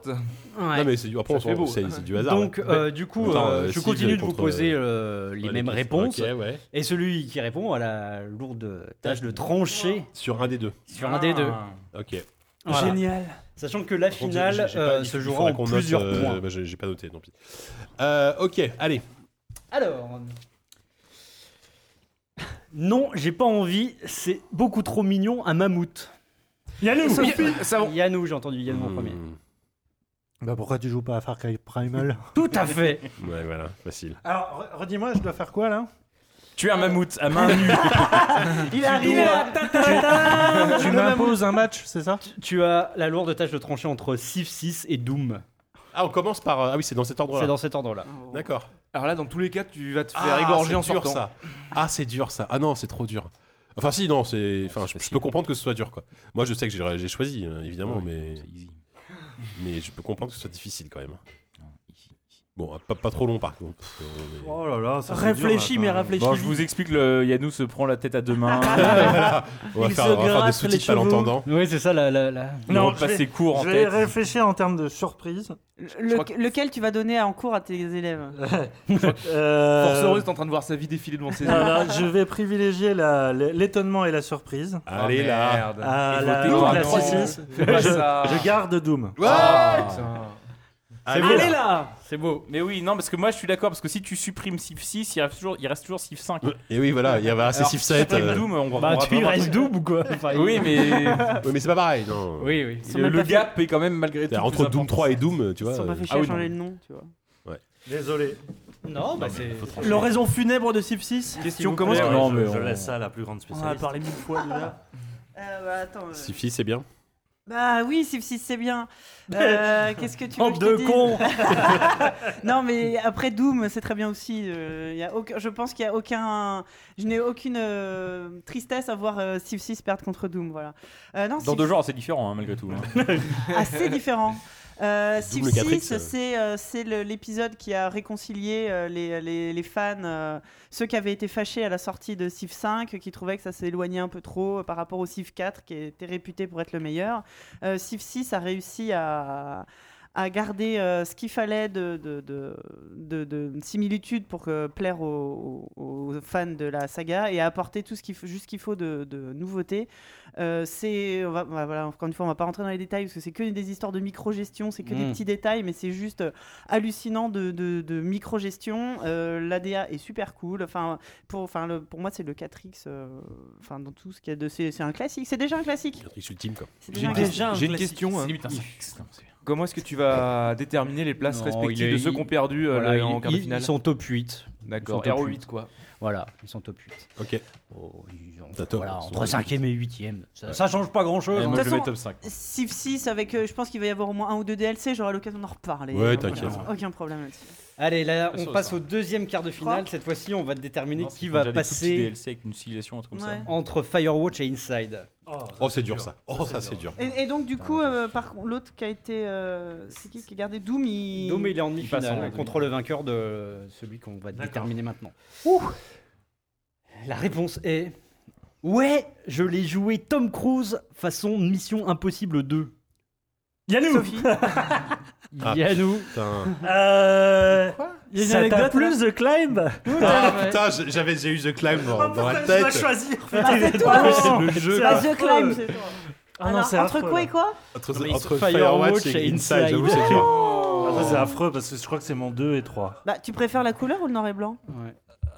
Non, mais c'est du, après,
Ça
on
fait
s'en-
beau.
c'est c'est du hasard.
Donc
ouais.
euh, du coup,
Attends,
euh,
euh,
je
Civ
continue de vous
contre,
poser euh, les
Ouais,
mêmes
questions.
réponses.
Ok, ouais.
Et celui qui répond a la lourde tâche de trancher
Sur un des deux. Ah.
sur un des deux.
Ok.
Voilà.
Génial.
Sachant que la
Par contre,
finale
j'ai- j'ai pas-
euh,
il-
se
il
jouera
faudrait
en
qu'on note,
plusieurs
euh,
points.
bah, j'ai j'ai pas noté, tant pis. Euh, ok, allez.
Alors. Non, j'ai pas envie, c'est beaucoup trop mignon, un mammouth.
Yannou
Yannou, j'ai entendu Yannou en premier.
Hmm.
Bah pourquoi tu joues pas à Far Cry Primal
Tout à fait
Ouais, voilà, facile.
Alors, re- redis-moi, je dois faire quoi là
Tu es un mammouth à main nue.
Il arrive là.
Tu m'imposes un match, c'est ça
Tu as la lourde tâche de trancher entre Civ 6 et Doom.
Ah, on commence par. euh, Ah oui, c'est dans cet
C'est
ordre-là.
dans cet ordre-là.
D'accord.
Alors là, dans tous les cas, tu vas te faire
Ah,
égorger
c'est
en
dur,
sortant.
ça. Ah, c'est dur ça. Ah non, c'est trop dur. Enfin, si, non, c'est. Enfin, je, je peux comprendre que ce soit dur, quoi. Moi, je sais que j'ai j'ai choisi, euh, évidemment, mais. Mais je peux comprendre que ce soit difficile quand même. hein. Bon, ah, pas, pas trop long par contre. parce que euh, on est-
Oh là là, ça c'est
Réfléchis,
dur,
mais
là, quand même.
réfléchis.
Bon, je vous explique, le Yannou se prend la tête à deux mains.
On va
Il
faire,
se
on va faire des
gratte les
sous-titres malentendants.
Oui, c'est ça la. la, la-
Ah,
Non,
je vais-
passer court en
Je vais
tête.
réfléchir en termes de surprise.
Le- Lequel tu vas donner en cours à tes élèves
Euh,
Force heureuse, t'es en train de voir sa vie défiler devant ses yeux.
euh,
voilà, je vais privilégier la- l'étonnement et la surprise.
Allez là.
à
Et
la,
voter pour
la
un non.
6.
Fais pas
Je-
ça.
Je garde Doom.
Allez,
Allez
là.
là C'est beau.
Mais oui, non, parce que moi je suis d'accord, parce que si tu supprimes Civ 6, il reste toujours, il reste toujours Civ 5.
Et oui, voilà, il y avait assez
Alors,
Civ 7.
Avec
euh,
Doom, on va on
Bah,
va
tu
vraiment-
restes Doom ou quoi Enfin,
Oui, mais
Oui, mais c'est pas pareil, non.
Oui, oui.
le, le gap est quand même malgré tout.
C'est-à-dire,
plus
Entre Doom
important.
3 et Doom,
Ils
tu vois.
se sont pas
euh,
fait
ah
chier à
oui,
changer
non.
le nom, tu vois.
Désolé.
Non, bah c'est.
L'oraison funèbre de Civ 6
Question,
vous
comment
plaît,
est-ce
ouais.
que-
Non,
je,
mais
je
on-
laisse Bah, ça à la plus grande
On en a
spécialiste.
parlé mille fois déjà.
Euh, bah, attends, euh,
Civ 6, c'est bien.
Bah oui, Civ 6 c'est bien. Euh, Qu'est-ce que tu veux
Bande
que je te
de
dise
cons
Non mais après Doom c'est très bien aussi. Euh, y a aucun- je pense qu'il y a aucun, je n'ai aucune euh, tristesse à voir euh, Civ 6 perdre contre Doom. Voilà. Euh, non,
Dans
Civ-
deux genres, c'est différent hein, malgré tout. hein.
assez différent. Euh, Civ
le 4X,
6,
euh.
c'est euh, c'est le- l'épisode qui a réconcilié euh, les, les- les fans, euh, ceux qui avaient été fâchés à la sortie de Civ 5, qui trouvaient que ça s'éloignait un peu trop euh, par rapport au Civ 4, qui était réputé pour être le meilleur. Euh, Civ 6 a réussi à, à garder euh, ce qu'il fallait de, de, de, de- de similitude pour que- plaire aux, aux- aux fans de la saga et à apporter tout ce qu'il faut, juste ce qu'il faut de, de nouveautés. Euh, c'est, on va- on va- voilà, encore une fois, on va pas rentrer dans les détails parce que c'est que des histoires de micro-gestion, c'est que des
Mm.
petits détails, mais c'est juste euh, hallucinant de, de, de micro-gestion. Euh, L'ADA est super cool. Enfin, pour, enfin, le- pour moi, c'est le 4X. euh, Enfin, dans tout ce qu'il y a de. C'est c'est un classique. C'est déjà un classique.
Patrick Ultime, quoi.
C'est
J'ai
déjà
une,
un
ques-
classique.
déjà un
j'ai une
classique.
question. hein.
C'est limite un six, quand même, c'est bien.
Comment est-ce que tu vas déterminer les places
Non, il
respectives
est-
de ceux qui ont perdu euh,
Voilà,
le- en
ils-
quart de
ils-
finale
Ils sont top 8.
D'accord,
ils sont top
RO8
huit.
quoi.
Voilà, ils sont top 8.
Ok.
Oh, ils- on-
T'as top,
voilà,
ils sont
entre
top
5ème et 8ème. Ça, ça change pas hein. grand chose.
Eh,
Ouais,
Moi,
De
je le mets
toute
top 5.
Civ 6 avec, euh, je pense qu'il va y avoir au moins un ou deux DLC, j'aurai l'occasion d'en reparler.
Ouais,
Euh,
t'inquiète.
voilà, Aucun problème là-dessus.
Allez, là,
Pas
on
sûr,
passe
ça.
au deuxième quart de finale.
Trois.
Cette fois-ci, on va déterminer
Non, c'est
qui
quand
va
j'avais tout petit
passer
DLC avec une civilisation, un truc comme
Ouais.
ça.
entre Firewatch et Inside.
Oh, c'est dur ça. Oh, ça, c'est dur.
Et, et donc, du coup, euh, par contre, l'autre qui a été. euh, c'est qui qui a gardé Doom il...
Doom, il est en
passe en
demi-finale
demi.
contre le vainqueur de celui qu'on va déterminer maintenant. La réponse est Ouais, je l'ai joué Tom Cruise façon Mission Impossible 2.
Yannou
Ah.
Yannou
Putain,
Euh,
Il y a une
Ça t'a
anecdote,
plus The Climb
Ah, putain, j'ai- j'avais j'ai eu The Climb dans, dans la
Ah, Je dois
tête.
choisir
Ah, c'est toi
C'est le jeu
Ah, The Climb, c'est toi.
Ah non,
Alors,
c'est
entre
affreux,
quoi
là.
et quoi
Entre,
mais
entre
Firewatch
Firewatch
et Inside.
et Inside, j'avoue, c'est dur.
Ah, ça, c'est affreux parce que je crois que c'est mon 2 et 3.
Bah, tu préfères la couleur ou le noir et blanc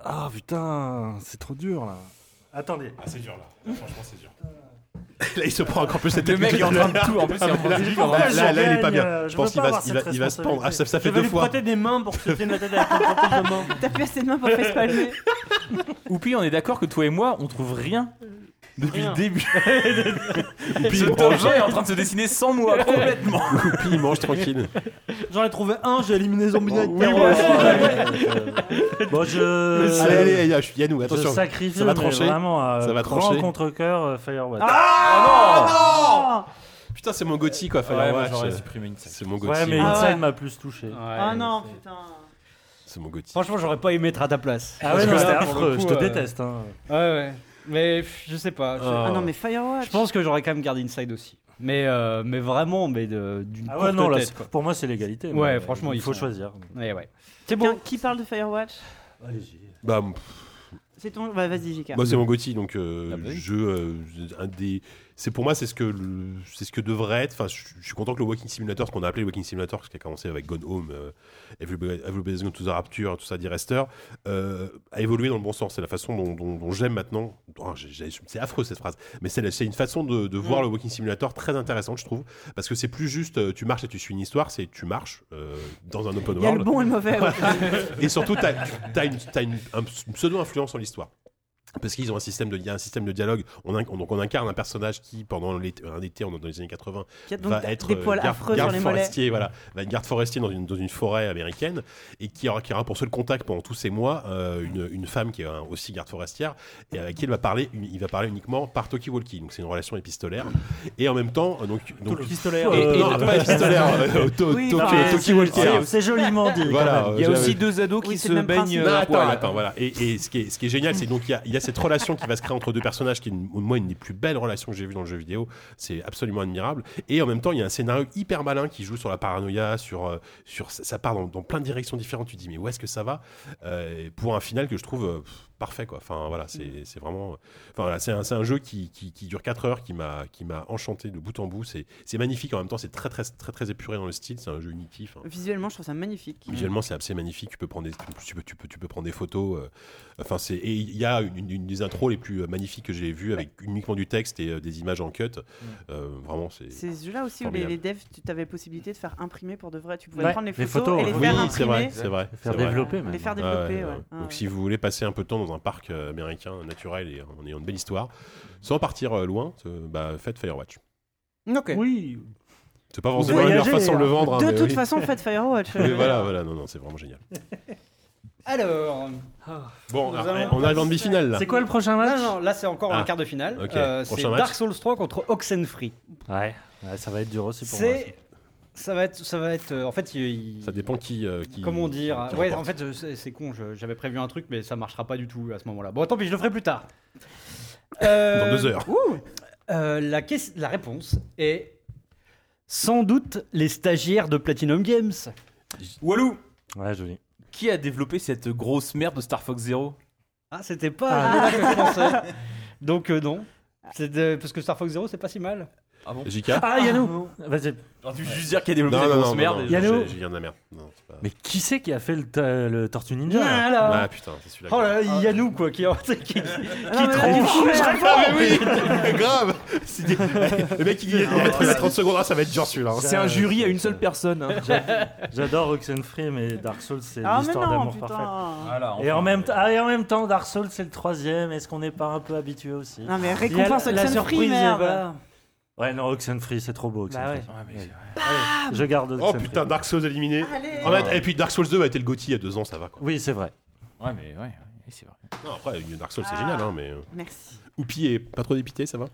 Ah putain, c'est trop dur là. Attendez.
Ah, c'est dur là. Franchement, c'est dur. Là, il se prend encore plus cette tête. Ah,
Le mec est en train de tout, en plus, il est en train de vivre. en
Là,
train de-
là, il est pas
gagne,
bien.
euh,
Je
je
pense
veux
qu'il
pas
va,
avoir
il va,
cette
il va se pendre. Ah, ça, ça
Je
fait
vais
deux
lui
fois.
prêter des mains pour se tirer la tête avec mon propre main.
T'as plus assez de mains pour faire spalmer.
Oupi, on est d'accord que toi et moi, on trouve rien depuis
Rien.
le début.
Oupi,
Ce
il mange.
projet est en train de se dessiner sans moi, complètement.
Oupi, il mange tranquille. Ah
J'en ai trouvé un, j'ai éliminé Zombie Night Terror.
Bon, je.
Allez, allez, allez, je suis Yannou,
Je
attention.
sacrifie
Ça va
mais
trancher.
vraiment à
Ça va
grand
trancher. Ah
contre-cœur euh, Firewatch. Ah
Oh Ah
Putain, c'est mon Gotti quoi,
Ouais, moi,
Firewatch. euh,
j'aurais supprimé une scène.
c'est mon
ouais,
Gotti.
mais
Ah
Inside
ouais.
m'a plus touché.
Ah non, putain.
C'est mon Gotti.
Franchement, j'aurais pas aimé être à ta place.
Ah ouais, non,
Parce que
c'était
là, pour le
affreux,
coup,
je te
euh,
déteste. Hein.
Ouais, ouais. Mais pff, je sais pas. Je,
Ah non, mais
je
Firewatch.
pense que j'aurais quand même gardé Inside aussi. Mais, euh, mais vraiment, mais de- d'une
Ah ouais,
courte
non, là,
tête.
c'est-
quoi.
pour moi, c'est l'égalité.
Ouais,
mais
franchement,
il
ils
faut
sont-
choisir.
Ouais, ouais.
C'est bon. Qui parle de Firewatch
Bah, m-
C'est ton. Bah, vas-y, JK.
moi, c'est mon Gotti, donc euh,
Ah bah oui.
je, euh, un des. C'est pour moi, c'est ce que le- c'est ce que devrait être. Enfin, je je suis content que le Walking Simulator, ce qu'on a appelé le Walking Simulator, ce qui a commencé avec Gone Home, euh, Everybody- Everybody's Gone to the Rapture, tout ça, Die Rester, euh, a évolué dans le bon sens. C'est la façon dont, dont- dont j'aime maintenant. oh, j'ai- j'ai- c'est affreux cette phrase, mais c'est la- c'est une façon de, de
Mm.
voir le Walking Simulator très intéressante, je trouve, parce que c'est plus juste euh, tu marches et tu suis une histoire, c'est tu marches euh, dans un open
Il y a
world.
le bon et le mauvais. ouais.
Et surtout, t'as as une, t'as une- un- une pseudo-influence en l'histoire. Parce qu'ils ont un système de, il y a un système de dialogue. On inc- donc on incarne un personnage qui, pendant l'été, un été, on est dans les années 80,
Qui a
va
donc
être
des
euh,
poils
garde,
affreux
garde
sur les mollets.
forestier, voilà, va être garde forestier dans une, dans une forêt américaine et qui aura, qui aura pour seul contact pendant tous ces mois euh, une, une femme qui est euh, aussi garde forestière et avec qui il va parler, uni- il va parler uniquement par talkie walkie. Donc c'est une relation épistolaire et en même temps euh, donc, donc
Pistolaire.
et- et-
Euh,
non, pas épistolaire, euh, to-
Oui,
to-
non,
talkie-
mais
talkie walkie.
C'est joliment dit.
Voilà,
Il y a
euh,
aussi
j'avais-
deux ados qui
Oui, c'est
se
le même
baignent.
principe.
euh,
non,
à
attends,
poil.
attends, voilà. Et, et ce, qui est, ce qui est génial, c'est donc il y a, il y a cette relation qui va se créer entre deux personnages, qui est une- moi une des plus belles relations que j'ai vues dans le jeu vidéo. C'est absolument admirable. Et en même temps, il y a un scénario hyper malin qui joue sur la paranoïa, sur, euh, sur ça part dans, dans plein de directions différentes. Tu te dis mais où est-ce que ça va Euh, Pour un final que je trouve euh, pff, parfait quoi. Enfin voilà, c'est c'est vraiment. euh, Enfin voilà, c'est un, c'est un jeu qui, qui, qui dure 4 heures, qui m'a qui m'a enchanté de bout en bout. C'est c'est magnifique en même temps. C'est très très très très épuré dans le style. C'est un jeu unitif. hein.
Visuellement, je trouve ça magnifique.
Visuellement, c'est absolument magnifique. Tu peux prendre des, tu peux, tu peux, tu peux prendre des photos. euh, enfin, c'est et il y a une, une- une des intros les plus euh, magnifiques que j'ai vues avec uniquement du texte et euh, des images en cut. Euh, vraiment, c'est.
Mm. C'est ce jeu-là aussi où les,
Formidable.
les devs, tu avais possibilité de faire imprimer pour de vrai. Tu pouvais
Ouais,
prendre les
les
photos,
photos,
et les
ouais.
faire
Oui, c'est vrai,
imprimer,
c'est vrai.
Faire
c'est vrai.
développer, même.
les faire
Ouais,
développer.
ouais,
ouais.
ouais.
Ah,
Donc,
ouais.
si vous voulez passer un peu de temps dans un parc euh, américain naturel et en ayant une belle histoire, sans partir euh, loin, euh, bah, faites Firewatch.
Ok.
Oui.
C'est pas forcément la
voyagez,
meilleure façon de le vendre. hein,
De
mais
toute
oui.
façon, faites Firewatch.
Mais voilà, voilà, non, non, c'est vraiment génial.
Alors.
Bon,
Nous
alors,
allons
on arrive en demi-finale là.
C'est quoi le prochain
Non,
match
non, là c'est encore un
Ah,
quart de finale.
ok.
Euh, c'est
Prochain match.
Dark Souls 3 contre Oxenfree.
ouais. Ouais, ça va être dur aussi pour moi.
C'est. Ça va être. Ça va être euh, en fait, il- il-
Ça dépend qui. euh, qui-
Comment dire
qui
Ouais, en
remporte.
fait, euh, c'est c'est con, je- j'avais prévu un truc, mais ça marchera pas du tout à ce moment-là. Bon, tant pis, je le ferai plus tard. Euh,
Dans deux heures.
ouh, euh, la, ques- la réponse est Sans doute les stagiaires de Platinum Games.
Walou,
Ouais, joli.
qui a développé cette grosse merde de Star Fox Zero Ah.
Ah, c'était pas là que je pensais. Donc euh, non. C'est, euh, parce que Star Fox Zero, c'est pas si mal.
JK
Ah, Yannou Vas-y.
J'aurais dû juste dire qui a développé
Non, non,
cette
non,
grosse
non,
merde.
non,
et-
j'ai-
Yannou
j'ai bien de la merde. Non, c'est pas-
Mais qui c'est qui a fait le, ta- le Tortue Ninja là
Voilà.
Ah putain, c'est celui-là.
Oh là là, il
Ah,
y a nous quoi, qui, qui, qui, qui
Ah,
Ah, grave C'est- Le mec, il dit, en fait, il a 30 secondes, ah, ça va être dur celui-là.
C'est un jury à une seule personne. hein.
J'adore Oxenfree, mais Dark Souls, c'est
Ah, mais
l'histoire
non,
d'amour
putain.
parfaite.
Voilà,
Et
enfin.
en, même temps- ah, et en même temps, Dark Souls, c'est le troisième. Est-ce qu'on n'est pas un peu habitué aussi
Non, mais
Il y a la-
récompense
la
Oxenfree,
surprise,
merde.
voilà.
Ouais, non, Oxenfree, c'est trop beau.
Bah
Oxenfree.
ouais.
Ah,
Je garde
Oh
Oxenfree.
putain, Dark Souls éliminé.
Allez.
En fait, et puis Dark Souls 2 a été le Gotti il y a deux ans, ça va quoi.
Oui, c'est vrai.
Ouais, mais ouais, ouais, c'est vrai.
Non, après, Dark Souls c'est
Ah.
génial, hein, mais.
Merci.
Oupi est pas trop dépité, ça va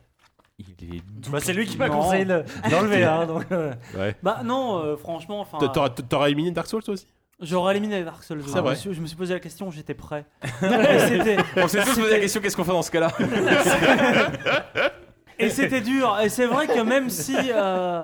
Il est
Bah, c'est lui qui m'a
Non.
conseillé le- d'enlever. hein, donc, euh,
Ouais.
Bah non, euh, franchement, enfin,
T'a- T'auras t'auras éliminé Dark Souls toi aussi
j'aurais éliminé Dark Souls. hein.
C'est vrai.
Je, me suis- je me suis posé la question, j'étais prêt. Ah C'était-
On s'est tous posé la question qu'est-ce qu'on fait dans ce cas-là
et c'était dur. Et c'est vrai que même si, euh,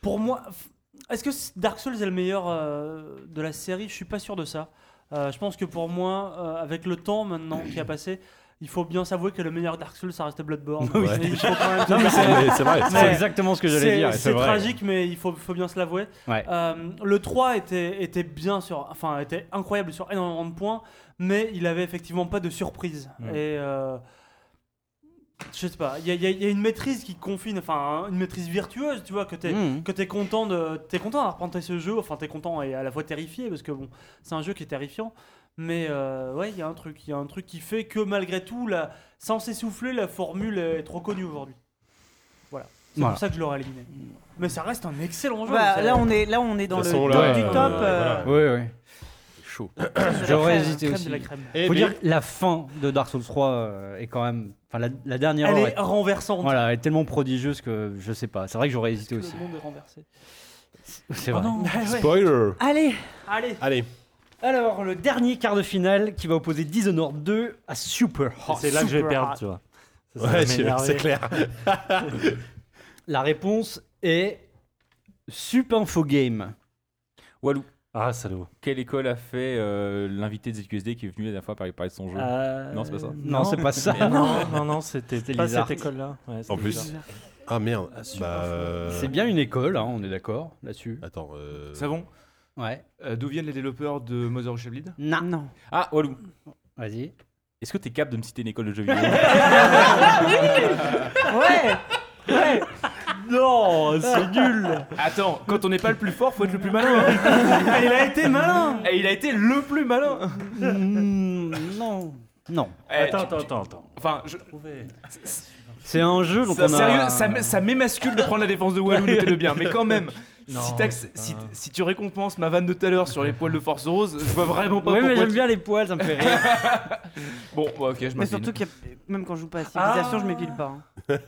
pour moi, f- est-ce que c- Dark Souls est le meilleur euh, de la série Je suis pas sûr de ça. Euh, je pense que pour moi, euh, avec le temps maintenant qui a passé, il faut bien s'avouer que le meilleur Dark Souls, ça reste Bloodborne.
Ouais.
Et il faut quand même-
Mais C'est vrai.
C'est
Mais-
exactement ce que
C'est-
j'allais dire.
C'est tragique, mais il faut, faut bien se l'avouer.
Ouais.
Euh, le 3 était, était bien sur, enfin était incroyable sur énormément de points, mais il avait effectivement pas de surprise.
Mm.
Et euh, je sais pas, il y, a- il y a- il y a une maîtrise qui confine, enfin une maîtrise virtueuse, tu vois, que t'es
Mm.
Hmm.
que t'es content de, t'es content d'avoir présenté ce jeu. Enfin, t'es content et à la fois terrifié parce que bon, c'est un jeu qui est terrifiant. Mais euh, ouais, il y a un truc, il y a un truc qui fait que malgré tout, la, sans s'essouffler, la formule est trop connue aujourd'hui. Voilà, c'est
Voilà.
pour ça que je l'aurais éliminé. Mais ça reste un excellent jeu.
Bah,
ça-
là, on est, là, on est dans
De
le
toute façon,
top
là,
du
euh,
top.
voilà.
euh,
Oui, oui.
Chaud.
J'aurais
crème,
hésité
crème
aussi.
de la crème.
Et
Faut
mais-
dire que la fin de Dark Souls 3 euh, est quand même. Enfin, la, la dernière
Elle
heure
est
est,
renversante.
voilà, elle est tellement prodigieuse que je sais pas. C'est vrai que j'aurais hésité aussi.
Le monde est renversé.
C'est
Ah
vrai. Ah
Spoiler
Allez,
Allez,
Allez,
alors le dernier quart de finale qui va opposer Dishonored 2 à Super
oh,
Hot.
hein. c'est là que je vais
super
perdre,
hard.
tu vois. Ça, ça va
ouais, tu-
m'énerver.
c'est clair.
La réponse est Super Info Game.
Walou,
Ah, salaud.
quelle école a fait euh, l'invité de ZQSD qui est venu la dernière fois parler, parler de son jeu
Euh,
Non, c'est pas ça.
Non, c'est pas ça.
Non, non, non, c'était
C'était
pas
Lizard.
cette école-là. Ouais, c'était
En plus.
Lizard.
Ah merde. Bah.
C'est
euh,
bien une école, hein, on est d'accord là-dessus.
Attends. euh,
Savon,
Ouais.
euh, d'où viennent les développeurs de Mother of Blade
Non.
Non.
Ah, Walou,
Vas-y.
est-ce que t'es capable de me citer une école de jeux vidéo
Ouais.
Non, c'est nul.
Attends, quand on n'est pas le plus fort, faut être le plus malin. hein.
il a été malin.
Et il a été le plus malin.
non. Non.
Eh,
Attends,
tu-
attends, attends, attends.
Enfin, je-
C'est un jeu donc
ça,
on a.
sérieux, ça, m- ça m'émascule de prendre la défense de Walou, notez-le bien. Mais quand même, si, t'acc- si, si tu récompenses ma vanne de tout à l'heure sur les poils de Force Rose, je vois vraiment pas
Ouais, mais
pourquoi.
j'aime
tu-
bien les poils, ça me fait rire.
Bon, bah, ok, je
Mais
m'incline.
surtout, qu'il y a- même quand je joue pas à Civilisation, je m'épile pas. hein.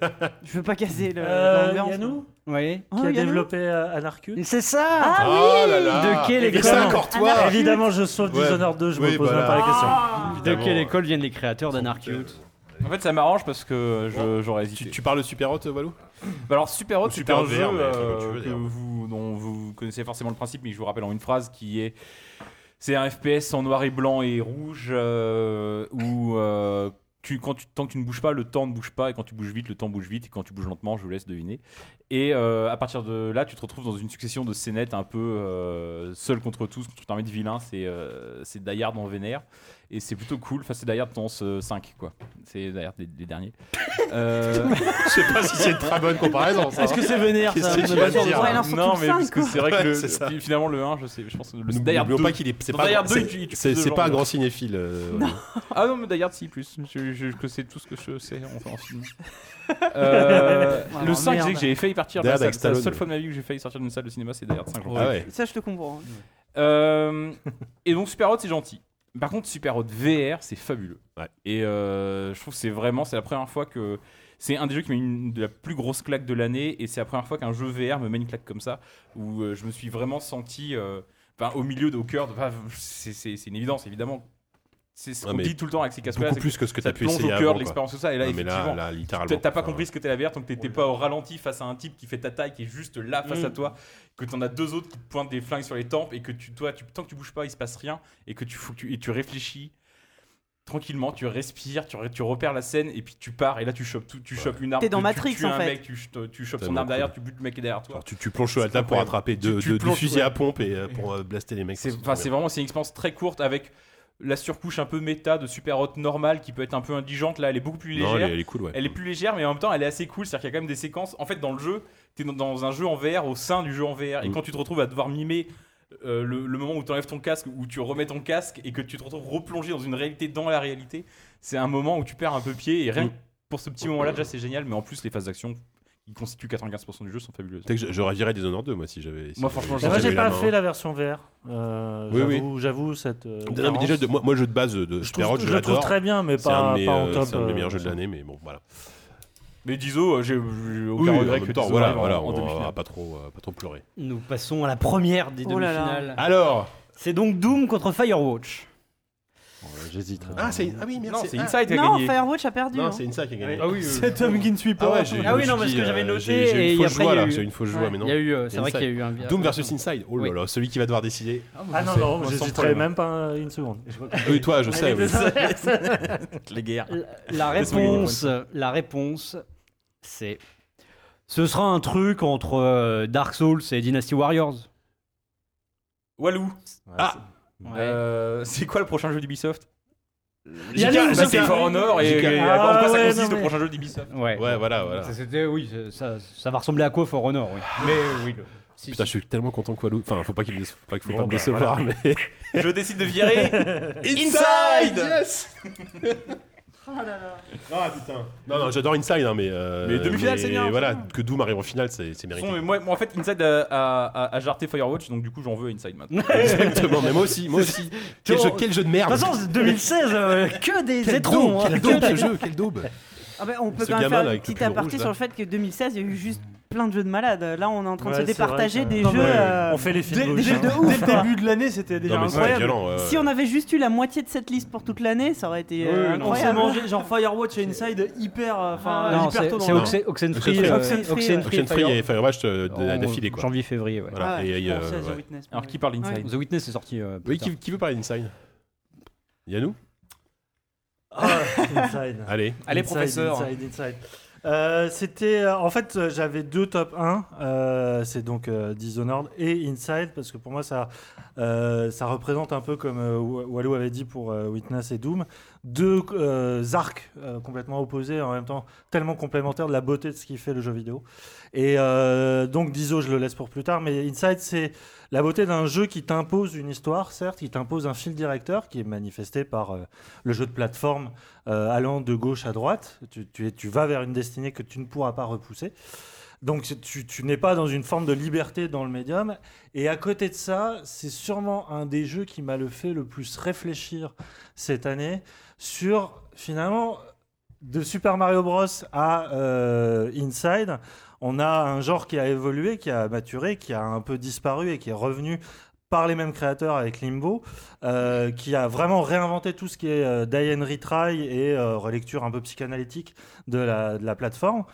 je veux pas casser le-
Ah. Euh,
l'ambiance.
Yannou
Oui.
Oh,
Qui a
Yannou
développé euh, Anarchus
C'est ça.
Ah
Oh là là
De quelle
Mais
école
c'est encore toi
Ah, Évidemment, je sauve
Ouais.
Dishonored 2, je
Oui,
me pose
voilà.
même pas la question.
De
Évidemment.
quelle école viennent les créateurs d'Anarchute
En fait, ça m'arrêche parce que je- j'aurais hésité.
Tu, tu parles de Super Hot, Walou
Bah alors Super Hot,
Ou
c'est
Super
un
Hot VR,
jeu
mais
euh,
comme tu veux,
que
d'ailleurs.
vous, dont vous connaissez forcément le principe, mais je vous rappelle en une phrase qui est c'est un FPS en noir et blanc et rouge euh, où euh, tu, quand tu, tant que tu ne bouges pas, le temps ne bouge pas et quand tu bouges vite, le temps bouge vite et quand tu bouges lentement, je vous laisse deviner. Et euh, à partir de là, tu te retrouves dans une succession de scénettes un peu euh, seul contre tous, contre un mec de vilain, c'est euh, c'est Die Hard en vénère et c'est plutôt cool. Enfin, c'est Die Hard tendance euh, 5 quoi. C'est Die Hard des, des derniers. Euh,
Je sais pas si c'est une très bonne comparaison. ça. hein.
Est-ce que c'est vénère
Qu'est-ce
ça
que
On
tu
est
vas
pas sûr de
dire
ça.
Ouais, non, surtout
non,
le
mais
5,
parce que
quoi.
c'est vrai que
Ouais,
le-
c'est ça.
puis finalement le 1, je sais, je pense que le
N'oublie-
Die Hard
n'oublions pas
2.
qu'il est. C'est
Dans
pas,
Die Hard 2,
c'est-
il- il tue
c'est-
ce
c'est
genre
pas un
de-
grand cinéphile. euh, Walou.
Ah non, mais Die Hard, si, plus. Je, je, je- que c'est tout ce que je sais en, en film. Euh,
Ah,
le 5,
merde.
j'ai que j'ai failli partir. de
Die
la
Hard
salle.
avec
C'est la seule
Stallone.
fois de ma vie que j'ai failli sortir d'une salle de cinéma, c'est Die Hard 5. j'en
Ah ouais.
Ça, je te comprends. hein.
euh, et donc Super Hot c'est gentil. Par contre Super Hot VR c'est fabuleux.
Ouais.
Et euh, je trouve que c'est vraiment c'est la première fois que c'est un des jeux qui m'a mis une de la plus grosse claque de l'année et c'est la première fois qu'un jeu VR me met une claque comme ça où euh, je me suis vraiment senti euh, enfin, au milieu de, au cœur de- enfin, c'est c'est- c'est une évidence évidemment C'est ce
Ouais,
qu'on
mais
dit tout le temps avec ces casques-là.
Beaucoup
c'est
plus que ce que
ça
t'as pu
plonge
essayer
au cœur
avant.
de
quoi.
l'expérience tout ça. Et là,
Non, mais
effectivement,
là, là, littéralement.
t'as t'as pas
enfin,
compris ce que t'es la VR, donc
Oh
t'étais pas au ralenti face à un type qui fait ta taille, qui est juste là face
Mm.
à toi, que t'en as deux autres qui te pointent des flingues sur les tempes et que tu, toi, tu, tant que tu bouges pas, il se passe rien et que tu, fous- tu- et tu réfléchis tranquillement, tu respires, tu, re- tu repères la scène et puis tu pars et là tu chopes tout, tu chopes une arme,
T'es dans
tu-
Matrix,
tu tues
en
un
fait.
mec, tu, ch- tu chopes son
Tellement
arme derrière,
cool.
tu butes le mec qui est derrière toi.
genre, tu, tu plonges à la table pour
incroyable.
attraper deux,
tu
deux- deux
plonges,
fusils
ouais.
à pompe et euh, pour euh, blaster les mecs.
C'est
ça,
enfin,
trop
c'est
bien.
vraiment c'est une expérience très courte avec la surcouche un peu méta de super hot normale qui peut être un peu indigente. Là, elle est beaucoup plus légère.
Non, elle est, elle est cool, ouais.
Elle est plus légère, mais en même temps, elle est assez cool. C'est-à-dire qu'il y a quand même des séquences. En fait, dans le jeu, t'es dans, dans un jeu en VR, au sein du jeu en VR. Et
Mm.
quand tu te retrouves à devoir mimer euh, le, le moment où t'enlèves ton casque, où tu remets ton casque et que tu te retrouves replongé dans une réalité dans la réalité, c'est un moment où tu perds un peu pied. Et rien
Mm.
que pour ce petit moment-là, déjà, c'est génial. Mais en plus, les phases d'action qui constituent 95% du jeu sont fabuleuses.
Peut-être que J'aurais viré Dishonored 2, moi, si j'avais. si
Moi,
j'avais-
franchement,
si
j'aurais
Moi,
j'avais
j'ai
eu
pas
la main.
fait la version vert. Euh,
Oui, oui.
j'avoue- J'avoue cette. euh,
Non, mais déjà,
carence.
de- moi, moi, jeu de base euh, de
je, trouve-
Superhot,
je
je
le trouve
l'adore.
très bien, mais
C'est un
pas,
de mes,
pas en
euh,
top.
c'est un de mes meilleurs
euh,
jeux de l'année, mais bon, voilà.
Mais Diso, j'ai j'ai
Oui,
aucun
oui, en
regret que
même temps,
Diso
voilà,
arrive en-
voilà,
en
on va
demi-finale.
pas trop, euh, pas trop pleurer.
Nous passons à la première des
Oh là là.
demi-finales.
Alors
C'est donc Doom contre Firewatch.
ouais, J'hésite.
Ah, c'est. Ah oui, merde,
Non, c'est Inside qui a
Non,
gagné.
Firewatch a perdu.
Non,
hein.
c'est Insa qui a gagné.
Ah oui,
C'est
Tom qui ne suit
Ah ouais, j'ai-
Ah oui,
j'ai
non, parce
dit,
que
euh,
j'avais
j'ai-
noté.
J'ai
et
une fausse
après,
joie
il y a
là,
eu-
j'ai une fausse joie, mais non.
Il y a eu, euh,
Et
c'est vrai
Inside.
qu'il y a eu un vi-
Doom
euh,
versus Inside. Oh là
Oui.
là, celui qui va devoir décider.
Ah non, non,
Sans
j'hésiterai
problème.
même pas une seconde.
Oui, toi, je sais. mais-
Les guerres.
La
Laisse-moi gagner,
réponse, la réponse, c'est. Ce sera un truc entre euh, Dark Souls et Dynasty Warriors.
Walou.
Ah.
Euh, c'est quoi le prochain jeu d'Ubisoft
Il y a les-
bah, c'est For Honor et,
JK.
et
Ah,
en quoi ça
ouais,
consiste
non,
le
mais-
prochain jeu d'Ubisoft
Ouais.
Ouais, voilà, voilà.
Ça, c'était, oui, ça, ça va ressembler à quoi For Honor oui. Mais euh, oui. le- si,
Putain, je
si.
suis tellement content que Walou. Enfin, faut pas qu'il me- faut pas qu'il faut pas me décevoir, mais.
Je décide de virer Inside Yes
Non, non, j'adore Inside, hein, mais. euh,
Mais demi-finale, c'est bien,
Voilà, que Doom arrive en finale, c'est c'est mérité.
mais moi, moi, en fait, Inside a, a, a- a jarté Firewatch, donc du coup, j'en veux Inside maintenant.
Exactement, mais moi aussi, moi aussi. Quel jeu, quel jeu de merde
De toute façon, 2016, euh, que des
Quel daube,
étrons. hein.
quel daube ce jeu, quel daube
Ah ben, on peut
Ce
quand même
gamin,
faire
là,
un
avec le
petit
pull
aparté
rouge, là.
sur le fait que 2016, il y a eu juste plein de jeux de malades. Là, on est en train de
Ouais,
se
c'est
départager
vrai que-
des
Non,
jeux.
mais
euh,
On fait les
des-
films
des
louches,
jeux
hein.
de ouf.
Dès le début de l'année, c'était déjà
Non, mais c'est
incroyable.
violent. ouais, ouais.
Si on avait juste eu la moitié de cette liste pour toute l'année, ça aurait été euh,
Oui, non,
On s'est
incroyable.
mangé genre Firewatch et Inside hyper, euh, enfin
Non,
hyper
c'est
tôt dans
c'est
le-
Oxen- Oxenfree,
Oxenfree.
euh,
Oxenfree,
Oxenfree,
Ocean Free
Fire-
et Firewatch euh, de-
en
d'affilée, quoi.
Janvier, février, ouais.
Voilà.
Ah ouais,
et,
Je
euh,
pensais à The
ouais.
Witness,
Alors,
mais-
qui parle Inside
The Witness est sorti. euh, plus
Oui,
tard.
qui, qui veut parler d'Inside Yannou
Ah, Inside.
Allez.
Allez,
Inside,
professeur.
Inside, inside. Euh, c'était euh, en fait euh, j'avais deux top 1 euh, c'est donc euh, Dishonored et Inside parce que pour moi ça euh, ça représente un peu comme euh, Wa- Walou avait dit pour euh, Witness et Doom deux euh, arcs euh, complètement opposés en même temps tellement complémentaires de la beauté de ce qui fait le jeu vidéo et euh, donc Diso je le laisse pour plus tard mais Inside c'est la beauté d'un jeu qui t'impose une histoire certes qui t'impose un fil directeur qui est manifesté par euh, le jeu de plateforme euh, allant de gauche à droite. Tu, tu es- tu vas vers une destinée que tu ne pourras pas repousser. Donc c'est- tu, tu n'es pas dans une forme de liberté dans le médium. Et à côté de ça, c'est sûrement un des jeux qui m'a le fait le plus réfléchir cette année sur finalement de Super Mario Bros à euh, Inside. On a un genre qui a évolué, qui a maturé, qui a un peu disparu et qui est revenu par les mêmes créateurs avec Limbo euh, qui a vraiment réinventé tout ce qui est euh, die and retry et euh, relecture un peu psychanalytique de la, de la plateforme.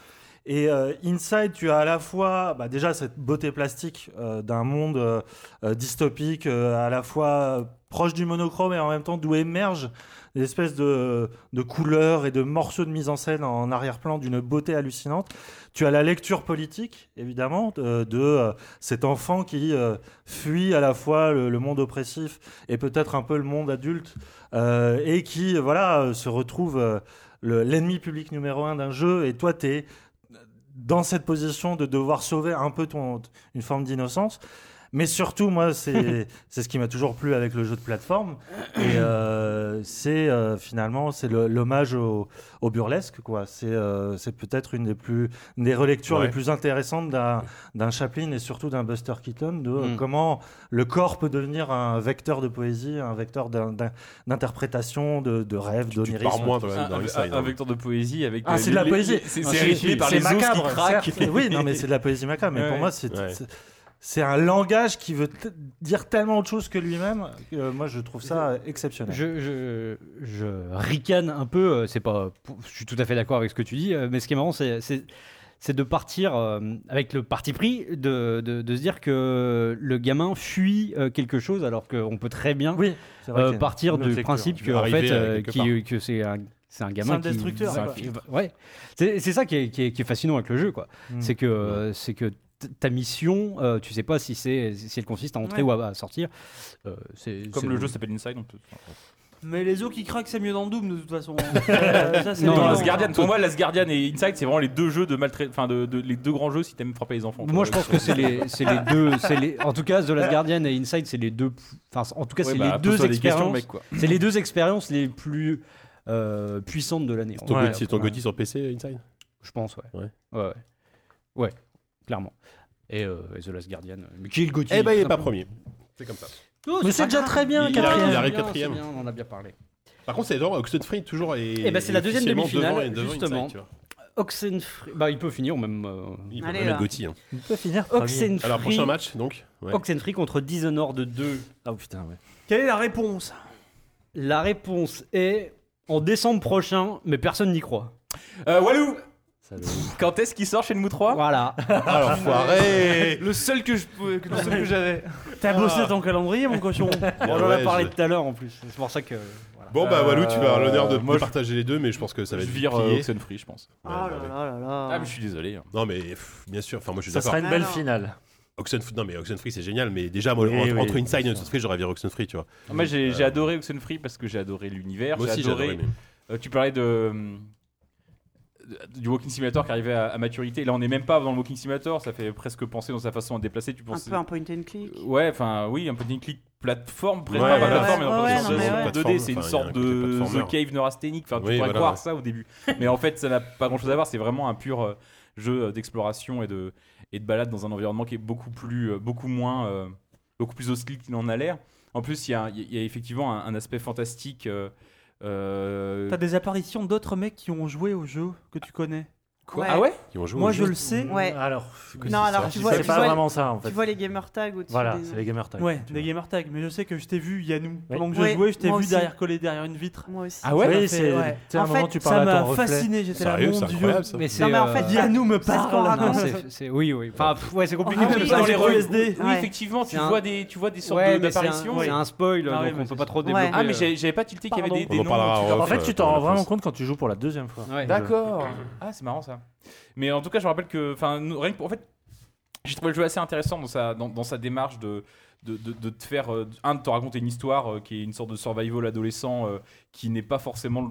Et euh, Inside, tu as à la fois bah, déjà cette beauté plastique euh, d'un monde euh, euh, dystopique, euh, à la fois euh, proche du monochrome et en même temps d'où émergent des espèces de, de couleurs et de morceaux de mise en scène en arrière-plan d'une beauté hallucinante. Tu as la lecture politique, évidemment, de, de, euh, cet enfant qui euh, fuit à la fois le- le monde oppressif et peut-être un peu le monde adulte euh, et qui voilà euh, se retrouve euh, le- l'ennemi public numéro un d'un jeu et toi t'es dans cette position de devoir sauver un peu ton une forme d'innocence mais surtout moi c'est c'est ce qui m'a toujours plu avec le jeu de plateforme et euh, c'est euh, finalement c'est le- l'hommage au, au burlesque quoi c'est euh, c'est peut-être une des plus une des relectures
Ouais.
les plus intéressantes d'un d'un Chaplin et surtout d'un Buster Keaton de euh,
Mm.
comment le corps peut devenir un vecteur de poésie, un vecteur d'in- d'in- d'interprétation, de, de rêve,
Tu te pars
d'onirisme.
moins toi,
un,
dans hein.
un-
Inside.
un vector de poésie avec.
hein. Ah,
euh,
c'est
les-
de la
les-
poésie.
c'est-
Ah,
C'est rythmé par les os qui craquent.
certes. Oui, non, mais c'est de la poésie macabre. Mais
Ouais.
pour moi, c'est
Ouais.
c'est- c'est un langage qui veut t- dire tellement autre chose que lui-même. que euh, moi, je trouve ça exceptionnel.
Je, je, je ricane un peu, euh, c'est pas, je suis tout à fait d'accord avec ce que tu dis, euh, mais ce qui est marrant, c'est, c'est, c'est de partir euh, avec le parti pris de, de, de se dire que le gamin fuit euh, quelque chose alors qu'on peut très bien
Oui, c'est vrai
euh,
qu'il y a
partir
une autre
du
lecture.
principe
Tu
que,
vas
en
arriver,
fait,
euh,
euh,
quelque
qui- que c'est un, c'est un gamin
C'est un
qui-
destructeur,
c'est un-
quoi.
ouais. C'est c'est ça qui est, qui est- qui est fascinant avec le jeu, quoi. C'est que euh, c'est que t- ta mission, euh, tu sais pas si c'est si elle consiste à entrer
Ouais.
ou à, à sortir. Euh, c'est- c'est-
Comme le jeu s'appelle Inside, on peut.
Mais les os qui craquent, c'est mieux dans Doom de toute façon. Euh, ça, c'est
Non,
Dans
évident.
Last Guardian, pour moi, Last Guardian et Inside, c'est vraiment les deux jeux de maltrait, enfin, de, de- les deux grands jeux si t'aimes frapper les enfants. quoi.
Moi, je pense que c'est les, c'est les deux. c'est les- en tout cas, The Last Guardian et Inside, c'est les deux. Enfin, en tout cas,
Ouais,
c'est
bah, pose-toi
les deux
des questions,
expériences.
mec, quoi.
C'est les deux expériences les plus euh, puissantes de l'année.
C'est ton,
Ouais,
Gotti- c'est ton
ouais.
Gotti sur PC, Inside
Je pense, ouais.
Ouais.
Ouais, ouais. Ouais, clairement. Et, euh, et The Last Guardian. Mais qui est le Gotti
Eh ben, il
tout
est pas
simplement.
premier. Oh, C'est comme ça.
Mais c'est déjà très bien,
Il
quatrième.
arrive- il arrive
C'est bien,
quatrième.
c'est bien, On en a bien parlé.
Par contre, c'est dans Oxenfree toujours et.
Eh ben, c'est la deuxième demi-finale, justement.
tu vois.
Oxenfree. Bah, il peut finir au même. euh,
Il peut
Allez,
même être
là.
Gotti. hein.
On peut finir premier.
Oxenfree.
Alors, prochain match, donc. ouais.
Oxenfree contre Dishonored 2.
oh,
Ah putain, ouais.
Quelle est la réponse
La réponse est en décembre prochain, mais personne n'y croit.
Euh, Walou,
Ça le-
quand est-ce qu'il sort chez Mou 3
Voilà.
Alors, foiré
Le seul que je pouvais- que- le seul que j'avais.
T'as bossé ton calendrier, mon cochon.
On en a
ouais,
parlé
je-
tout à l'heure en plus. C'est pour ça que. voilà.
Bon, bah, Walou, tu vas
Euh,
avoir l'honneur de,
moi,
de partager les deux, mais je pense que ça va
Je
être
vire
plié.
euh, Oxenfree, je pense.
Oh là là là là.
Ah, mais je suis désolé. hein.
Non, mais pff, bien sûr, enfin, moi, je suis
Ça
d'accord.
sera une
Ah,
belle
non.
finale.
Oxenfree, non, mais Oxenfree, c'est génial, mais déjà, moi,
Oui,
entre,
oui,
entre
bien
Inside et
sûr.
Oxenfree, j'aurais viré Oxenfree, tu vois.
Ah, Moi, j'ai j'ai
Euh,
adoré Oxenfree parce que j'ai adoré l'univers.
Moi aussi,
j'ai adoré.
j'adorais. mais-
Euh, tu parlais de euh, de- du Walking Simulator qui arrivait à, à maturité. Là, on n'est même pas dans le Walking Simulator. Ça fait presque penser dans sa façon de déplacer. Tu
Un
penses
peu un point and click.
Ouais, enfin oui, un petit clic plateforme, presque
Ouais,
pas
ouais,
plateforme,
ouais,
mais dans
ouais,
une
non, mais
sorte de
ouais.
2D, c'est une
Enfin, il y a un
sorte
côté
de
platformer.
The Cave neurasthénique. Enfin, tu
Oui,
pourrais
voilà.
croire ça au début, mais en fait, ça n'a pas grand-chose à voir. C'est vraiment un pur euh, jeu d'exploration et de et de balade dans un environnement qui est beaucoup plus, euh, beaucoup moins, euh, beaucoup plus hostile qu'il en a l'air. En plus, il y a, il y a effectivement un, un aspect fantastique. euh, euh,
T'as des apparitions d'autres mecs qui ont joué au jeu que tu connais.
Quoi
Ah ouais
Qui ont joué
Moi,
au
je
jeu.
le sais.
Ouais.
Alors,
Non, alors tu vois,
c'est
tu
pas
vois-
vraiment ça en
Tu
fait.
vois les gamer tags au-dessus
Voilà,
des-
c'est les gamer tags.
Ouais,
tu
des
vois.
gamer tags. Mais je sais que je t'ai vu, Yanou. Pendant que je
Ouais,
jouais, je t'ai
moi
vu
aussi.
derrière collé derrière une vitre.
Moi aussi.
Ah ouais
oui,
Ça
c'est.
fait- ouais.
tu sais, à un
En
moment,
fait,
tu
Ça
parles à
m'a
ton reflet.
fasciné, j'étais là,
Sérieux,
mon
c'est
dieu.
incroyable ça.
Mais
Non, mais en
euh,
fait,
Yanou me
C'est ce qu'on
parle.
non,
raconte.
c'est- c'est- oui, oui. Enfin, pff, ouais, c'est compliqué.
Ah oui,
parce que
dans les rues
rues-
SD.
Oui,
Ouais.
effectivement, tu
C'est un-
vois des, tu vois des sortes
Ouais,
de-
mais c'est un-
d'apparitions.
C'est un spoil,
Ah oui,
donc
mais
on peut
c'est
pas trop
ça.
développer.
Ouais.
euh.
Ah, mais j'ai- j'avais pas tilté qu'il y avait
Pardon.
des,
On
des
en
noms.
parlera
tu
en
leur-
off. euh,
En fait, tu t'en
Pour la
rends vraiment
France.
compte quand tu joues pour la deuxième fois.
Ouais.
D'accord. Ah, c'est marrant ça. Mais en tout cas, je me rappelle que, enfin, nous- rien que pour- en fait, j'ai trouvé le jeu assez intéressant dans sa, dans, dans sa démarche de, de, de- de te faire, euh, un, de te raconter une histoire euh, qui est une sorte de survival adolescent euh, qui n'est pas forcément le-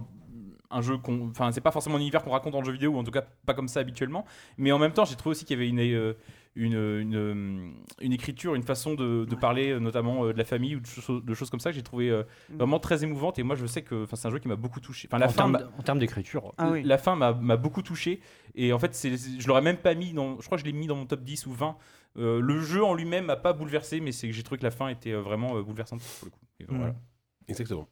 un jeu qu'on, enfin, c'est pas forcément un univers qu'on raconte dans le jeu vidéo, ou en tout cas pas comme ça habituellement. Mais en même temps, j'ai trouvé aussi qu'il y avait une, euh, une, une, euh, une écriture, une façon de, de parler, euh, notamment euh, de la famille ou de, choses- de choses comme ça, que j'ai trouvé euh,
Mm.
vraiment très émouvante. Et moi, je sais que, enfin, c'est un jeu qui m'a beaucoup touché. Enfin, la
en
fin
termes
m'a-
d- en termes d'écriture.
Ah oui.
la fin m'a m'a beaucoup touché et en fait c'est c'est- je l'aurais même pas mis dans je crois que je l'ai mis dans mon top 10 ou 20 Euh, le jeu en lui-même m'a pas bouleversé mais c'est que j'ai trouvé que la fin était euh, vraiment euh, bouleversante pour le coup Et donc,
Mm.
voilà.
Exactement. Hmm.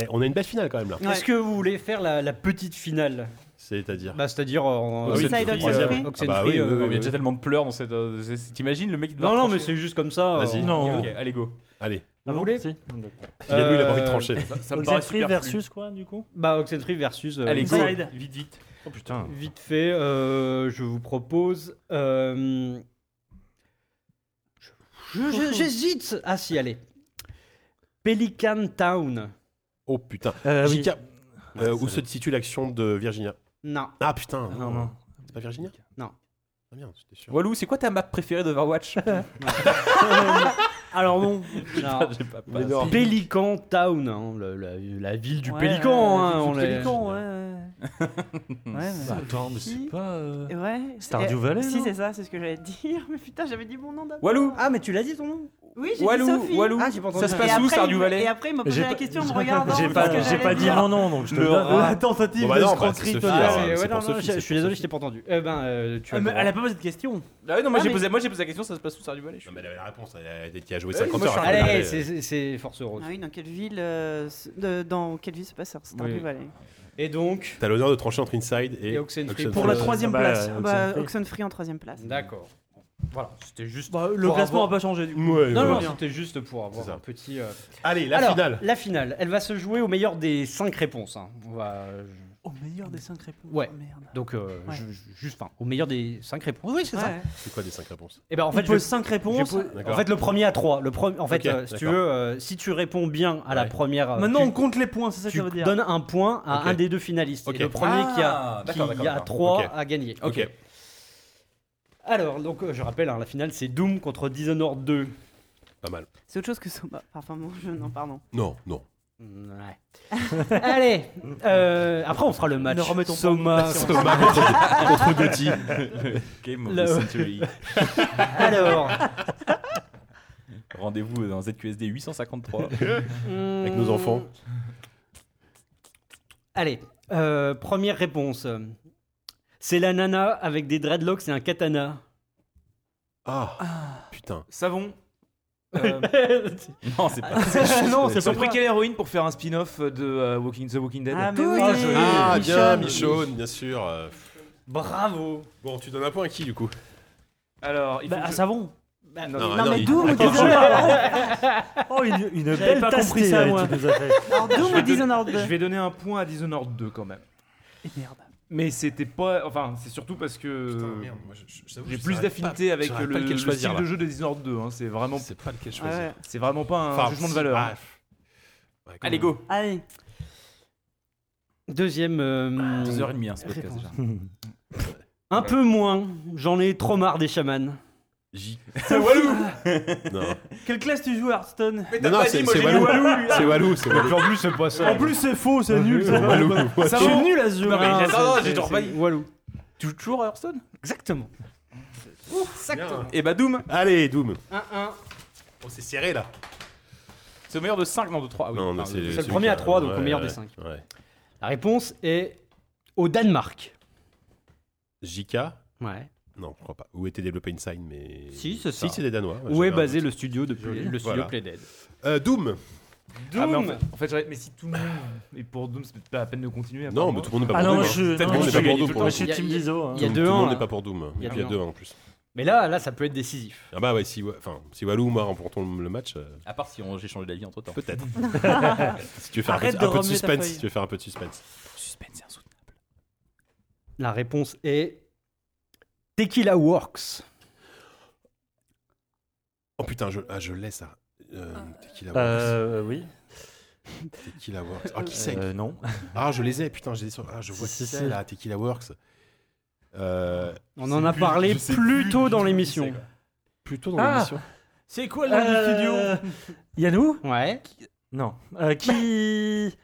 Eh, on a une belle finale quand même là.
Ouais.
Est-ce que vous voulez faire la, la petite finale
C'est-à-dire.
Bah, c'est-à-dire euh, en-
Inside
Oxenfree,
Oxenfree.
Ah bah
euh,
oui, oui,
Oh,
Oxenfree.
il y a
euh,
déjà tellement de pleurs dans cette euh, c'est- t'imagines le mec
Non, non, mais c'est juste comme ça. euh,
Vas-y.
non
Non.
allez go
Allez.
Ah bon
voulez
Si.
Yannou, il a
Euh,
pas envie de trancher.
ça
Oxenfree versus quoi du coup
Bah, Oxenfree versus. euh,
allez go
Inside.
vite vite
Oh putain.
Vite fait, euh, je vous propose. euh, je- je- J'hésite. Ah si, allez. Pelican Town.
Oh putain.
Euh, oui.
JK, euh, où
Ouais,
se situe l'action de Virginia
Non.
Ah putain.
Non, non.
C'est pas Virginia
Non.
Ah merde, c'était sûr.
Walou c'est quoi ta map préférée d'Overwatch
Alors non.
non.
j'ai pas,
Mais non.
Pelican Town, hein, le- la, la ville du
Ouais,
Pélican.
euh,
hein,
du
on l'est-
Pélican, ouais, ouais. Ouais, mais-
Attends, mais c'est pas. euh,
Et Ouais.
Stardew
Et-
Valley,
Si,
non
c'est ça, c'est ce que j'allais te dire. Mais putain, j'avais dit mon nom d'abord.
Walou
Ah, mais tu l'as dit ton nom
Oui, j'ai dit
Walou
Sophie.
Walou
Ah, j'ai pas entendu.
ça se
Et
passe où
après,
Stardew
il me- Et
Valley
après, il m'a posé
J'ai
la
pas-
question en me regardant.
J'ai
ce
pas,
que
j'ai
j'allais
pas dit
dire.
mon nom, donc je te le donne.
La tentative
Bon, bah non, bah,
d'escroquerie
c'est
totale.
Sophie,
Ah,
c'est
ouais,
pour
non, non,
Sophie,
je,
c'est
je suis
pour
désolé,
Sophie.
je t'ai pas entendu. Eh ben, euh, tu as
Ah,
le
mais
droit.
Elle a pas posé de question.
ah ouais, non moi
Ah,
j'ai
mais-
posé moi j'ai posé la question ça se passe où Stardew Valley Je suis-
Non, mais elle avait la réponse, elle a- elle qui a joué
Euh,
Eh,
50
moi, je
heures.
suis
elle a-
Allez,
elle-
c'est- c'est c'est force heureuse.
Ah oui, dans quelle ville, euh, s- de- dans quelle ville se passe ça, Stardew
Oui.
Valley
Et donc,
T'as l'honneur de trancher entre Inside et,
Et Oxenfree.
Pour la
Euh,
troisième
bah,
place.
euh,
Bah,
Oxenfree.
Oxenfree en troisième place.
d'accord. Voilà, c'était juste.
Bah, le
pour
classement n'a
avoir-
pas changé du coup.
Ouais,
Non,
ouais.
non,
bien.
c'était juste pour avoir
C'est ça.
un petit. euh,
Allez, la
Alors,
finale.
La finale, elle va se jouer au meilleur des 5 réponses. hein. On va, euh, je-
Au meilleur des 5 réponses.
Ouais.
Oh, merde.
donc, euh,
Ouais.
je- je- juste, enfin, au meilleur des 5 réponses. Oui, c'est ça.
Ouais.
C'est quoi des 5 réponses
Et ben, en
On
fait, je
pose
vais-
5
je vais
réponses.
po-
D'accord.
en fait, le premier à 3. Le premier, en fait,
Ok,
euh, si tu
d'accord.
veux, euh, si tu réponds bien à la
Ouais.
première. euh,
Maintenant,
tu-
on compte les points, c'est ça que
tu
ça veut dire.
donnes un point à
Ok.
un des deux finalistes.
Ok.
Et le premier qui
Ah,
a,
d'accord,
qui
d'accord,
a
d'accord.
3
Ok.
a gagné.
Ok.
Alors, donc, euh, je rappelle, hein, la finale, c'est Doom contre Dishonored 2.
Pas mal.
C'est autre chose que Soma. Enfin, bon, je... Oh, non, pardon.
Non, non.
Ouais. Allez, euh, après, on fera le match.
Ne remettons pas
Soma,
Thomas contre, contre Gauthier.
Game of
Là,
the
Ah ouais.
Century.
Alors,
Rendez-vous dans ZQSD 853. Mmh.
Avec nos enfants.
Allez, euh, première réponse. C'est la nana avec des dreadlocks et un katana.
Ah, putain.
Savon.
Euh, non, Ah, c'est pas.
non,
c'est
Ils ont
pas
pris
toi.
quelle héroïne pour faire un spin-off de euh, Walking, The Walking Dead
Ah, mais
oui.
oui.
Ah, joli.
Ah, bien,
Michonne.
Michonne, bien sûr. Euh,
Bravo
Bon, tu donnes un point à qui du coup Bah,
Alors, il faut
Bah,
que
à
je-
savon. Bah,
Non,
Non, mais
il-
Doom
à
ou
quel jeu
Dishonored
Oh, une, une
J'avais
belle
pas
tastée,
compris ça,
euh,
moi.
tu nous as fait.
Alors, Doom ou Dishonored
je vais donner un point à Dishonored 2 quand même.
Et merde.
Mais c'était pas. Enfin, c'est surtout parce que.
Putain, merde, moi, je- je- j'avoue,
J'ai
je
plus
saurais
d'affinité
pas-
avec
je
le,
saurais pas lequel
le
choisir,
style
là.
de jeu de Dishonored 2. hein. C'est vraiment,
C'est pas lequel choisir.
Ouais.
c'est vraiment pas un
Enfin,
jugement de
si-
valeur.
ah,
hein.
ouais, quand
Allez,
même.
go
Allez.
Deuxième. euh,
2h30, hein, ce podcast
Réponse.
déjà.
un peu moins. J'en ai trop marre des chamans.
J.
Walou
Non,
Quelle classe tu joues, Hearthstone
non, non, c'est c'est Walou. C'est Walou, c'est Walou.
En plus, c'est pas ça. En plus, c'est faux, c'est nul. ça.
Walou.
Je suis nul à ce jeu.
Non, mais
Ah,
attends, non,
c'est-
j'ai
c'est-
toujours pas dit.
Walou.
Tu joues toujours à Hearthstone
Exactement.
Et bah, Doom
Allez, Doom.
1-1.
Oh,
On s'est serré là.
C'est au meilleur de 5, non, de 3. Ah, oui.
Non, mais
Pardon.
c'est
le
celui
premier
qui
à
a-
trois, donc au
ouais,
meilleur
ouais,
des cinq.
Ouais.
La réponse est au Danemark.
JK
Ouais.
Non, je crois pas. Où était développé Inside, mais.
Si, c'est ça.
Si, c'est des Danois. ouais,
Où
j'avais
est
un
basé
doute.
le studio de Play- le studio
Voilà.
Playdead
Euh, Doom
Ah, mais en fait, en fait, j'arrête- mais si tout le monde. Et pour Doom, c'est pas la peine de continuer. à part
Non, mais
moi.
tout le monde n'est pas
Ah
pour Doom.
non, moi,
hein.
je suis-
Tout le
non,
monde
moi,
n'est pas
je
pour
suis- il y a
Doom.
tout
pour
moi,
le
je suis
Il y a-
Team
il y a-
Diso. hein.
il y
coup.
a
Tout
deux,
le monde
hein.
n'est pas pour Doom.
Il y a
Donc, Il y a
deux,
2-1 en plus.
Mais là, là, ça peut être décisif.
Ah bah ouais, si, enfin, si Walou ou moi remportons le match, euh,
À part si on- j'ai changé d'avis entre temps.
peut-être. si tu veux faire
Arrête
un
de
peu, un peu de
remuer ta
suspense,
feuille.
si tu veux faire un peu de suspense.
Suspense, c'est insoutenable.
La réponse est Tequila Works.
Oh putain, je, ah, je l'ai ça. Euh, Tequila Works.
Euh, oui.
Tequila Works. Ah, qui c'est
Euh, non.
Ah, je les ai, putain, je les ai sur- Ah, je vois
Si,
qui
si,
c'est
si.
là, Tequila Works. Euh,
On en a parlé
je sais
plus
plus
tôt
du
dans
tout
l'émission.
plutôt dans
Ah
l'émission.
C'est quoi le nom du
Euh,
studio
Yannou
Ouais.
Non. Euh, qui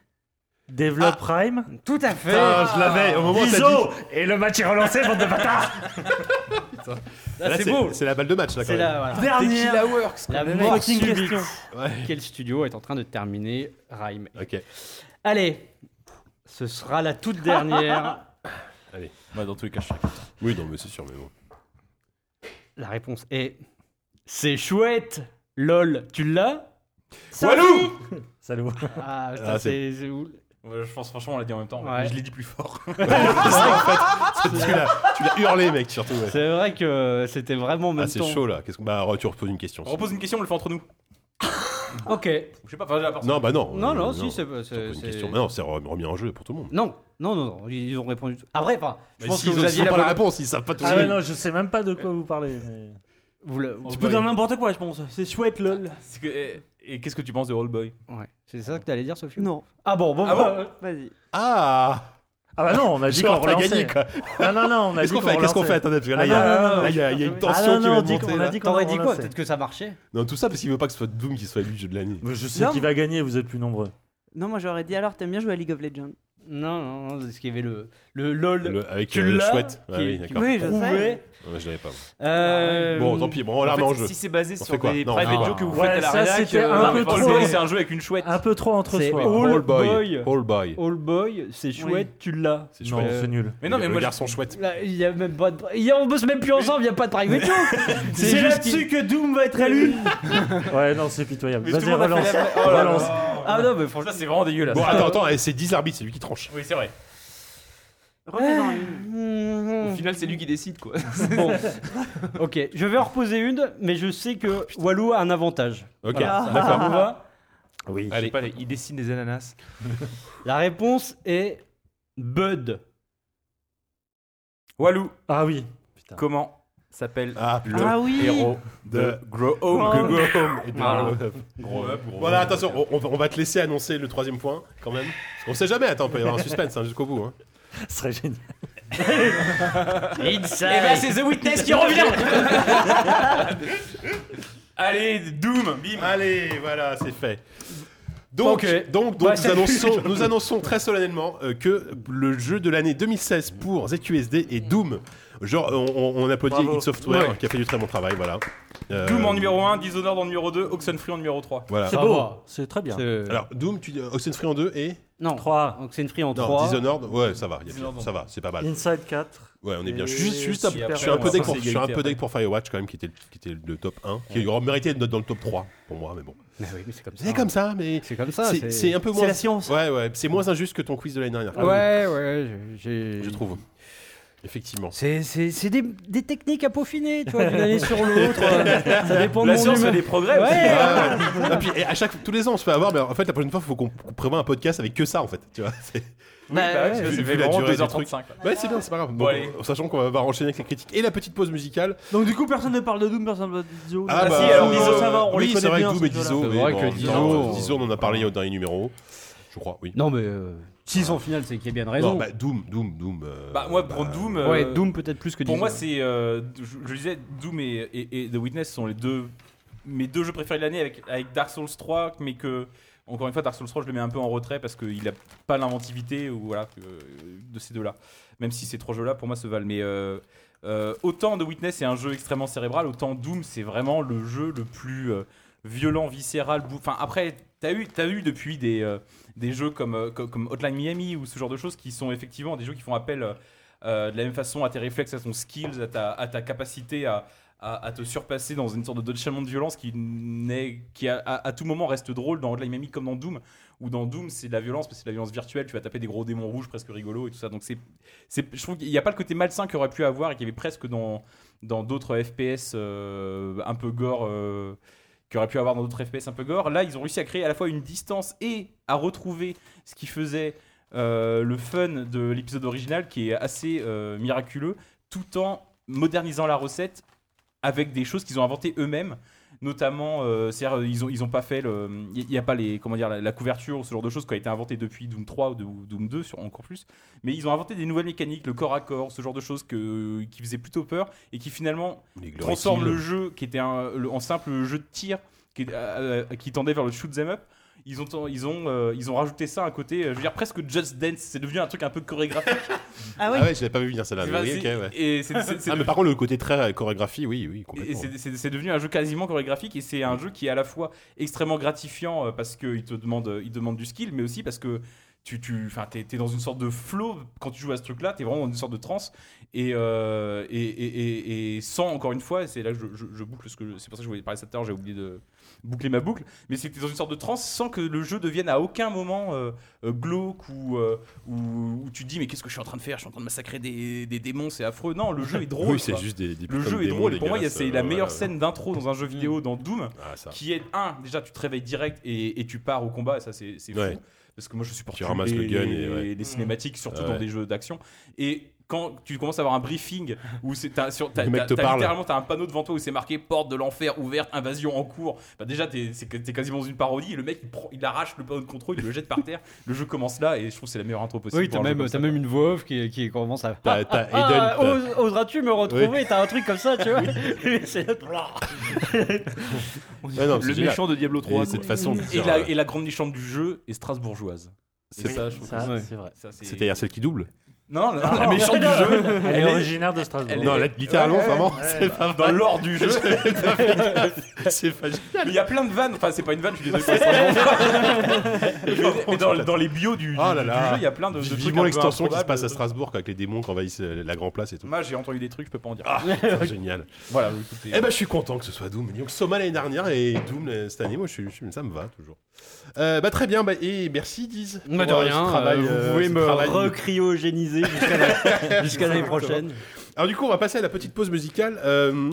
développe Prime
Tout à fait.
Putain, je l'avais. Au moment où t'as dit.
Et le match est relancé, bande de bâtards
Ah,
Là,
c'est beau.
C'est la balle de match là quand
C'est
même.
là, voilà.
Dernière
Tequila Works
La mort
fucking
subite.
question.
Ouais.
Quel studio est en train de terminer Rhyme
Ok.
Allez, ce sera la toute dernière.
Moi, dans tous les cas, je suis
Oui, non, mais c'est sûr, mais bon.
la réponse est C'est chouette. Lol, tu l'as
Walou
Salut.
Ah, putain,
Ah,
c'est. c'est où
Ouais, Je pense franchement on l'a dit en même temps,
Ouais.
mais je l'ai dit plus fort.
Tu l'as tu l'as hurlé, mec, surtout. ouais.
C'est vrai que c'était vraiment en même
Ah, c'est
temps.
chaud là. Qu'est-ce qu'on- Bah, tu reposes une question.
On repose une question, on le fait entre nous.
Ok.
Je sais pas, enfin, j'ai la personne.
Non, bah non.
Non,
euh,
non, si, c'est.
Tu reposes
c'est-
une question. Mais non, c'est re- remis en jeu pour tout le monde.
Non, non, non, non, ils ont répondu. Après, enfin, je
Mais
pense que
s'ils
vous
ont-
aviez
s'ils ont
la
pas la
bonne-
réponse, ils savent pas tout
Ah ouais, non, je sais même pas de quoi vous parlez. mais-
vous le-
Tu peux dire n'importe quoi, je pense. C'est chouette, lol.
C'est que- et et qu'est-ce que tu penses de Rollboy
Ouais. C'est ça que t'allais dire, Sophie
Non,
Ah bon, bon,
Ah
bah,
vas-y.
Ah
Ah bah non, on a dit qu'on
Genre, t'as
relançait.
gagné quoi.
Non, non, non, on a
Qu'est-ce
dit
qu'on fait Qu'est-ce qu'on
relançait.
fait Attendez, parce que là,
Ah
il y a-
non, non, non.
là, il y a il y a une
Ah
tension
non,
qui
non,
va
on dit qu'on-
monter.
on a
là.
dit qu'on
T'aurais dit quoi
relançait.
Peut-être que ça marchait
Non, tout ça parce qu'il veut pas que ce soit Doom qui soit élu jeu de l'année.
Mais Je sais
Non.
qui va gagner, vous êtes plus nombreux.
Non, moi j'aurais dit alors, t'aimes bien jouer à League of Legends.
Non, non, non, parce qu'il y avait le, le LOL.
Le- Avec
Tu
euh, le
l'as
chouette.
qui-
Ouais, Oui,
qui-
d'accord.
Oui, je sais.
Prouvé.
Ouais, Je l'avais pas.
Euh,
Bon, tant pis, bon, on
En
l'a
fait,
remis en jeu.
Si c'est basé
fait
sur
quoi
des
Non,
private
non.
jokes que vous
Ouais,
faites à la
ça,
rédac,
c'était
euh,
un
non,
peu
mais
trop.
Rollboy, c'est un jeu avec une chouette.
Un peu trop entre
C'est-
soi.
Oh,
All boy.
Boy.
All boy.
All Boy, c'est chouette, tu l'as.
C'est
Non,
chouette.
c'est nul.
Mais non, mais
le
moi,
garçon chouette.
Là, Il y a même pas de. il y a- on bosse même plus ensemble, il n'y a pas de private joke.
C'est
juste
là-dessus que Doom va être élu.
Ouais, non, c'est pitoyable.
Mais tout
Vas-y,
le monde a
relance.
fait la- Oh là là.
Relance.
Ah non, mais
Franchement, c'est vraiment dégueulasse.
Bon, attends, attends, eh, c'est 10 arbitres, c'est lui qui tranche.
Oui, c'est vrai.
Revenons à
Au
Euh,
une.
final, c'est lui qui décide, quoi.
Bon. ok, je vais en reposer une, mais je sais que Walou a un avantage.
Ok,
Voilà. Ça
d'accord.
vous va
Oui.
Allez.
Pas, il dessine des ananas.
La réponse est Bud.
Walou,
Ah oui. Putain.
comment s'appelle
Ah,
le
Ah oui.
héros de Grow Home
Google Home et de
Voilà.
Google Home. Voilà, attention, on, on va- on va te laisser annoncer le troisième point quand même. Parce qu'on sait jamais, attends, il peut y avoir un suspense hein, jusqu'au bout. hein.
Ce serait génial.
Eh
Et
ben, Ah,
bah, c'est The Witness qui revient Allez, Doom, bim
Allez, voilà, c'est fait. Donc,
Ok.
donc, donc
Bah,
nous,
salut.
annonçons, nous annonçons très solennellement euh, que le jeu de l'année 2016 pour ZQSD est Doom. Genre, on, on- on applaudit
Bravo.
id Software
Ouais.
qui a fait du très bon travail, voilà. Euh,
Doom en numéro 1, Dishonored en numéro 2, Oxenfree en numéro 3.
Voilà.
C'est beau.
C'est très bien.
Alors, Doom, tu dis euh, Oxenfree en 2 et
Non.
3.
Donc c'est une free en
non,
3.
Dishonored, ouais, ça va, il y a- ça va, c'est pas mal.
Inside 4.
Ouais, on est bien.
Et
Je suis, je suis juste un-
Super
je suis un peu
Hero.
deck
Ça,
pour,
c'est
je suis un
égalité,
peu deck pour Firewatch quand même, qui était, le- qui était le top 1, qui aurait mérité d'être dans le top 3 pour moi, mais bon.
Mais oui, mais c'est
hein.
comme ça.
C'est comme ça, mais
C'est comme ça.
c'est c'est un peu
C'est
moins.
la science.
Ouais, ouais, c'est moins injuste que ton quiz de l'année dernière.
Ouais, ouais, j'ai.
Je trouve. Effectivement.
C'est, c'est, c'est des, des techniques à peaufiner, tu vois, d'une année sur l'autre. euh, Ça dépend
La
de mon
science fait
humeur.
des progrès aussi.
Ouais.
Ah ouais. Et puis, et à chaque, tous les ans, on se fait avoir, mais en fait, la prochaine fois, il faut qu'on qu'on prévoie un podcast avec que ça, en fait. Tu vois, c'est-
Oui, bah, ouais, parce que
vu-
ça
vu
fait
la
vraiment
durée du
2h35. là.
ouais, c'est bien, c'est pas grave.
Bon,
Donc,
allez.
euh, sachant qu'on va- va enchaîner avec les critiques et la petite pause musicale. euh,
Donc, du coup, personne ne parle de Doom, personne ne parle de Dio.
Ah, bah, si, alors,
Dio,
Dizo,
ça va, on
oui,
les
c'est
connaît
vrai
bien.
que Doom
ces
et Dizo,
jeux-là.
mais
vrai
bon,
que
en même
Dizo,
temps, euh,
euh,
Dizo, on en a parlé au dernier numéro, je crois, oui.
Non, mais euh, si son final, c'est qu'il y a bien de raison.
Non, bah, Doom, Doom, Doom. euh,
Bah, moi, pour
bah,
Doom.
ouais,
euh,
Doom peut-être plus que
Pour
Dishonored.
moi, c'est. euh, je, je disais, Doom et, et- et The Witness sont les deux. Mes deux jeux préférés de l'année avec, avec Dark Souls 3, mais que. Encore une fois, Dark Souls 3, je le mets un peu en retrait parce qu'il a pas l'inventivité ou voilà, que- de ces deux-là. Même si ces trois jeux-là, pour moi, se valent. Mais euh, euh, autant The Witness est un jeu extrêmement cérébral, autant Doom, c'est vraiment le jeu le plus euh, violent, viscéral. bou- Enfin, après, t'as eu, t'as eu depuis des, euh, des jeux comme, euh, co- comme Hotline Miami ou ce genre de choses qui sont effectivement des jeux qui font appel euh, euh, de la même façon à tes réflexes, à ton skills, à ta, à ta capacité à, à, à te surpasser dans une sorte de déchaînement de violence qui, n'est, qui à, à- à tout moment reste drôle dans Hotline Miami comme dans Doom. Où dans Doom, c'est de la violence, parce que c'est de la violence virtuelle, tu vas taper des gros démons rouges presque rigolos et tout ça. Donc c'est, c'est, je trouve qu'il n'y a pas le côté malsain qu'il aurait pu avoir et qu'il y avait presque dans, dans d'autres FPS euh, un peu gore. euh, qu'il aurait pu avoir dans d'autres FPS un peu gore. Là, ils ont réussi à créer à la fois une distance et à retrouver ce qui faisait euh, le fun de l'épisode original qui est assez euh, miraculeux, tout en modernisant la recette avec des choses qu'ils ont inventées eux-mêmes. Notamment, euh, c'est-à-dire, euh, ils ont, ils ont pas fait le. Il n'y a pas les, comment dire, la, la couverture ou ce genre de choses qui a été inventée depuis Doom 3 ou de- ou Doom 2, sur, encore plus. Mais ils ont inventé des nouvelles mécaniques, le corps à corps, ce genre de choses que, qui faisaient plutôt peur et qui finalement
les Glory
transforme
Kills.
le jeu qui était un, le- en simple jeu de tir qui, est- euh, qui tendait vers le shoot them up. Ils ont, ils, ont, euh, ils ont rajouté ça à un côté, euh, je veux dire presque Just Dance, c'est devenu un truc un peu chorégraphique.
Ah oui.
Ah ouais, je l'avais pas vu venir celle-là.
Tu
mais
vois,
oui, ok,
c'est-
ouais.
Et c'est- c'est- c'est-
Ah, mais par contre, le côté très chorégraphie, oui, oui,
et
complètement. hein.
c'est- c'est c'est devenu un jeu quasiment chorégraphique et c'est un jeu qui est à la fois extrêmement gratifiant euh, parce qu'il te demande, euh, il te demande du skill, mais aussi parce que tu, tu es, dans une sorte de flow quand tu joues à ce truc-là, tu es vraiment dans une sorte de transe et, euh, et, et- et- et sans, encore une fois, c'est là que je, je- je boucle ce que je- c'est pour ça que je voulais parler de ça tout à l'heure, j'ai oublié de boucler ma boucle, mais c'est que tu es dans une sorte de transe sans que le jeu devienne à aucun moment euh, euh, glauque ou, euh, ou- ou tu te dis mais qu'est-ce que je suis en train de faire, je suis en train de massacrer des, des démons, c'est affreux. Non, le jeu est drôle.
oui, c'est
quoi.
juste des, des
Le
putains de
jeu est
démons
drôle et pour moi, il y a-
dégueulasses,
c'est
euh,
la
ouais,
meilleure
ouais.
scène d'intro dans un jeu vidéo dans Doom
Ah, ça.
qui est un déjà tu te réveilles direct et, et tu pars au combat, ça c'est c'est fou
Ouais.
parce que moi je supporte
Tu
plus
ramasses
les,
le gun et
les-
ouais.
les cinématiques surtout
Ouais.
dans des jeux d'action et quand tu commences à avoir un briefing où c'est t'as sur- t'as-
Le mec
t'as-
te
t'as
parle.
littéralement t'as un panneau devant toi où c'est marqué porte de l'enfer ouverte invasion en cours bah déjà t'es c'est que- t'es quasiment dans une parodie et le mec il, prend- il arrache le panneau de contrôle il le jette par terre le jeu commence là et je trouve que c'est la meilleure intro possible
Oui,
pour
t'as
un jeu
même,
comme ça.
t'as même une voix off qui, qui commence à.
T'as t'as
Ah,
Aiden.
ose- oseras-tu me retrouver T'as un truc comme ça, tu vois C'est l'autre.
t'as- Ah non, c'est
Le
génial.
méchant de Diablo 3.
Et cette façon de
et
dire,
la,
euh,
et la grande nichande du jeu est strasbourgeoise
c'est ça.
je trouve
Ça,
Ouais.
c'est vrai.
que ça, c'est-
C'est-à-dire celle qui double
non la, la méchante du jeu
Elle, est originaire de Strasbourg.
elle est-
Non, là, littéralement,
ouais,
vraiment, c'est pas
dans l'or du jeu
C'est pas
Mais il y a plein de vannes, enfin c'est pas une vanne, je suis désolé. c'est vraiment- mais mais dans, dans les bios du, du-
Oh là
du
là.
jeu, il y a plein de, de trucs. un
Vivement
peu
l'extension qui se
improbables.
passe à Strasbourg quoi, avec les démons qui envahissent euh, la Grand Place et tout.
Moi j'ai entendu des trucs, je peux pas en dire.
C'est Ah, génial.
Voilà, écoutez.
Eh ben, je suis content que ce soit Doom. Donc, Soma l'année dernière et Doom euh, cette année, moi, je suis, je suis- ça me va toujours. Euh, bah, très bien, bah, et merci Diz.
Bah, de
pour, euh,
rien,
ce travail,
euh, vous
euh,
pouvez
ce
me
travail.
recryogéniser jusqu'à la- jusqu'à l'année
Exactement.
prochaine.
Alors du coup, on va passer à la petite pause musicale. Euh,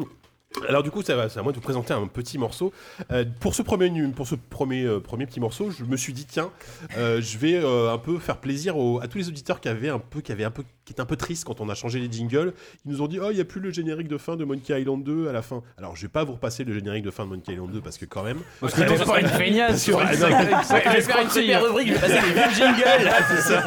alors du coup, ça va, c'est à moi de vous présenter un petit morceau. Euh, pour ce premier, nu- pour ce premier, euh, premier petit morceau, je me suis dit tiens, euh, je vais euh, un peu faire plaisir aux- à tous les auditeurs qui avaient un peu, qui avaient un peu, qui étaient un peu tristes quand on a changé les jingles. Ils nous ont dit oh il y a plus le générique de fin de Monkey Island 2 à la fin. Alors je vais pas vous repasser le générique de fin de Monkey Island 2 parce que quand même.
Parce que t'es pas une feignasse,
Parce que-
tu vois.
Ah, non,
Ouais, je vais faire une super rubrique, je vais passer les vieux jingles.
Ah, c'est ça.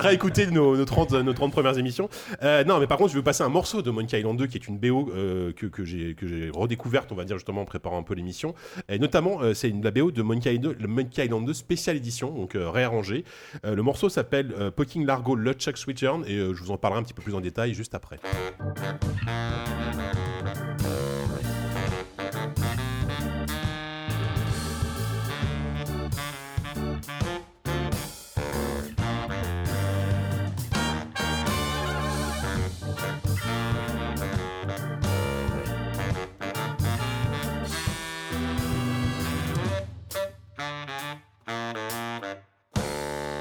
Réécouter nos, nos 30, nos 30 premières émissions. Euh, non, mais par contre, je veux passer un morceau de Monkey Island 2 qui est une BO euh, que, que j'ai que j'ai redécouverte, on va dire justement en préparant un peu l'émission. Et notamment, euh, c'est une- la BO de Monkey Island, le Monkey Island 2 spécial édition, donc euh, réarrangée. Euh, le morceau s'appelle euh, Poking Largo Luchak Switchern et euh, je vous en parlerai un petit peu plus en détail juste après.
Thank you.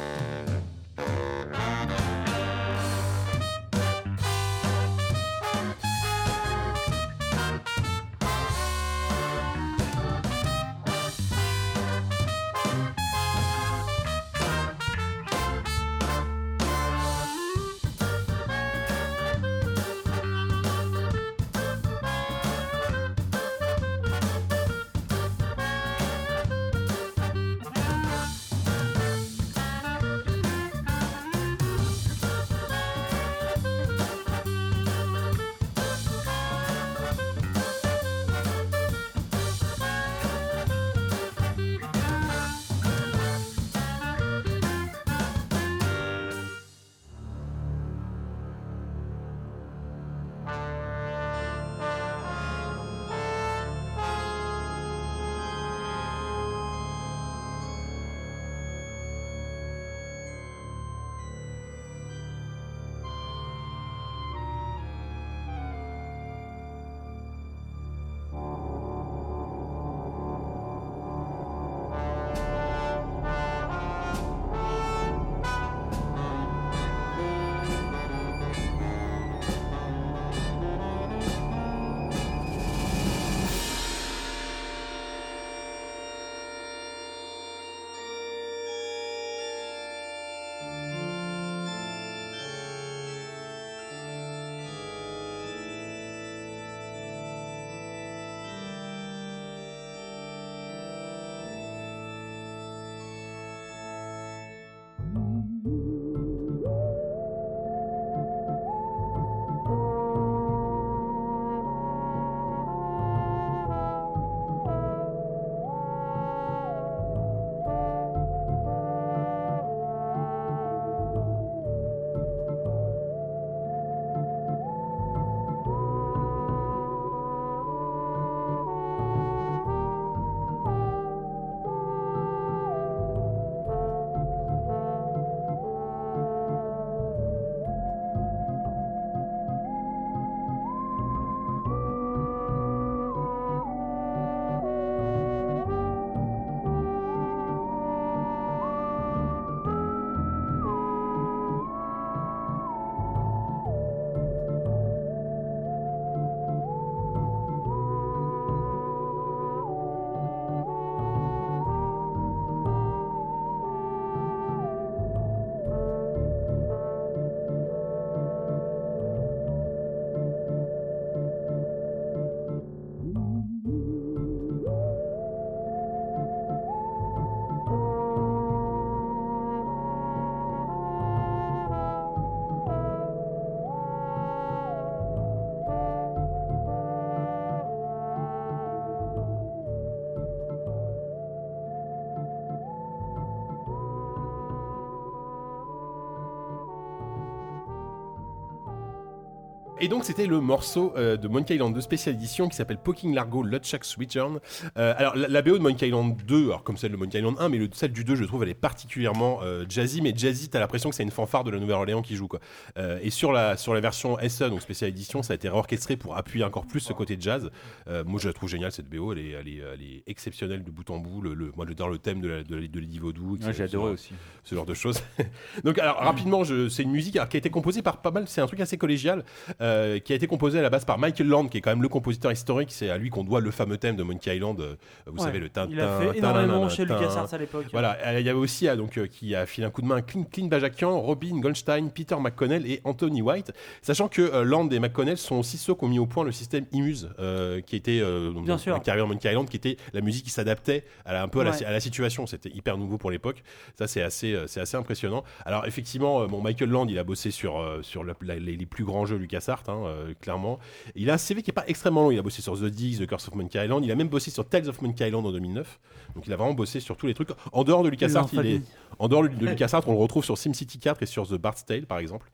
Et donc c'était le morceau euh, de Monkey Island 2 spécial édition qui s'appelle Poking Largo Nutchuck Switchern. Euh, alors la, la BO de Monkey Island 2, alors comme celle de Monkey Island 1, mais le, celle du 2 je trouve elle est particulièrement euh, jazzy, mais jazzy t'as l'impression que c'est une fanfare de la Nouvelle-Orléans qui joue quoi. Euh, et sur la, sur la version SE, donc spécial édition, ça a été réorchestré pour appuyer encore plus ce côté jazz. Euh, moi je la trouve géniale cette BO, elle est, elle est, elle est exceptionnelle de bout en bout. Le, le- moi j'adore le thème de, la, de, la- de Lady Vaudou. qui-
j'ai adoré aussi.
ce genre de choses. Donc, alors rapidement, je- c'est une musique alors, qui a été composée par pas mal, c'est un truc assez collégial, euh, qui a été composée à la base par Michael Land, qui est quand même le compositeur historique. C'est à lui qu'on doit le fameux thème de Monkey Island. euh, vous
Ouais.
savez, le tintin.
Il a fait
tintin,
énormément chez
tintin.
LucasArts à l'époque.
Voilà, euh, il y avait aussi ah, donc, euh, qui a filé un coup de main à Clint, Clint Bajakian, Robin Goldstein, Peter McConnell et Anthony White, sachant que euh, Land et McConnell sont aussi ceux qui ont mis au point le système IMUSE, euh, qui était euh, dans-
Bien
dans
sûr.
la carrière de Monkey Island, qui était la musique qui s'adaptait à la- un peu à, la,
Ouais.
à la situation. C'était hyper nouveau pour l'époque. Ça, c'est assez, euh, c'est assez impressionnant. Alors, effectivement, euh, bon, Michael Land, il a bossé sur, euh, sur la- la- les, les plus grands jeux LucasArts, hein, euh, clairement. Il a un CV qui est pas extrêmement long. Il a bossé sur The Diggs, The Curse of Monkey Island. Il a même bossé sur Tales of Monkey Island en 2009. Donc, il a vraiment bossé sur tous les trucs. En dehors de LucasArts, il est,
L'enfamie.
en dehors de LucasArts, on le retrouve sur SimCity 4 et sur The Bard's Tale, par exemple.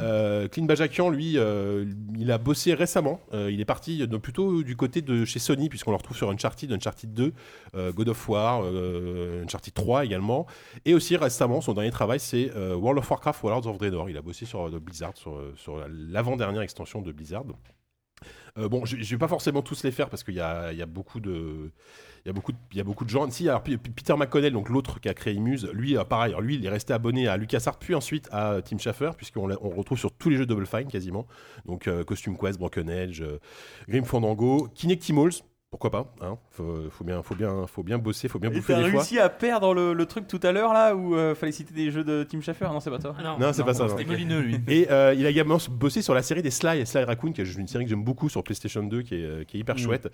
Euh, Clint Bajakian, lui, euh, il a bossé récemment. Euh, il est parti de- plutôt du côté de chez Sony, puisqu'on le retrouve sur Uncharted, Uncharted 2, euh, God of War, euh, Uncharted 3 également. Et aussi récemment, son dernier travail, c'est euh, World of Warcraft, World of Draenor. Il a bossé sur euh, Blizzard, sur, euh, sur l'avant-dernière extension de Blizzard. Euh, bon, je ne vais pas forcément tous les faire parce qu'il y a, il y a beaucoup de. Il y, a beaucoup de, il y a beaucoup de gens. Si, alors P- Peter McConnell, donc l'autre qui a créé Muse, lui, euh, pareil, alors lui, il est resté abonné à LucasArts, puis ensuite à euh, Tim Schafer, puisqu'on l'a- on le retrouve sur tous les jeux Double Fine quasiment. Donc euh, Costume Quest, Broken Edge, euh, Grim Fandango, Kinectimals, pourquoi pas hein. faut, faut bien, faut, bien, faut bien bosser, faut bien
Et
bouffer
t'as
des fois.
réussi à perdre le, le truc tout à l'heure là où euh, fallait citer des jeux de Tim Schafer Ah, Non, c'est pas toi.
Non, c'est pas ça. non.
c'était
Molineux, lui.
Et euh, il a également bossé sur la série des Sly, Sly Raccoon, qui est une série que j'aime beaucoup sur PlayStation 2, qui est, euh, qui est hyper chouette.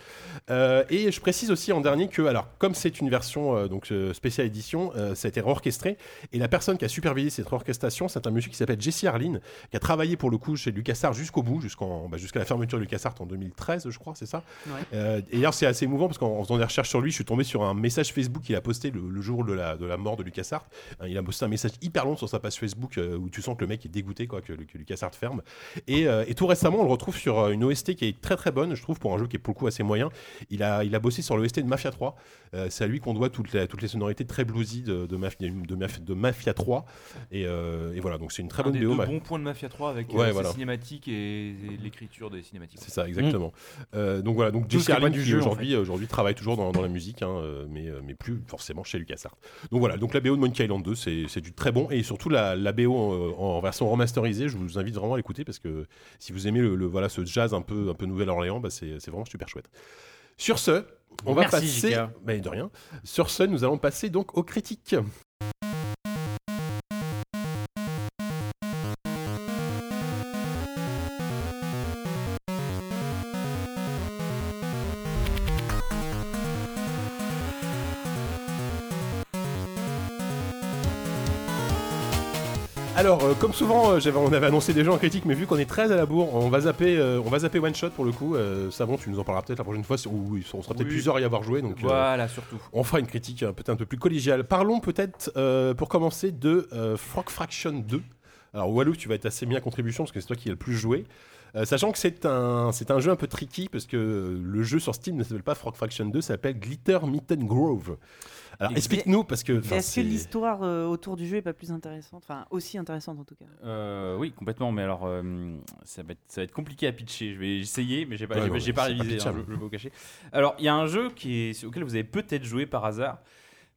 Euh, et je précise aussi en dernier que, alors, comme c'est une version euh, donc euh, spéciale édition, euh, ça a été orchestré. Et la personne qui a supervisé cette orchestration, c'est un monsieur qui s'appelle Jesse Arlin, qui a travaillé pour le coup chez LucasArts jusqu'au bout, jusqu'en, bah, jusqu'à la fermeture de LucasArts en 2013, je crois, c'est ça
Ouais.
Euh, Et d'ailleurs, c'est assez émouvant parce qu'en en faisant des recherches sur lui, je suis tombé sur un message Facebook qu'il a posté le, le jour de la, de la mort de LucasArts. Hein, Il a posté un message hyper long sur sa page Facebook euh, où tu sens que le mec est dégoûté quoi, que, que LucasArts ferme. Et, euh, et tout récemment, on le retrouve sur euh, une OST qui est très très bonne, je trouve, pour un jeu qui est pour le coup assez moyen. Il a, il a bossé sur l'OST de Mafia 3. Euh, c'est à lui qu'on doit toutes les, toutes les sonorités très bluesy de, de, Mafia, de, Mafia, de Mafia 3. Et, euh, et voilà, donc c'est une très
Un
bonne
des
BO.
deux
Ma-
bons points de Mafia 3 avec
Ouais,
euh, ses
voilà.
cinématiques et, et l'écriture des cinématiques.
C'est ça, exactement.
Mm.
Euh, donc voilà, donc
Tout ce
Jesse
qui est pas
Arlin
du
qui
jeu, en
aujourd'hui aujourd'hui travaille toujours dans, dans la musique, hein, euh, mais, euh, mais plus forcément chez LucasArts. Donc voilà, donc la BO de Monkey Island 2, c'est c'est du très bon et surtout la, la BO en, euh, en version remasterisée, je vous invite vraiment à l'écouter parce que si vous aimez le, le- voilà ce jazz un peu un peu Nouvelle-Orléans, bah, c'est c'est vraiment super chouette. Sur ce, on va
Merci,
passer.
Jika.
Bah, de rien. Sur ce, nous allons passer donc aux critiques. Alors, euh, comme souvent, euh, j'avais- on avait annoncé des gens en critique, mais vu qu'on est très à la bourre, on va zapper, euh, on va zapper one shot pour le coup. Euh, Savon, tu nous en parleras peut-être la prochaine fois, si- ou on sera peut-être
Oui.
plusieurs à y avoir joué. Donc, euh,
Voilà, surtout.
on fera une critique euh, peut-être un peu plus collégiale. Parlons peut-être, euh, pour commencer, de euh, Frog Fraction 2. Alors, Walou, tu vas être assez mis à contribution parce que c'est toi qui as le plus joué. Euh, sachant que c'est un, c'est un jeu un peu tricky parce que euh, le jeu sur Steam ne s'appelle pas Frog Fraction 2, ça s'appelle Glitter Mitten Grove. Alors,
Et-
explique-nous parce que. enfin,
Est-ce
c'est-
que l'histoire euh, autour du jeu est pas plus intéressante Enfin, aussi intéressante en tout cas.
Euh, oui, complètement. Mais alors, euh, ça, va être, ça va être compliqué à pitcher. Je vais essayer, mais j'ai pas,
Ouais,
j'ai
non,
pas-
mais
j'ai pas
c'est pas
révisé. hein,
pitchable.
je, je vais vous cacher. Alors, il y a un jeu qui est, auquel vous avez peut-être joué par hasard.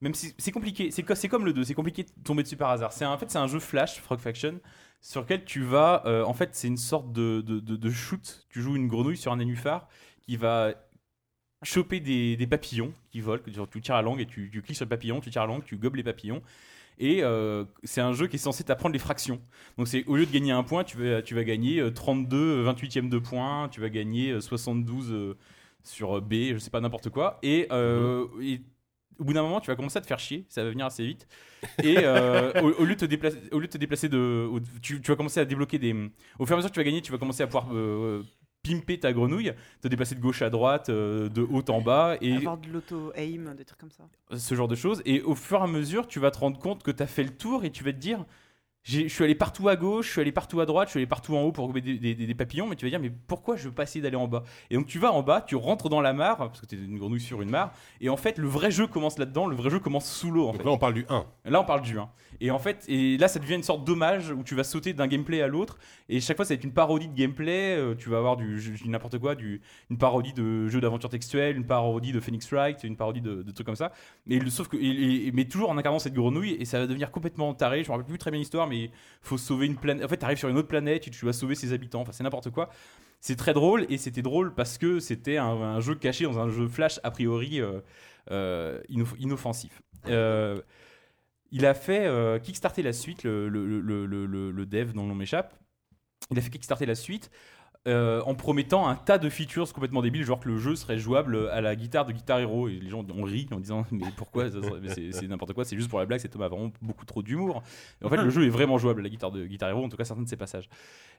Même si c'est compliqué, c'est co- c'est comme le 2, c'est compliqué de tomber dessus par hasard. C'est un- en fait c'est un jeu Flash, Frog Faction, sur lequel tu vas, euh, en fait c'est une sorte de, de, de- de shoot. Tu joues une grenouille sur un nénuphar qui va choper des, des papillons qui volent. que Tu, tu tires à langue et tu, tu cliques sur le papillon, tu tires à langue, tu gobes les papillons. Et euh, c'est un jeu qui est censé t'apprendre les fractions. Donc c'est au lieu de gagner un point, tu vas, tu vas gagner euh, 32, euh, 28e de points, tu vas gagner euh, 72 euh, sur euh, B, je sais pas n'importe quoi. Et, euh, et au bout d'un moment, tu vas commencer à te faire chier, ça va venir assez vite. Et euh, au, au lieu de te déplacer, au lieu de te déplacer de, au- tu, tu vas commencer à débloquer des. Au fur et à mesure que tu vas gagner, tu vas commencer à pouvoir euh, pimper ta grenouille, te déplacer de gauche à droite, euh, de haut en bas, et
Avoir de l'auto-aim, des trucs comme ça.
ce genre de choses. Et au fur et à mesure, tu vas te rendre compte que tu as fait le tour et tu vas te dire j'ai- je suis allé partout à gauche, je suis allé partout à droite, je suis allé partout en haut pour gober des, des- des- des papillons, mais tu vas dire, mais pourquoi je veux pas essayer d'aller en bas Et donc tu vas en bas, tu rentres dans la mare, parce que t'es une grenouille sur une mare, et en fait, le vrai jeu commence là-dedans, le vrai jeu commence sous l'eau. en
Donc
fait.
là, on parle du 1.
Là, on parle du 1. Et en fait, et là, ça devient une sorte d'hommage où tu vas sauter d'un gameplay à l'autre. Et chaque fois, ça va être une parodie de gameplay. euh, tu vas avoir du, je- je dis n'importe quoi, du, une parodie de jeu d'aventure textuelle, une parodie de Phoenix Wright, une parodie de, de trucs comme ça. Mais, le, sauf que, et- et- mais toujours en incarnant cette grenouille. Et ça va devenir complètement taré. Je me rappelle plus très bien l'histoire, mais faut sauver une planète. En fait, tu arrives sur une autre planète et tu vas sauver ses habitants. Enfin, c'est n'importe quoi. C'est très drôle et c'était drôle parce que c'était un, un jeu caché dans un jeu flash a priori euh, euh, inoff- inoffensif. Euh, il a fait euh, kickstarter la suite, le, le, le, le, le- le dev dont l'on m'échappe. Il a fait kickstarter la suite euh, en promettant un tas de features complètement débiles, genre que le jeu serait jouable à la guitare de Guitar Hero. Et les gens ont ri en disant Mais pourquoi Ça serait- mais C'est c'est n'importe quoi, c'est juste pour la blague, cet homme a vraiment beaucoup trop d'humour. Et En fait, le jeu est vraiment jouable à la guitare de Guitar Hero, en tout cas certains de ses passages.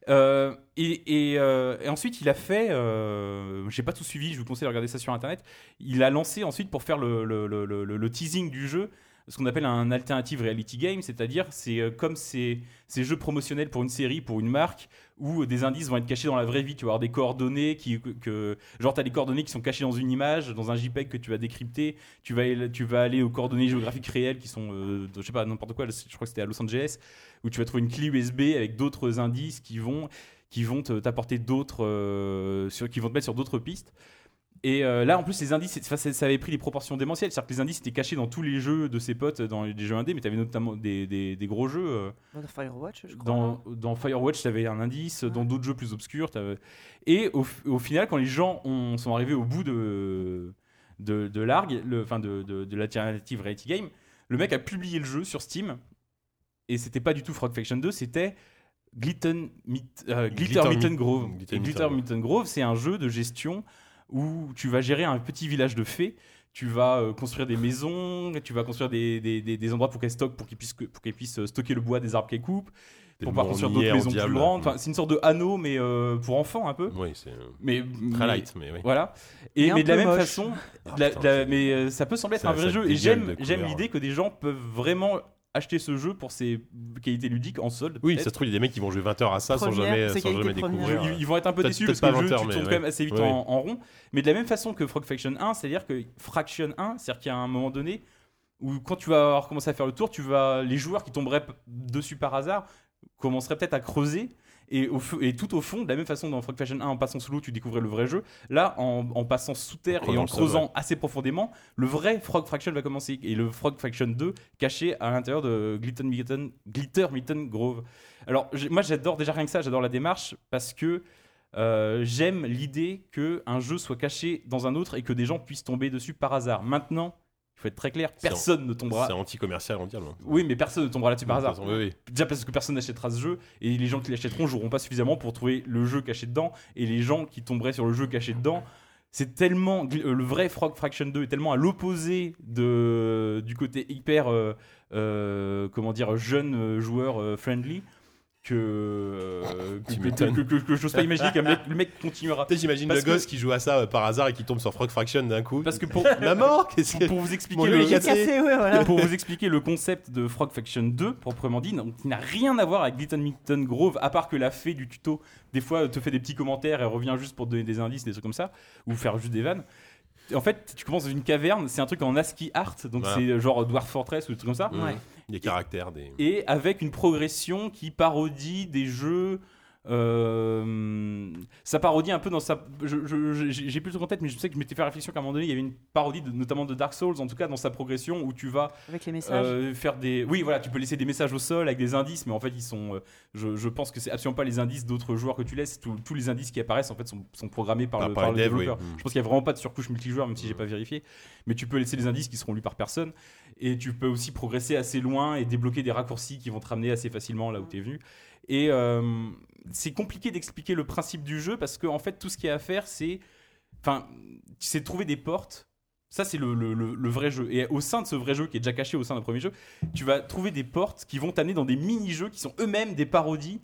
Euh, et, et, euh, et ensuite, il a fait, euh, j'ai pas tout suivi, je vous conseille de regarder ça sur internet. Il a lancé ensuite pour faire le, le- le- le- le- le teasing du jeu ce qu'on appelle un alternative reality game, c'est-à-dire c'est euh, comme ces, ces jeux promotionnels pour une série, pour une marque, où euh, des indices vont être cachés dans la vraie vie. Tu vas avoir des coordonnées qui, que- que, genre t'as des coordonnées qui sont cachées dans une image, dans un JPEG que tu vas décrypter. Tu vas, tu vas aller aux coordonnées géographiques réelles qui sont, euh, de- je sais pas, n'importe quoi. Je crois que c'était à Los Angeles où tu vas trouver une clé USB avec d'autres indices qui vont, qui vont te- t'apporter d'autres, euh, sur- qui vont te mettre sur d'autres pistes. Et euh, là, en plus, les indices, c'est- enfin, c'est- ça avait pris des proportions démentielles. C'est-à-dire que les indices étaient cachés dans tous les jeux de ses potes, dans les jeux indés, mais tu avais notamment des, des- des gros jeux. euh,
Dans Firewatch, je crois.
dans, dans Firewatch, tu avais un indice, dans d'autres jeux plus obscurs. t'avais- Et au, au final, quand les gens ont- sont arrivés au bout de, de, de l'ARG, le- enfin de, de, de l'Alternative Reality Game, le mec a publié le jeu sur Steam. Et c'était pas du tout Frog Faction 2, c'était Glitten, Meet- euh, Glitter
Glitter
Mitten
Meet-
Grove.
Glitter
Et Glitter
Mitten
Mitten Grove, c'est un jeu de gestion où tu vas gérer un petit village de fées. Tu vas euh, construire des maisons, tu vas construire des, des- des- des endroits pour qu'elles stockent, pour qu'elles puissent, pour qu'elles puissent euh, stocker le bois des arbres qu'elles coupent,
Des
pour pouvoir construire
morniers
d'autres
en
maisons plus
diable.
grandes.
Mm.
Enfin, c'est une sorte de anneau, mais euh, pour enfants un peu.
Oui, c'est euh,
Mais,
très
mais-
light, mais oui.
Voilà. Et,
Et un
mais de la
peu
même
moche.
façon,
Ah,
de la-
putain,
de la-
c'est-
mais euh, ça peut sembler être
Ça-
un vrai
ça
jeu. Et
dégueule
j'aime,
de
j'aime
couleur.
l'idée que des gens peuvent vraiment acheter ce jeu pour ses qualités ludiques en solde.
Oui,
peut-être.
ça se trouve, il y a des mecs qui vont jouer 20 heures à ça sans
Première,
jamais,
c'est
sans jamais
qualité
découvrir.
première.
ils, ils vont être un peu
Peut-être-
déçus parce
peut-être
que
pas
le jeu, tu
20, mais
tournes quand
ouais.
même assez vite
Oui,
en,
oui.
en rond. Mais de la même façon que Frog Faction 1, c'est-à-dire que Fraction 1, c'est-à-dire qu'il y a un moment donné où quand tu vas avoir commencé à faire le tour, tu vas les joueurs qui tomberaient p- dessus par hasard commenceraient peut-être à creuser. Et, au feu- et tout au fond, de la même façon dans Frog Faction 1, en passant sous l'eau, tu découvrais le vrai jeu. Là, en, en passant sous terre
Encore
et
dans
en
le sol,
creusant
ouais.
assez profondément, le vrai Frog Faction va commencer. Et le Frog Faction 2 caché à l'intérieur de Glitter Mitten, Glitter Mitten Grove. Alors, j'ai- moi, j'adore déjà rien que ça, j'adore la démarche parce que euh, j'aime l'idée que un jeu soit caché dans un autre et que des gens puissent tomber dessus par hasard. Maintenant, il faut être très clair,
C'est en-
personne ne tombera.
C'est anti-commercial en diable. hein.
Oui, mais personne ne tombera là-dessus par
De toute
hasard.
façon, oui, oui.
Déjà parce que personne n'achètera ce jeu et les gens qui l'achèteront joueront pas suffisamment pour trouver le jeu caché dedans et les gens qui tomberaient sur le jeu caché dedans. C'est tellement euh, le vrai Frog Fraction 2 est tellement à l'opposé de du côté hyper euh, euh, comment dire jeune euh, joueur euh, friendly que, euh, que,
Ah, Tu
que,
m'étonnes.
que, que- que j'ose pas imaginer qu'un mec- le mec continuera.
Peut-être j'imagine
Parce
le gosse
que-
qui joue à ça euh, par hasard et qui tombe sur Frog Fraction d'un coup.
Parce que pour,
Maman, qu'est-ce
pour,
que.
pour vous
Mon
expliquer
Dieu,
le,
il est cassé.
Cassé, ouais, voilà.
pour vous expliquer le concept de Frog Faction 2, proprement dit, donc, qui n'a rien à voir avec Glitton Mitten Grove, à part que la fée du tuto, des fois, te fait des petits commentaires et revient juste pour te donner des indices, des trucs comme ça, ou faire juste des vannes. En fait, tu commences dans une caverne, c'est un truc en ASCII art, donc
Voilà.
c'est euh, genre Dwarf Fortress ou des trucs comme ça
Mmh.
Ouais.
Des caractères, des.
et avec une progression qui parodie des jeux. euh, ça parodie un peu dans sa. je- je- je- J'ai j'ai plus tout en tête, mais je sais que je m'étais fait réflexion qu'à un moment donné, il y avait une parodie de- notamment de Dark Souls, en tout cas dans sa progression, où tu vas
Avec les messages.
euh, faire des. Oui, voilà, tu peux laisser des messages au sol avec des indices, mais en fait, ils sont. euh, je, je pense que c'est absolument pas les indices d'autres joueurs que tu laisses. Tous- tous les indices qui apparaissent, en fait, sont, sont programmés par,
Par-
le,
par
par
les
le
devs, oui.
développeur.
Mm.
Je pense qu'il y a vraiment pas de surcouche multijoueur, même si j'ai
Mm.
pas vérifié. Mais tu peux laisser des indices qui seront lus par personne. Et tu peux aussi progresser assez loin et débloquer des raccourcis qui vont te ramener assez facilement là où tu es venu. Et euh, c'est compliqué d'expliquer le principe du jeu parce que, en fait, tout ce qu'il y a à faire, c'est. Enfin, c'est de trouver des portes. Ça, c'est le, le- le- le vrai jeu. Et au sein de ce vrai jeu, qui est déjà caché au sein d'un premier jeu, tu vas trouver des portes qui vont t'amener dans des mini-jeux qui sont eux-mêmes des parodies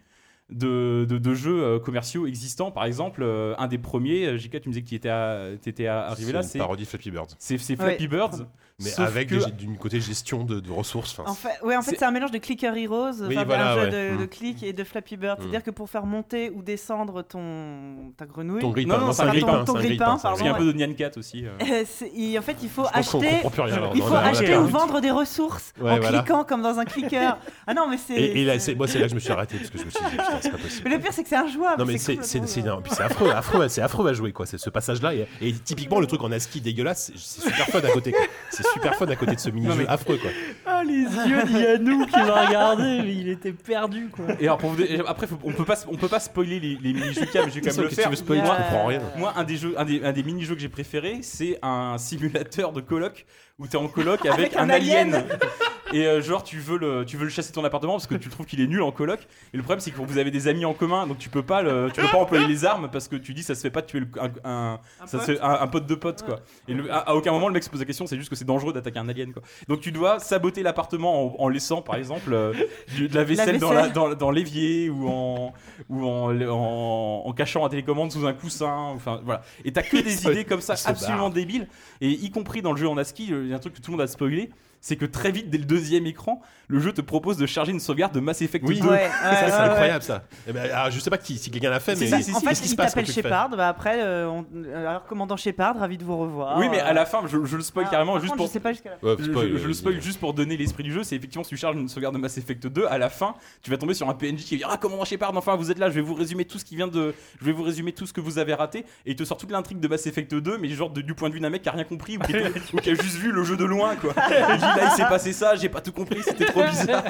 de, de- de jeux euh, commerciaux existants. Par exemple, euh, un des premiers, euh, JK, tu me disais que tu étais, à- t'étais à- arrivé là,
C'est
c'est
une parodie de Flappy Birds.
c'est- c'est Flappy
Ouais.
Birds.
Mais
sauf
avec
que-
des- d'une côté gestion de, de ressources. enfin,
En fait, ouais, en fait,
C'est-
c'est un mélange de Clicker Heroes,
Oui,
enfin,
voilà,
un jeu
ouais.
de, de
Mm.
click et de Flappy Bird.
Mm.
C'est-à-dire que pour faire monter ou descendre ton ta grenouille,
ton grippin,
non, non,
c'est un
pardon, ton
grippin. c'est un
grippin,
grippin, c'est un
pardon,
Parce qu'il y a un
grippin.
ouais.
peu de Nyan Cat aussi. euh.
euh, c'est- il- en fait, il faut
Je pense qu'on
acheter.
comprend plus rien. alors,
Il
dans
faut
la- dans la
acheter
carte.
ou vendre des ressources
Ouais,
en
voilà.
cliquant comme dans un clicker. ah non, mais c'est.
Et, et là,
c'est-
c'est- moi, c'est là que je me suis arrêté parce que je me suis dit, putain, c'est pas possible.
Ah, Mais le pire, c'est que c'est injouable.
Non mais c'est c'est
complètement-
c'est non, puis c'est affreux, affreux, c'est affreux à jouer quoi. C'est ce passage-là et, et typiquement le truc en ASCII dégueulasse, c'est- c'est super fun à côté. quoi. C'est super fun à côté de ce mini-jeu affreux quoi.
Ah, les yeux d'Yanou qui m'a regardé, mais il était perdu, quoi.
Et alors, pour vous- et après, faut- on peut pas, on peut pas spoiler les, les mini-jeux qu'il y a, mais je vais quand
Qu'est-ce
même le
que tu
faire.
veux spoiler
Moi-
Je comprends rien.
Moi, un des, jeux, un des, un des mini-jeux que j'ai préféré, c'est un simulateur de coloc où t'es en coloc avec,
Avec un alien.
Et euh, genre, tu veux, le, tu veux le chasser de ton appartement parce que tu trouves qu'il est nul en coloc. Et le problème, c'est que vous avez des amis en commun, donc tu peux pas, le- tu peux pas employer les armes parce que tu dis ça se fait pas de tuer le- un, un- ça se fait- un- un pote de pote quoi. Et le- à, à aucun moment le mec se pose la question, c'est juste que c'est dangereux d'attaquer un alien quoi. Donc tu dois saboter l'appartement en, en laissant par exemple euh, du- de la vaisselle, dans la-
vaisselle.
dans, dans l'évier ou en ou en, en, en cachant la télécommande sous un coussin. Enfin voilà. Et t'as que des idées comme ça
se
absolument débiles. Et y compris dans le jeu en ASCII, euh, il y a un truc que tout le monde a spoilé, c'est que très vite dès le deuxième écran, le jeu te propose de charger une sauvegarde de Mass Effect
Oui.
2.
Ouais, ouais,
Ça,
ouais,
c'est
ouais.
incroyable ça. Eh ben, alors, je sais pas qui, si quelqu'un l'a fait, mais
C'est
qu'est-ce
ça. En fait,
qui se
il
passe quand
t'appelle
tu le fais
Shepard. Bah après, euh, on- alors commandant Shepard, ravi de vous revoir.
Oui, mais à
Euh,
la fin, je, je le spoil
ah,
carrément
par
juste
contre,
pour
Je sais pas jusqu'à la fin.
Ouais,
Je,
spoil,
je- je le
vas-y.
spoil juste pour donner l'esprit du jeu, c'est effectivement si tu charges une sauvegarde de Mass Effect 2, à la fin, tu vas tomber sur un PNJ qui va dire ah comment Shepard, enfin vous êtes là, je vais vous résumer tout ce qui vient de, je vais vous résumer tout ce que vous avez raté, et il te sort toute l'intrigue de Mass Effect 2, mais genre de- du point de vue d'un mec qui a rien compris ou qui, était- ou qui a juste vu le jeu de loin quoi. Et il dit là il s'est passé ça, j'ai pas tout compris, c'était trop bizarre.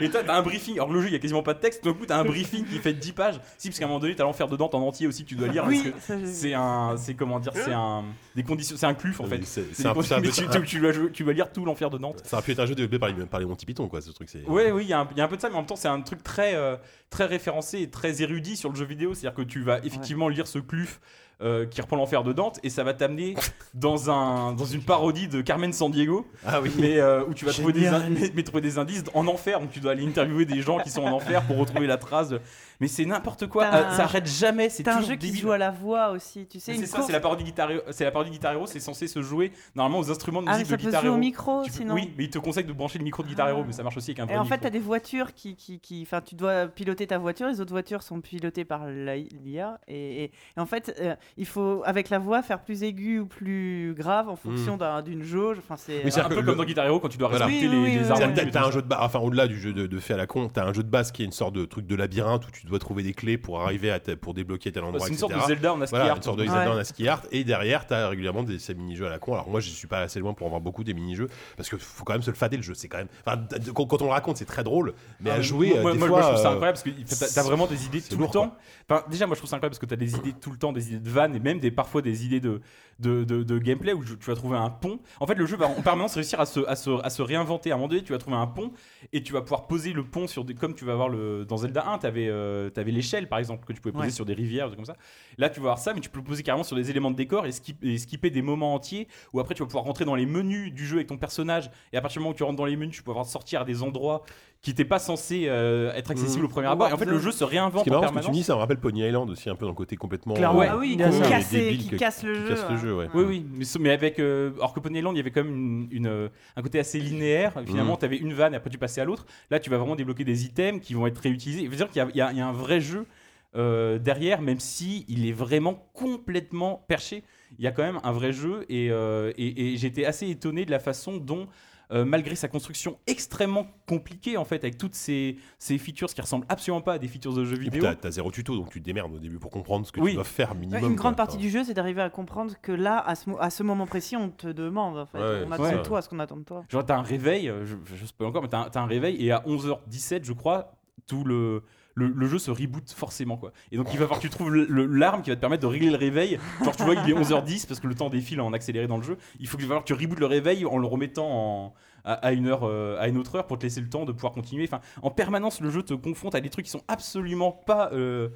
et toi t'as un briefing, alors le jeu il y a quasiment pas de texte, tout d'un coup t'as un briefing qui fait 10 pages, si parce qu'à un moment donné t'as l'enfer dedans en entier aussi que tu dois lire
Oui,
parce que
ça, j'ai vu.
c'est un, c'est comment dire, c'est un, des conditions, c'est un cluf en fait.
Euh, Oui, C'est
C'est
c'est un
des
peu- c'est un
conditions-
peu-
mais tu, tu- tu vas jouer- tu vas lire tout l'enfer de Nantes.
ça aurait pu être un jeu développé par les, par les Monty Python, quoi, ce truc. c'est-
Ouais, oui, il y, a un- il y a un peu de ça, mais en même temps, c'est un truc très, euh, très référencé et très érudit sur le jeu vidéo. C'est-à-dire que tu vas effectivement lire ce cluf euh, qui reprend l'enfer de Dante et ça va t'amener dans, un, dans une parodie de Carmen San Diego,
Ah oui.
mais euh, où tu vas trouver des,
Génial.
in- mais- mais trouver des indices en enfer. Donc tu dois aller interviewer des gens qui sont en enfer pour retrouver la trace. de- Mais c'est n'importe quoi,
T'as
euh,
un-
ça arrête jamais. C'est
T'as un
toujours
jeu qui se
débile.
joue à la voix aussi. Tu sais,
Mais
une
C'est ça,
course-
c'est la parodie Guitar Hero- c'est la parodie Guitar Hero, c'est censé se jouer normalement aux instruments de
Ah, mais
musique
ça
de
peut se
Guitar
jouer au
Hero.
micro,
Tu peux-
sinon. Ah.
Oui, mais il te conseille de brancher le micro de Guitar Hero, mais ça marche aussi avec un vrai
Et en
micro.
fait, t'as des voitures qui, qui, qui, enfin, tu dois piloter ta voiture. Les autres voitures sont pilotées par la- l'IA. Et, et- et en fait, euh, il faut avec la voix faire plus aiguë ou plus grave en fonction
Hmm.
d'un- d'une jauge. Enfin, c'est.
Mais
C'est un
C'est-à-dire
peu
que
comme
le-
dans Guitar Hero quand tu dois
Voilà.
respecter
Oui, oui,
les,
oui,
les
oui,
T'as-
oui.
harmonies.
T'as
et
t'as
tout
un jeu de base, enfin au-delà du jeu de, de fait à la con, t'as un jeu de base qui est une sorte de truc de labyrinthe où tu dois trouver des clés pour arriver à ta- pour débloquer tel
ça.
endroit.
C'est une
etc.
sorte de Zelda en ASCII
Voilà,
art.
une sorte de
Ouais.
Zelda en ASCII art. Et derrière, t'as régulièrement des, ces mini-jeux à la con. Alors moi, je suis pas assez loin pour en voir beaucoup des mini-jeux parce que faut quand même se le fader le jeu. C'est quand même. Enfin, de- quand, quand on le raconte, c'est très drôle, mais à
Euh,
jouer, euh,
moi,
des fois.
moi- moi, je trouve ça
euh,
incroyable parce que t'as- t'as- t'as vraiment des idées
c'est
tout
lourd,
le temps. Enfin, déjà, moi je trouve ça incroyable parce que t'as des idées tout le temps, des idées de vannes et même des, parfois des idées de, de, de- de gameplay où je- tu vas trouver un pont. En fait, le jeu va en permanence réussir à se, à, se, à se réinventer. À un moment donné, tu vas trouver un pont et tu vas pouvoir poser le pont sur des. Comme tu vas avoir le, dans Zelda 1, t'avais euh, t'avais l'échelle par exemple que tu pouvais poser
Ouais.
sur des rivières, des trucs comme ça. Là, tu vas avoir ça, mais tu peux le poser carrément sur des éléments de décor et, skip- et skipper des moments entiers où après tu vas pouvoir rentrer dans les menus du jeu avec ton personnage. Et à partir du moment où tu rentres dans les menus, tu peux pouvoir sortir à des endroits qui n'étaient pas censés euh, être accessibles au premier
Mmh.
abord. Et en fait, le jeu se
Ce
réinvente
qui est
en
marrant, ce Mmh. que tu
permanence.
dis, ça me rappelle Pony Island aussi un peu dans le côté complètement.
Clairement.
euh,
Ah oui,
Il
qui,
y a
con
ça.
et
casse,
débile
qui
que-
casse le
qui
jeu.
casse le
hein.
jeu, ouais.
Oui, oui, mais, ce- mais avec. euh, alors que Pony Island, il y avait quand même une, une, euh, un côté assez linéaire. Finalement,
Mm.
tu avais une vanne et après tu passais à l'autre. Là, tu vas vraiment débloquer des items qui vont être réutilisés. Il veut dire qu'il y, a- il y a il y a un vrai jeu euh, derrière, même si il est vraiment complètement perché. Il y a quand même un vrai jeu et, euh, et- et j'étais assez étonné de la façon dont. euh, malgré sa construction extrêmement compliquée en fait avec toutes ces, ces features qui ressemblent absolument pas à des features de jeux
Et puis
vidéo
t'as t'as zéro tuto, donc tu te démerdes au début pour comprendre ce que
Oui.
tu dois faire
Ouais,
minimum.
une
quoi.
grande partie
Enfin,
du jeu, c'est d'arriver à comprendre que là, à ce, mo- à ce moment précis, on te demande. En fait.
Ouais,
on attend
ouais.
de toi ce qu'on attend de toi.
Genre, t'as un réveil, euh, je, je sais pas encore, mais t'as un- t'as un réveil, et à 11h17, je crois, tout le. Le, le jeu se reboot forcément quoi. Et donc il va falloir que tu trouves le- le- l'arme qui va te permettre de régler le réveil. Genre tu vois il est 11h10 parce que le temps défile en accéléré dans le jeu. Il faut que il va falloir que tu rebootes le réveil en le remettant en- à, à une heure euh, à une autre heure pour te laisser le temps de pouvoir continuer. Enfin en permanence le jeu te confronte à des trucs qui sont absolument pas euh,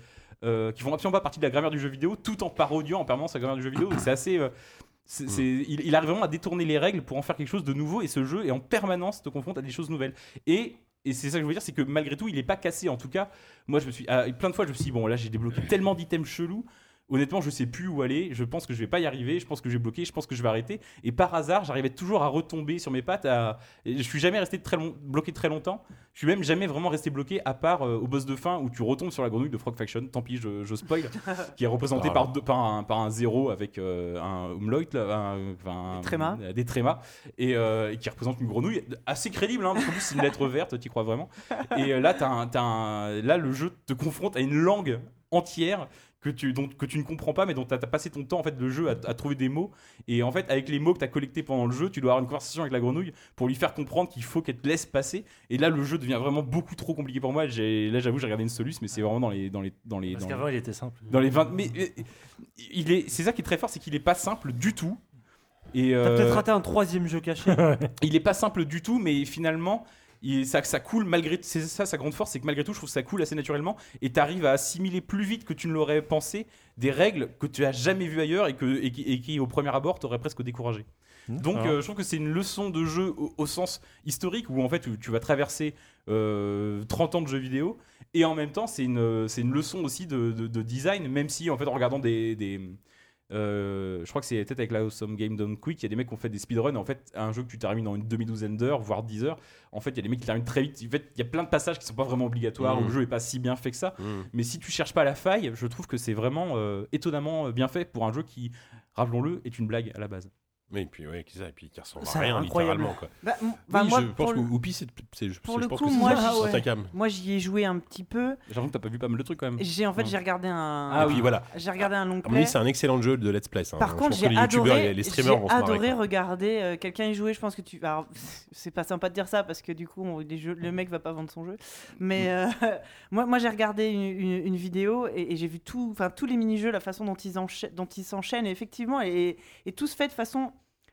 euh, qui font absolument pas partie de la grammaire du jeu vidéo tout en parodiant en permanence la grammaire du jeu vidéo. Donc, C'est assez euh, c'est- c'est- il, il arrive vraiment à détourner les règles pour en faire quelque chose de nouveau et ce jeu est en permanence te confronte à des choses nouvelles. Et Et c'est ça que je veux dire, c'est que malgré tout, il n'est pas cassé. En tout cas, moi, je me suis. ah, plein de fois, je me suis dit, bon, là, j'ai débloqué tellement d'items chelous. Honnêtement, je sais plus où aller. Je pense que je vais pas y arriver. Je pense que j'ai bloqué. Je pense que je vais arrêter. Et par hasard, j'arrivais toujours à retomber sur mes pattes. À... et Je suis jamais resté très long- bloqué très longtemps. Je suis même jamais vraiment resté bloqué, à part euh, au boss de fin où tu retombes sur la grenouille de Frog Faction. Tant pis, je, je spoil. qui est représenté
Ah.
par, deux- par, un, par un zéro avec euh, un umlaut, là, un- enfin,
Des trémas.
euh, des trémas, et, euh, et qui représente une grenouille assez crédible. Hein, parce qu'en plus, c'est une lettre verte, tu crois vraiment. Et euh, là, t'as un- t'as un- là, le jeu te confronte à une langue entière que tu, dont- que tu ne comprends pas, mais dont tu as, passé ton temps en fait, le jeu à, à trouver des mots. Et en fait, avec les mots que tu as collectés pendant le jeu, tu dois avoir une conversation avec la grenouille pour lui faire comprendre qu'il faut qu'elle te laisse passer. Et là, le jeu devient vraiment beaucoup trop compliqué pour moi. J'ai- Là, j'avoue, j'ai regardé une soluce, mais c'est vraiment dans les. Dans les, dans les
Parce
dans les-
qu'avant, il était simple.
dans les 20 mais euh, il est c'est ça qui est très fort c'est qu'il est pas simple du tout et
T'as peut-être
euh,
raté un troisième jeu caché.
il est pas simple du tout mais finalement il- ça, ça coule malgré c'est ça sa grande force c'est que malgré tout je trouve que ça coule assez naturellement et t'arrives à assimiler plus vite que tu ne l'aurais pensé des règles que tu as jamais vues ailleurs et, que, et, qui, et qui, au premier abord t'aurais presque découragé
Mmh.
Mmh.
donc
D'accord.
euh, je trouve que c'est une leçon de jeu au, au sens historique où en fait tu- tu vas traverser euh, 30 ans de jeux vidéo et en même temps c'est une, c'est une leçon aussi de, de- de design même si en fait en regardant des, des, euh, je crois que c'est peut-être avec la Awesome Game Done Quick, il y a des mecs qui ont fait des speedruns. En fait, un jeu que tu termines en une demi-douzaine d'heures, voire 10 heures, en fait, il y a des mecs qui terminent très vite. En fait, il y a plein de passages qui sont pas vraiment obligatoires,
Mhm.
où le jeu est pas si bien fait que ça.
Mhm.
Mais si tu cherches pas la faille, je trouve que c'est vraiment euh, étonnamment euh, bien fait pour un jeu qui, rappelons-le, est une blague à la base.
Mais puis, ouais, qui ça, et puis qui ressemble
Ça
à
a l'air
rien,
incroyable.
littéralement, quoi.
Bah, m- bah,
oui,
moi,
je
pour
pense que
le-
Oupi, c'est c'est- je
pour le
pense
coup,
que c'est
moi,
ça,
ah
c'est
ouais.
ta cam.
moi, j'y ai joué un petit peu.
J'ai l'impression que t'as pas vu pas mal de trucs quand même.
J'ai en fait
Non.
j'ai regardé un
Hum. Ah
et puis voilà.
j'ai regardé un long
À mon avis,
play.
c'est un excellent jeu de Let's Play. ça, hein.
Par
Je
contre,
pense que
j'ai
les youtubeurs
adoré,
et les
j'ai
streamers vont se marrer,
adoré
quoi.
regarder euh, quelqu'un y jouer. Je pense que tu. Alors, c'est pas sympa de dire ça parce que du coup, on- les jeux- le mec va pas vendre son jeu. Mais
Mm.
euh, moi, moi j'ai regardé une, une- une vidéo et, et j'ai vu tout, enfin tous les mini-jeux, la façon dont ils, encha- dont ils s'enchaînent, et effectivement, et, et tout se fait de façon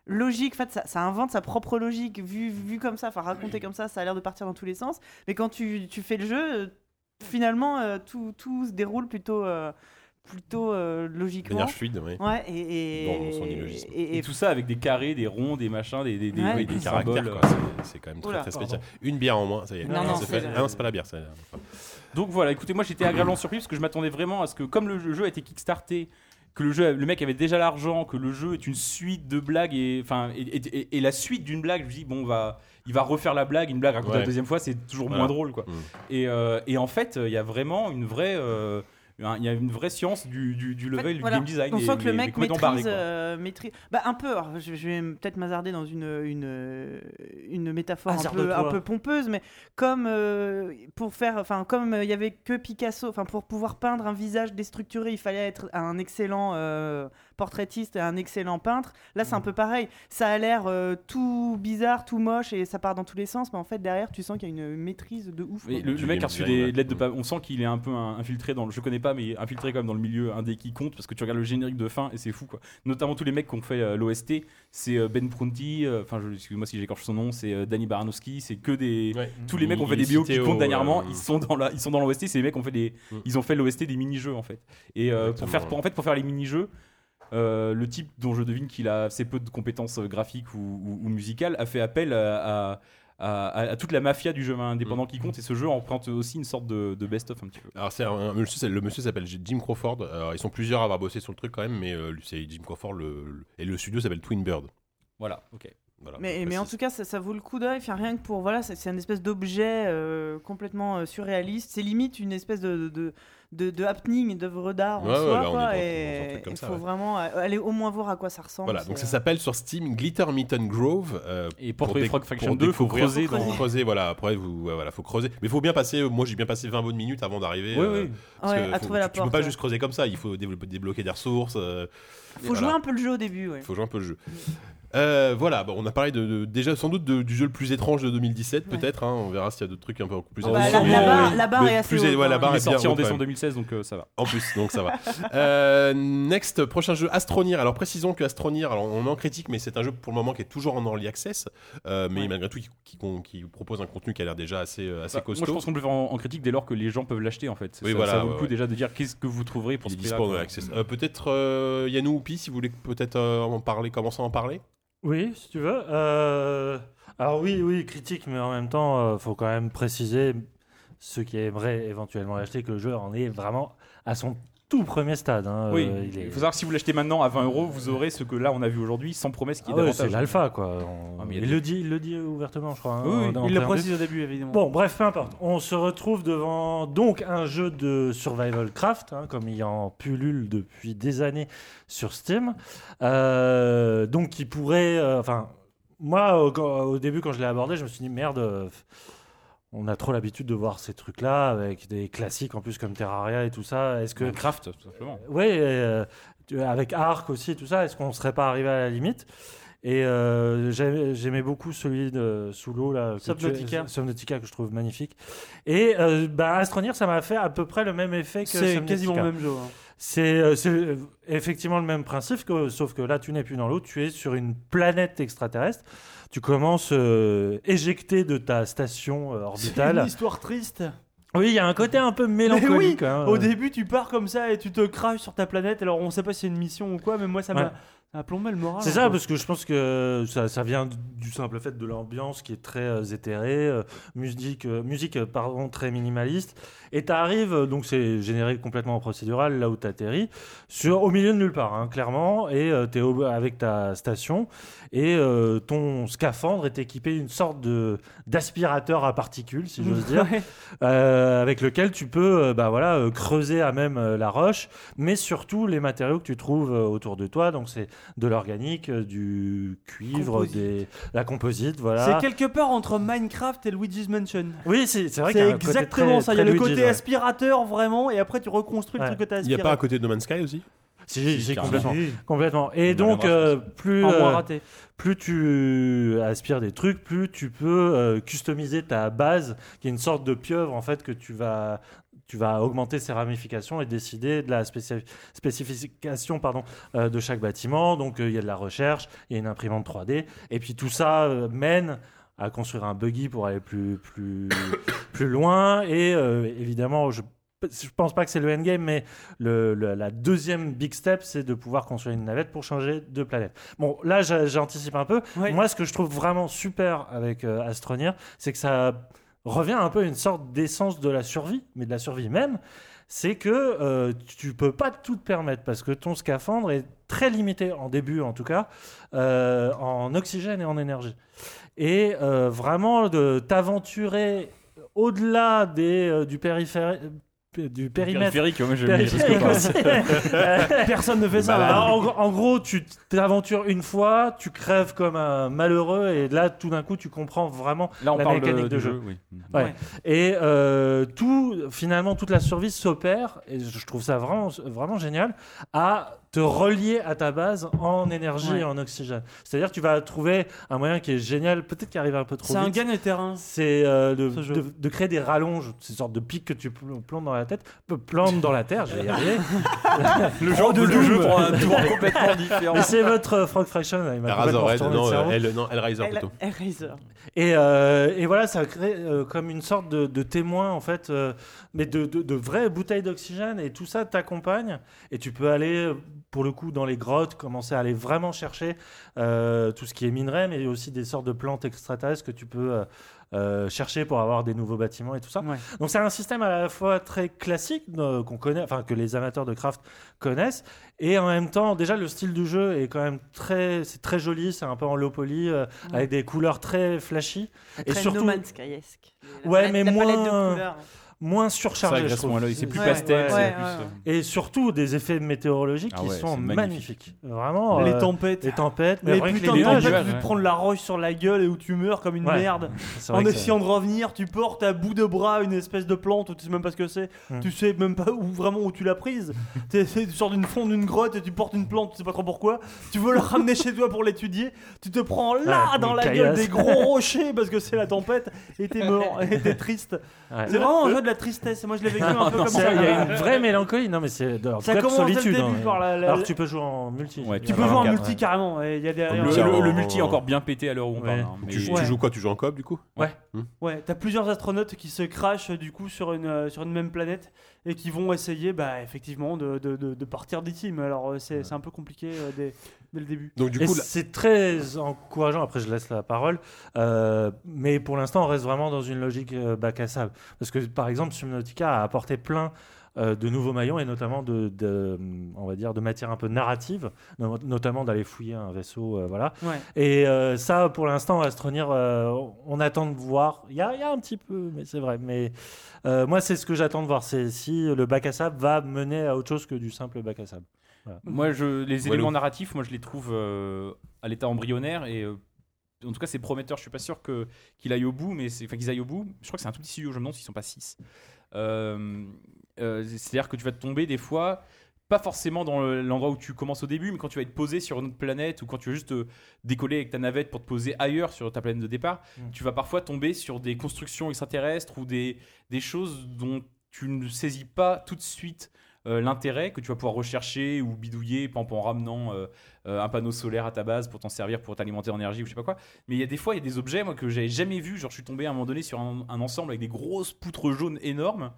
logique. En fait, ça, ça invente sa propre logique. Vu, vu comme ça, enfin raconté comme ça, ça a l'air de partir dans tous les sens. Mais quand tu, tu fais le jeu, euh, finalement, euh, tout, tout se déroule plutôt. euh, plutôt euh,
De
logiquement
manière fluide, ouais.
Ouais, et. et
Dans son illogisme.
et- et-
Et tout ça avec des caractères, des ronds, des machins, des, des, des,
Ouais.
des
Et des
symboles. euh.
caractères, quoi. C'est- C'est quand même très,
Oula,
très spécial. Une bière en moins, ça y est.
Non,
Ah,
non,
c'est
c'est
fait-
le-
ah non, c'est pas la bière. c'est-
Donc voilà, écoutez, moi j'étais agréablement surpris parce que je m'attendais vraiment à ce que, comme le jeu- le jeu a été kickstarté, que le, jeu, le mec avait déjà l'argent, que le jeu est une suite de blagues et, enfin, et, et- et- et la suite d'une blague, je me dis, bon, on va, il va refaire la blague, une blague racontée
Ouais.
la deuxième fois, c'est toujours
Voilà.
moins drôle. quoi.
Mm.
Et, euh, et en fait, il y a vraiment une vraie. euh, un- il y a une vraie science du, du, du
en fait,
level, du
voilà,
game design.
On
et-
sent que le
mais- mais
mec
complètement
maîtrise,
barré, quoi.
euh, maîtrise- Bah, un peu. alors, je, je vais m- peut-être m'hasarder dans une, une, une métaphore un peu,
Hasarde-toi.
un peu pompeuse, mais comme euh, pour faire. Enfin, comme euh, il y avait que Picasso, enfin, pour pouvoir peindre un visage déstructuré, il fallait être un excellent euh, portraitiste et un excellent peintre. Là,
Mmh.
c'est un peu pareil. Ça a l'air euh, tout bizarre, tout moche et ça part dans tous les sens, mais en fait, derrière, tu sens qu'il y a une maîtrise de ouf.
Mais
quoi.
le,
Du
le mec
game
a reçu
design,
des
ouais.
lettres de papier. On sent qu'il est un peu un- infiltré dans le. Je connais pas, mais infiltré quand même dans le milieu indé qui compte parce que tu regardes le générique de fin et c'est fou quoi. Notamment tous les mecs qui ont fait euh, l'OST, c'est euh, Ben Prunty, euh, enfin je- excuse-moi si j'écorche son nom, c'est euh, Danny Baranowski, c'est que des. Tous les mecs
Il-
ont fait
il
des
est
bios qui
cité au,
comptent dernièrement,
euh,
ils sont dans la, ils sont dans l'OST. C'est les mecs qui ont fait des,
Mm.
ils ont fait l'OST des mini-jeux en fait. Et euh, pour
Exactement,
faire,
ouais.
pour- en fait, pour faire les mini-jeux, euh, le type dont je devine qu'il a assez peu de compétences euh, graphiques ou, ou- ou musicales a fait appel à, à- à- à- à toute la mafia du jeu
Mm.
indépendant qui compte. Et ce jeu emprunte aussi une sorte de, de best-of un petit peu.
Alors, c'est un- un monsieur, c'est- le monsieur s'appelle Jim Crawford. Alors, ils sont plusieurs à avoir bossé sur le truc quand même, mais euh, lui, c'est Jim Crawford le- le- et le studio s'appelle Twin Bird.
Voilà, ok.
Voilà,
Mais,
je
mais en
précise.
tout cas, ça, ça vaut le coup d'œil. Enfin, rien que pour. Voilà, c'est c'est un espèce d'objet euh, complètement euh, surréaliste. C'est limite une espèce de, de, de, de- de happening, d'œuvre d'art
Ouais,
en
ouais,
soi.
là, on
quoi,
est dans- dans un
et
truc comme
il
ça,
faut
ouais.
vraiment euh, aller au moins voir à quoi ça ressemble.
Voilà, donc ça
c'est, euh,
s'appelle sur Steam Glitter Mitten Grove. euh,
Et
Pour
pour trouver
déc-
Frog Faction
pour
2, faut
découvrir-
creuser
Faut
dans.
faut creuser, voilà. Après, vous, ouais, voilà, faut creuser. Mais faut bien passer. euh, Moi, j'ai bien passé 20 bonnes minutes avant d'arriver.
Oui,
euh,
oui.
parce
ouais,
que
à
faut-
trouver la
tu, tu
porte.
peux pas juste creuser comme ça. Il faut développer- débloquer des ressources. euh,
Faut jouer
voilà.
un peu le jeu au début. Ouais.
faut jouer un peu le jeu. Euh, voilà, bon, on a parlé de, de- déjà sans doute de- du jeu le plus étrange de 2017,
Ouais.
peut-être. hein, on verra s'il y a d'autres trucs un peu plus
Bah, la,
étranges.
la
oui,
barre,
oui.
la barre
Mais
est assez.
plus-
haute,
ouais, la
hein.
barre
Il est
est bien
sorti en
haute, quand
décembre
même.
2016, donc euh, ça va.
En plus, donc ça va. Euh, next, prochain jeu, Astronir. Alors précisons que Astronir, alors on est en critique, mais c'est un jeu pour le moment qui est toujours en early access, euh, mais
Ouais.
malgré tout qui, qui- qui propose un contenu qui a l'air déjà assez, euh, assez
Bah, moi,
costaud.
je pense qu'on peut le faire en, en critique dès lors que les gens peuvent l'acheter en fait.
Oui,
ça,
voilà,
ça vaut
ouais,
le coup
ouais.
déjà de dire qu'est-ce que vous trouverez pour
Il
ce
est dispo
prix-là,
en
quoi.
early access. Euh, peut-être euh, Yannou ou Pi, si vous voulez peut-être euh, en parler, commencer à en parler.
Oui, si tu veux. Euh, Alors oui, oui, critique, mais en même temps, euh, faut quand même préciser ceux qui aimeraient éventuellement l'acheter que le jeu en est vraiment à son tout premier stade. hein.
Oui,
Euh,
il,
il est-
faut savoir que si vous l'achetez maintenant à 20 euros, vous aurez ce que là on a vu aujourd'hui sans promesse
Ah
qu'il y ait
ouais, c'est
davantage.
l'alpha, quoi. On-
Ah, mais il y
il,
a
le dit, il le dit ouvertement, je crois. hein,
Oui, oui,
en- en
Il le
interview.
précise au début, évidemment.
Bon, bref, peu importe. On se retrouve devant donc un jeu de survival craft, hein, comme il y en pullule depuis des années sur Steam. Euh, donc, qui pourrait. euh, Enfin, moi, au, quand- au début, quand je l'ai abordé, je me suis dit merde. euh, on a trop l'habitude de voir ces trucs-là avec des classiques en plus comme Terraria et tout ça. Est-ce que
Minecraft, tout simplement.
Ouais, euh, tu- avec Arc aussi, tout ça, est-ce qu'on serait pas arrivé à la limite Et euh, j'ai- j'aimais beaucoup celui de sous l'eau là, que tu-
Subnautica.
Subnautica que je trouve magnifique. Et euh, bah, Astronir, ça m'a fait à peu près le même effet que
C'est
Subnautica.
quasiment le même jeu. hein.
C'est euh, c'est, euh, effectivement le même principe, que- sauf que là, tu n'es plus dans l'eau, tu es sur une planète extraterrestre. Tu commences euh, éjecté de ta station euh,
C'est une
orbitale.
histoire triste.
Oui, il y a un côté un peu mélancolique. hein.
Au début, tu pars comme ça et tu te craches sur ta planète. Alors, on sait pas si c'est une mission ou quoi, mais moi, ça m'a
Ouais.
ça m'a plombé le moral. hein,
C'est
un
ça,
peu.
parce que je pense que ça, ça vient du- du simple fait de l'ambiance qui est très euh, éthérée, euh, musique, euh, musique euh, pardon, très minimaliste. Et tu arrives, donc c'est généré complètement en procédural, là où tu atterris, sur, au milieu de nulle part, hein, clairement, et tu es avec ta station, et euh, ton scaphandre est équipé d'une sorte de d'aspirateur à particules, si j'ose dire,
Ouais.
euh, avec lequel tu peux euh, bah, voilà, euh, creuser à même euh, la roche, mais surtout les matériaux que tu trouves euh, autour de toi. Donc c'est de l'organique, euh, du cuivre,
Composite.
des, la composite,
C'est
voilà.
quelque part entre Minecraft et Luigi's Mansion.
Oui, c'est c'est vrai qu'il y a
C'est
un côté
exactement
très-
ça. Il y a
très
le
Luigi's,
côté
ouais.
aspirateur vraiment, et après tu reconstruis
Ouais.
le truc que t'as
Il n'y a
aspiré.
pas à côté de No Man's Sky aussi
Si, si,
carrément.
complètement, complètement. Et
On
donc,
reviendra,
euh, plus,
En moins
euh,
raté.
plus tu euh, aspires des trucs, plus tu peux euh, customiser ta base, qui est une sorte de pieuvre en fait que tu vas tu vas augmenter ses ramifications et décider de la spéci- spécification pardon, euh, de chaque bâtiment. Donc euh, il y a de la recherche, il y a une imprimante 3D, et puis tout ça euh, mène à construire un buggy pour aller plus plus plus loin. Et euh, évidemment, je je pense pas que c'est le endgame, mais le- le- la deuxième big step, c'est de pouvoir construire une navette pour changer de planète. Bon, là, j'a- j'anticipe un peu.
Ouais.
Moi, ce que je trouve vraiment super avec euh, Astroneer, c'est que ça revient un peu à une sorte d'essence de la survie, mais de la survie même. C'est que euh, tu peux pas tout te permettre parce que ton scaphandre est très limité, en début en tout cas, euh, en oxygène et en énergie. Et euh, vraiment, de t'aventurer au-delà des, euh, du, périphérique du périmètre
Périphérique, moi, je
Périphérique aussi. Euh,
Personne ne fait ça.
bah,
là.
en, gros- en gros, tu t'aventures une fois, tu crèves comme un malheureux, et là, tout d'un coup, tu comprends vraiment.
Là, on
La
parle
mécanique
de,
de
du
jeu.
oui.
Et euh, tout, finalement, toute la survie s'opère, et je trouve ça vraiment, vraiment génial, à te relier à ta base en énergie
Ouais.
et en oxygène. C'est-à-dire, tu vas trouver un moyen qui est génial, peut-être qui arrive un peu trop
C'est un
vite.
gagne de terrain.
c'est euh, de,
Ce jeu.
de- de créer des rallonges, ces sortes de pics que tu pl- plantes dans la tête, euh, plantes dans la terre, je vais y arriver.
Le genre de jeu prend un tour complètement différent.
Mais c'est votre euh, Frog Fraction, là, il m'a complètement
Razorhead,
retourné le
non,
cerveau.
euh, elle, non, Hellraiser plutôt.
Eraser.
Et, euh, et voilà, ça crée euh, comme une sorte de, de témoin, en fait, euh, mais de, de, de vraies bouteilles d'oxygène, et tout ça t'accompagne, et tu peux aller, euh, pour le coup, dans les grottes, commencer à aller vraiment chercher euh, tout ce qui est minerai, mais aussi des sortes de plantes extraterrestres que tu peux... euh, euh, chercher pour avoir des nouveaux bâtiments et tout ça.
Ouais.
Donc c'est un système à la fois très classique euh, qu'on connaît, enfin que les amateurs de craft connaissent, et en même temps déjà le style du jeu est quand même très, c'est très joli, c'est un peu en low poly euh, avec des couleurs très flashy et
Très
surtout
No Man's Sky-esque. La
Ouais,
palette-
mais
la
moins-
palette de couleurs.
moins
Ça
surchargé. je
agresse
trouve.
moins l'œil, c'est plus
Ouais,
pastel,
ouais,
c'est
ouais,
plus.
ouais.
euh,
Et surtout des effets météorologiques
Ah
qui
ouais,
sont
c'est magnifique.
magnifiques. Vraiment.
Les
euh,
tempêtes.
les tempêtes, mais
les
rien que
putains
les
de
nuages.
tempêtes, où tu
ouais.
te prends de la roche sur la gueule et où tu meurs comme une
Ouais.
merde.
C'est vrai
En
que
essayant de revenir, tu portes à bout de bras une espèce de plante où tu sais même pas ce que c'est.
Hmm.
Tu sais même pas où vraiment où tu l'as prise. T'es- t'es- tu sors d'une fond d'une grotte et tu portes une plante, tu sais pas trop pourquoi. Tu veux la ramener chez toi pour l'étudier. Tu te prends là
Ouais,
dans
une
la gueule
Ah, caillasse.
des gros rochers parce que c'est la tempête et t'es mort et t'es triste.
Ouais. Euh.
C'est vraiment un jeu de la tristesse. Et moi, je l'ai vécu un peu comme
C'est-
ça.
Il y a une vraie mélancolie. Non, mais c'est dans
Ça commence dès
solitude. hein.
le début par la. la-
Alors tu peux jouer en multi.
Ouais,
tu peux jouer en multi carrément. et Il y a
Le,
derrière.
le- le multi est encore bien pété à l'heure où on
Ouais.
parle. hein, mais-
Tu, tu
Ouais.
joues quoi Tu joues en coop du coup
Hmm.
Ouais, t'as plusieurs astronautes qui se crachent euh, du coup sur une, euh, sur une même planète et qui vont essayer bah, effectivement de, de, de, de partir des teams. Alors euh, c'est c'est un peu compliqué euh, dès, dès le début.
Donc du
Et
coup, la-
c'est très encourageant. Après, je laisse la parole. Euh, mais pour l'instant, on reste vraiment dans une logique euh, bac à sable. Parce que, par exemple, Subnautica a apporté plein euh, de nouveaux maillons et notamment de, de, hum, on va dire, de matière un peu narrative, no- notamment d'aller fouiller un vaisseau, euh, voilà.
Ouais.
Et euh, ça, pour l'instant, Astronir, euh, on attend de voir. Il y a, il y a un petit peu, mais c'est vrai. Mais euh, moi, c'est ce que j'attends de voir, c'est si le bac à sable va mener à autre chose que du simple bac à sable.
Moi, je, les
Walou.
éléments narratifs, moi, je les trouve euh, à l'état embryonnaire et euh, en tout cas, c'est prometteur. Je suis pas sûr que qu'il aille au bout, mais c'est- enfin qu'ils aillent au bout. Je crois que c'est un tout petit studio. Je me demande s'ils sont pas 6 C'est-à-dire que tu vas te tomber des fois. Pas forcément dans le- l'endroit où tu commences au début, mais quand tu vas être posé sur une autre planète ou quand tu vas juste euh, décoller avec ta navette pour te poser ailleurs sur ta planète de départ,
Mm.
tu vas parfois tomber sur des constructions extraterrestres ou des, des choses dont tu ne saisis pas tout de suite euh, l'intérêt que tu vas pouvoir rechercher ou bidouiller en, en ramenant euh, euh, un panneau solaire à ta base pour t'en servir pour t'alimenter en énergie ou je sais pas quoi. Mais il y a des fois, il y a des objets moi, que j'avais jamais vus. Genre, je suis tombé à un moment donné sur un, un ensemble avec des grosses poutres jaunes énormes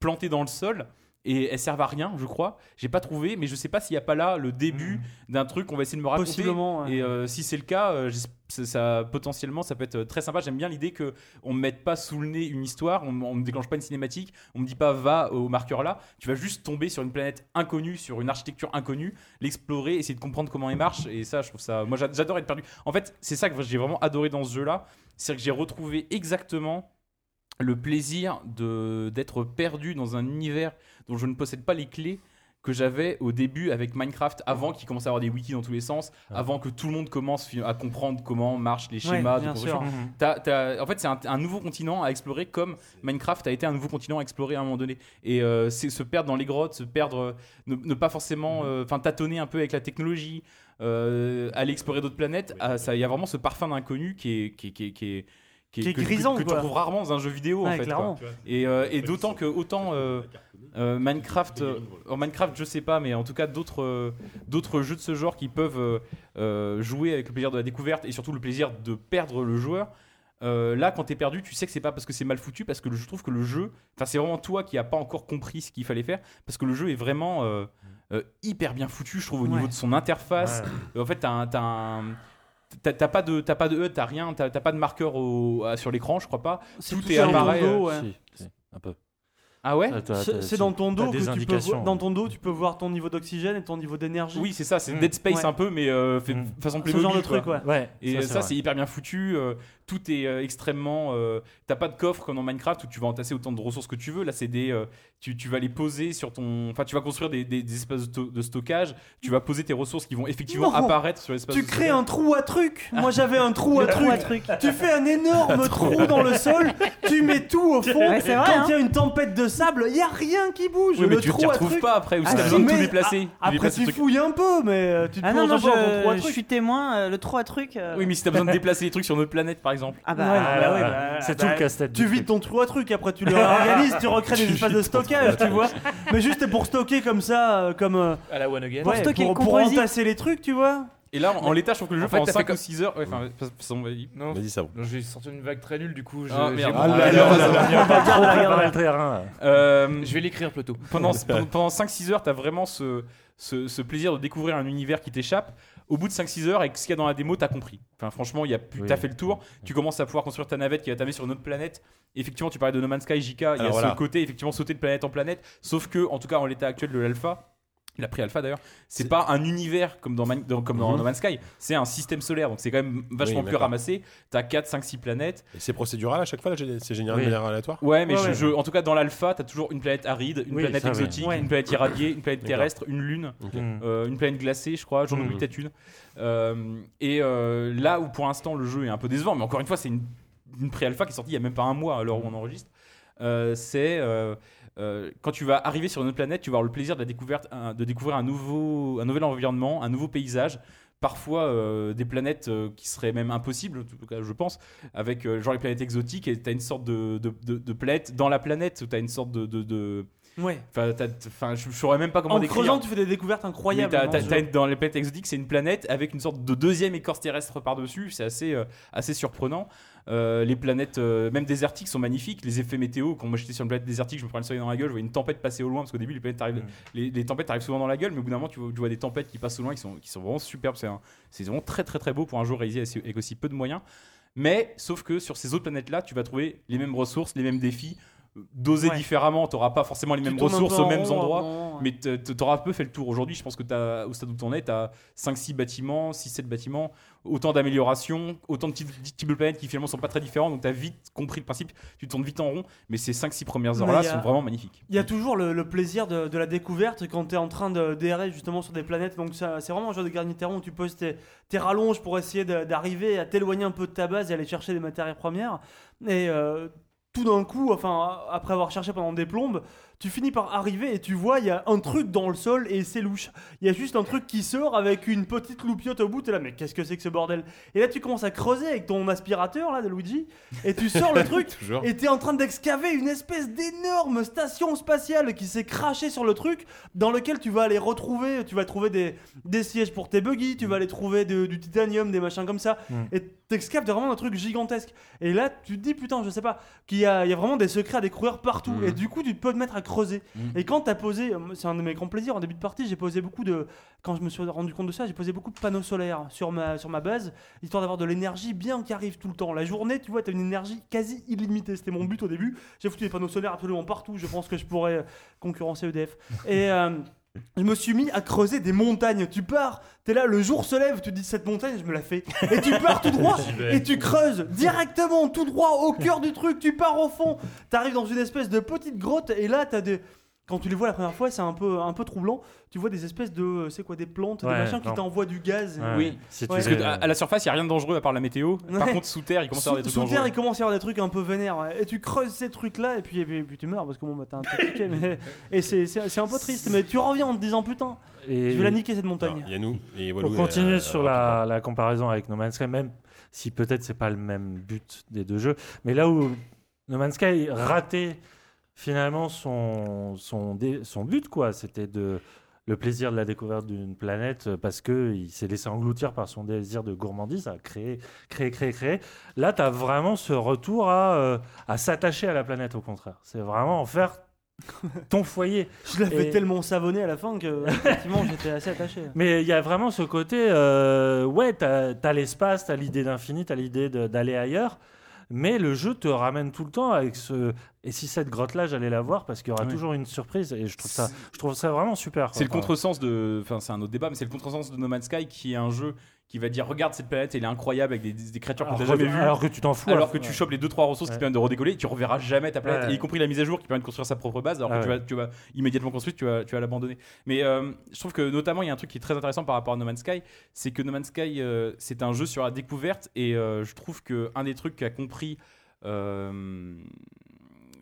plantées dans le sol. Et elles servent à rien, je crois. J'ai pas trouvé, mais je sais pas s'il n'y a pas là le début d'un truc qu'on va essayer de me raconter.
Hmm. Possiblement. ouais.
Et euh, si c'est le cas, euh, j'es- ça, ça- potentiellement, ça peut être euh, très sympa. J'aime bien l'idée que on me mette pas sous le nez une histoire, on, on me déclenche pas une cinématique, on me dit pas va au marqueur là. Tu vas juste tomber sur une planète inconnue, sur une architecture inconnue, l'explorer, essayer de comprendre comment elle marche. Et ça, je trouve ça. Moi, j'a- j'adore être perdu. En fait, c'est ça que j'ai vraiment adoré dans ce jeu-là, c'est que j'ai retrouvé exactement le plaisir de d'être perdu dans un univers dont je ne possède pas les clés que j'avais au début avec Minecraft avant qu'il commence à avoir des wikis dans tous les sens avant que tout le monde commence fi- à comprendre comment marchent les
Ouais,
schémas de
bien
construction.
sûr.
T'as- t'as- en fait, c'est un, un nouveau continent à explorer, comme Minecraft a été un nouveau continent à explorer à un moment donné. Et euh, c'est se perdre dans les grottes, se perdre, euh, ne, ne pas forcément, euh, enfin, tâtonner un peu avec la technologie, euh, aller explorer d'autres planètes. ah, ça, il y a vraiment ce parfum d'inconnu qui est, qui est, qui est, qui est- qui est-
Qui est
que- que-
grisant,
que, tu
quoi.
retrouves rarement dans un jeu vidéo en
Ouais,
fait. quoi.
clairement.
Et, euh, et d'autant que autant euh, euh, Minecraft, euh, en Minecraft je sais pas, mais en tout cas d'autres euh, d'autres jeux de ce genre qui peuvent euh, euh, jouer avec le plaisir de la découverte et surtout le plaisir de perdre le joueur. euh, là, quand t'es perdu, tu sais que c'est pas parce que c'est mal foutu, parce que je trouve que le jeu, enfin c'est vraiment toi qui a pas encore compris ce qu'il fallait faire, parce que le jeu est vraiment euh, euh, hyper bien foutu, je trouve au
Ouais.
niveau de son interface. Euh, En fait, t'as un- t'as un- t'as- t'as pas de t'as pas de HUD, t'as rien, t'as t'as pas de marqueur au- à- sur l'écran, je crois pas.
C'est
tout
tout
est
ça dans ton
appareil, euh,
dos, ouais.
un peu.
Ah ouais
C'est c'est dans ton
t'as
dos
des
que tu peux
indications,
voir, dans ton dos tu peux voir ton niveau d'oxygène et ton niveau d'énergie.
Oui, c'est ça, c'est
Mm.
Dead Space
Mmh. Ouais.
un peu, mais euh, fait,
Mm.
façon
ce
Playmobil.
genre de
quoi.
truc Mmh. ouais.
Ouais.
Et ça,
vrai.
c'est hyper bien foutu. euh, tout est euh, extrêmement. euh, T'as pas de coffre comme dans Minecraft où tu vas entasser autant de ressources que tu veux. Là, c'est des. euh, tu, tu vas les poser sur ton. Enfin, tu vas construire des, des- des espaces de, to- de stockage. Tu vas poser tes ressources qui vont effectivement
Non.
apparaître sur l'espace.
Tu
de
crées
stockage.
un trou à truc. Moi j'avais un trou à truc. Tu fais un énorme trou dans le sol. Tu mets tout au fond.
Ouais, c'est vrai,
Quand
hein.
il y a une tempête de sable, il y a rien qui bouge.
Oui, mais
le
tu t'y
trou à
retrouves
truc.
pas après. Ou si
Ah,
t'as
si,
besoin de tout
mais-
déplacer. Tu
Après
déplaces
tu
le truc.
fouilles un peu, mais euh, tu te
Ah non,
plonges
non,
un peu dans ton trou à
je, je
truc.
suis témoin, euh, le trou à truc. euh,
Oui, mais si t'as besoin de déplacer les trucs sur notre planète, par exemple.
Ah
Ouais,
bah.
bah
Ah,
ouais,
bah,
bah,
c'est
bah,
tout le casse-tête.
Tu
du
vides
truc.
ton trou à truc, après tu le réorganises, tu recrées des espaces de stockage, tu vois. Mais juste pour stocker comme ça, euh, comme. euh,
À la One Again.
ouais,
stocker
pour,
le
pour
composite.
entasser les trucs, tu vois.
Et là, en, en l'état, je trouve que le jeu
En fait,
fait, en
t'as fait
5
comme-
ou 6 heures. Ouais, enfin, de toute façon, vas-y.
Non,
vas-y, ça va.
non, j'ai senti une vague très nulle du coup. je-
Ah,
j'ai-
merde.
Ah, là,
Ah,
là,
là,
là, là.
Préparer le terrain, là.
Euh,
Je vais l'écrire plutôt.
pendant, pendant- pendant 5-6 heures, tu as vraiment ce, ce, ce plaisir de découvrir un univers qui t'échappe. Au bout de 5-6 heures, avec ce qu'il y a dans la démo, t'as compris. Enfin, franchement, il y a plus-
Oui.
t'as fait le tour. Tu commences à pouvoir construire ta navette qui va t'amener sur une autre planète. Effectivement, tu parlais de No Man's Sky, JK. Il y a
Alors voilà.
ce côté, effectivement, sauter de planète en planète. Sauf que, en tout cas, en l'état actuel de l'alpha, la pré-alpha d'ailleurs, c'est pas un univers comme dans, Man- dans- comme dans
Mhm.
No Man's Sky. C'est un système solaire. Donc, c'est quand même vachement
Oui,
plus
d'accord.
ramassé. T'as 4, 5, 6 planètes.
Et c'est procédural à chaque fois, là, j'ai- c'est général
Oui.
de manière aléatoire.
Ouais, mais
Ouais,
je-
ouais.
je- en tout cas, dans l'alpha, t'as toujours une planète aride, une
Oui,
planète
ça, oui.
exotique,
Ouais.
une planète irradiée, une planète terrestre, une lune.
Mm.
Euh, une planète glacée, je crois. J'en
Mhm.
oublie
Mmh.
peut-être une. Euh, et euh, là où pour l'instant le jeu est un peu décevant, mais encore une fois, c'est une, une pré-alpha qui est sortie il y a même pas un mois à l'heure où on enregistre. euh, c'est euh, euh, quand tu vas arriver sur une autre planète, tu vas avoir le plaisir de la découverte, un- de découvrir un nouveau, un nouvel environnement, un nouveau paysage. parfois euh, des planètes euh, qui seraient même impossibles, en tout cas je pense, avec euh, genre les planètes exotiques et t'as une sorte de, de, de- de planète dans la planète où t'as une sorte de. de, de-
Ouais.
Enfin, t'as- enfin, je, je saurais même pas comment
En
décrire.
creusant, tu fais des découvertes incroyables.
Mais t'as-
dans
t'as-
ce
t'as
jeu.
une- dans les planètes exotiques, c'est une planète avec une sorte de deuxième écorce terrestre par-dessus. C'est assez, euh, assez surprenant. Euh, les planètes, euh, même désertiques, sont magnifiques. Les effets météo, quand moi j'étais sur une planète désertique, je me prenais le soleil dans la gueule, je voyais une tempête passer au loin, parce qu'au début, les, planètes
Mm.
arrivent, les, les tempêtes arrivent souvent dans la gueule, mais au bout d'un moment, tu vois, tu vois des tempêtes qui passent au loin, qui sont, qui sont vraiment superbes. C'est un- c'est vraiment très très très beau pour un jeu réalisé assez- avec aussi peu de moyens. Mais sauf que sur ces autres planètes-là, tu vas trouver les mêmes ressources, les mêmes défis, euh, dosés
Ouais.
différemment. Tu n'auras pas forcément les
Tu
mêmes
tournes un peu
ressources
en
aux mêmes
rond, en
endroits.
rond, ouais.
Mais t- t- t'auras un peu fait le tour aujourd'hui. Je pense que t'as, au stade où t'en es, t'as 5-6 bâtiments, 6-7 bâtiments, autant d'améliorations, autant de petites petites petites planètes qui finalement sont pas très différentes. Donc t'as vite compris le principe, tu tournes vite en rond. Mais ces 5-6 premières
Mais
heures-là
y a-
sont vraiment magnifiques.
Il y a toujours le, le plaisir de, de la découverte quand tu es en train de d'errer justement sur des planètes. Donc ça- c'est vraiment un jeu de garni terrain où tu poses tes, tes rallonges pour essayer de- d'arriver à t'éloigner un peu de ta base et aller chercher des matières premières. Et euh, tout d'un coup, enfin a- après avoir cherché pendant des plombes, tu finis par arriver et tu vois il y a un truc dans le sol et c'est louche. Il y a juste un truc qui sort avec une petite loupiote au bout. T'es là mais qu'est-ce que c'est que ce bordel Et là tu commences à creuser avec ton aspirateur là de Luigi et tu sors le truc
Toujours.
et t'es en train d'excaver une espèce d'énorme station spatiale qui s'est crachée sur le truc, dans lequel tu vas aller retrouver, tu vas trouver des, des sièges pour tes buggy, tu vas aller trouver de- du titanium, des machins comme ça,
Mm.
et t'excaves vraiment un truc gigantesque. Et là, tu te dis, putain, je sais pas, qu'il y a, il y a vraiment des secrets à découvrir partout,
Mm.
et du coup, tu peux te mettre à creuser. Et quand t'as posé, euh, c'est un de mes grands plaisirs, en début de partie, j'ai posé beaucoup de, quand je me suis rendu compte de ça, j'ai posé beaucoup de panneaux solaires sur ma, sur ma base, histoire d'avoir de l'énergie bien qui arrive tout le temps. La journée, tu vois, t'as une énergie quasi illimitée. C'était mon but au début. J'ai foutu des panneaux solaires absolument partout. Je pense que je pourrais concurrencer EDF. Et. euh, je me suis mis à creuser des montagnes. Tu pars, t'es là, le jour se lève, tu te dis cette montagne, je me la fais. Et tu pars tout droit et tu creuses directement tout droit au cœur du truc. Tu pars au fond, t'arrives dans une espèce de petite grotte et là t'as des. Quand tu les vois la première fois, c'est un peu un peu troublant. Tu vois des espèces de, c'est quoi, des plantes, des
Ouais,
machins qui
non.
t'envoient du gaz.
Ouais.
Oui.
Si tu
Parce
Parce
veux,
que à, à la surface, il n'y a rien de dangereux à part la météo. Par
Ouais.
contre, sous terre, il commence à y avoir des
Sous,
trucs
sous terre,
dangereux.
il commence à y avoir des trucs un peu vénères. ouais. Et tu creuses ces trucs-là, et puis, et puis, et puis tu meurs parce que bon, bah, t'as un peu piqué. mais- Et c'est c'est- c'est un peu triste, mais tu reviens en te disant putain,
et-
je vais la niquer cette
Alors,
montagne.
Il y a nous et Walou,
On
euh,
continue sur
rapidement.
la, la comparaison avec No Man's Sky, même si peut-être c'est pas le même but des deux jeux. Mais là où No Man's Sky ratait finalement son, son, dé- son but, quoi, c'était de le plaisir de la découverte d'une planète euh, parce que il s'est laissé engloutir par son désir de gourmandise à créer, créer, créer, créer. Là, tu as vraiment ce retour à, euh, à s'attacher à la planète, au contraire. C'est vraiment en faire ton foyer.
Je l'avais
Et-
tellement savonné à la fin que effectivement j'étais assez attaché.
Mais il y a vraiment ce côté, euh, ouais, t'as as, l'espace, t'as l'idée d'infini, t'as l'idée de- d'aller ailleurs, mais le jeu te ramène tout le temps avec ce. Et si cette grotte-là, j'allais la voir parce qu'il y aura
Ouais.
toujours une surprise et je trouve ça, je trouve ça vraiment super.
C'est le
quoi.
contresens de. Enfin, c'est un autre débat, mais c'est le contresens de No Man's Sky qui est un jeu qui va dire regarde cette planète, elle est incroyable avec des, des créatures que
Alors,
t'as jamais
que-
vues.
alors que tu t'en fous.
Alors
hein.
que tu chopes les 2-3 ressources qui
Ouais.
te permettent de redécoller, tu reverras jamais ta planète,
Ouais.
et y compris la mise à jour qui permet de construire sa propre base, alors
Ah
que
ouais.
tu, vas, tu vas immédiatement construire, tu vas, tu vas l'abandonner. Mais euh, je trouve que notamment, il y a un truc qui est très intéressant par rapport à No Man's Sky, c'est que No Man's Sky, euh, c'est un jeu sur la découverte, et euh, je trouve que un des trucs qu'a compris. euh,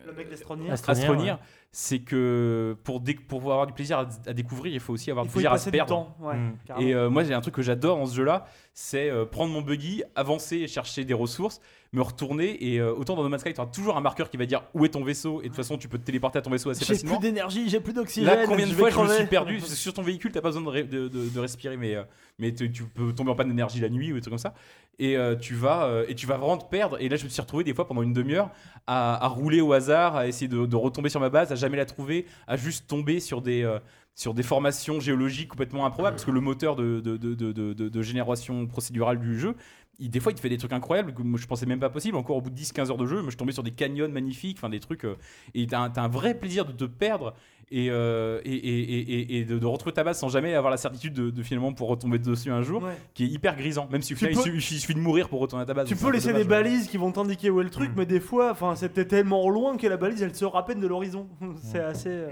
Le mec d'Astronier.
Astronir,
Astronir, Euh, c'est que pour, dé- pour avoir du plaisir à, à découvrir, il faut aussi avoir
Il
du
faut y
plaisir à se
passer du
perdre.
temps. ouais,
Mm.
carrément.
Et euh, moi, j'ai un truc que j'adore dans ce jeu-là, c'est euh, prendre mon buggy, avancer et chercher des ressources, me retourner. Et euh, autant dans No Man's Sky, tu auras toujours un marqueur qui va dire où est ton vaisseau. Et de toute façon, tu peux te téléporter à ton vaisseau assez
j'ai plus
facilement.
d'énergie, j'ai plus d'oxygène.
Là, combien de
vais
fois je me
crever.
suis perdu Parce que Sur ton véhicule, t'as pas besoin de, ré- de- de- de respirer, mais, euh, mais tu, tu peux tomber en panne d'énergie la nuit ou des trucs comme ça. Et euh, tu vas euh, et tu vas vraiment te perdre. Et là, je me suis retrouvé des fois pendant une demi-heure à, à rouler au hasard, à essayer de, de retomber sur ma base, à jamais la trouver, à juste tomber sur des euh, sur des formations géologiques complètement improbables, parce que le moteur de, de, de- de- de- de- de génération procédurale du jeu, il, des fois, il te fait des trucs incroyables que moi, je pensais même pas possible. Encore au bout de 10-15 heures de jeu, moi, je tombais sur des canyons magnifiques, enfin des trucs. euh, et t'as un, t'as un vrai plaisir de te perdre et, euh, et, et- et- et- et de, de retrouver ta base sans jamais avoir la certitude de, de finalement pour retomber dessus un jour,
Ouais.
qui est hyper grisant. Même si au
Tu
final,
peux-
il, suffit, il suffit de mourir pour retourner à ta base.
Tu
C'est
peux
un peu
laisser des
dommage, ouais.
balises qui vont t'indiquer où est le truc, mais des fois, enfin, c'était tellement loin que la balise, elle sort à peine de l'horizon. C'est assez. euh,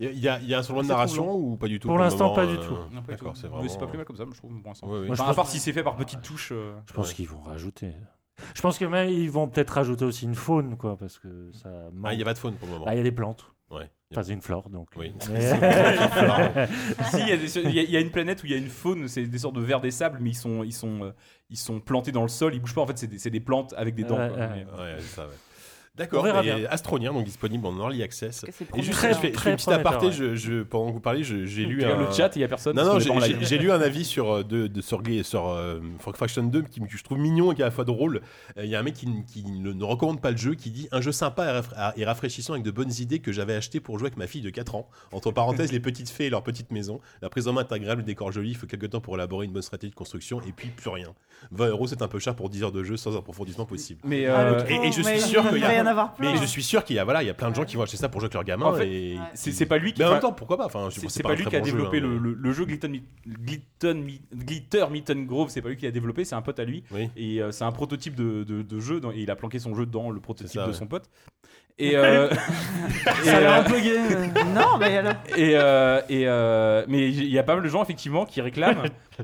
Il y a- il y, a- il y a un survoi de
C'est
narration ou pas du tout
Pour
le
l'instant,
moment,
pas du
euh,
tout.
Non, pas du tout.
D'accord, c'est
Mais
vraiment.
pas plus mal comme ça, je trouve. Pour l'instant.
Ouais, ouais.
Moi, je
Enfin, à
pense-
part si c'est fait par petites touches. euh,
Je pense qu'ils vont rajouter. Je pense que même ils vont peut-être rajouter aussi une faune, quoi, parce que ça.
Ah, il
manque.
n'y a pas de faune pour le moment.
Bah, il y a des plantes.
Ouais. Il
Pas une flore, donc.
Oui.
si, il y, a des- il y a- il y a une planète où il y a une faune, c'est des sortes de vers des sables, mais ils sont, ils sont, euh, ils sont plantés dans le sol, ils bougent pas. En fait, c'est des, c'est des plantes avec des dents.
Ouais,
quoi.
ouais.
Mais- euh,
Ouais, c'est ça, ouais. D'accord,
On verra
et
bien.
Astronir, donc disponible en early access.
que c'est
Et
prometteur.
juste, je fais, je fais
Très
une petite aparté,
prometteur,
je, je- pendant que vous parlez, je- j'ai lu
Tu regardes
un...
le chat, il y a personne.
Non,
parce
non,
qu'on est
j'ai-
pas en
j'ai
live.
j'ai lu un avis sur, euh, de, de, sur, Gay- sur euh, Frog Faction 2 qui, me- que je trouve mignon et qui est à la fois drôle. Euh, Il y a un mec qui, n- qui ne, ne recommande pas le jeu, qui dit un jeu sympa et, rafra- à- et rafraîchissant avec de bonnes idées que j'avais acheté pour jouer avec ma fille de 4 ans. Entre parenthèses, les petites fées et leur petite maison. La prise en main est agréable, le décor joli, il faut quelques temps pour élaborer une bonne stratégie de construction et puis plus rien. 20 euros, c'est un peu cher pour 10 heures de jeu sans approfondissement possible.
Mais
Ah,
euh,
le
et- et je
pauvre,
suis
mais
sûr qu'il
Il
y a-
va y en avoir plein.
Mais je suis sûr qu'il y a, voilà, il y a plein de gens qui vont acheter ça pour jouer avec leur gamin.
En fait,
et
c'est c'est pas lui qui.
Mais en même
enfin,
temps, pourquoi pas enfin, je-
C'est c'est pas,
un
lui
très
qui a
bon jeu,
développé
hein,
le,
mais-
le- le jeu Glitter, Mi- Glitter, Mi- Glitter Mitten Grove, c'est pas lui qui l'a développé, c'est un pote à lui.
Oui.
Et euh, c'est un prototype de, de- de jeu, dans- et il a planqué son jeu dans le prototype
ça,
de
ouais.
son pote. Et, euh, et,
Ça a l'air
euh,
un peu gay. euh, Non, mais alors.
et, euh, et, euh, mais il y a pas mal de gens effectivement qui réclament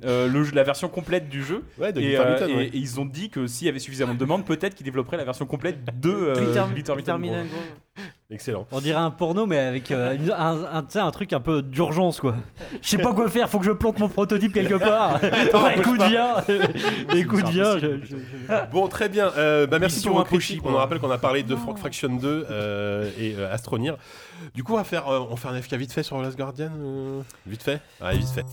euh, le jeu- la version complète du jeu.
Ouais, de
Et,
Guitar
euh,
Mutant,
et-
ouais.
et ils ont dit que s'il y avait suffisamment de demandes, peut-être qu'ils développeraient la version complète de euh,
Twitter-
Glitter Mitten Grove.
Terminal, gros.
Excellent.
On dirait un porno, mais avec euh, une- un, un- tu sais, un truc un peu d'urgence, quoi. Je sais pas quoi faire, faut que je plante mon prototype quelque part.
bouge
écoute,
pas.
viens. écoute,
C'est
viens.
impossible,
je- je-
Bon, très bien. Euh, bah, merci
Mission
pour vos
impossible,
critiques. On
quoi.
rappelle qu'on a parlé de Frog Fraction 2 euh, et euh, Astronir. Du coup, on va faire, euh, on fait un FK vite fait sur Last Guardian. euh, Vite fait Ouais, vite fait.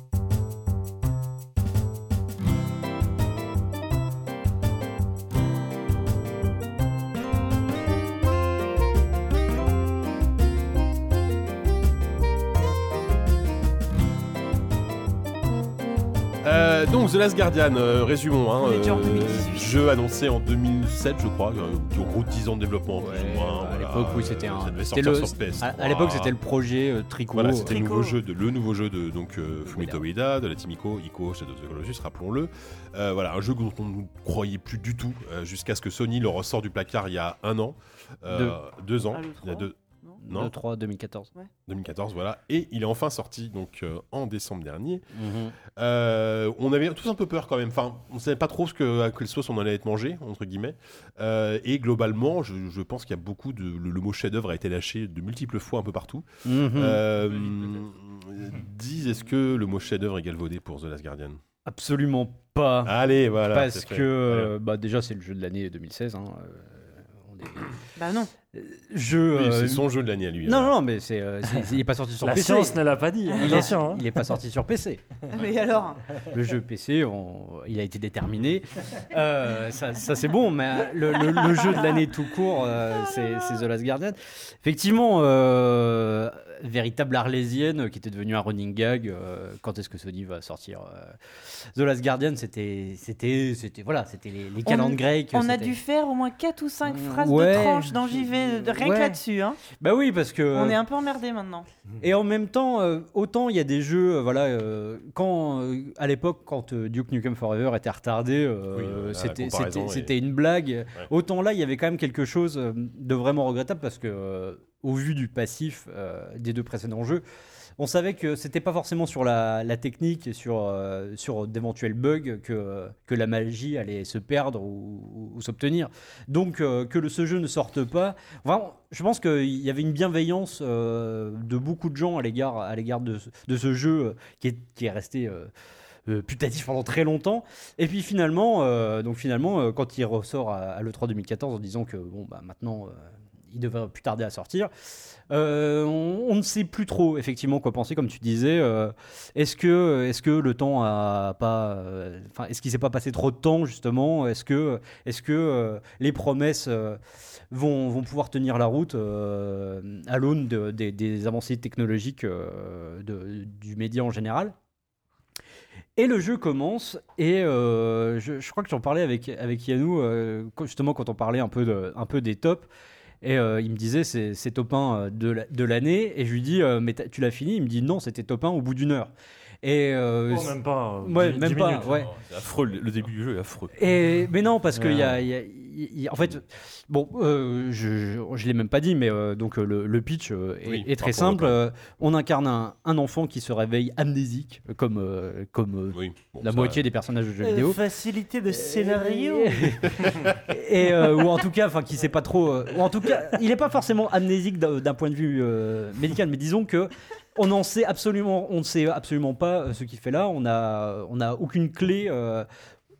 Euh, donc The Last Guardian, euh, résumons. Hein,
On est déjà en
euh,
2018.
jeu annoncé en 2007, je crois, euh, en gros 10 ans de développement. plus ou
Ouais,
moins,
bah, à
voilà.
l'époque, oui, c'était un.
Ça devait
c'était
sortir
le-
sur PS3.
à à l'époque, c'était le projet euh, Tricot.
Voilà, c'était le
Tricot.
nouveau jeu de le nouveau jeu de donc euh, Fumito Ueda, de la team Ico, Ico Shadow of the Colossus, rappelons-le. Euh, voilà, un jeu dont on ne croyait plus du tout euh, jusqu'à ce que Sony le ressort du placard il y a un an, euh, deux ans,
Ah, le
il y a deux,
trois,
non,
3 2014.
2014, voilà, et il est enfin sorti donc euh, en décembre dernier.
Mm-hmm.
Euh, on avait tous un peu peur quand même. Enfin, on savait pas trop ce que, à quelle sauce on allait être mangé, entre guillemets. Euh, et globalement, je, je pense qu'il y a beaucoup de. Le, le mot chef-d'œuvre a été lâché de multiples fois un peu partout.
Mm-hmm.
Euh, Dis, est-ce que le mot chef-d'œuvre est galvaudé pour The Last Guardian
Absolument pas.
Allez, voilà.
parce
c'est
que,
fait.
euh, bah, déjà, c'est le jeu de l'année 2016. hein, euh, on est-
Bah non.
Jeu.
Oui,
euh,
c'est son jeu de l'année à lui.
Non,
hein.
non, non, mais c'est, euh, c'est- c'est- il est pas sorti sur
La
PC.
science ne l'a pas dit.
Il est,
Attention. hein.
il est pas sorti sur PC.
Mais alors
Le jeu PC, on- il a été déterminé. Euh, ça, ça, c'est bon, mais euh, le, le- le jeu de l'année tout court, euh, c'est c'est The Last Guardian. Effectivement, euh, véritable arlésienne qui était devenue un running gag. euh, quand est-ce que Sony va sortir euh, The Last Guardian C'était, c'était, c'était, voilà, c'était les, les calendes grecques.
On a
c'était-
dû faire au moins 4 ou 5
Mm,
phrases
ouais.
de tranche dans JV, de- rien
Ouais.
que là-dessus. Hein.
Bah oui, parce que.
On est un peu emmerdés maintenant.
Mmh. Et en même temps, euh, autant il y a des jeux, euh, voilà, euh, quand euh, à l'époque, quand euh, Duke Nukem Forever était retardé, euh,
Oui, euh, la
c'était
comparaison
c'était-
est-
c'était une blague. Autant là, il y avait quand même quelque chose euh, de vraiment regrettable parce que, euh, au vu du passif euh, des deux précédents jeux, on savait que c'était pas forcément sur la, la technique et sur, euh, sur d'éventuels bugs que, que la magie allait se perdre ou, ou- ou s'obtenir. Donc euh, que le- ce jeu ne sorte pas. Vraiment, je pense qu'il y avait une bienveillance euh, de beaucoup de gens à l'égard à l'égard de, ce- de ce jeu euh, qui est, qui est resté euh, euh, putatif pendant très longtemps. Et puis finalement, euh, donc finalement euh, quand il ressort à, à l'E3 2014 en disant que bon, bah, maintenant. euh, il devrait plus tarder à sortir. Euh, on, on ne sait plus trop effectivement quoi penser, comme tu disais. euh, est-ce que, est-ce que le temps a pas, euh, enfin, est-ce qu'il s'est pas passé trop de temps justement Est-ce que, est-ce que euh, les promesses euh, vont, vont pouvoir tenir la route euh, à l'aune de- des- des avancées technologiques euh, de- du média en général et le jeu commence, et euh, je, je crois que j'en parlais avec, avec Yannou, euh, quand- justement quand on parlait un peu, de- un peu des tops, et euh, il me disait c'est c'est top 1 euh, de la- de l'année, et je lui dis euh, mais t'as- tu l'as fini Il me dit non, c'était top 1 au bout d'une heure. Et euh,
Oh, même pas. euh,
Ouais,
dix-
même
dix
pas,
minutes.
ouais.
Affreux, le le début du jeu est affreux.
Et, mais non, parce qu'il y, a-
Euh.
Ouais.
il y a- il il- il- en fait, bon, euh, je ne l'ai même pas dit, mais euh, donc euh, le, le pitch euh, est,
Oui,
est
par rapport
très
au
simple. Euh, on incarne un, un enfant qui se réveille amnésique, euh, comme, euh, comme euh,
Oui, bon,
la
ça-
moitié des personnages de jeux
Euh,
vidéo.
facilité de scénario.
et euh, ou en tout cas enfin qui sait pas trop euh, ou en tout cas il est pas forcément amnésique d'un d'un point de vue euh, médical mais disons que on en sait absolument on ne sait absolument pas euh, ce qu'il fait là on a on a aucune clé euh,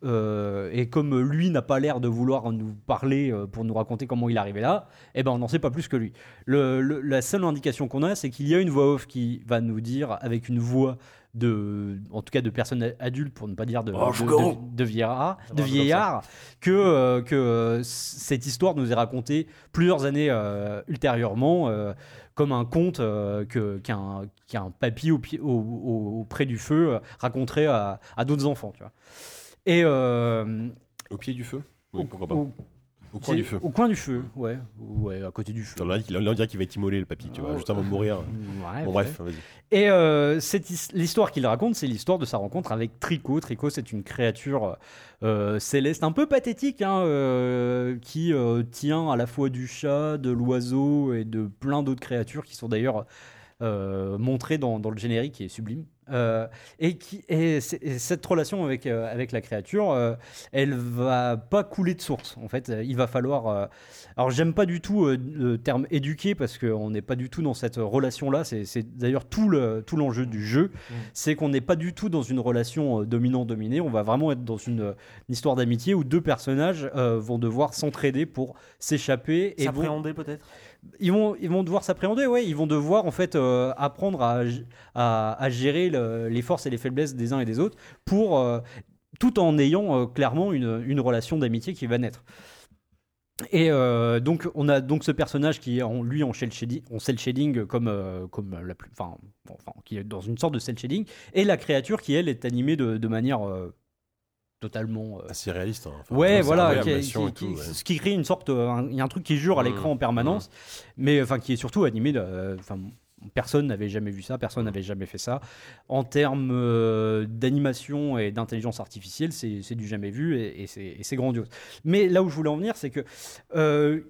euh, et comme lui n'a pas l'air de vouloir nous parler euh, pour nous raconter comment il est arrivé là, eh ben on n'en sait pas plus que lui. Le- le- la seule indication qu'on a, c'est qu'il y a une voix off qui va nous dire avec une voix de, en tout cas de personnes adultes pour ne pas dire de,
Oh,
de,
je comprends.
de- de vieillard, de
va, je
vieillard, que euh, que euh, c- cette histoire nous est racontée plusieurs années euh, ultérieurement. euh, comme un conte euh, que- qu'un qu'un papy au, pied- au- au- auprès du feu euh, raconterait à, à d'autres enfants. Tu vois. Et euh,
Au pied du feu
Au-
Oui, pourquoi pas.
au-
Au coin du feu.
Au coin du feu, ouais. Ouais, à côté du feu.
Dans la- il- Là, on dirait qu'il va être immolé, le papy, tu vois,
Oh.
juste avant de mourir.
Ouais,
Bon, bref, vas-y.
Et euh, cette his- l'histoire qu'il raconte, c'est l'histoire de sa rencontre avec Trico. Trico, c'est une créature euh, céleste un peu pathétique hein, euh, qui euh, tient à la fois du chat, de l'oiseau et de plein d'autres créatures qui sont d'ailleurs euh, montrées dans, dans le générique qui est sublime. Euh, et, qui, et, c'est- et cette relation avec, euh, avec la créature, euh, elle va pas couler de source. En fait, Euh, il va falloir. euh, alors, j'aime pas du tout euh, le terme éduqué parce qu'on n'est pas du tout dans cette relation-là. C'est c'est d'ailleurs tout le- tout l'enjeu du jeu. C'est qu'on n'est pas du tout dans une relation euh, dominant-dominé. On va vraiment être dans une, euh, une histoire d'amitié où deux personnages euh, vont devoir s'entraider pour s'échapper et vont-
S'appréhender peut-être.
ils vont, ils vont devoir s'appréhender, ouais. Ils vont devoir en fait euh, apprendre à, g- à- à gérer le- les forces et les faiblesses des uns et des autres pour euh, tout en ayant euh, clairement une, une relation d'amitié qui va naître. Et euh, donc on a donc ce personnage qui est en, lui en cel shading, en cel shading comme euh, comme la plus, enfin, bon, enfin, qui est dans une sorte de cel shading et la créature qui elle est animée de, de manière euh, totalement euh,
Assez réaliste. hein. Enfin,
ouais,
c'est
voilà,
incroyable,
qui-
l'animation
qui-
et tout,
qui-
ouais. Mmh.
ce qui crée une sorte, euh, un- il y a un truc qui jure à l'écran en permanence, mais euh, enfin qui est surtout animé. de- euh, Enfin, personne n'avait jamais vu ça, personne n'avait jamais fait ça. En termes euh, d'animation et d'intelligence artificielle, c'est c'est du jamais vu et, et c'est- et c'est grandiose. Mais là où je voulais en venir, c'est que euh,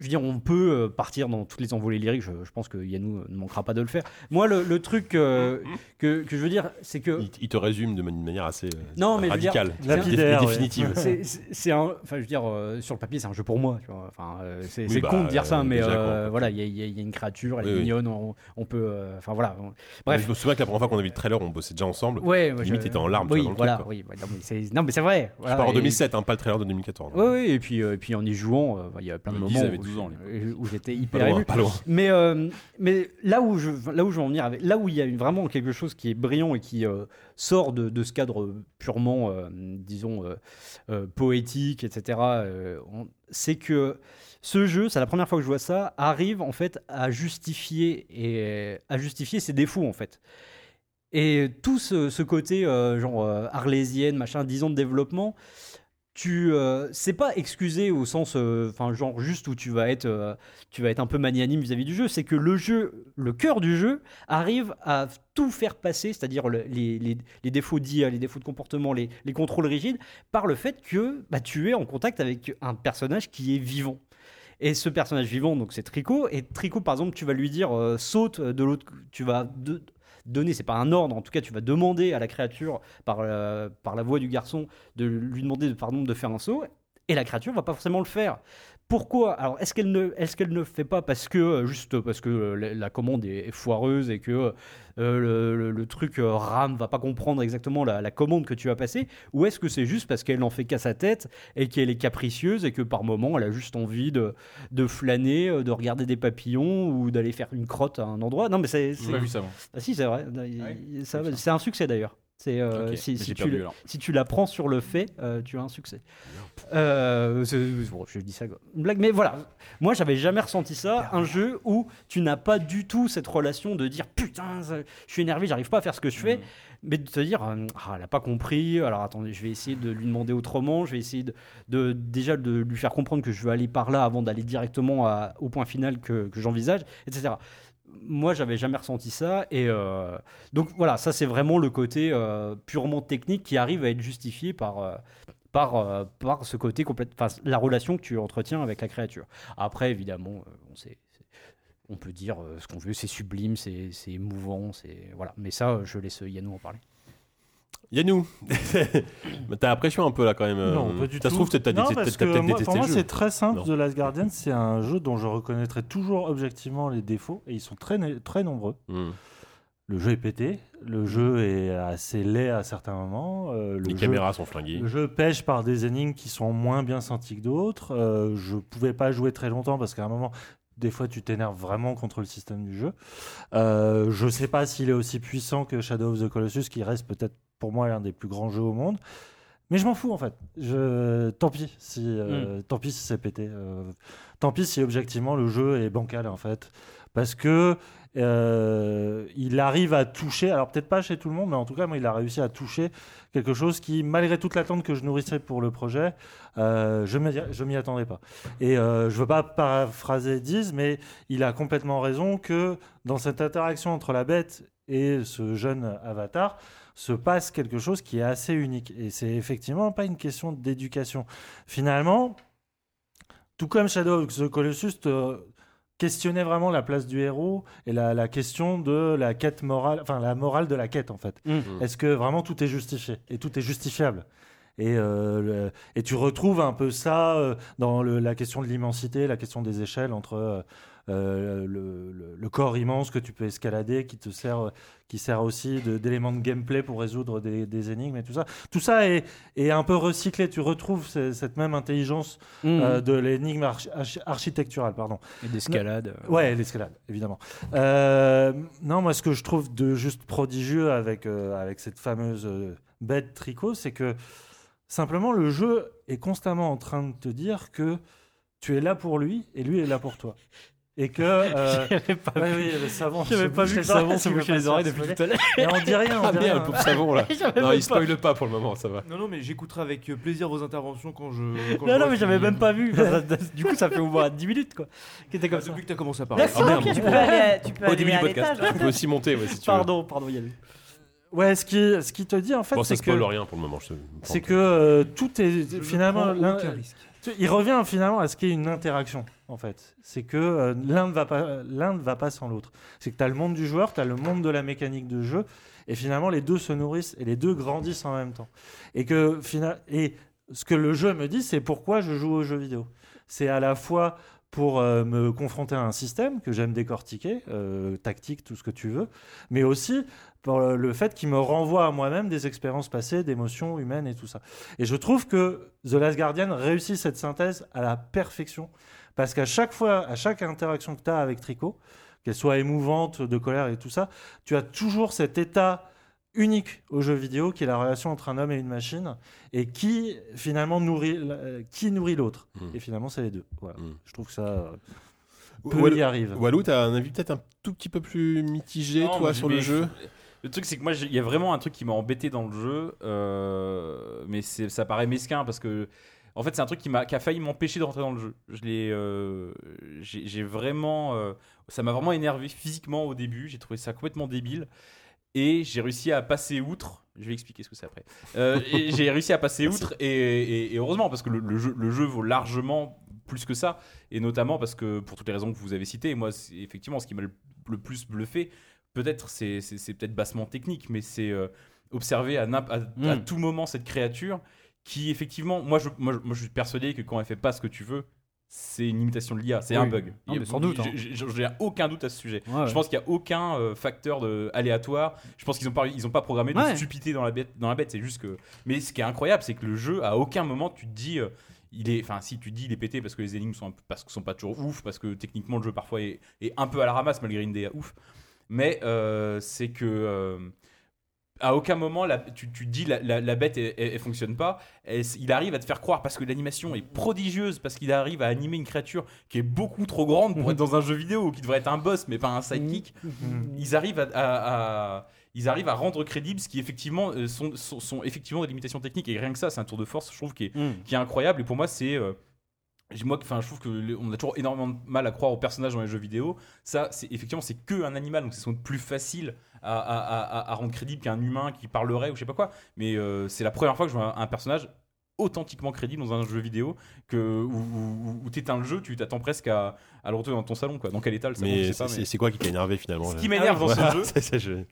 je veux dire, on peut euh, partir dans toutes les envolées lyriques. Je, je pense que Yannou ne manquera pas de le faire. Moi, le, le truc euh, que, que je veux dire, c'est que
Il, il te résume de man- d'une manière assez euh,
Non, mais je veux dire-
radicale
c'est un-
dé-
Lapidaire,
et
ouais.
définitive.
c'est- c'est c'est un enfin je veux dire euh, sur le papier c'est un jeu pour moi tu vois. enfin euh, c'est
Oui,
c'est
bah,
con de dire ça
euh,
mais
déjà,
euh,
quoi.
voilà il y, a- il y a- il y a une créature elle est
Oui, oui.
mignonne on, on peut euh, enfin voilà on-
Bref.
Bref.
Je me souviens que la première fois qu'on a vu le trailer, on bossait déjà ensemble.
ouais ouais,
Limite,
je-
t'étais en larmes, tu
oui
vois, dans le
voilà
truc, quoi.
oui ouais, non mais c'est non mais c'est vrai
Je
voilà,
pars en
et-
2007, hein, pas le trailer de 2014.
ouais ouais et puis euh, et puis en y jouant euh, il y a plein de
Le
moments
10 avait
où
12 ans,
je- où j'étais
Pas
hyper ému
loin, pas loin.
mais, euh, mais là où je là où je veux en venir avec là où il y a une- vraiment quelque chose qui est brillant et qui euh, sort de, de ce cadre purement euh, disons euh, euh, poétique etc euh, on- c'est que ce jeu c'est la première fois que je vois ça arrive en fait à justifier et à justifier ses défauts en fait et tout ce, ce côté euh, genre euh, arlésienne machin 10 ans de développement tu euh, c'est pas excusé au sens euh, enfin genre juste où tu vas être euh, tu vas être un peu magnanime vis-à-vis du jeu, c'est que le jeu, le cœur du jeu, arrive à tout faire passer, c'est-à-dire le- les, les- les défauts d'IA, les défauts de comportement, les, les contrôles rigides, par le fait que bah, tu es en contact avec un personnage qui est vivant. Et ce personnage vivant, donc c'est Tricot, et Tricot, par exemple, tu vas lui dire euh, saute de l'autre, tu vas de- donner, c'est pas un ordre, en tout cas, tu vas demander à la créature, par, euh, par la voix du garçon, de lui demander, pardon, de faire un saut, et la créature va pas forcément le faire. Pourquoi Alors, est-ce qu'elle ne, est-ce qu'elle ne le fait pas parce que euh, juste parce que euh, la, la commande est, est foireuse et que euh, le, le- le truc euh, RAM va pas comprendre exactement la, la commande que tu as passée Ou est-ce que c'est juste parce qu'elle n'en fait qu'à sa tête et qu'elle est capricieuse et que par moment elle a juste envie de, de flâner, euh, de regarder des papillons ou d'aller faire une crotte à un endroit Non, mais c'est,
J'ai
c'est-
pas vu ça, moi.
Ah si, c'est vrai. Il- il- ça- c'est un succès d'ailleurs. C'est euh,
Ok,
si,
mais
si
j'ai
tu
perdu,
le-
alors.
si tu la prends sur le fait, euh, tu as un succès. Euh, c'est- bon, je dis ça comme une blague, mais voilà. Moi, j'avais jamais ressenti ça. Un jeu où tu n'as pas du tout cette relation de dire putain, ça- je suis énervé, j'arrive pas à faire ce que je fais,
Mmh.
mais de te dire euh, ah, elle a pas compris. Alors attendez, je vais essayer de lui demander autrement. Je vais essayer de, de- déjà de lui faire comprendre que je veux aller par là avant d'aller directement à- au point final que, que j'envisage, etc. Moi, j'avais jamais ressenti ça et euh, donc voilà, ça c'est vraiment le côté euh, purement technique qui arrive à être justifié par, euh, par par, euh, par ce côté complète, enfin, la relation que tu entretiens avec la créature. Après, évidemment, euh, on sait. c'est- On peut dire euh, ce qu'on veut, c'est sublime, c'est c'est émouvant, c'est voilà. Mais ça, euh, je laisse Yannou en parler.
Yannou, Mais t'as l'impression un peu là quand même.
Non,
euh,
pas du
ça se
tout.
trouve, t'as t'as-
Non,
t'as-
parce
t'as
que
peut-être
moi-
détesté
Pour
le
moi,
jeu.
c'est très simple.
Non.
The Last Guardian, c'est un jeu dont je reconnaîtrai toujours objectivement les défauts, et ils sont très, né- très nombreux.
Hmm.
Le jeu est pété, le jeu est assez laid à certains moments. euh, le
Les
jeu-
caméras sont flinguées.
Le jeu pêche par des énigmes qui sont moins bien senties que d'autres. Euh, je pouvais pas jouer très longtemps parce qu'à un moment, des fois, tu t'énerves vraiment contre le système du jeu. Euh, je sais pas s'il est aussi puissant que Shadow of the Colossus, qui reste peut-être pour moi l'un des plus grands jeux au monde. Mais je m'en fous en fait. Je... Tant pis si, euh, tant pis si c'est pété. Euh, tant pis si objectivement le jeu est bancal en fait, parce que euh, il arrive à toucher. Alors peut-être pas chez tout le monde, mais en tout cas moi il a réussi à toucher quelque chose qui, malgré toute l'attente que je nourrissais pour le projet, euh, je m'y je m'y attendais pas. Et euh, je veux pas paraphraser Diz, mais il a complètement raison que dans cette interaction entre la bête et ce jeune avatar se passe quelque chose qui est assez unique. Et c'est effectivement pas une question d'éducation. Finalement, tout comme Shadow of the Colossus te questionnait vraiment la place du héros et la, la question de la quête morale, enfin la morale de la quête en fait. Est-ce que vraiment tout est justifié et tout est justifiable et, euh, le- et tu retrouves un peu ça euh, dans le- la question de l'immensité, la question des échelles entre euh, euh, le, le- le corps immense que tu peux escalader, qui te sert, qui sert aussi de- d'éléments de, gameplay pour résoudre des, des énigmes et tout ça. Tout ça est, est un peu recyclé. Tu retrouves ce- cette même intelligence
Mhm.
euh, de l'énigme archi- archi- architecturale, pardon.
Et d'escalade.
euh.
Ouais, l'escalade, évidemment. Euh, non, moi, ce que je trouve de juste prodigieux avec, euh, avec cette fameuse euh, bête tricot, c'est que simplement le jeu est constamment en train de te dire que tu es là pour lui et lui est là pour toi. Et que. euh,
J'avais pas
ouais,
vu.
oui, le savon.
J'avais
se
pas
bouche,
vu
le
que ça
savon
se
qui veut
bouchait
pas
les oreilles
se
depuis
faire
tout à l'heure.
Mais on dit rien, on
Ah
dit
bien,
rien.
le pauvre savon là.
J'avais
Non,
même
il
pas-
spoile pas pour le moment, ça va.
Non, non, mais j'écouterai avec euh, plaisir vos interventions quand je. quand
Non,
j'aurai
non, mais j'avais
fini.
même pas vu. Enfin, ça- du coup, ça fait au moins 10 minutes, quoi. Qui était comme ça.
Depuis que t'as commencé à parler.
D'accord, ok.
Tu peux aller, tu peux
Au
aller
début
à
du podcast.
l'étage.
Tu peux aussi monter, ouais, si tu veux.
Pardon, pardon, Yannou.
Ouais, ce qui, ce qui te dit en fait,
Bon, ça
c'est
spoil
que,
rien pour le moment. je te-
c'est que euh, tout est
Je
finalement.
ne prends
l'un-
aucun risque.
Tu- Il revient finalement à ce qu'est une interaction, en fait. C'est que euh, l'un ne va pas, l'un ne va pas sans l'autre. C'est que tu as le monde du joueur, tu as le monde de la mécanique de jeu, et finalement les deux se nourrissent et les deux grandissent en même temps. Et que fina- et ce que le jeu me dit, c'est pourquoi je joue aux jeux vidéo. C'est à la fois pour euh, me confronter à un système que j'aime décortiquer, euh, tactique, tout ce que tu veux, mais aussi pour euh, le, le fait qu'il me renvoie à moi-même des expériences passées, d'émotions humaines et tout ça. Et je trouve que The Last Guardian réussit cette synthèse à la perfection. Parce qu'à chaque fois, à chaque interaction que tu as avec Tricot, qu'elle soit émouvante, de colère et tout ça, tu as toujours cet état unique au jeu vidéo qui est la relation entre un homme et une machine et qui finalement nourrit, l- euh, qui nourrit l'autre.
Mm.
Et finalement, c'est les deux. Voilà.
Mm.
Je trouve que ça euh, peu
Walou-
y arrive.
Walou, t'as un avis peut-être un tout petit peu plus mitigé,
Non,
toi,
mais-
sur
mais
le jeu
Le truc, c'est que moi, j'ai- il y a vraiment un truc qui m'a embêté dans le jeu, euh, mais c'est- ça paraît mesquin parce que, en fait, c'est un truc qui, m'a- qui a failli m'empêcher de rentrer dans le jeu. Je l'ai, euh, j'ai j'ai vraiment, euh, ça m'a vraiment énervé physiquement au début. J'ai trouvé ça complètement débile et j'ai réussi à passer outre. Je vais expliquer ce que c'est après. Euh, et j'ai réussi à passer outre et, et- et heureusement parce que le, le jeu, le jeu vaut largement plus que ça et notamment parce que pour toutes les raisons que vous avez citées, moi, c'est- effectivement, ce qui m'a le- le plus bluffé, peut-être c'est c'est- c'est peut-être bassement technique, mais c'est euh, observer à, n'imp- à- à
Mm.
tout moment cette créature qui effectivement, moi je, moi, je, moi, je suis persuadé que quand elle fait pas ce que tu veux, c'est une imitation de l'IA, c'est
Oui.
un bug.
Non,
Il-
mais sans doute, hein.
je- je- je n'ai aucun doute à ce sujet. Je pense qu'il n'y a aucun euh, facteur de, aléatoire. Je pense qu'ils n'ont pas, ils ont pas programmé de
Ouais.
stupidité dans la bête. Dans la bête, c'est juste que. Mais ce qui est incroyable, c'est que le jeu, à aucun moment, tu te dis. euh, il est, enfin, si tu te dis il est pété parce que les énigmes sont, un peu- parce que sont pas toujours ouf, parce que techniquement le jeu parfois est, est un peu à la ramasse malgré une DA ouf. Mais euh, c'est que euh, à aucun moment la- tu, tu te dis la, la- la bête elle, elle- elle fonctionne pas. Elle- il arrive à te faire croire parce que l'animation est prodigieuse, parce qu'il arrive à animer une créature qui est beaucoup trop grande pour être dans un jeu vidéo ou qui devrait être un boss mais pas un sidekick
Hmm.
ils arrivent à, à- à- ils arrivent à rendre crédible ce qui effectivement euh, sont, sont- sont effectivement des limitations techniques et rien que ça c'est un tour de force je trouve qui est,
Hmm.
Mm.
qui est incroyable et pour moi c'est euh, j'ai- moi, enfin, je trouve que le- on a toujours énormément de mal à croire aux personnages dans les jeux vidéo. Ça, c'est effectivement, c'est que un animal, donc c'est sans doute plus facile à, à- à- à- à rendre crédible qu'un humain qui parlerait ou je sais pas quoi. Mais euh, c'est la première fois que je vois un, un personnage authentiquement crédible dans un jeu vidéo que, où, où, où t'éteins le jeu, tu t'attends presque à, à le retrouver dans ton salon. Quoi. Dans quel état le salon, je
Mais
sais pas,
c'est
mais-
c'est quoi qui t'a énervé finalement
Ce
là
qui m'énerve dans ce jeu,
C'est ça, je,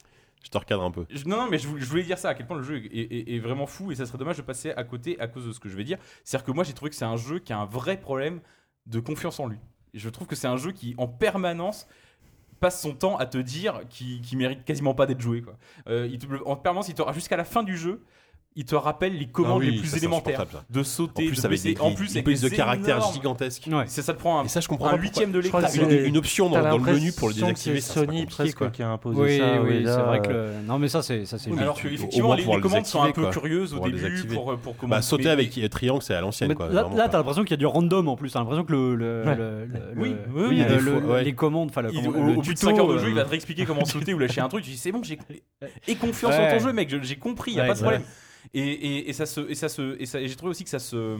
je te recadre un peu.
Je- Non, non, mais je, vou- je voulais dire ça, à quel point le jeu est, est- est vraiment fou et ça serait dommage de passer à côté à cause de ce que je vais dire. C'est-à-dire que moi, j'ai trouvé que c'est un jeu qui a un vrai problème de confiance en lui. Et je trouve que c'est un jeu qui, en permanence, passe son temps à te dire qu'il qu'il mérite quasiment pas d'être joué. Quoi. Euh, il te- en permanence, il te- jusqu'à la fin du jeu, il te rappelle les commandes
Ah oui,
les plus
ça, c'est
élémentaires.
insupportable,
De
ça. En
sauter,
plus,
de
avec
baisser.
des,
en plus,
des
avec
prises de
des
caractère
énormes-
gigantesques.
Ouais.
C'est ça te prend un,
Et ça, je comprends
un
pas.
huitième de
Je crois
l'écran.
que
pourquoi. Une, une option dans,
T'as
dans le menu pour le
l'impression que
désactiver,
C'est
ça, pas
Sony
compliqué,
presque
quoi.
qui a imposé
Oui,
ça.
oui,
là,
c'est vrai que
euh,
le- Non, mais ça, c'est ça, c'est.
Oui, mais
Alors
tu-
que,
au- au
effectivement,
moins
les,
pouvoir
les
les
commandes sont un peu
activer, quoi.
curieuses au
Pouvoir les
début
activer.
pour, euh, pour
Bah,
commander.
sauter
mais-
avec euh, triangle, c'est à l'ancienne.
Mais
quoi,
là,
vraiment,
là,
quoi.
t'as l'impression qu'il y a du random en plus. T'as l'impression que le, le-
Ouais.
le- le-
Oui,
le-
oui, oui,
le-
des
le-
fois, ouais.
les commandes, enfin, le,
Il-
comment-
au,
le
au bout de
tuto,
5 heures de
euh,
jeu, il va te réexpliquer comment sauter ou lâcher un truc. Tu dis, c'est bon, j'ai aie confiance
Ouais.
en ton jeu, mec. je- J'ai compris, il n'y a
Ouais,
pas de
c'est
problème. Et, et- et ça se, et ça se, et ça- et j'ai trouvé aussi que ça se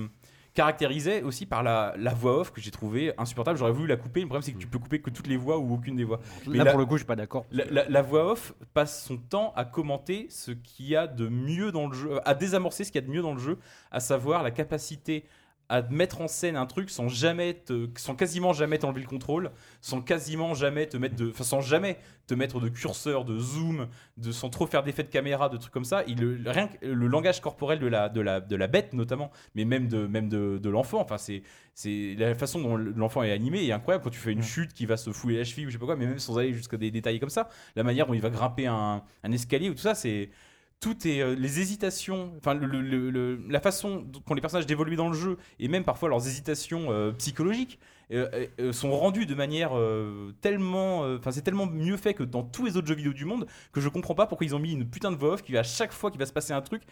caractérisait aussi par la, la voix off que j'ai trouvé insupportable. J'aurais voulu la couper. Le problème, c'est que tu peux couper que toutes les voix ou aucune des voix. Mais
Là,
la-
pour le coup, je suis pas d'accord.
La, la- la voix off passe son temps à commenter ce qu'il y a de mieux dans le jeu, euh, à désamorcer ce qu'il y a de mieux dans le jeu, à savoir la capacité à mettre en scène un truc sans jamais te- sans quasiment jamais t'enlever le contrôle, sans quasiment jamais te mettre de, enfin, sans jamais te mettre de curseur, de zoom, de sans trop faire d'effet de caméra, de trucs comme ça. Il, le- rien que le langage corporel de la, de la, de la bête notamment, mais même de, même de, de l'enfant. Enfin, c'est, c'est la façon dont l'enfant est animé est incroyable quand tu fais une chute qui va se fouler la cheville ou je sais pas quoi, mais même sans aller jusqu'à des détails comme ça la manière dont il va grimper un, un escalier ou tout ça, c'est tout est euh, les hésitations, enfin le- le- le- le- la façon dont- qu'ont les personnages d'évoluer dans le jeu et même parfois leurs hésitations euh, psychologiques euh, euh, euh, sont rendues de manière euh, tellement, euh, enfin c'est tellement mieux fait que dans tous les autres jeux vidéo du monde que je comprends pas pourquoi ils ont mis une putain de voix off qui à chaque fois qu'il va se passer un truc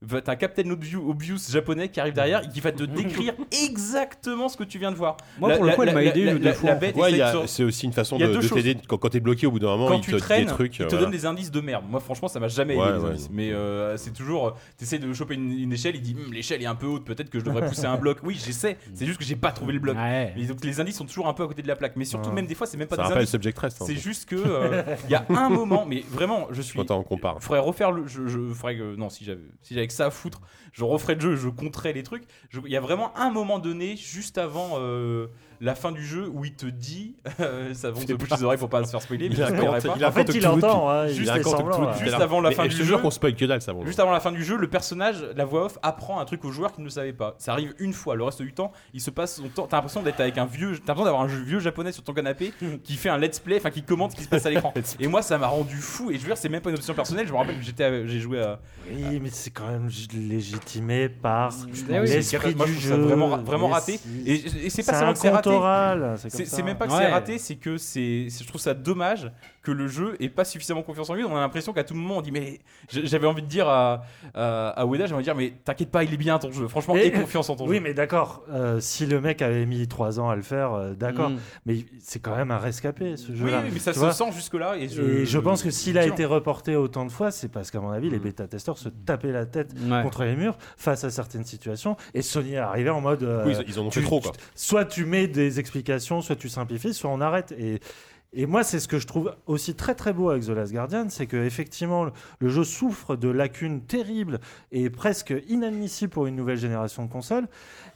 va- T'as un Captain Obvious, Obvious japonais qui arrive derrière et qui va te décrire exactement ce que tu viens de voir.
Moi,
La-
pour le
la-
coup, elle
la-
m'a aidé
la-
une ou
la-
deux fois,
La
en
bête
Ouais, il y
essaie de
a-
se-
c'est aussi une façon
Il y a
de,
deux
de
choses.
t'aider quand, quand t'es bloqué au bout d'un moment
quand
il
tu
te
traînes,
des trucs
il te
euh,
donne des indices de merde. Moi, franchement, ça m'a jamais aidé
Ouais,
les
ouais,
indices.
non.
Mais euh, c'est toujours, t'essaies de choper une, une échelle, il dit Hum, l'échelle est un peu haute, peut-être que je devrais pousser un bloc. Oui, j'essaie. C'est juste que j'ai pas trouvé le bloc.
Ouais.
Mais donc les indices sont toujours un peu à côté de la plaque. Mais surtout,
Ouais.
même des fois, c'est même pas
ça
des
rappelle
indices.
Subject Rest hein,
C'est juste que euh, il y a un moment, mais vraiment, je suis.
quand on compare
Faudrait refaire le. Je, je ferais que non, si j'avais, si j'avais que ça à foutre, je referais le jeu, je compterais les trucs. Je- Il y a vraiment un moment donné, juste avant euh, la fin du jeu, où il te dit, ça va, on se bouche les oreilles pour pas se faire spoiler. Mais
Il
je
raconte-
spoilerai pas.
il a
En fait, il
Octowood,
entend, hein,
Juste
il
un
fait
compte
semblant.
Octowood,
là.
tu
Juste
Alors,
avant la
Mais
fin du
je te
jeu,
jure qu'on spoil que dalle ça bon.
Juste avant la fin du jeu, le personnage, la voix off, apprend un truc au joueur qu'il ne savait pas. Ça arrive une fois. Le reste du temps, il se passe son temps. T'as l'impression d'être avec un vieux, t'as l'impression d'avoir un vieux japonais sur ton canapé qui fait un let's play, enfin qui commente ce qui se passe à l'écran. Et moi, ça m'a rendu fou. Et je veux dire, c'est même pas une option personnelle. Je me rappelle que j'étais, à- j'ai joué à.
Oui, mais c'est quand même légitimé par
Eh oui,
l'esprit
Moi, je
du
trouve ça
jeu.
vraiment, vraiment
Mais
raté.
c'est-
Et, et c'est
C'est
pas seulement
un
que c'est
conte
raté.
oral.
C'est
comme
c'est
ça.
même pas que
Ouais.
c'est raté, c'est que c'est, c'est- je trouve ça dommage que le jeu ait pas suffisamment confiance en lui. On a l'impression qu'à tout moment on dit mais j'- j'avais envie de dire à à, à Ueda, j'avais envie de dire mais t'inquiète pas, il est bien ton jeu. Franchement,
Et-
aie confiance en ton
Oui,
jeu.
mais d'accord. euh, si le mec avait mis 3 ans à le faire, euh, d'accord.
Mm.
Mais c'est quand même un rescapé, ce
Oui,
jeu-là.
oui, mais ça
tu
se
vois.
sent jusque-là. Et je,
Et je pense que s'il a
Tiens.
été reporté autant de fois, c'est parce qu'à mon avis,
Mm.
les bêta-testeurs se tapaient la tête
Ouais.
contre les murs face à certaines situations. Et Sony est arrivé en mode. euh,
Oui, ils- ils en ont fait
tu-
trop quoi
tu- soit tu mets des explications, soit tu simplifies, soit on arrête. Et, et moi, c'est ce que je trouve aussi très très beau avec The Last Guardian, c'est que effectivement le, le jeu souffre de lacunes terribles et presque inadmissibles pour une nouvelle génération de consoles.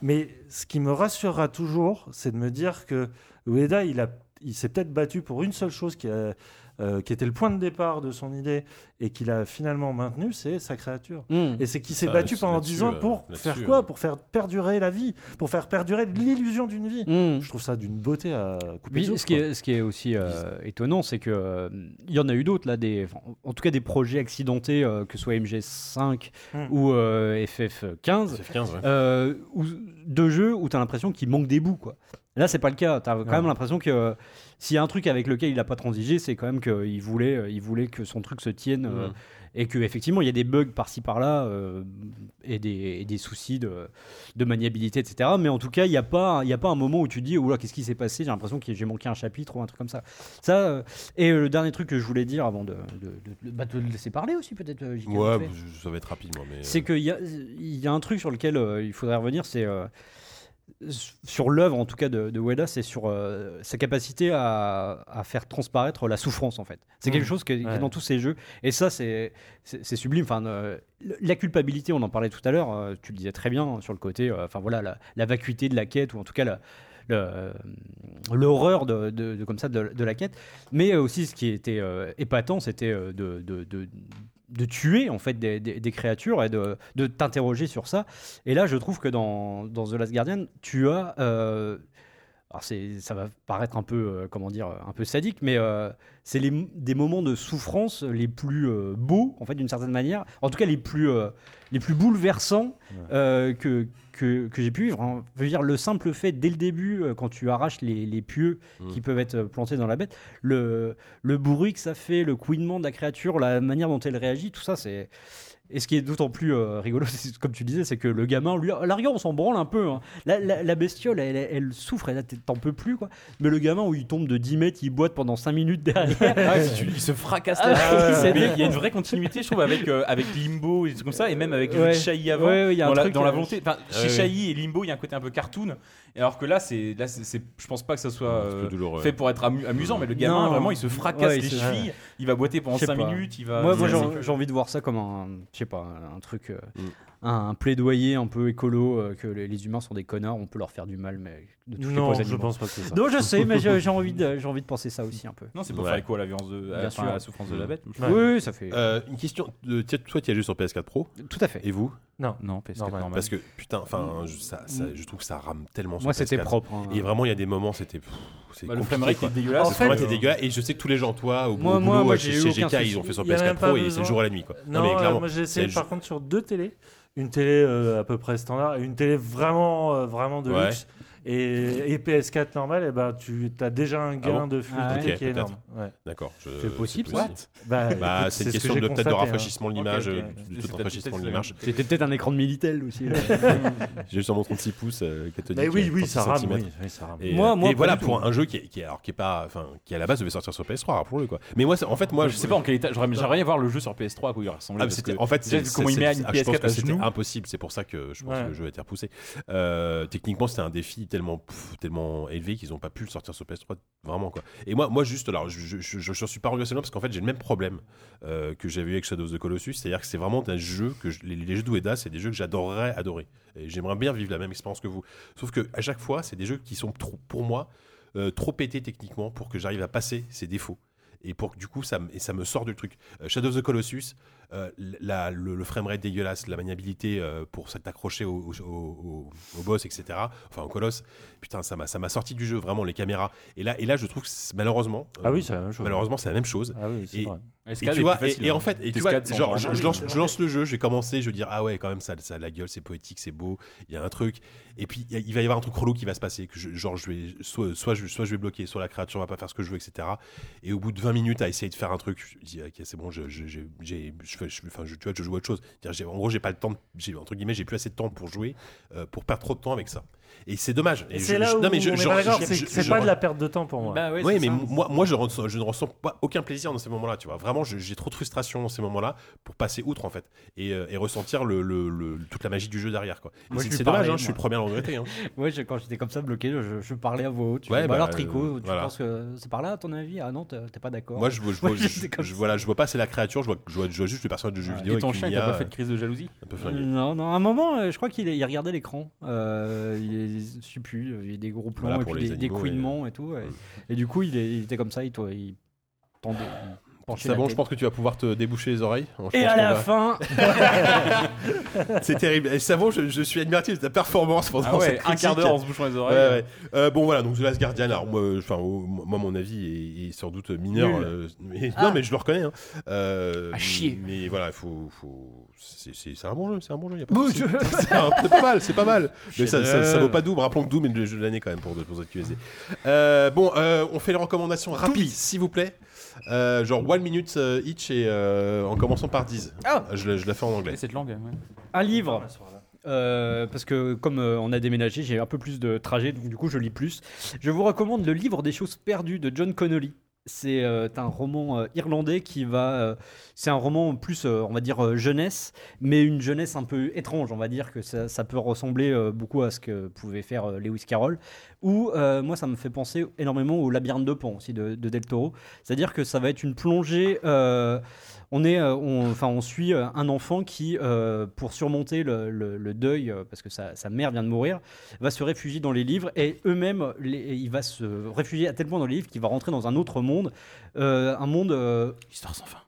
Mais ce qui me rassurera toujours, c'est de me dire que Ueda, il a il s'est peut-être battu pour une seule chose qui, a- euh, qui était le point de départ de son idée et qu'il a finalement maintenu, c'est sa créature.
Mm.
Et c'est qu'il s'est
Hmm. Ça,
battu
c'est
pendant
là-dessus,
10 ans
euh,
pour
là-dessus,
faire quoi
euh.
Pour faire perdurer la vie, pour faire perdurer l'illusion d'une vie.
Hmm.
Mm.
Je trouve ça d'une beauté à
Oui,
couper le souffle,
ce, qui
quoi.
est, ce qui est aussi euh, étonnant, c'est que euh, il y en a eu d'autres là, des, enfin, en tout cas des projets accidentés, euh, que ce soit MG5
Hmm.
ou euh,
F15
FF15,
ouais
euh, où- de jeux où tu as l'impression qu'il manque des bouts. Quoi. Là, c'est pas le cas. Tu as quand
Ouais.
même l'impression que euh, s'il y a un truc avec lequel il n'a pas transigé, c'est quand même qu'il voulait, euh, il voulait que son truc se tienne euh,
Mm.
et qu'effectivement, il y a des bugs par-ci par-là euh, et, des, et des soucis de, de maniabilité, etc. Mais en tout cas, il n'y a, pas- il y a pas un moment où tu te dis, oula, qu'est-ce qui s'est passé J'ai l'impression que j'ai manqué un chapitre ou un truc comme ça. ça euh, et euh, le dernier truc que je voulais dire avant de, de, de- bah, te laisser parler aussi, peut-être, euh, JK, vite
ouais
fait.
bah, je- ça va être rapide moi mais
euh, C'est qu'il y a, il y a un truc sur lequel euh, il faudrait revenir, c'est euh, sur l'œuvre en tout cas de, de Ueda, c'est sur euh, sa capacité à, à faire transparaître la souffrance en fait. C'est quelque chose qui est qui est
Ouais.
dans tous ces jeux et ça c'est c'est c'est sublime. Enfin, euh, la culpabilité, on en parlait tout à l'heure. euh, tu le disais très bien hein, sur le côté. euh, Enfin voilà, la, la vacuité de la quête ou en tout cas la- le- euh, l'horreur de, de- de- comme ça de, de la quête mais euh, aussi ce qui était euh, épatant c'était euh, de, de- de- de tuer en fait des, des- des créatures et de, de t'interroger sur ça et là je trouve que dans, dans The Last Guardian tu as euh, alors c'est, ça va paraître un peu euh, comment dire un peu sadique mais euh, c'est les, m- des moments de souffrance les plus euh, beaux en fait d'une certaine manière en tout cas les plus euh, les plus bouleversants euh, que, que, que j'ai pu vivre. hein. Je veux dire, le simple fait, dès le début, euh, quand tu arraches les, les pieux qui peuvent être euh, plantés dans la bête, le, le bruit que ça fait, le couinement de la créature, la manière dont elle réagit, tout ça, c'est. Et ce qui est d'autant plus euh, rigolo, c'est- comme tu disais, c'est que le gamin, lui, à la rigueur, on s'en branle un peu. hein. La, la- la bestiole, elle, elle souffre, elle t'en peux plus, quoi. Mais le gamin, où il tombe de 10 mètres, il boite pendant 5 minutes derrière.
Ah il se fracasse
Ah,
la
ouais.
Mais Il y a une vraie continuité, je trouve, avec, euh, avec Limbo et des trucs comme ça, et même avec
Ouais.
le Chahi avant.
Ouais, ouais, il y a un
dans, la,
truc,
dans la
euh,
volonté. Enfin,
Ouais, ouais.
chez Chahi et Limbo, il y a un côté un peu cartoon. Alors que là, c'est, là c'est, c'est- je pense pas que ça soit
Un petit peu
euh,
douloureux.
fait pour être amu- amusant, mais le gamin,
Non.
vraiment, il se fracasse
Ouais, il
les
se-
chevilles, il va boiter pendant
Je sais
5
pas.
minutes, il va.
Moi, moi,
c'est-
j'ai j'ai envie de voir ça comme un, je sais pas, un truc, euh,
Mm.
un, un plaidoyer un peu écolo, euh, que les, les humains sont des connards, on peut leur faire du mal, mais de toutes
Non,
les poses
je
animaux.
pense pas que c'est ça.
Non, je sais, mais j'ai j'ai envie, de- j'ai envie de penser ça aussi un peu. Mm.
Non, c'est pour
Ouais.
faire écho à la violence de, à,
Bien
enfin,
sûr.
à la souffrance de la bête. je
Ouais.
trouve.
Oui, oui, ça fait.
Euh, une question. De, tiens, toi, tu as joué sur PS4 Pro,
Tout à fait.
et vous
Non, parce que
Normal.
normal.
Parce que putain, enfin, je, ça- ça- je trouve que ça rame tellement. sur
Moi, c'était
PS4.
propre. hein.
Et vraiment, il y a des moments, c'était. pff, C'est
Bah, le
compliqué,
framerate
quoi.
est dégueulasse.
Le framerate est dégueulasse. Et je sais que tous les gens, toi, au,
Moi-
au
moi-
boulot,
moi,
chez,
j'ai eu
chez
aucun
GK,
souci.
ils ont fait sur
Il y a
PS4
même pas
Pro et c'est
besoin.
le jour à la nuit, quoi.
Non,
mais
euh,
clairement.
moi j'ai essayé
c'est-
par contre sur deux télés, une télé euh, à peu près standard et une télé vraiment euh, vraiment de
Ouais.
luxe et, et PS4 normal et ben tu as déjà un gain
bon
de fluidité
Ah ouais.
Ok,
qui est
peut-être.
énorme. Ouais.
D'accord. je-
C'est possible,
Euh, possible.
Bah,
Bah,
écoute,
c'est
ce
une
que
question de
j'ai
peut-être de
constaté, hein.
rafraîchissement de l'image,
ok.
euh,
C'est-
de
c'est
tout rafraîchissement de
peut-être-
l'image.
C'était peut-être un écran de Minitel aussi. là.
J'ai sur mon 36 pouces euh, cathodique.
Mais Bah oui,
euh,
oui,
36
ça rame.
centimètres.
oui, oui, ça rame.
Et,
Moi-
euh,
moi,
et
pas
voilà
du
pour
tout.
un jeu qui, est- qui est- alors qui est pas enfin qui à la base devait sortir sur PS3 pour le quoi. Mais moi c'est- en fait moi
je sais pas en quel état. J'aimerais j'aimerais bien voir le jeu sur PS3 à quoi il ressemblait.
Ah, mais
parce
c'était-
que
en fait,
déjà,
c'est-
vu comment
c'est-
il met
c'est-
une
ah, je pense
PS4
que
à
c'était
genoux.
impossible. C'est pour ça que je pense
Ouais.
que le jeu a été repoussé. Euh, techniquement, c'était un défi tellement pff, tellement élevé qu'ils n'ont pas pu le sortir sur PS3 vraiment quoi. Et moi, moi juste, alors je je, je, je suis pas regretté parce qu'en fait j'ai le même problème euh, que j'avais eu avec Shadow of the Colossus, c'est-à-dire que c'est vraiment un jeu que je- les, les jeux d'Ueda, c'est des jeux que j'adorerais adorer. Et j'aimerais bien vivre la même expérience que vous. Sauf que à chaque fois, c'est des jeux qui sont trop pour moi euh, trop pétés techniquement pour que j'arrive à passer ces défauts. Et pour que du coup, ça, me- et ça me sort du truc. Euh, Shadow of the Colossus, euh, la- le, le framerate dégueulasse, la maniabilité euh, pour s'accrocher au, au- au- au boss, etc. Enfin, au colosse. Putain, ça m'a ça m'a sorti du jeu, vraiment, les caméras. Et là, et là je trouve que c'est- malheureusement. euh,
Ah oui, c'est la même chose.
Malheureusement, c'est la même chose.
Ah oui, c'est
Et-
vrai.
Et,
Escalade
tu
est
vois,
plus facile,
et, et en
hein.
fait, et tu
Plus
vois,
quatre, c'est
genre,
encore
je,
mieux.
je lance, je lance le jeu, je vais commencer, je vais dire, ah ouais, quand même, ça, ça a de la gueule, c'est poétique, c'est beau, il y a un truc. Et puis, il y a- il va y avoir un truc relou qui va se passer, que je- genre, je vais, soit, soit, je, soit je vais bloquer, soit la créature va pas faire ce que je veux, etc. Et au bout de 20 minutes à essayer de faire un truc, je dis, ah, ok, c'est bon, je, je, je- j'ai- je fais- je- enfin, je- tu vois, je joue à autre chose. C'est-à-dire, j'ai- en gros, j'ai pas le temps, de- j'ai, entre guillemets, j'ai plus assez de temps pour jouer, euh, pour perdre trop de temps avec ça. Et c'est dommage. Et
Et
je-
c'est là
je-
où
non, mais je-
on est
genre,
pas d'accord,
je-
c'est
je-
que c'est
je-
pas de la perte de temps pour moi.
Bah ouais,
oui,
c'est
mais
ça.
m- moi, moi je, ressens- je ne ressens pas aucun plaisir dans ces moments-là, tu vois. Vraiment, je- j'ai trop de frustration dans ces moments-là pour passer outre, en fait, et, euh, et ressentir le, le- le- toute la magie du jeu derrière, quoi. Et
Moi,
c'est
je lui
c'est dommage,
parlais,
hein, je suis
moi.
le premier à le regretter. hein.
Ouais, je- quand j'étais comme ça bloqué, je, je parlais à voix haute. Je
Ouais,
fais,
bah,
bah, alors, Tricot,
euh,
tu
voilà.
penses que c'est par là, à ton avis Ah non, t'es t'es pas d'accord.
Moi, je, vois- je,
Moi,
vois- je-
j'étais comme
je-
ça.
voilà, je vois pas c'est la créature, je vois, je vois- je vois juste le personnage de jeu vidéo
Et ton
avec
chien,
une
il t'a
IA,
pas fait de crise de jalousie
un peu flingué.
Non, non, à un moment, euh, je crois qu'il il regardait l'écran. Euh, il, je sais plus, il y a des gros plans,
Voilà,
et
pour
puis
les
des, des
animaux et- euh,
couinements et, tout. Et, et du coup, il, est- il était comme ça, il, toi, il tendait. il penchait
C'est
la
bon,
tête.
je pense que tu vas pouvoir te déboucher les oreilles. Je
Et
pense
à
qu'on
la
va-
fin,
C'est terrible. Et Savon, je, je suis admiratif de ta performance pendant
Ah ouais,
cette
un quart
critique.
d'heure en se bouchant les
Ouais,
oreilles.
ouais. Euh, bon voilà, donc The Last Guardian, alors moi, euh, enfin, au- moi mon avis est, est sans doute mineur.
Nul.
euh, mais-
Ah.
Non mais je le reconnais. Hein. Euh,
À chier.
Mais voilà, il faut, faut... c'est- c'est c'est un bon jeu, c'est un bon jeu. y a pas de souci. C'est un- c'est pas mal, c'est pas mal. Mais ça, ça, ça vaut pas Doom. Rappelons que Doom est le jeu de l'année quand même pour, pour ZQSD. Euh, bon, euh, on fait les recommandations rapides, s'il vous plaît. Euh, genre one minute euh, each et euh, en commençant par 10.
Ah.
je, la- je la fais en anglais.
Et Cette langue, ouais.
un livre. Euh, parce que comme euh, on a déménagé, j'ai un peu plus de trajet, donc du coup je lis plus. Je vous recommande le livre des choses perdues de John Connolly. C'est euh, un roman euh, irlandais qui va. euh, c'est un roman plus, euh, on va dire, euh, jeunesse, mais une jeunesse un peu étrange, on va dire, que ça, ça peut ressembler euh, beaucoup à ce que pouvait faire euh, Lewis Carroll. Ou, euh, moi, ça me fait penser énormément au Labyrinthe de Pan aussi de, de Del Toro. C'est-à-dire que ça va être une plongée. euh, on, est, euh, on, enfin, on suit euh, un enfant qui, euh, pour surmonter le, le- le deuil, euh, parce que sa, sa mère vient de mourir, va se réfugier dans les livres et eux-mêmes, les- et il va se réfugier à tel point dans les livres qu'il va rentrer dans un autre monde, euh, un monde. euh,
Histoire sans fin.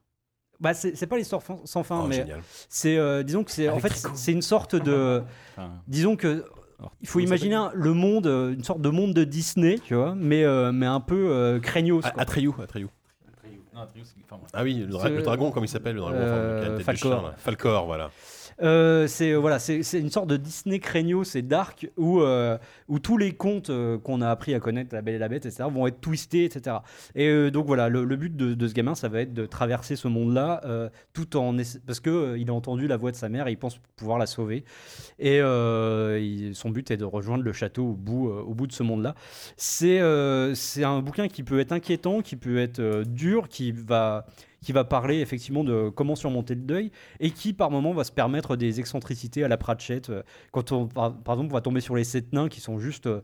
bah, c'est c'est pas l'histoire fin- sans fin,
Oh,
mais
génial.
c'est euh, disons que c'est en fait c'est une sorte de
Enfin,
disons que
alors,
il faut
comment ça
imaginer un- le monde, euh, une sorte de monde de Disney, tu vois, mais euh, mais un peu euh, craignos.
Ah,
quoi.
Atreyu, Atreyu.
s'appelle Non, Atreus, c'est- enfin, bref.
Ah oui, le, dra-
Ce-
le dragon, comme il s'appelle, le dragon. enfin, qui a
Euh,
la tête de
Falcor.
chien, là. Falcor, voilà.
Euh, c'est euh, voilà, c'est c'est une sorte de Disney craignos c'est dark où euh, où tous les contes euh, qu'on a appris à connaître, La Belle et la Bête, etc., vont être twistés, etc. Et euh, donc voilà, le, le but de, de ce gamin, ça va être de traverser ce monde-là euh, tout en essa- parce que euh, il a entendu la voix de sa mère et il pense pouvoir la sauver. Et euh, il- son but est de rejoindre le château au bout euh, au bout de ce monde-là. C'est euh, c'est un bouquin qui peut être inquiétant, qui peut être euh, dur, qui va qui va parler effectivement de comment surmonter le deuil et qui par moment va se permettre des excentricités à la Pratchett. euh, Quand on, par, par exemple, on va tomber sur les sept nains qui sont juste. euh,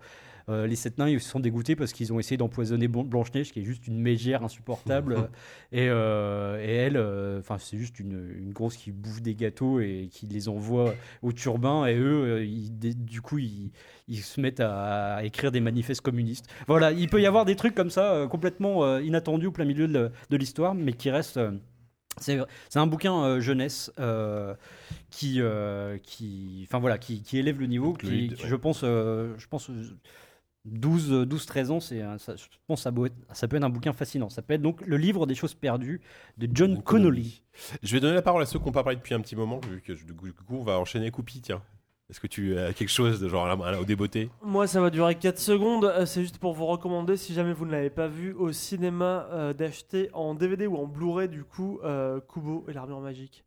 euh, les sept nains, ils se sont dégoûtés parce qu'ils ont essayé d'empoisonner Blan- Blanche-Neige, qui est juste une mégère insupportable. euh, et, euh, et elle, euh, enfin, c'est juste une, une grosse qui bouffe des gâteaux et qui les envoie au turbin. Et eux, euh, ils dé- du coup, ils, ils se mettent à, à écrire des manifestes communistes. Voilà, il peut y avoir des trucs comme ça, euh, complètement euh, inattendus au plein milieu de, le- de l'histoire, mais qui restent. euh, c'est c'est un bouquin euh, jeunesse euh, qui, euh, qui, enfin voilà, qui, qui élève le niveau, qui,
Fluide,
qui,
ouais.
je pense, euh, je pense, euh, 12, euh, 12 13 ans, c'est, un- ça, je pense, que ça, peut être, ça peut être un bouquin fascinant. Ça peut être donc le livre des choses perdues de John
John
Connolly.
Je vais donner la parole à ceux qui n'ont pas parlé depuis un petit moment, vu que je- du coup, du coup, on va enchaîner Coupi, tiens. Est-ce que tu as quelque chose de genre à la, à la- au débeauté
Moi, ça va durer 4 secondes. Euh, C'est juste pour vous recommander, si jamais vous ne l'avez pas vu au cinéma, euh, d'acheter en DVD ou en Blu-ray, du coup, euh, Kubo et l'armure magique.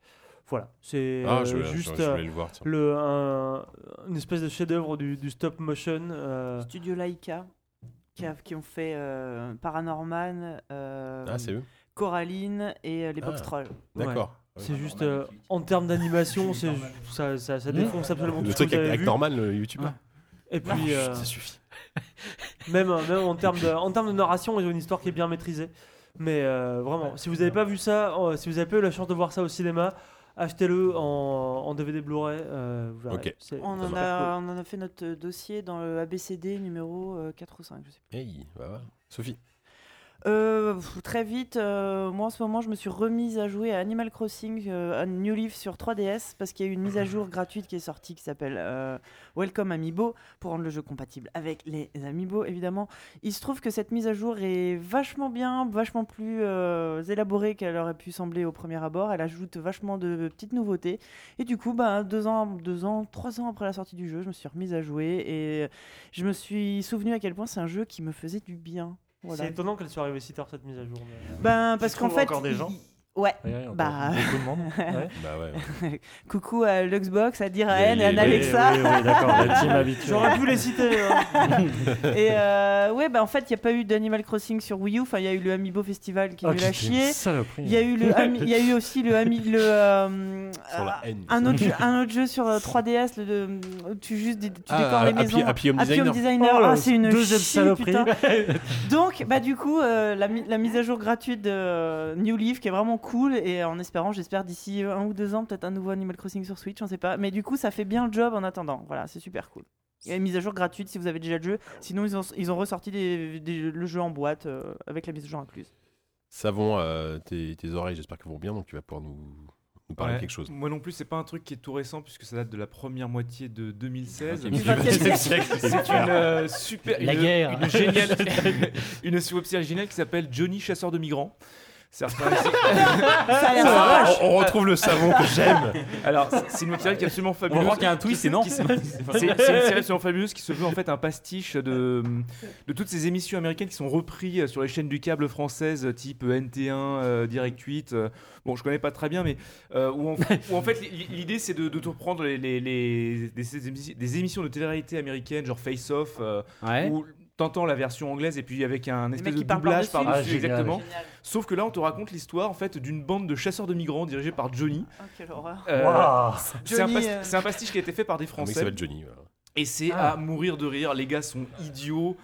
Voilà, c'est
Ah,
euh,
je, je-
juste
je
euh,
voulais le voir. tiens.
le, un- une espèce de chef-d'œuvre du, du stop motion. euh,
Studio Laika, qui, a- qui ont fait euh, Paranorman, euh,
Ah, c'est eux
Coraline et euh, l'époque
Ah.
Troll.
D'accord.
C'est juste euh, en termes d'animation, c'est ça, ça, ça défonce absolument tout
Le
ce que
truc
vous avez
avec, avec
vu.
Norman, le youtubeur.
Et puis euh,
Ça suffit.
même euh, même en termes de en termes de narration, ils ont une histoire qui est bien maîtrisée. Mais euh, vraiment, si vous n'avez pas vu ça, euh, si vous n'avez pas eu la chance de voir ça au cinéma, achetez-le en, en DVD Blu-ray. euh, vous verrez.
Ok.
C'est-
On
Ça
en,
marche.
a, on en a fait notre euh, dossier dans le ABCD numéro euh, 4 ou 5, je sais
Hey, bah, voilà. Sophie.
plus. Euh, pff, très vite, euh, moi en ce moment, je me suis remise à jouer à Animal Crossing, euh, un New Leaf sur 3DS, parce qu'il y a eu une mise à jour gratuite qui est sortie qui s'appelle euh, Welcome Amiibo, pour rendre le jeu compatible avec les Amiibo, évidemment. Il se trouve que cette mise à jour est vachement bien, vachement plus euh, élaborée qu'elle aurait pu sembler au premier abord. Elle ajoute vachement de petites nouveautés. Et du coup, bah, deux, ans, deux ans, trois ans après la sortie du jeu, je me suis remise à jouer et je me suis souvenu à quel point c'est un jeu qui me faisait du bien. Voilà.
C'est étonnant qu'elle soit arrivée si tard cette mise à jour. mais- euh,
Ben, parce
Tu
qu'en
trouves
fait.
encore des
il-
gens
Ouais.
Ouais, ouais, encore
Bah.
Beaucoup de monde. Ouais.
Bah ouais.
Coucou à Luxbox, à
Les-
Diraen et à
les-
Alexa.
Oui, oui, oui, d'accord, la team habituelle.
J'aurais pu les citer. hein.
Et euh, ouais, bah en fait, il n'y a pas eu d'Animal Crossing sur Wii U. Enfin, il y a eu le Amiibo Festival qui est
Oh,
nul à
qui était une
chier.
saloperie. hein.
Il y a eu le, ami- il y a eu aussi le, ami- le euh,
Sur la haine.
un autre jeu, un autre jeu sur euh, 3DS, le, de- où tu juste dé- tu
Ah,
décores les
Happy-
maisons.
Happy Home Designer.
Oh,
Ah, c'est une
deuxième
chie,
saloperie.
putain. Donc, bah du coup, euh, la, mi- la mise à jour gratuite de euh, New Leaf qui est vraiment cool et en espérant, j'espère d'ici un ou deux ans peut-être un nouveau Animal Crossing sur Switch, on sait pas. Mais du coup, ça fait bien le job en attendant. Voilà, c'est super cool. Il y a une mise à jour gratuite si vous avez déjà le jeu. Sinon, ils ont, ils ont ressorti des- des- le jeu en boîte euh, avec la mise à jour incluse.
Savon, euh, tes, tes oreilles, j'espère qu'elles vont bien, donc tu vas pouvoir nous, nous parler de
Ouais.
quelque chose.
Moi non plus, c'est pas un truc qui est tout récent puisque ça date de la première moitié de 2016.
Du 20e siècle.
C'est une euh, super.
La
une-
guerre.
Une, géniale, une super géniale qui s'appelle Johnny Chasseur de migrants. Certains-
Ça a l'air
Ah,
sympa.
on, on retrouve le savon que j'aime.
Alors, c'est- c'est une web série qui est absolument
On
fabuleuse.
voit qu'il y a un twist, c'est non
C'est c'est une série absolument fabuleuse qui se veut en fait un pastiche de, de toutes ces émissions américaines qui sont reprises sur les chaînes du câble françaises euh, type NT1, euh, Direct 8. euh, bon, je connais pas très bien, mais euh, où, en, où en fait l'i- l'idée c'est de, de tout reprendre les, les- les- des, ces émissi- des émissions de télé-réalité américaines genre Face Off. euh,
Ouais.
où T'entends la version anglaise et puis avec un espèce
mecs
de
qui parlent
doublage
par-dessus.
par-dessus,
Ah, génial.
exactement.
Génial.
Sauf que là, on te raconte l'histoire en fait d'une bande de chasseurs de migrants dirigée par Johnny.
Oh, quelle horreur.
Euh,
Waouh.
C'est un,
Johnny,
pas-
euh,
c'est un pastiche qui a été fait par des
Un mec
Français.
s'appelle Johnny. voilà.
Et c'est à mourir de rire. Les gars sont idiots,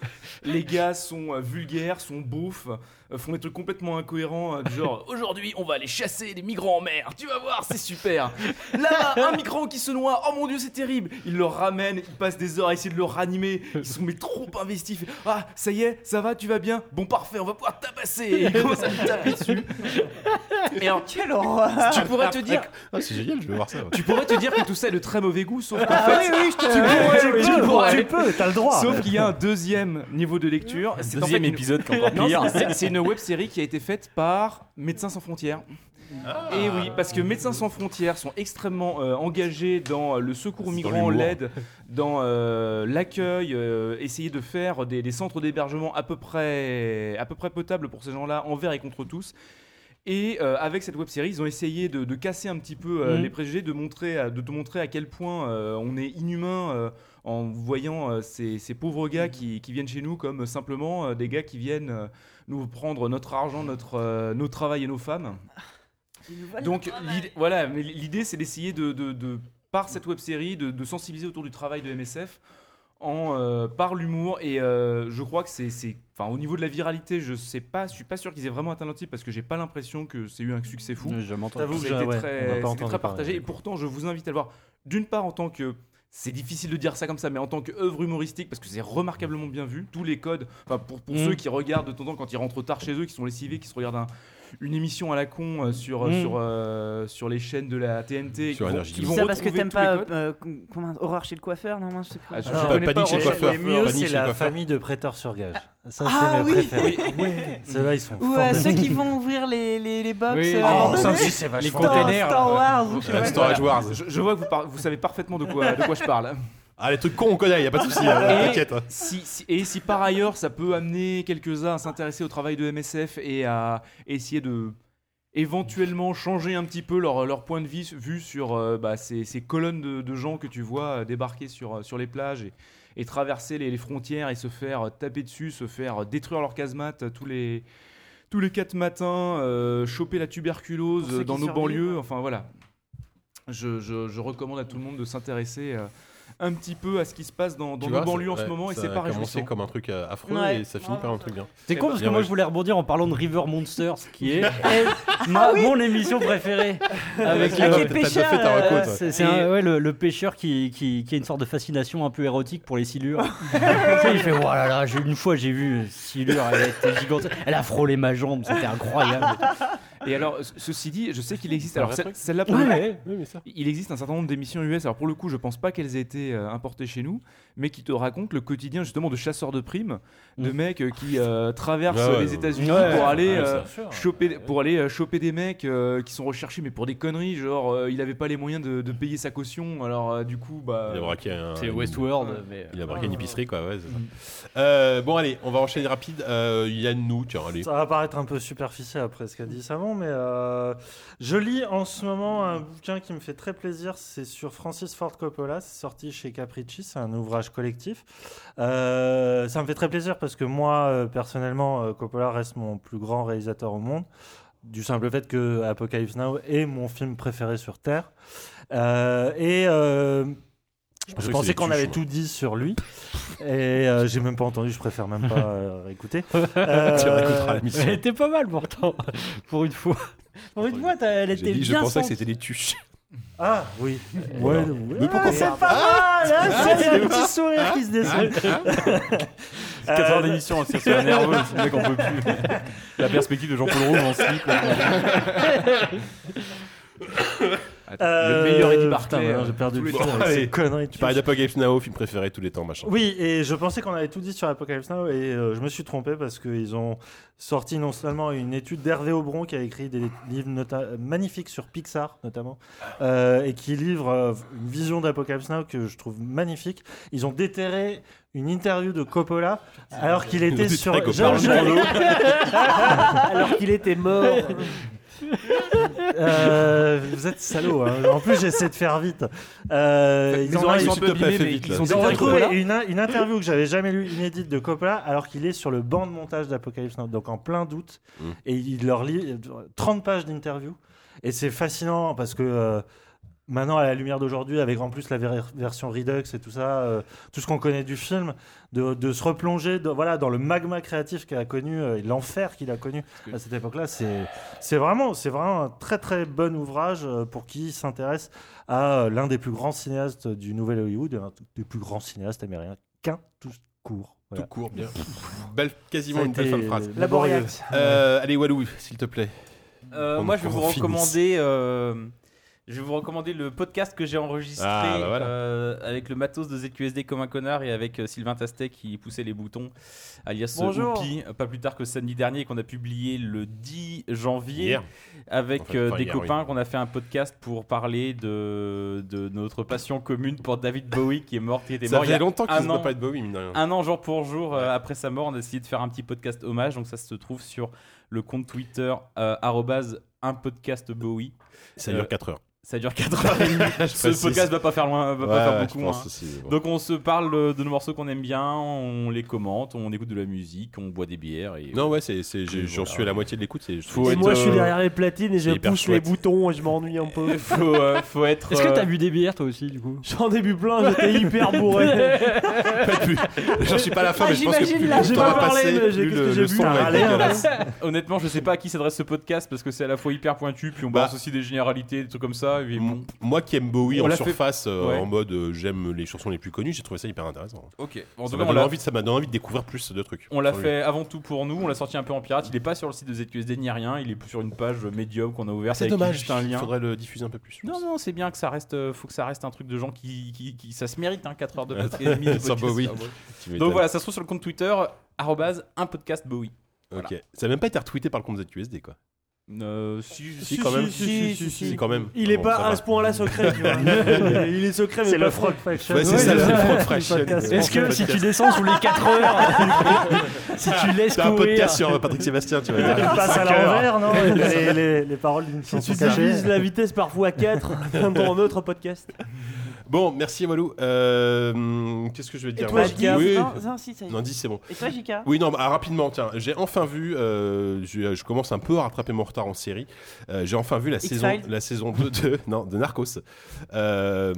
les gars sont euh, vulgaires, sont beaufs, euh, font des trucs complètement incohérents, euh, du genre aujourd'hui on va aller chasser les migrants en mer, tu vas voir, c'est super. Là, un migrant qui se noie, oh mon dieu, c'est terrible. Ils leur ramènent, ils passent des heures à essayer de le ranimer, ils sont mais trop investis. Ils font, Ah, ça y est, ça va, tu vas bien, bon, parfait, on va pouvoir tabasser. Et ils commencent à le taper dessus. Et alors,
Quelle horreur.
tu pourrais te dire.
Ah, c'est génial, je vais voir ça. ouais.
Tu pourrais te dire que tout ça est de très mauvais goût, sauf qu'en
Ah
fait,
oui, oui, je te.
tu pourrais-
Tu
tu
peux,
pourrais-
tu peux, t'as le droit.
Sauf qu'il y a un deuxième niveau de lecture. C'est en fait
Deuxième
une-
épisode qui est encore
Non,
pire.
c'est- c'est une web série qui a été faite par Médecins sans frontières. Et oui, parce que Médecins sans frontières sont extrêmement euh, engagés dans le secours aux migrants,
l'humour.
l'aide, dans euh, l'accueil, euh, essayer de faire des, des centres d'hébergement à peu près à peu près potables pour ces gens-là, envers et contre tous. Et euh, avec cette web série, ils ont essayé de, de casser un petit peu euh,
Mhm.
les préjugés, de, montrer, à- de te montrer à quel point euh, on est inhumain euh, en voyant euh, ces, ces pauvres gars qui, qui viennent chez nous comme euh, simplement euh, des gars qui viennent euh, nous prendre notre argent, notre, euh, nos travail et nos femmes. Donc
Oh, bah
l'idée- voilà, mais l'idée c'est d'essayer de, de- de- par cette web série de, de sensibiliser autour du travail de MSF en euh, par l'humour et euh, je crois que c'est c'est- enfin au niveau de la viralité je sais pas je suis pas sûr qu'ils aient vraiment atteint leur type parce que j'ai pas l'impression que c'est eu un succès fou
Je m'entends.
J'avoue que
ça a été
j'ai- ouais, on n'a
très,
pas
c'était
entendu
très
parler.
partagé. Et pourtant, je vous invite à le voir. D'une part, en tant que. C'est difficile de dire ça comme ça, mais en tant qu'œuvre humoristique, parce que c'est remarquablement bien vu, tous les codes. Enfin, pour, pour
Mm.
ceux qui regardent de temps en temps, quand ils rentrent tard chez eux, qui sont lessivés, qui se regardent un- une émission à la con euh, sur, euh,
Mm.
sur, euh, sur les chaînes de la TNT.
Sur
qui vont-
Énergie.
qui
Ils
vont
ça parce que
retrouver
t'aimes
tous les
pas
codes.
euh, com- comment, horreur chez le coiffeur Non, moi je sais plus.
Ah, je-
Non,
je
pas
connais
Panique
pas
chez le
Rochelle.
euh,
coiffeur.
Les mieux,
Panique
c'est
chez
la
le coiffeur.
famille de prêteurs sur gage. Ça, c'est
Ah
mes
oui.
préférés. Ceux-là, ils sont
Ou euh, ceux qui vont ouvrir les, les, les box.
Oui,
euh,
oh,
ah,
Oh,
abandonnées.
ça
Dans
c'est
Les
Star
containers.
Wars ou je sais
Euh,
pas quoi.
Storage Wars.
Je, je vois que vous, par- vous savez parfaitement de quoi, de quoi je parle.
Ah, les trucs cons, on connaît, y a pas de soucis, hein,
Et-
t'inquiète. hein.
Si- si- et si par ailleurs ça peut amener quelques-uns à s'intéresser au travail de MSF et à essayer de éventuellement changer un petit peu leur, leur point de vue, vue sur euh, bah, ces, ces colonnes de, de gens que tu vois euh, débarquer sur, euh, sur les plages et, et traverser les, les frontières et se faire euh, taper dessus, se faire détruire leur casemate euh, tous les, tous les quatre matins, euh, choper la
Pour
tuberculose
ceux
euh,
qui
dans nos
survivent.
banlieues, enfin voilà. Je, je- je recommande à tout le monde de s'intéresser euh, un petit peu à ce qui se passe dans, dans
Tu
nos
vois,
banlieues
ça-
en ce
ouais,
moment et
ça
c'est pas
a commencé
réjouissant.
comme un truc euh, affreux
Ouais.
et ça finit par un truc bien. Eh ben,
C'est con parce que
Bien
moi
ouais.
je voulais rebondir en parlant de River Monsters qui est ma- mon émission préférée avec
Ah,
le-
qui est
t'as
pêcheur,
déjà fait ta reco,
euh,
toi.
C'est c'est un- ouais, le, le pêcheur qui, qui, qui a une sorte de fascination un peu érotique pour les silures. Tu sais, il fait oh là là, j'ai- une fois j'ai vu une silure, elle était gigantesque, elle a frôlé ma jambe, c'était incroyable.
Et alors, ce- ceci dit, je sais qu'il existe.
un
Alors,
vrai
ce-
truc.
celle-là, pour le coup,
Oui, mais ça.
il existe un certain nombre d'émissions US. Alors, pour le coup, je pense pas qu'elles aient été euh, importées chez nous, mais qui te racontent le quotidien justement de chasseurs de primes, de mecs euh, qui euh, traversent
Ah Mm. ouais,
les
ouais.
États-Unis
Ouais,
pour aller.
ouais, Ah,
euh,
ça.
Choper, des- pour aller euh, choper des mecs euh, qui sont recherchés mais pour des conneries genre euh, il avait pas les moyens de, de payer sa caution alors euh, du coup bah
Il a braqué un.
C'est
une-
Westworld, mais euh,
Il a
euh,
braqué une épicerie, quoi, ouais, c'est
Mm.
ça. Euh, bon, allez, on va enchaîner rapide. Euh, Yann nous, tiens, allez.
Ça va paraître un peu superficiel après ce qu'a dit Savon, mais euh, je lis en ce moment un bouquin qui me fait très plaisir. C'est sur Francis Ford Coppola. C'est sorti chez Capricci. C'est un ouvrage collectif. Euh, ça me fait très plaisir parce que moi, euh, personnellement, euh, Coppola reste mon plus grand réalisateur au monde. Du simple fait que Apocalypse Now est mon film préféré sur Terre. Euh, et euh,
pensais
je
que
pensais
c'était
qu'on
Tuche,
avait
moi.
tout dit sur lui. Et euh, j'ai même pas entendu, je préfère même pas euh, écouter. Euh,
Tu réécouteras l'émission.
elle était pas mal pourtant pour une fois. Pour une fois, t'as- elle
J'ai
était
dit, je
bien
pensais que
sentie.
c'était des tuches.
Ah oui. Ouais, ouais.
Mais pourquoi
Ah, c'est pas mal
Ah,
hein, C'est Hein un petit sourire qui se dessine.
4 heures
Euh,
d'émission, c'est c'est nerveux, c'est mec, on peut plus. La perspective de Jean-Paul Roux en slip.
Attends,
euh,
le meilleur Eddie
putain,
Barclay
hein,
hein.
maintenant,
euh,
j'ai perdu
tous
le
les
fil
temps.
avec ces
Allez.
conneries.
Tu parlais d'Apocalypse Now, film préféré de tous les temps, machin.
Oui, et je pensais qu'on avait tout dit sur Apocalypse Now, et euh, je me suis trompé parce qu'ils ont sorti non seulement une étude d'Hervé Aubron qui a écrit des livres nota- magnifiques sur Pixar notamment, euh, et qui livre euh, une vision d'Apocalypse Now que je trouve magnifique. Ils ont déterré une interview de Coppola alors qu'il était
déterré
sur.
Coppola.
Je- je-
Alors qu'il était mort.
Euh, vous êtes salaud. En plus, j'essaie de faire vite. Euh,
Mes
ont-
oreilles
ils
sont
ont
un peu
top,
abîmées,
fait
mais
vite,
ils
là.
ont
Ils ont
déjà
retrouvé une, une interview que j'avais jamais lue, inédite de Coppola, alors qu'il est sur le banc de montage d'Apocalypse Now, donc en plein doute.
Mm.
Et il leur lit euh, 30 pages d'interview. Et c'est fascinant parce que euh, maintenant, à la lumière d'aujourd'hui, avec en plus la ver- version Redux et tout ça, euh, tout ce qu'on connaît du film, de, de se replonger dans- voilà, dans le magma créatif qu'il a connu, euh, et l'enfer qu'il a connu à cette époque-là, c'est c'est vraiment, c'est vraiment un très très bon ouvrage euh, pour qui s'intéresse à euh, l'un des plus grands cinéastes du nouvel Hollywood, un des plus grands cinéastes américains, qu'un tout court.
Tout
Voilà.
court, bien. Belle, quasiment une belle
Ça
fin
a
de
été
phrase.
laborieux.
Euh, allez, Walou, s'il te plaît.
Euh,
Qu'on-
moi, je vais
qu'on
vous
finisse.
recommander. euh, je vais vous recommander le podcast que j'ai enregistré
Ah, bah voilà.
euh, avec le matos de ZQSD comme un connard et avec euh, Sylvain Tastet qui poussait les boutons, alias
Bonjour.
Oupi, pas plus tard que samedi dernier, et qu'on a publié le 10 janvier
Hier.
avec
En fait,
euh,
enfin,
des
hier,
copains
oui.
qu'on a fait un podcast pour parler de, de notre passion commune pour David Bowie qui est mort, qui était
Ça
mort il y
faisait
a
longtemps qu'il
un
ne
an.
pas de Bowie, mine de rien.
un an jour pour jour euh, après sa mort, on a décidé de faire un petit podcast hommage. Donc ça se trouve sur le compte Twitter euh, arrobase un podcast Bowie.
Ça
Euh,
dure 4 heures.
Ça dure 4 heures. et demie. Ce
précise.
podcast va pas faire loin, va pas faire
Ouais,
beaucoup.
je pense
hein.
aussi, bon.
Donc on se parle euh, de nos morceaux qu'on aime bien, on les commente, on écoute de la musique, on boit des bières et
non, ouais, c'est, c'est- j'ai-
Et
j'en
voilà.
suis à la moitié de l'écoute. C'est,
Et
faut être,
moi, je suis
euh,
derrière les platines et je
c'est hyper
pousse
chouette.
les boutons et je m'ennuie un peu.
faut, euh, faut être.
Est-ce que t'as
euh,
bu des bières toi aussi du coup
J'en ai bu plein, j'étais hyper bourré.
J'en suis pas à la fin,
Ah,
mais je pense que
j'imagine,
plus
là,
le
j'ai
temps
pas
va
parlé,
passer,
mais j'ai-
plus
qu'est-ce
le,
que j'ai
le
bu
son
Ah,
va être
allez,
dégueulasse.
Honnêtement, je sais pas à qui s'adresse ce podcast parce que c'est à la fois hyper pointu, puis on
Bah.
balance aussi des généralités, des trucs comme ça. Et bon.
Moi qui aime Bowie
On
en
l'a fait-
surface, euh,
Ouais.
en mode euh, j'aime les chansons les plus connues, j'ai trouvé ça hyper intéressant.
Ok. En
Ça
tout
m'a
cas, on
donné
l'a
envie, de- ça m'a donné envie de découvrir plus de trucs.
On l'a
Sans lui.
fait avant tout pour nous, on l'a sorti un peu en pirate, il est pas sur le site de ZQSD ni rien, il est sur une page médium qu'on a ouverte
C'est
avec
dommage,
juste un
il
lien.
faudrait le diffuser un peu plus. je
Non
pense.
non, c'est bien que ça reste euh, faut que ça reste un truc de gens qui, qui, qui- ça se mérite hein, 4 heures de podcast et demie de
Sans
podcast.
Bowie.
Ah ouais.
Tu m'étonnes.
Donc voilà, ça se trouve sur le compte Twitter arrobase un podcast Bowie.
Ok. Ça a même pas été retweeté par le compte ZQSD, quoi.
Euh, si,
Si,
si,
quand même.
si, si, si,
Si, quand même.
Il est
Bon, ça
pas
va.
à ce point-là secret, tu vois. Il est secret, mais
C'est
pas
le
fou.
frog faction.
Ouais, c'est
Ouais,
ça,
le-
c'est le frog fresh.
podcast.
Est-ce que si tu descends sous les 4 heures, si tu laisses
C'est un
courir,
podcast sur euh, Patrick Sébastien, tu vas
Il
dire.
passe à l'envers, non les, les- les paroles d'une
Si
chanson
tu
cachée.
divises la vitesse par fois 4 dans un autre podcast.
Bon, merci Walou. Euh, hum, Qu'est-ce que je vais te
Et
dire
toi,
moi
JK
Oui.
Non, non, si, ça y est.
Non, dis, c'est bon.
Et toi, JK
Oui, non, bah, rapidement, tiens, j'ai enfin vu, euh, je, je commence un peu à rattraper mon retard en série, Euh, j'ai enfin vu la saison,
X-Files Ah.
la saison 2 de, non, de Narcos. Euh,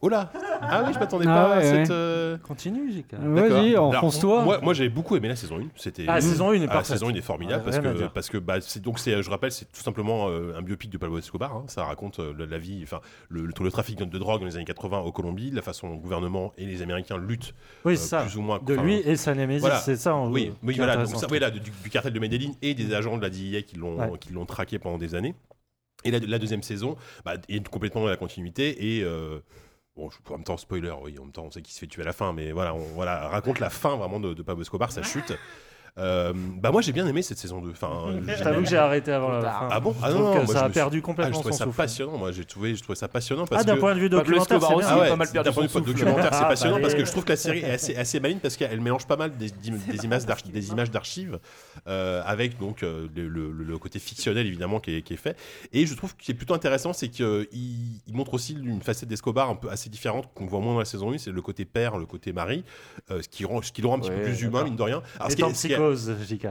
oh là Ah oui, je m'attendais
Ah
pas à
ouais,
cette...
ouais.
euh,
Continue, JK.
d'accord. Bah,
vas-y,
Alors,
enfonce-toi.
Moi, moi j'avais beaucoup aimé la saison 1, c'était...
Ah, la saison 1 est
Ah, la
parfaite.
saison 1 est formidable
Ouais,
parce,
rien à
que,
dire.
parce que bah, c'est donc c'est je rappelle c'est tout simplement euh, un biopic de Pablo Escobar hein. ça raconte euh, la, la vie enfin le, le- tout le trafic de, de drogue dans les années 80 au Colombie la façon dont le gouvernement et les Américains luttent
Oui,
euh,
c'est ça.
plus ou moins
De
enfin,
lui et sa némésis,
voilà.
c'est ça. en-
oui, oui
qui est
voilà, donc
intéressant.
ça, oui, là, du, du cartel de Medellin et des agents de la DIA qui l'ont
Ouais.
qui l'ont traqué pendant des années. Et la, la deuxième saison bah, est complètement dans la continuité et euh, bon, je, en même temps spoiler, oui, en même temps on sait qu'il se fait tuer à la fin, mais voilà, on voilà raconte la fin vraiment de, de Pablo Escobar, sa chute. Euh, bah moi j'ai bien aimé cette saison 2 Enfin, euh,
Je t'avoue que j'ai arrêté avant la fin.
Ah bon
Je
Ah
trouve
non,
que
non, moi, je
ça a
me suis-
perdu
ah, je
complètement
trouvais ça
son souffle.
passionnant. Moi j'ai trouvé, je trouvais ça passionnant parce
Ah, d'un
que
point de vue
Pablo
documentaire,
Escobar
c'est
aussi.
bien.
ah ouais,
pas mal perdu
d'un point de
son
vue
souffle.
documentaire, c'est
Ah,
passionnant
bah,
parce que
allez.
je trouve que la série est assez, assez maligne parce qu'elle mélange pas mal des, des- des images d'arch- des images d'archives euh, avec donc euh, le, le- le côté fictionnel évidemment qui est, qui est fait. Et je trouve que qui est plutôt intéressant, c'est qu'il il montre aussi une facette d'Escobar un peu assez différente qu'on voit moins dans la saison 1, c'est le côté père, le côté mari, euh, ce qui rend, ce qui le rend un petit peu
Ouais,
plus humain mine de rien. Alors, ce qui
Mets-toi en
est- ce qui est-
psychose, JK.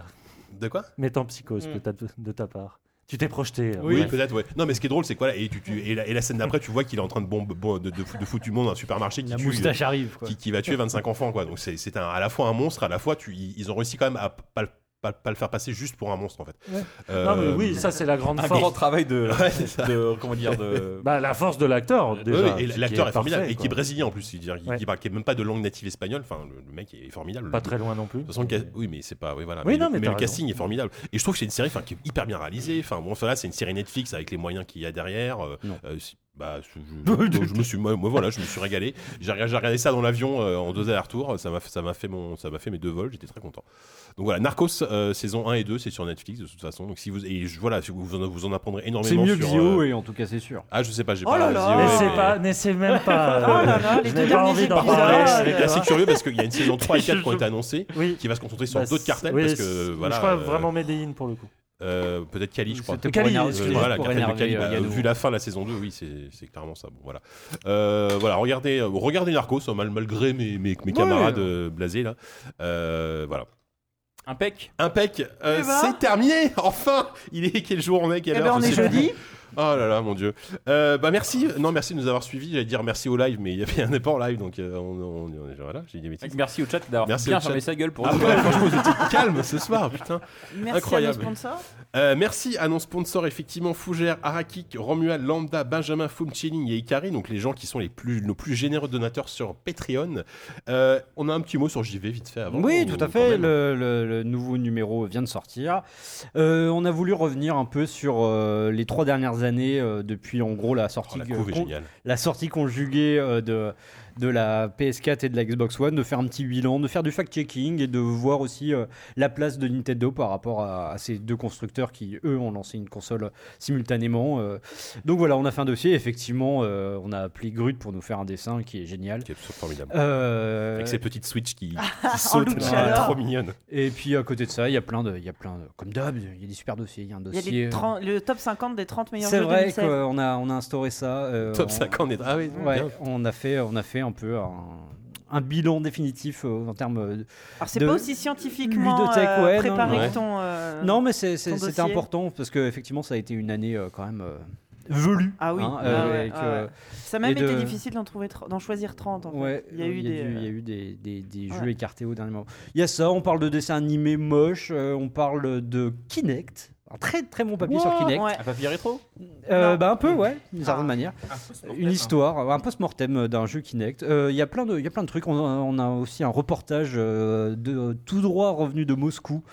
de quoi
Mets-toi en psychose peut-être de ta part. Tu t'es projeté. euh,
Mm. Oui,
bref.
peut-être, ouais. Non, mais ce qui est drôle, c'est que voilà, et, tu, tu- et, la, et la scène d'après, tu vois qu'il est en train de, bombe, bon- de, de, de foutre du monde dans un supermarché qui,
La
tue-
moustache arrive quoi.
qui, qui va tuer 25 enfants, quoi. Donc c'est c'est un- à la fois un monstre, à la fois, tu, ils ils ont réussi quand même à pas, le- pas, pas le faire passer juste pour un monstre, en fait. Euh,
Non, mais oui, ça c'est la grande
Un
force.
grand travail de,
Ouais, c'est ça.
de- comment dire de
Bah, la force de l'acteur,
Ouais,
déjà.
ouais, et
qui
l'acteur est,
parfait,
formidable, et
quoi.
qui est brésilien en plus, c'est-à-dire qu'il-
Ouais.
qui, parle- qui est même pas de langue native espagnole, enfin le, le mec est formidable.
Pas
Le-
très loin non plus.
De toute façon, le ca- oui, mais c'est pas. Oui, voilà.
Oui,
mais
non,
le,
mais
mais
t'as
le
raison.
casting est formidable. Et je trouve que c'est une série enfin, qui est hyper bien réalisée. Enfin, bon, enfin, là, c'est une série Netflix avec les moyens qu'il y a derrière. Euh,
Non.
euh, c'est- bah, je, je- je me suis, moi, moi, voilà, je me suis régalé. J'ai regardé, j'ai regardé ça dans l'avion euh, en deux allers-retours. Ça m'a, fait- ça m'a fait mon, ça m'a fait mes deux vols. J'étais très content. Donc voilà, Narcos euh, saison 1 et 2, c'est sur Netflix de toute façon. Donc si vous, et je- voilà, si vous, vous en, vous en apprendrez
C'est
énormément.
mieux que
sur,
Zio
euh,
et en tout cas c'est sûr.
Ah, je sais pas, j'ai
Oh
pas.
là là,
Zio,
mais
ouais,
N'essaie
mais-
pas, n'essaie même pas. euh,
Oh là là, les
je
deux
n'ai pas
derniers
envie d'en
épisodes.
Ouais, je
parler.
Ah,
suis
là,
assez
là.
curieux parce qu'il y a une saison 3 et 4 qui ont
Je-
été annoncées
Oui.
qui va se concentrer sur
Bah,
d'autres cartels
oui,
parce que
c'est-
voilà.
Je crois
euh,
vraiment Medellin pour le coup.
euh, peut-être Kali, je crois.
C'était
Cali,
énerver-
Euh,
c'était
voilà,
juste pour
Cartel de
énerver,
Cali,
euh,
bah,
Yano.
vu la fin de la saison 2, oui, c'est c'est clairement ça. Bon, voilà. Euh, voilà, regardez, euh, regardez Narcos, hein, mal, malgré mes, mes, mes camarades euh, blasés, là. Euh, voilà.
Impec.
Impec, euh,
Eh ben.
c'est terminé, enfin Il est quel jour on est, quelle
Eh
heure
ben, on
je
est
sais plus.
jeudi.
Oh là là, mon dieu. Euh, bah merci, non merci de nous avoir suivis. J'allais dire merci au live, mais il y avait un n'est pas en live, donc euh, on, on- on- voilà, j'ai dit des bêtises.
Merci au chat d'avoir
Merci
bien
au chat.
fermé sa gueule pour
Ah
nous.
ouais, franchement, vous étiez calme ce soir, putain.
Merci
Incroyable.
à nos sponsors.
Euh, merci à nos sponsors, effectivement, Fougère, Arakik, Romuald, Lambda, Benjamin, Fumchilling et Ikari, donc les gens qui sont les plus, nos plus généreux donateurs sur Patreon. Euh, on a un petit mot sur JV vite fait avant.
Oui,
on-
tout à
quand
fait.
même.
Le, le- le nouveau numéro vient de sortir. Euh, on a voulu revenir un peu sur euh, les trois dernières années euh, depuis en gros la
Oh,
sortie,
la
euh,
couve est
con-
géniale.
la sortie conjuguée euh, de, de la PS4 et de la Xbox One, de faire un petit bilan, de faire du fact-checking et de voir aussi euh, la place de Nintendo par rapport à, à ces deux constructeurs qui, eux, ont lancé une console euh, simultanément. euh. Donc voilà, on a fait un dossier. Effectivement, euh, on a appelé Grut pour nous faire un dessin qui est génial.
Qui est formidable.
Euh,
Avec ces petites switches qui, qui sautent,
look
là,
chaleur.
trop mignonnes.
et puis à côté de ça, il y a plein de, il y a plein de, comme d'hab, il y a des super dossiers, il y a un
Il y a
dossier. euh,
les 30 le top 50 des 30 meilleurs
C'est
jeux
vrai
2016.
qu'on a, on a instauré ça. euh,
Top
on-
50 est. Ah oui,
ouais,
bien.
on a fait, on a fait un peu un, un bilan définitif euh, en termes. De...
Alors c'est
de-
pas aussi scientifiquement
ludothèque,
euh,
ouais, non,
préparé
ouais.
que ton. euh,
non, mais c'est- c'est-
ton
c'était
dossier.
important parce que effectivement, ça a été une année euh, quand même euh, velue.
Ah oui,
hein,
ah
euh,
ouais,
avec,
ah
euh,
ouais. ça a même
et de-
été difficile d'en trouver, tr- d'en choisir 30. En fait.
Ouais,
il y a eu des.
du-
euh,
il y a eu des, des- des jeux
ouais.
écartés au dernier moment. Il y a ça, on parle de dessins animés moches, euh, on parle de Kinect, un très très bon papier sur Kinect.
ouais.
Un papier rétro hein.
Euh,
Non.
bah un peu, ouais, d'une certaine
Ah.
manière. Une histoire, un post-mortem d'un jeu Kinect. Euh, Il y a plein de, il y a plein de trucs. On a, on a aussi un reportage euh, de tout droit revenu de Moscou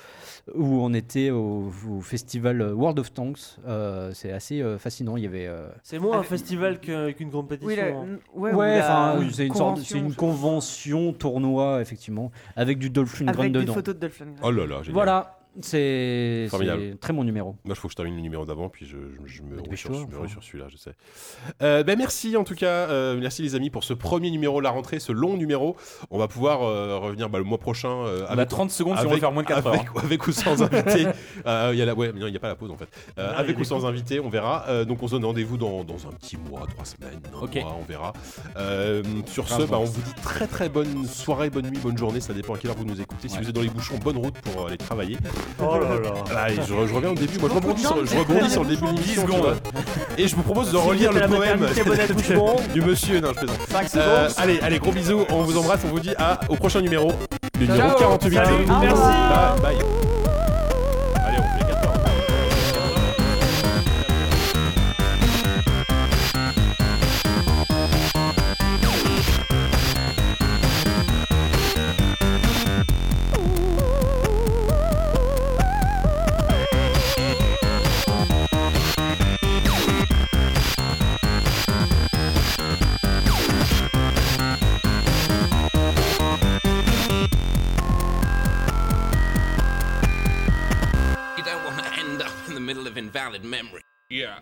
où on était au, au festival World of Tanks. Euh, c'est assez euh, fascinant. Il y avait. euh,
C'est moins un
Ah,
festival que- qu'une compétition.
Oui, la-
hein.
n- ouais, ou
Ouais,
la
enfin, oui, c'est une sorte,
convention,
c'est une
je sais pas.
convention tournoi effectivement avec du Dolphin Gun
Avec des
dedans.
photos de Dolphin Grande.
Oh là là, génial.
Voilà, c'est
Formidable.
c'est très bon numéro.
Moi, il faut que je termine le numéro d'avant, puis je, je- je me
Bah,
rue sur,
dépêche-toi,
je me rue
enfin.
sur celui-là, je sais. Euh, ben, merci en tout cas, euh, merci les amis pour ce premier numéro, la rentrée, ce long numéro. On va pouvoir euh, revenir bah, le mois prochain euh,
On a
avec.
30 secondes si on
avec-
veut faire moins de 4 heures. hein.
avec, avec ou sans invité. Euh, il y a la, ouais, mais non, il n'y a pas la pause en fait. Euh,
Ah,
avec ou sans invité, on verra. Euh, donc on se donne rendez-vous dans, dans un petit mois, trois semaines, un
Ok. hein.
mois, on verra. Euh, sur ce, bah, on vous dit très très bonne soirée, bonne nuit, bonne journée. Ça dépend à quelle heure vous nous écoutez. Si vous êtes dans les bouchons, bonne route pour euh, aller travailler.
Oh là là.
Ah, et je, je reviens au début, moi je rebondis sur, je rebondis sur le début de l'émission,
Dix
tu vois. Et je vous propose de
Si vous
relire
êtes
le
à la
poème
maternité, bon accouchement.
du monsieur. Non, je plaisante.
5
Euh,
secondes.
allez, allez, gros bisous, on vous embrasse, on vous dit à, au prochain numéro, le numéro 48.
Salut,
Bye,
merci.
bye. Allez, on fait les 14.
You don't want to end up in the middle of invalid memory. Yeah.